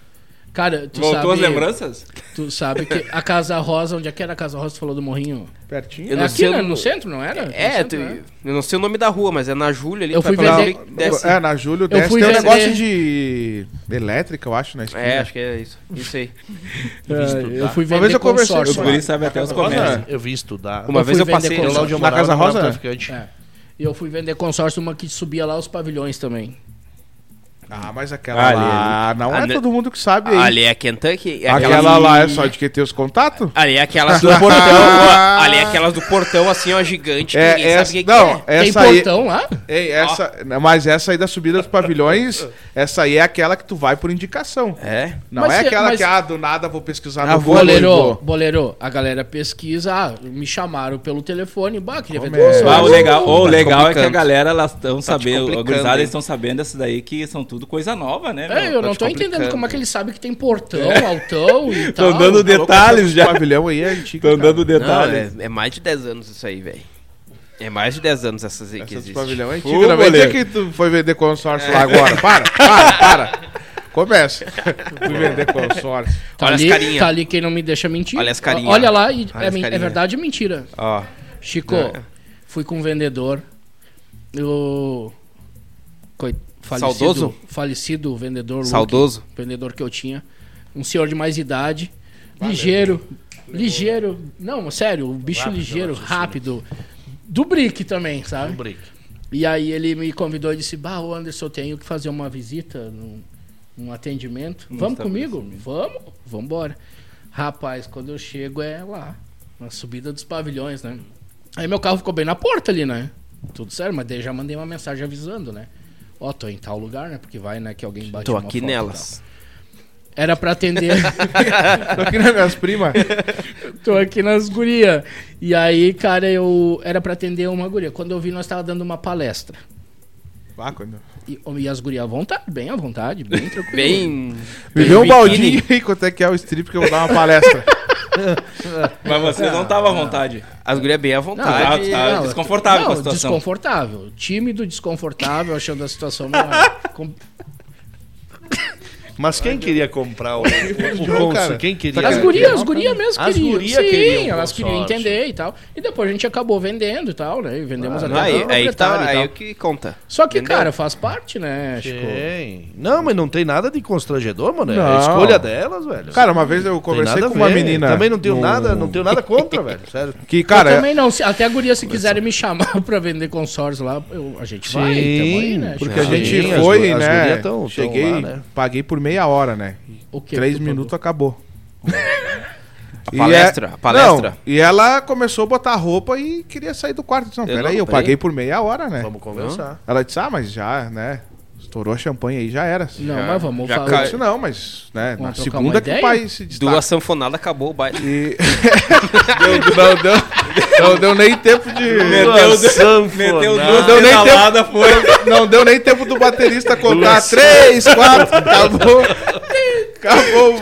[SPEAKER 1] Cara, tu
[SPEAKER 4] Voltou as
[SPEAKER 1] sabe...
[SPEAKER 4] lembranças?
[SPEAKER 1] Tu sabe que a Casa Rosa, onde é que era a Casa Rosa, tu falou do Morrinho?
[SPEAKER 2] Pertinho.
[SPEAKER 3] Eu
[SPEAKER 1] é
[SPEAKER 3] não
[SPEAKER 1] aqui,
[SPEAKER 3] sei, eu
[SPEAKER 1] né?
[SPEAKER 3] não-
[SPEAKER 1] No centro, não era?
[SPEAKER 3] É,
[SPEAKER 1] no
[SPEAKER 3] tu-
[SPEAKER 1] centro, né?
[SPEAKER 3] eu não sei o nome da rua, mas é na Júlia ali.
[SPEAKER 1] Eu
[SPEAKER 3] tu vai
[SPEAKER 1] fui
[SPEAKER 3] pra
[SPEAKER 2] Não,
[SPEAKER 1] vender-
[SPEAKER 3] Júlia e desce.
[SPEAKER 2] é, na Júlio
[SPEAKER 1] Eu
[SPEAKER 2] desce.
[SPEAKER 1] fui
[SPEAKER 2] Tem um
[SPEAKER 1] vender-
[SPEAKER 2] negócio de elétrica, eu acho, na esquina.
[SPEAKER 3] É, acho que é isso. Isso aí.
[SPEAKER 1] É, eu fui
[SPEAKER 2] Uma
[SPEAKER 1] vender
[SPEAKER 2] vez eu conversei
[SPEAKER 1] consórcio
[SPEAKER 4] Os
[SPEAKER 2] com
[SPEAKER 1] lá.
[SPEAKER 4] guris sabem até os comércios.
[SPEAKER 5] Eu vim estudar.
[SPEAKER 3] Uma
[SPEAKER 1] Eu
[SPEAKER 3] vez
[SPEAKER 1] fui
[SPEAKER 3] eu
[SPEAKER 1] vender
[SPEAKER 3] passei.
[SPEAKER 5] Eu lá onde eu
[SPEAKER 2] Na
[SPEAKER 5] morava,
[SPEAKER 2] Casa
[SPEAKER 5] eu morava
[SPEAKER 2] Rosa?
[SPEAKER 5] traficante.
[SPEAKER 1] É. E eu fui vender consórcio uma que subia lá os pavilhões também.
[SPEAKER 2] Ah, mas aquela
[SPEAKER 4] Ali,
[SPEAKER 2] lá não é
[SPEAKER 3] Ah,
[SPEAKER 2] todo mundo que sabe hein?
[SPEAKER 3] Ali é Kentucky. é
[SPEAKER 2] aquela
[SPEAKER 3] aquelas-
[SPEAKER 2] lá é só de quem tem os contatos?
[SPEAKER 3] Ali é aquelas do portão. ó. Ali é aquelas do portão, assim, ó, gigante. que
[SPEAKER 2] É,
[SPEAKER 3] ninguém
[SPEAKER 2] essa,
[SPEAKER 3] sabe o que, que
[SPEAKER 2] não,
[SPEAKER 3] é.
[SPEAKER 1] Tem
[SPEAKER 2] essa aí,
[SPEAKER 1] portão lá?
[SPEAKER 2] ei, essa, não, mas essa aí da subida dos pavilhões, essa aí é aquela que tu vai por indicação.
[SPEAKER 3] É.
[SPEAKER 2] Não
[SPEAKER 1] Mas
[SPEAKER 2] é
[SPEAKER 1] se-
[SPEAKER 2] aquela
[SPEAKER 1] mas-
[SPEAKER 2] que, ah, do nada vou pesquisar
[SPEAKER 1] Ah,
[SPEAKER 2] no Google e
[SPEAKER 1] boleiro,
[SPEAKER 2] vou.
[SPEAKER 1] boleiro, a galera pesquisa, ah, me chamaram pelo telefone, bah, queria ver
[SPEAKER 2] Começa.
[SPEAKER 1] tua
[SPEAKER 4] Ah, o
[SPEAKER 1] sorte.
[SPEAKER 4] legal, o
[SPEAKER 3] tá
[SPEAKER 4] legal é que a
[SPEAKER 3] complicando.
[SPEAKER 4] galera, elas estão
[SPEAKER 3] Tá te
[SPEAKER 4] sabendo, a
[SPEAKER 3] complicando,
[SPEAKER 4] gurizada
[SPEAKER 3] hein?
[SPEAKER 4] estão sabendo essa daí que são tudo coisa nova, né?
[SPEAKER 1] É, eu
[SPEAKER 4] meu?
[SPEAKER 1] não
[SPEAKER 3] Tá te
[SPEAKER 1] tô entendendo
[SPEAKER 3] complicando. É.
[SPEAKER 1] como é que ele sabe que tem portão, altão e
[SPEAKER 4] Tão
[SPEAKER 1] tal.
[SPEAKER 4] dando
[SPEAKER 2] Tá louco,
[SPEAKER 4] detalhes
[SPEAKER 2] esse
[SPEAKER 4] já.
[SPEAKER 2] pavilhão aí é antigo.
[SPEAKER 4] Estão dando
[SPEAKER 3] Não,
[SPEAKER 4] detalhes.
[SPEAKER 3] é, é mais de 10 anos isso aí, velho. É mais de 10 anos essas aí que
[SPEAKER 2] Essa dos
[SPEAKER 3] existem.
[SPEAKER 2] pavilhão é
[SPEAKER 4] Pô,
[SPEAKER 2] antiga. Não vem dizer
[SPEAKER 4] boleiro.
[SPEAKER 2] que tu foi vender consórcio lá agora. Para, para, para. Começa. Fui vender consórcio.
[SPEAKER 1] Tá
[SPEAKER 3] Olha as
[SPEAKER 1] ali,
[SPEAKER 3] carinhas.
[SPEAKER 1] Tá ali quem não me deixa mentir.
[SPEAKER 3] Olha as carinhas.
[SPEAKER 1] Olha lá e
[SPEAKER 3] Olha
[SPEAKER 1] é,
[SPEAKER 3] as É.
[SPEAKER 1] men- é
[SPEAKER 3] carinhas.
[SPEAKER 1] verdade ou mentira?
[SPEAKER 4] Ó,
[SPEAKER 1] Chico, fui com um vendedor. Eu. coi- Falecido,
[SPEAKER 3] Saudoso?
[SPEAKER 1] Falecido vendedor. Luke,
[SPEAKER 3] Saudoso?
[SPEAKER 1] vendedor que eu tinha. Um senhor de mais idade. Ligeiro. Ligeiro. Não, sério, o bicho ligeiro, rápido. Do brick também, sabe? E aí ele me convidou e disse: Bah, ô Anderson, eu tenho que fazer uma visita, um, um atendimento. Vamos comigo? Vamos, vamos embora. Rapaz, quando eu chego é lá, na subida dos pavilhões, né? Aí meu carro ficou bem na porta ali, né? Tudo certo, mas daí já mandei uma mensagem avisando, né? Ó, tô em tal lugar, né? Porque vai, né, que alguém bate
[SPEAKER 3] Tô
[SPEAKER 1] uma
[SPEAKER 3] aqui
[SPEAKER 1] foto e
[SPEAKER 3] nelas.
[SPEAKER 1] tal. Era pra atender.
[SPEAKER 2] Tô aqui nas minhas primas.
[SPEAKER 1] Tô aqui nas gurias. E aí, cara, eu era pra atender uma guria. Quando eu vi, nós tava dando uma palestra.
[SPEAKER 2] Ah, quando...
[SPEAKER 1] E, e as gurias à vontade, bem à vontade, bem tranquilo.
[SPEAKER 3] Bem.
[SPEAKER 2] Me deu um
[SPEAKER 3] biquíni.
[SPEAKER 2] baldinho aí quanto é que é o strip que eu vou dar uma palestra.
[SPEAKER 4] mas
[SPEAKER 3] Ah,
[SPEAKER 4] vocês não estavam à
[SPEAKER 3] tá.
[SPEAKER 4] vontade.
[SPEAKER 3] As gurias bem à
[SPEAKER 1] Não,
[SPEAKER 3] vontade.
[SPEAKER 1] eu-
[SPEAKER 4] tá desconfortável com a situação.
[SPEAKER 1] Desconfortável. Tímido, desconfortável, achando a situação. uma- com-
[SPEAKER 5] Mas quem queria comprar o, o, o
[SPEAKER 2] Não, cara.
[SPEAKER 5] Consul? Quem queria?
[SPEAKER 1] As gurias, as gurias mesmo
[SPEAKER 5] é As
[SPEAKER 1] queriam.
[SPEAKER 5] gurias
[SPEAKER 1] Sim,
[SPEAKER 5] queriam o
[SPEAKER 1] elas queriam
[SPEAKER 5] consórcio.
[SPEAKER 1] entender e tal. E depois a gente acabou vendendo e tal, né? E vendemos até
[SPEAKER 3] Aí,
[SPEAKER 1] pro
[SPEAKER 3] aí, que
[SPEAKER 1] proprietário
[SPEAKER 3] tá,
[SPEAKER 1] e tal.
[SPEAKER 3] aí o que conta.
[SPEAKER 1] Só que,
[SPEAKER 3] Entendeu?
[SPEAKER 1] cara, faz parte, né, Chico?
[SPEAKER 5] Tem. Não, mas não tem nada de constrangedor, mano. É a
[SPEAKER 2] Não.
[SPEAKER 5] escolha delas, velho.
[SPEAKER 2] Cara, uma vez eu
[SPEAKER 5] Tem
[SPEAKER 2] conversei
[SPEAKER 5] nada a
[SPEAKER 2] com uma
[SPEAKER 5] ver.
[SPEAKER 2] menina.
[SPEAKER 5] Também não tenho
[SPEAKER 2] no-
[SPEAKER 5] nada, não tenho nada contra, velho. Sério.
[SPEAKER 2] Que,
[SPEAKER 1] eu
[SPEAKER 2] cara, é-
[SPEAKER 1] também não. se- Até a guria, se quiserem me chamar pra vender consórcio lá, eu- a gente vai. tamo aí, né,
[SPEAKER 5] porque
[SPEAKER 2] que a
[SPEAKER 1] Chico?
[SPEAKER 5] Sim,
[SPEAKER 2] gente
[SPEAKER 5] as
[SPEAKER 2] foi,
[SPEAKER 5] guri- as
[SPEAKER 2] né?
[SPEAKER 5] gurias tão- tão
[SPEAKER 2] cheguei,
[SPEAKER 5] lá, né?
[SPEAKER 2] paguei por meia hora, né?
[SPEAKER 1] O quê? Tipo,
[SPEAKER 2] Três
[SPEAKER 1] Tu
[SPEAKER 2] minutos acabou.
[SPEAKER 3] A palestra,
[SPEAKER 2] é-
[SPEAKER 3] a palestra.
[SPEAKER 2] Não, e ela começou a botar roupa e queria sair do quarto. Eu Disse, não,
[SPEAKER 3] Eu
[SPEAKER 2] peraí,
[SPEAKER 3] não,
[SPEAKER 2] eu
[SPEAKER 3] peraí.
[SPEAKER 2] paguei por meia hora, né?
[SPEAKER 5] Vamos conversar.
[SPEAKER 2] Ela disse, ah, mas já, né? Estourou a champanhe aí, já era.
[SPEAKER 1] Não,
[SPEAKER 3] Já-
[SPEAKER 1] mas vamos
[SPEAKER 3] já
[SPEAKER 2] Eu
[SPEAKER 1] falar.
[SPEAKER 3] cai-
[SPEAKER 2] disse, não, mas né, na
[SPEAKER 1] Vamos trocar
[SPEAKER 2] segunda
[SPEAKER 1] uma
[SPEAKER 2] que o
[SPEAKER 1] ideia?
[SPEAKER 2] pai se destaca.
[SPEAKER 3] Duas sanfonadas, acabou o baile.
[SPEAKER 2] E... deu, não, deu, não deu nem tempo de...
[SPEAKER 4] Meteu,
[SPEAKER 5] sanfonada.
[SPEAKER 4] meteu
[SPEAKER 2] Não
[SPEAKER 3] Ah,
[SPEAKER 4] duas
[SPEAKER 2] deu nem
[SPEAKER 4] pedaladas, foi.
[SPEAKER 2] Não deu nem tempo do baterista contar. Três, quatro, acabou. Acabou.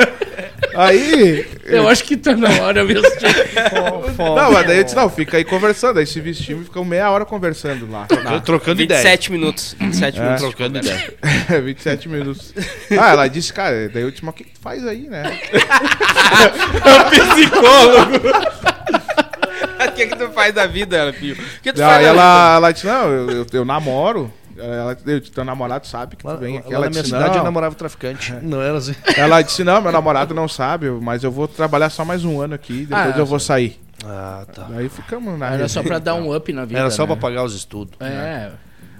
[SPEAKER 2] Aí.
[SPEAKER 1] Eu acho que tá na hora mesmo. Chico.
[SPEAKER 2] Não, mas daí eu disse, não, fica aí conversando. Aí se vestimos e ficamos meia hora conversando lá.
[SPEAKER 5] Eu trocando ideia.
[SPEAKER 3] 27 minutos. 27 minutos. de
[SPEAKER 5] Trocando
[SPEAKER 3] conversa.
[SPEAKER 5] ideia.
[SPEAKER 2] É, 27 minutos. Ah, ela disse, cara, daí eu disse, mas o que que tu faz aí, né?
[SPEAKER 3] O que, que tu faz da vida, ela, filho? O que tu faz
[SPEAKER 2] Aí
[SPEAKER 3] da
[SPEAKER 2] ela, ela disse, não, eu, eu, eu namoro. Ela, eu disse, teu namorado sabe que tu
[SPEAKER 5] Lá,
[SPEAKER 2] vem
[SPEAKER 5] lá
[SPEAKER 2] aqui. Ela
[SPEAKER 5] na minha
[SPEAKER 2] disse,
[SPEAKER 5] cidade eu
[SPEAKER 2] não.
[SPEAKER 5] namorava traficante. Não era assim.
[SPEAKER 2] Ela disse, não, meu namorado não sabe, mas eu vou trabalhar só mais um ano aqui, depois
[SPEAKER 1] Ah,
[SPEAKER 2] eu vou sair.
[SPEAKER 5] Ah, tá.
[SPEAKER 2] Aí ficamos na
[SPEAKER 1] Era só pra dar um up na vida.
[SPEAKER 5] Era só
[SPEAKER 1] né?
[SPEAKER 5] pra pagar os estudos.
[SPEAKER 1] É,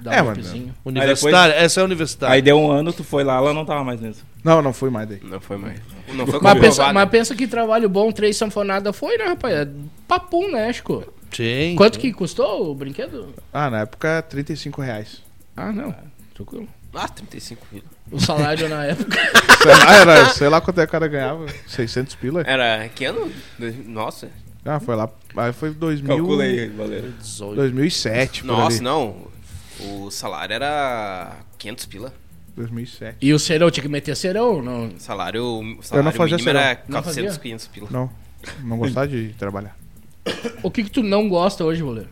[SPEAKER 1] dá
[SPEAKER 2] É,
[SPEAKER 1] um
[SPEAKER 2] mano.
[SPEAKER 1] upzinho.
[SPEAKER 5] Universitária, essa é a
[SPEAKER 3] Tá.
[SPEAKER 5] universitária.
[SPEAKER 4] Aí deu um ano, tu foi lá, ela não tava mais nisso.
[SPEAKER 2] Não, não fui mais daí.
[SPEAKER 3] Não foi mais. Não foi
[SPEAKER 1] Mas pensa,
[SPEAKER 3] comprovado.
[SPEAKER 1] mas pensa que trabalho bom, três sanfonadas foi, né, rapaz? É Papum, né, Chico?
[SPEAKER 5] Sim.
[SPEAKER 1] Quanto que custou o brinquedo?
[SPEAKER 2] Ah, na época, 35 reais.
[SPEAKER 1] Ah, não. Tranquilo.
[SPEAKER 3] Ah, 35 mil.
[SPEAKER 1] O salário na época.
[SPEAKER 2] Sei lá, era, sei lá quanto é que o cara ganhava, 600 pila.
[SPEAKER 3] Era que ano? Dois- Nossa.
[SPEAKER 2] Ah, foi lá, aí foi 2000,
[SPEAKER 4] Calcula aí, valeu.
[SPEAKER 2] 2007, por
[SPEAKER 3] Nossa,
[SPEAKER 2] Tipo ali.
[SPEAKER 3] não. O salário era 500 pila.
[SPEAKER 2] 2007.
[SPEAKER 1] E o serão tinha que meter serão? Não.
[SPEAKER 3] Salário,
[SPEAKER 2] Eu
[SPEAKER 3] salário
[SPEAKER 2] não fazia
[SPEAKER 3] mínimo era
[SPEAKER 1] Não
[SPEAKER 3] 400,
[SPEAKER 1] fazia?
[SPEAKER 3] 500 pila.
[SPEAKER 2] Não, não gostava de trabalhar.
[SPEAKER 1] O que que tu não gosta hoje, goleiro?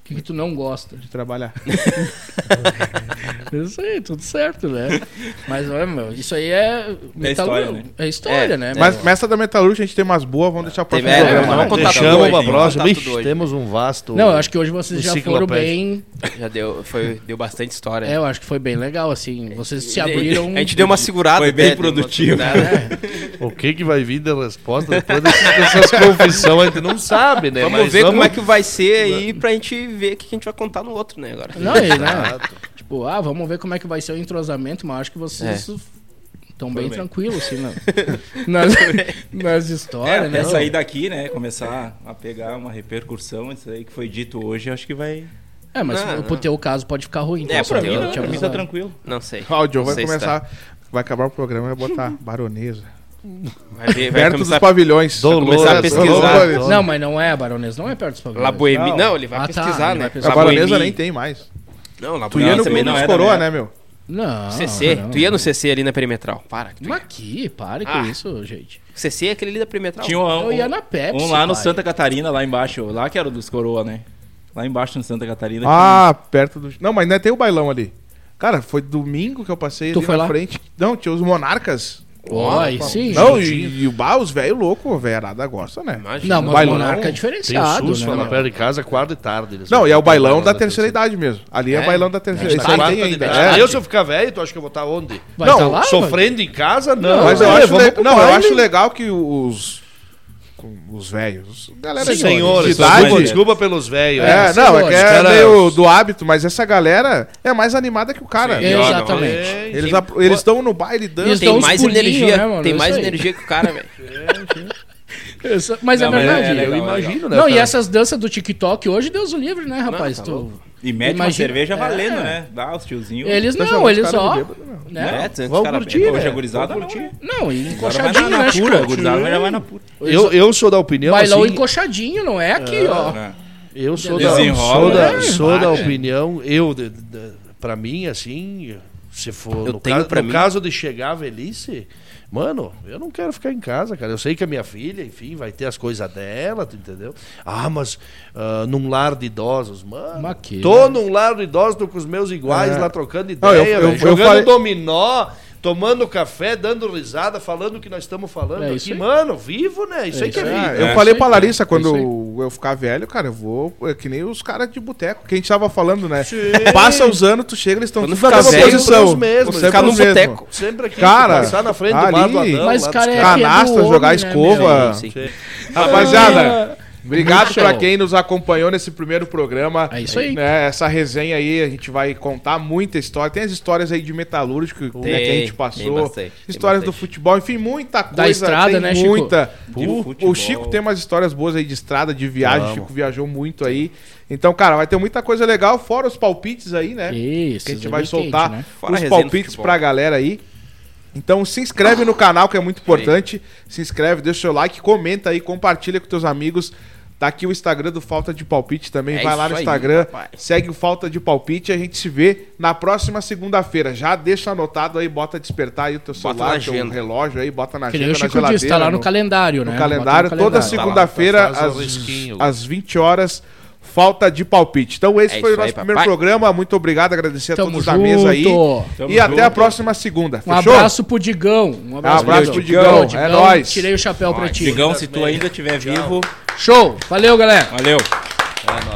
[SPEAKER 1] O que que tu não gosta?
[SPEAKER 2] De trabalhar.
[SPEAKER 1] Isso aí, tudo certo, né? Mas, olha, meu, isso aí é...
[SPEAKER 4] história, né?
[SPEAKER 1] É história,
[SPEAKER 3] É,
[SPEAKER 1] né?
[SPEAKER 2] Mas, mas essa da metalúrgica a gente tem umas boas, vamos deixar o próximo
[SPEAKER 3] Teve- é,
[SPEAKER 2] programa,
[SPEAKER 3] vamos
[SPEAKER 2] né?
[SPEAKER 3] contar
[SPEAKER 5] Deixamos
[SPEAKER 3] tudo
[SPEAKER 5] uma
[SPEAKER 3] hoje,
[SPEAKER 5] próxima.
[SPEAKER 3] vamos contar
[SPEAKER 5] Ixi,
[SPEAKER 3] tudo hoje.
[SPEAKER 5] temos um vasto.
[SPEAKER 1] Não, eu acho que hoje vocês já foram
[SPEAKER 5] Enciclopédia.
[SPEAKER 1] bem...
[SPEAKER 3] Já deu, foi, deu bastante história.
[SPEAKER 1] É, eu acho que foi bem legal, assim. Vocês se abriram...
[SPEAKER 3] É, A gente deu uma segurada.
[SPEAKER 4] Foi bem
[SPEAKER 3] até, deu uma
[SPEAKER 4] produtivo.
[SPEAKER 3] segurada.
[SPEAKER 5] O que, que vai vir da resposta depois dessas, dessas confissões? A gente não sabe, né?
[SPEAKER 3] Vamos
[SPEAKER 5] Mas
[SPEAKER 3] ver
[SPEAKER 5] vamos-
[SPEAKER 3] como é que vai ser aí pra gente ver o que a gente vai contar no outro, né, agora.
[SPEAKER 1] Não, e, né? tipo, ah, vamos Vamos ver como é que vai ser o entrosamento, mas acho que vocês estão bem,
[SPEAKER 4] bem.
[SPEAKER 1] tranquilos, assim, na- nas, nas histórias, né?
[SPEAKER 4] É, Até sair daqui, né? Começar a pegar uma repercussão, isso aí que foi dito hoje, acho que vai.
[SPEAKER 1] É, mas
[SPEAKER 3] Não,
[SPEAKER 1] pro
[SPEAKER 3] não.
[SPEAKER 1] teu caso pode ficar ruim.
[SPEAKER 3] É, pra
[SPEAKER 1] só
[SPEAKER 3] mim
[SPEAKER 1] eu
[SPEAKER 3] não,
[SPEAKER 1] te
[SPEAKER 3] pra mim
[SPEAKER 4] tá
[SPEAKER 1] avisar.
[SPEAKER 4] tranquilo.
[SPEAKER 3] Não sei.
[SPEAKER 2] Ah, o John
[SPEAKER 3] Não
[SPEAKER 2] vai
[SPEAKER 3] sei se
[SPEAKER 2] começar.
[SPEAKER 3] tá.
[SPEAKER 2] Vai acabar o programa e vai botar baronesa.
[SPEAKER 3] Vai, ver- vai
[SPEAKER 2] Perto dos
[SPEAKER 3] começar
[SPEAKER 2] pavilhões.
[SPEAKER 3] Dolores. começar a pesquisar.
[SPEAKER 5] Dolores.
[SPEAKER 1] Não, mas não é a baronesa, não é perto dos pavilhões.
[SPEAKER 3] La Bohemie.
[SPEAKER 2] Não.
[SPEAKER 3] Não. ele vai
[SPEAKER 1] Ah, tá,
[SPEAKER 3] pesquisar,
[SPEAKER 1] ele
[SPEAKER 3] né?
[SPEAKER 1] vai pesquisar.
[SPEAKER 2] A
[SPEAKER 3] La
[SPEAKER 2] baronesa
[SPEAKER 3] Bohemie.
[SPEAKER 2] nem tem mais.
[SPEAKER 3] Não, La Ah,
[SPEAKER 2] Tu ia
[SPEAKER 3] Bohemie
[SPEAKER 2] no
[SPEAKER 3] também
[SPEAKER 4] não
[SPEAKER 3] não
[SPEAKER 2] Clube dos
[SPEAKER 4] é da
[SPEAKER 2] Coroa,
[SPEAKER 4] minha
[SPEAKER 2] né, meu?
[SPEAKER 1] Não.
[SPEAKER 3] CC,
[SPEAKER 1] não.
[SPEAKER 3] tu ia no CC ali na perimetral. Para. que tu
[SPEAKER 1] Mas
[SPEAKER 3] ia.
[SPEAKER 1] aqui, pare
[SPEAKER 3] Ah.
[SPEAKER 1] com isso, gente.
[SPEAKER 3] CC é aquele ali da perimetral.
[SPEAKER 4] Tinha um,
[SPEAKER 1] Eu ia
[SPEAKER 4] um-
[SPEAKER 1] na Pepsi,
[SPEAKER 4] um lá no
[SPEAKER 1] pai.
[SPEAKER 4] Santa Catarina, lá embaixo. Lá que era o dos Coroa, né? Lá embaixo no Santa Catarina.
[SPEAKER 2] Ah, perto do. Não, mas ainda tem o bailão ali. Cara, foi domingo que eu passei
[SPEAKER 1] Tu
[SPEAKER 2] ali
[SPEAKER 1] foi
[SPEAKER 2] na
[SPEAKER 1] lá?
[SPEAKER 2] frente. Não, tinha os monarcas.
[SPEAKER 1] Ó, aí sim.
[SPEAKER 2] Não,
[SPEAKER 1] gente.
[SPEAKER 2] e, e o bar, os velhos loucos, velharada gosta, né?
[SPEAKER 3] Imagina.
[SPEAKER 1] Não, mas
[SPEAKER 2] Bailão.
[SPEAKER 1] o Monarca é
[SPEAKER 5] Tem o
[SPEAKER 1] diferenciado,
[SPEAKER 5] SUS,
[SPEAKER 1] né?
[SPEAKER 5] fala
[SPEAKER 1] meu?
[SPEAKER 5] perto de casa, quarta e tarde. eles
[SPEAKER 2] Não,
[SPEAKER 5] vão
[SPEAKER 2] e é o
[SPEAKER 5] fazer
[SPEAKER 2] bailão da terceira idade mesmo. Ali é,
[SPEAKER 3] É.
[SPEAKER 2] bailão da terceira
[SPEAKER 5] Tá
[SPEAKER 2] idade.
[SPEAKER 5] lá,
[SPEAKER 2] Aí tem
[SPEAKER 5] tá de
[SPEAKER 2] ainda.
[SPEAKER 5] idade.
[SPEAKER 2] É.
[SPEAKER 5] Ah, eu se eu ficar velho, tu acha que eu vou estar onde?
[SPEAKER 1] Vai
[SPEAKER 2] Não,
[SPEAKER 1] tá lá,
[SPEAKER 5] Sofrendo em casa? Não.
[SPEAKER 2] Mas eu
[SPEAKER 5] É,
[SPEAKER 2] acho,
[SPEAKER 5] vamos
[SPEAKER 2] le-
[SPEAKER 5] pro
[SPEAKER 2] não, eu
[SPEAKER 5] baile.
[SPEAKER 2] acho legal que os. com Os velhos. os- Galera de-
[SPEAKER 5] Senhores,
[SPEAKER 2] de
[SPEAKER 5] desculpa,
[SPEAKER 2] idade.
[SPEAKER 5] desculpa pelos velhos. né?
[SPEAKER 2] É,
[SPEAKER 1] senhores,
[SPEAKER 2] não, é que é
[SPEAKER 5] cara.
[SPEAKER 2] meio do hábito, mas essa galera é mais animada que o cara.
[SPEAKER 1] Sim. Exatamente.
[SPEAKER 5] é,
[SPEAKER 2] Eles ap- eles estão no baile dando.
[SPEAKER 1] Isso.
[SPEAKER 3] Tem
[SPEAKER 1] uns
[SPEAKER 3] mais
[SPEAKER 1] pulinhos,
[SPEAKER 3] energia.
[SPEAKER 1] né, mano?
[SPEAKER 3] Tem
[SPEAKER 1] Isso
[SPEAKER 3] mais
[SPEAKER 1] aí.
[SPEAKER 3] energia que o cara, velho.
[SPEAKER 1] Isso- Mas
[SPEAKER 4] Não,
[SPEAKER 1] é
[SPEAKER 4] mas é-
[SPEAKER 1] verdade.
[SPEAKER 4] é legal, é
[SPEAKER 5] Eu
[SPEAKER 4] legal.
[SPEAKER 5] imagino, né?
[SPEAKER 1] Não, e
[SPEAKER 5] cara?
[SPEAKER 1] essas danças do TikTok hoje, Deus o livre, né, rapaz?
[SPEAKER 3] tá
[SPEAKER 1] Tu-
[SPEAKER 3] louco.
[SPEAKER 4] E mete uma
[SPEAKER 1] Imagina-
[SPEAKER 4] cerveja
[SPEAKER 1] é.
[SPEAKER 4] valendo, né? Dá os tiozinhos.
[SPEAKER 1] Eles
[SPEAKER 2] Dança
[SPEAKER 1] não,
[SPEAKER 2] mais
[SPEAKER 1] eles
[SPEAKER 2] cara
[SPEAKER 1] só.
[SPEAKER 2] de bêbado, não.
[SPEAKER 1] Né?
[SPEAKER 3] Mete, antes
[SPEAKER 5] Vamos
[SPEAKER 3] o cara
[SPEAKER 5] curtir,
[SPEAKER 3] bebe.
[SPEAKER 5] velho.
[SPEAKER 4] Hoje a gurizada não, né?
[SPEAKER 1] Não, e
[SPEAKER 4] Agora vai
[SPEAKER 1] encoxadinho, né,
[SPEAKER 4] na- na pura, a
[SPEAKER 1] Chico?
[SPEAKER 4] gurizada já vai na pura.
[SPEAKER 5] Eu, eu sou da opinião.
[SPEAKER 1] Bailão
[SPEAKER 2] Então,
[SPEAKER 5] assim,
[SPEAKER 1] encoxadinho, não é aqui, ó.
[SPEAKER 4] né?
[SPEAKER 5] Eu sou da, sou
[SPEAKER 4] Desenrola,
[SPEAKER 5] da,
[SPEAKER 3] É,
[SPEAKER 4] né?
[SPEAKER 5] sou da
[SPEAKER 4] Vai,
[SPEAKER 5] opinião, eu, de, de- pra mim, assim, se for
[SPEAKER 3] Eu
[SPEAKER 5] no,
[SPEAKER 3] tenho
[SPEAKER 5] caso,
[SPEAKER 3] pra
[SPEAKER 5] no
[SPEAKER 3] mim.
[SPEAKER 5] caso de chegar à velhice, mano, eu não quero ficar em casa, cara. Eu sei que a minha filha, enfim, vai ter as coisas dela, tu entendeu? Ah, mas ah, num lar de idosos, mano.
[SPEAKER 1] Mas que-
[SPEAKER 5] tô num lar de idosos, tô com os meus iguais
[SPEAKER 2] É.
[SPEAKER 5] lá trocando
[SPEAKER 2] Não, eu-
[SPEAKER 5] ideia,
[SPEAKER 2] eu-
[SPEAKER 5] velho,
[SPEAKER 2] eu
[SPEAKER 5] jogando
[SPEAKER 2] falei-
[SPEAKER 5] dominó. Tomando café, dando risada, falando o que nós estamos falando
[SPEAKER 1] É isso
[SPEAKER 5] aqui.
[SPEAKER 1] aí.
[SPEAKER 5] Mano, vivo, né? Isso
[SPEAKER 1] É
[SPEAKER 5] aí que é
[SPEAKER 1] isso
[SPEAKER 5] vida.
[SPEAKER 1] aí.
[SPEAKER 2] Ah, eu
[SPEAKER 4] É,
[SPEAKER 2] falei
[SPEAKER 1] sei,
[SPEAKER 2] pra Larissa,
[SPEAKER 1] cara,
[SPEAKER 2] quando
[SPEAKER 1] eu
[SPEAKER 2] eu ficar velho, cara, eu vou. É que nem os caras de boteco que a gente tava falando, né? Passa os anos, tu chega, eles estão
[SPEAKER 3] Quando
[SPEAKER 2] tudo na
[SPEAKER 3] ficar
[SPEAKER 2] mesma
[SPEAKER 3] velho,
[SPEAKER 5] são
[SPEAKER 2] posição.
[SPEAKER 5] os mesmos,
[SPEAKER 2] Você é
[SPEAKER 5] ficar
[SPEAKER 2] no
[SPEAKER 3] num
[SPEAKER 2] boteco.
[SPEAKER 3] boteco.
[SPEAKER 5] Sempre aqui,
[SPEAKER 2] Cara,
[SPEAKER 5] passar na frente do bar do
[SPEAKER 2] ali-
[SPEAKER 5] Adão.
[SPEAKER 1] Mas,
[SPEAKER 5] lá dos
[SPEAKER 1] cara, é
[SPEAKER 5] caras.
[SPEAKER 1] que é
[SPEAKER 5] assim.
[SPEAKER 1] do
[SPEAKER 2] Canastra,
[SPEAKER 1] homem,
[SPEAKER 2] jogar
[SPEAKER 1] né,
[SPEAKER 2] escova.
[SPEAKER 3] Sim, sim. É.
[SPEAKER 2] Rapaziada, obrigado
[SPEAKER 1] Muito
[SPEAKER 2] pra
[SPEAKER 1] show.
[SPEAKER 2] quem nos acompanhou nesse primeiro programa.
[SPEAKER 1] É isso aí.
[SPEAKER 2] Né, Essa resenha aí, a gente vai contar muita história. Tem as histórias aí de metalúrgico né, que a gente
[SPEAKER 3] tem
[SPEAKER 2] passou.
[SPEAKER 3] bastante, tem
[SPEAKER 2] histórias do
[SPEAKER 3] bastante.
[SPEAKER 2] futebol, enfim, muita coisa.
[SPEAKER 1] estrada,
[SPEAKER 2] tem
[SPEAKER 1] né, Chico?
[SPEAKER 2] muita.
[SPEAKER 4] De
[SPEAKER 2] O- O,
[SPEAKER 4] futebol.
[SPEAKER 2] Chico tem umas histórias boas aí de estrada, de viagem. O Chico viajou muito aí. Então, cara, vai ter muita coisa legal, fora os palpites aí, né?
[SPEAKER 1] Isso,
[SPEAKER 2] que a gente
[SPEAKER 1] é
[SPEAKER 2] vai
[SPEAKER 1] bem
[SPEAKER 2] soltar
[SPEAKER 1] quente, né?
[SPEAKER 3] Fora a
[SPEAKER 2] os
[SPEAKER 3] resenha do
[SPEAKER 2] palpites
[SPEAKER 3] futebol.
[SPEAKER 2] pra galera aí. Então se inscreve no canal, que é muito importante. Se inscreve, deixa o seu like, comenta aí, compartilha com teus amigos. Tá aqui o Instagram do Falta de Palpite também.
[SPEAKER 3] É
[SPEAKER 2] Vai lá
[SPEAKER 3] isso
[SPEAKER 2] no
[SPEAKER 3] aí,
[SPEAKER 2] Instagram,
[SPEAKER 3] rapaz.
[SPEAKER 2] segue o Falta de Palpite e a gente se vê na próxima segunda-feira. Já deixa anotado aí, bota despertar aí o teu
[SPEAKER 3] na
[SPEAKER 2] celular, teu
[SPEAKER 3] agenda.
[SPEAKER 2] relógio aí, bota na
[SPEAKER 1] Que nem
[SPEAKER 2] agenda,
[SPEAKER 1] o
[SPEAKER 2] na
[SPEAKER 1] Chico disse, tá lá no,
[SPEAKER 2] no-
[SPEAKER 1] calendário,
[SPEAKER 2] no
[SPEAKER 1] né?
[SPEAKER 2] calendário,
[SPEAKER 1] Bota no
[SPEAKER 2] toda
[SPEAKER 1] calendário.
[SPEAKER 2] segunda-feira,
[SPEAKER 5] Tá lá, faz o
[SPEAKER 2] às,
[SPEAKER 5] risquinho.
[SPEAKER 2] às 20 horas, falta de palpite. Então, esse
[SPEAKER 3] É
[SPEAKER 2] foi o
[SPEAKER 3] isso
[SPEAKER 2] nosso
[SPEAKER 3] aí,
[SPEAKER 2] primeiro
[SPEAKER 3] papai.
[SPEAKER 2] programa. Muito obrigado, agradecer a
[SPEAKER 1] Tamo
[SPEAKER 2] todos da mesa aí.
[SPEAKER 1] junto.
[SPEAKER 4] Tamo
[SPEAKER 2] e até a
[SPEAKER 4] junto.
[SPEAKER 2] próxima segunda.
[SPEAKER 1] Um
[SPEAKER 2] Fechou?
[SPEAKER 1] abraço pro Digão. Um abraço,
[SPEAKER 2] abraço pro Digão, é nóis.
[SPEAKER 1] Tirei o chapéu pra ti.
[SPEAKER 4] Digão, se tu ainda estiver vivo,
[SPEAKER 1] Show. Valeu, galera.
[SPEAKER 4] valeu.
[SPEAKER 5] É nóis.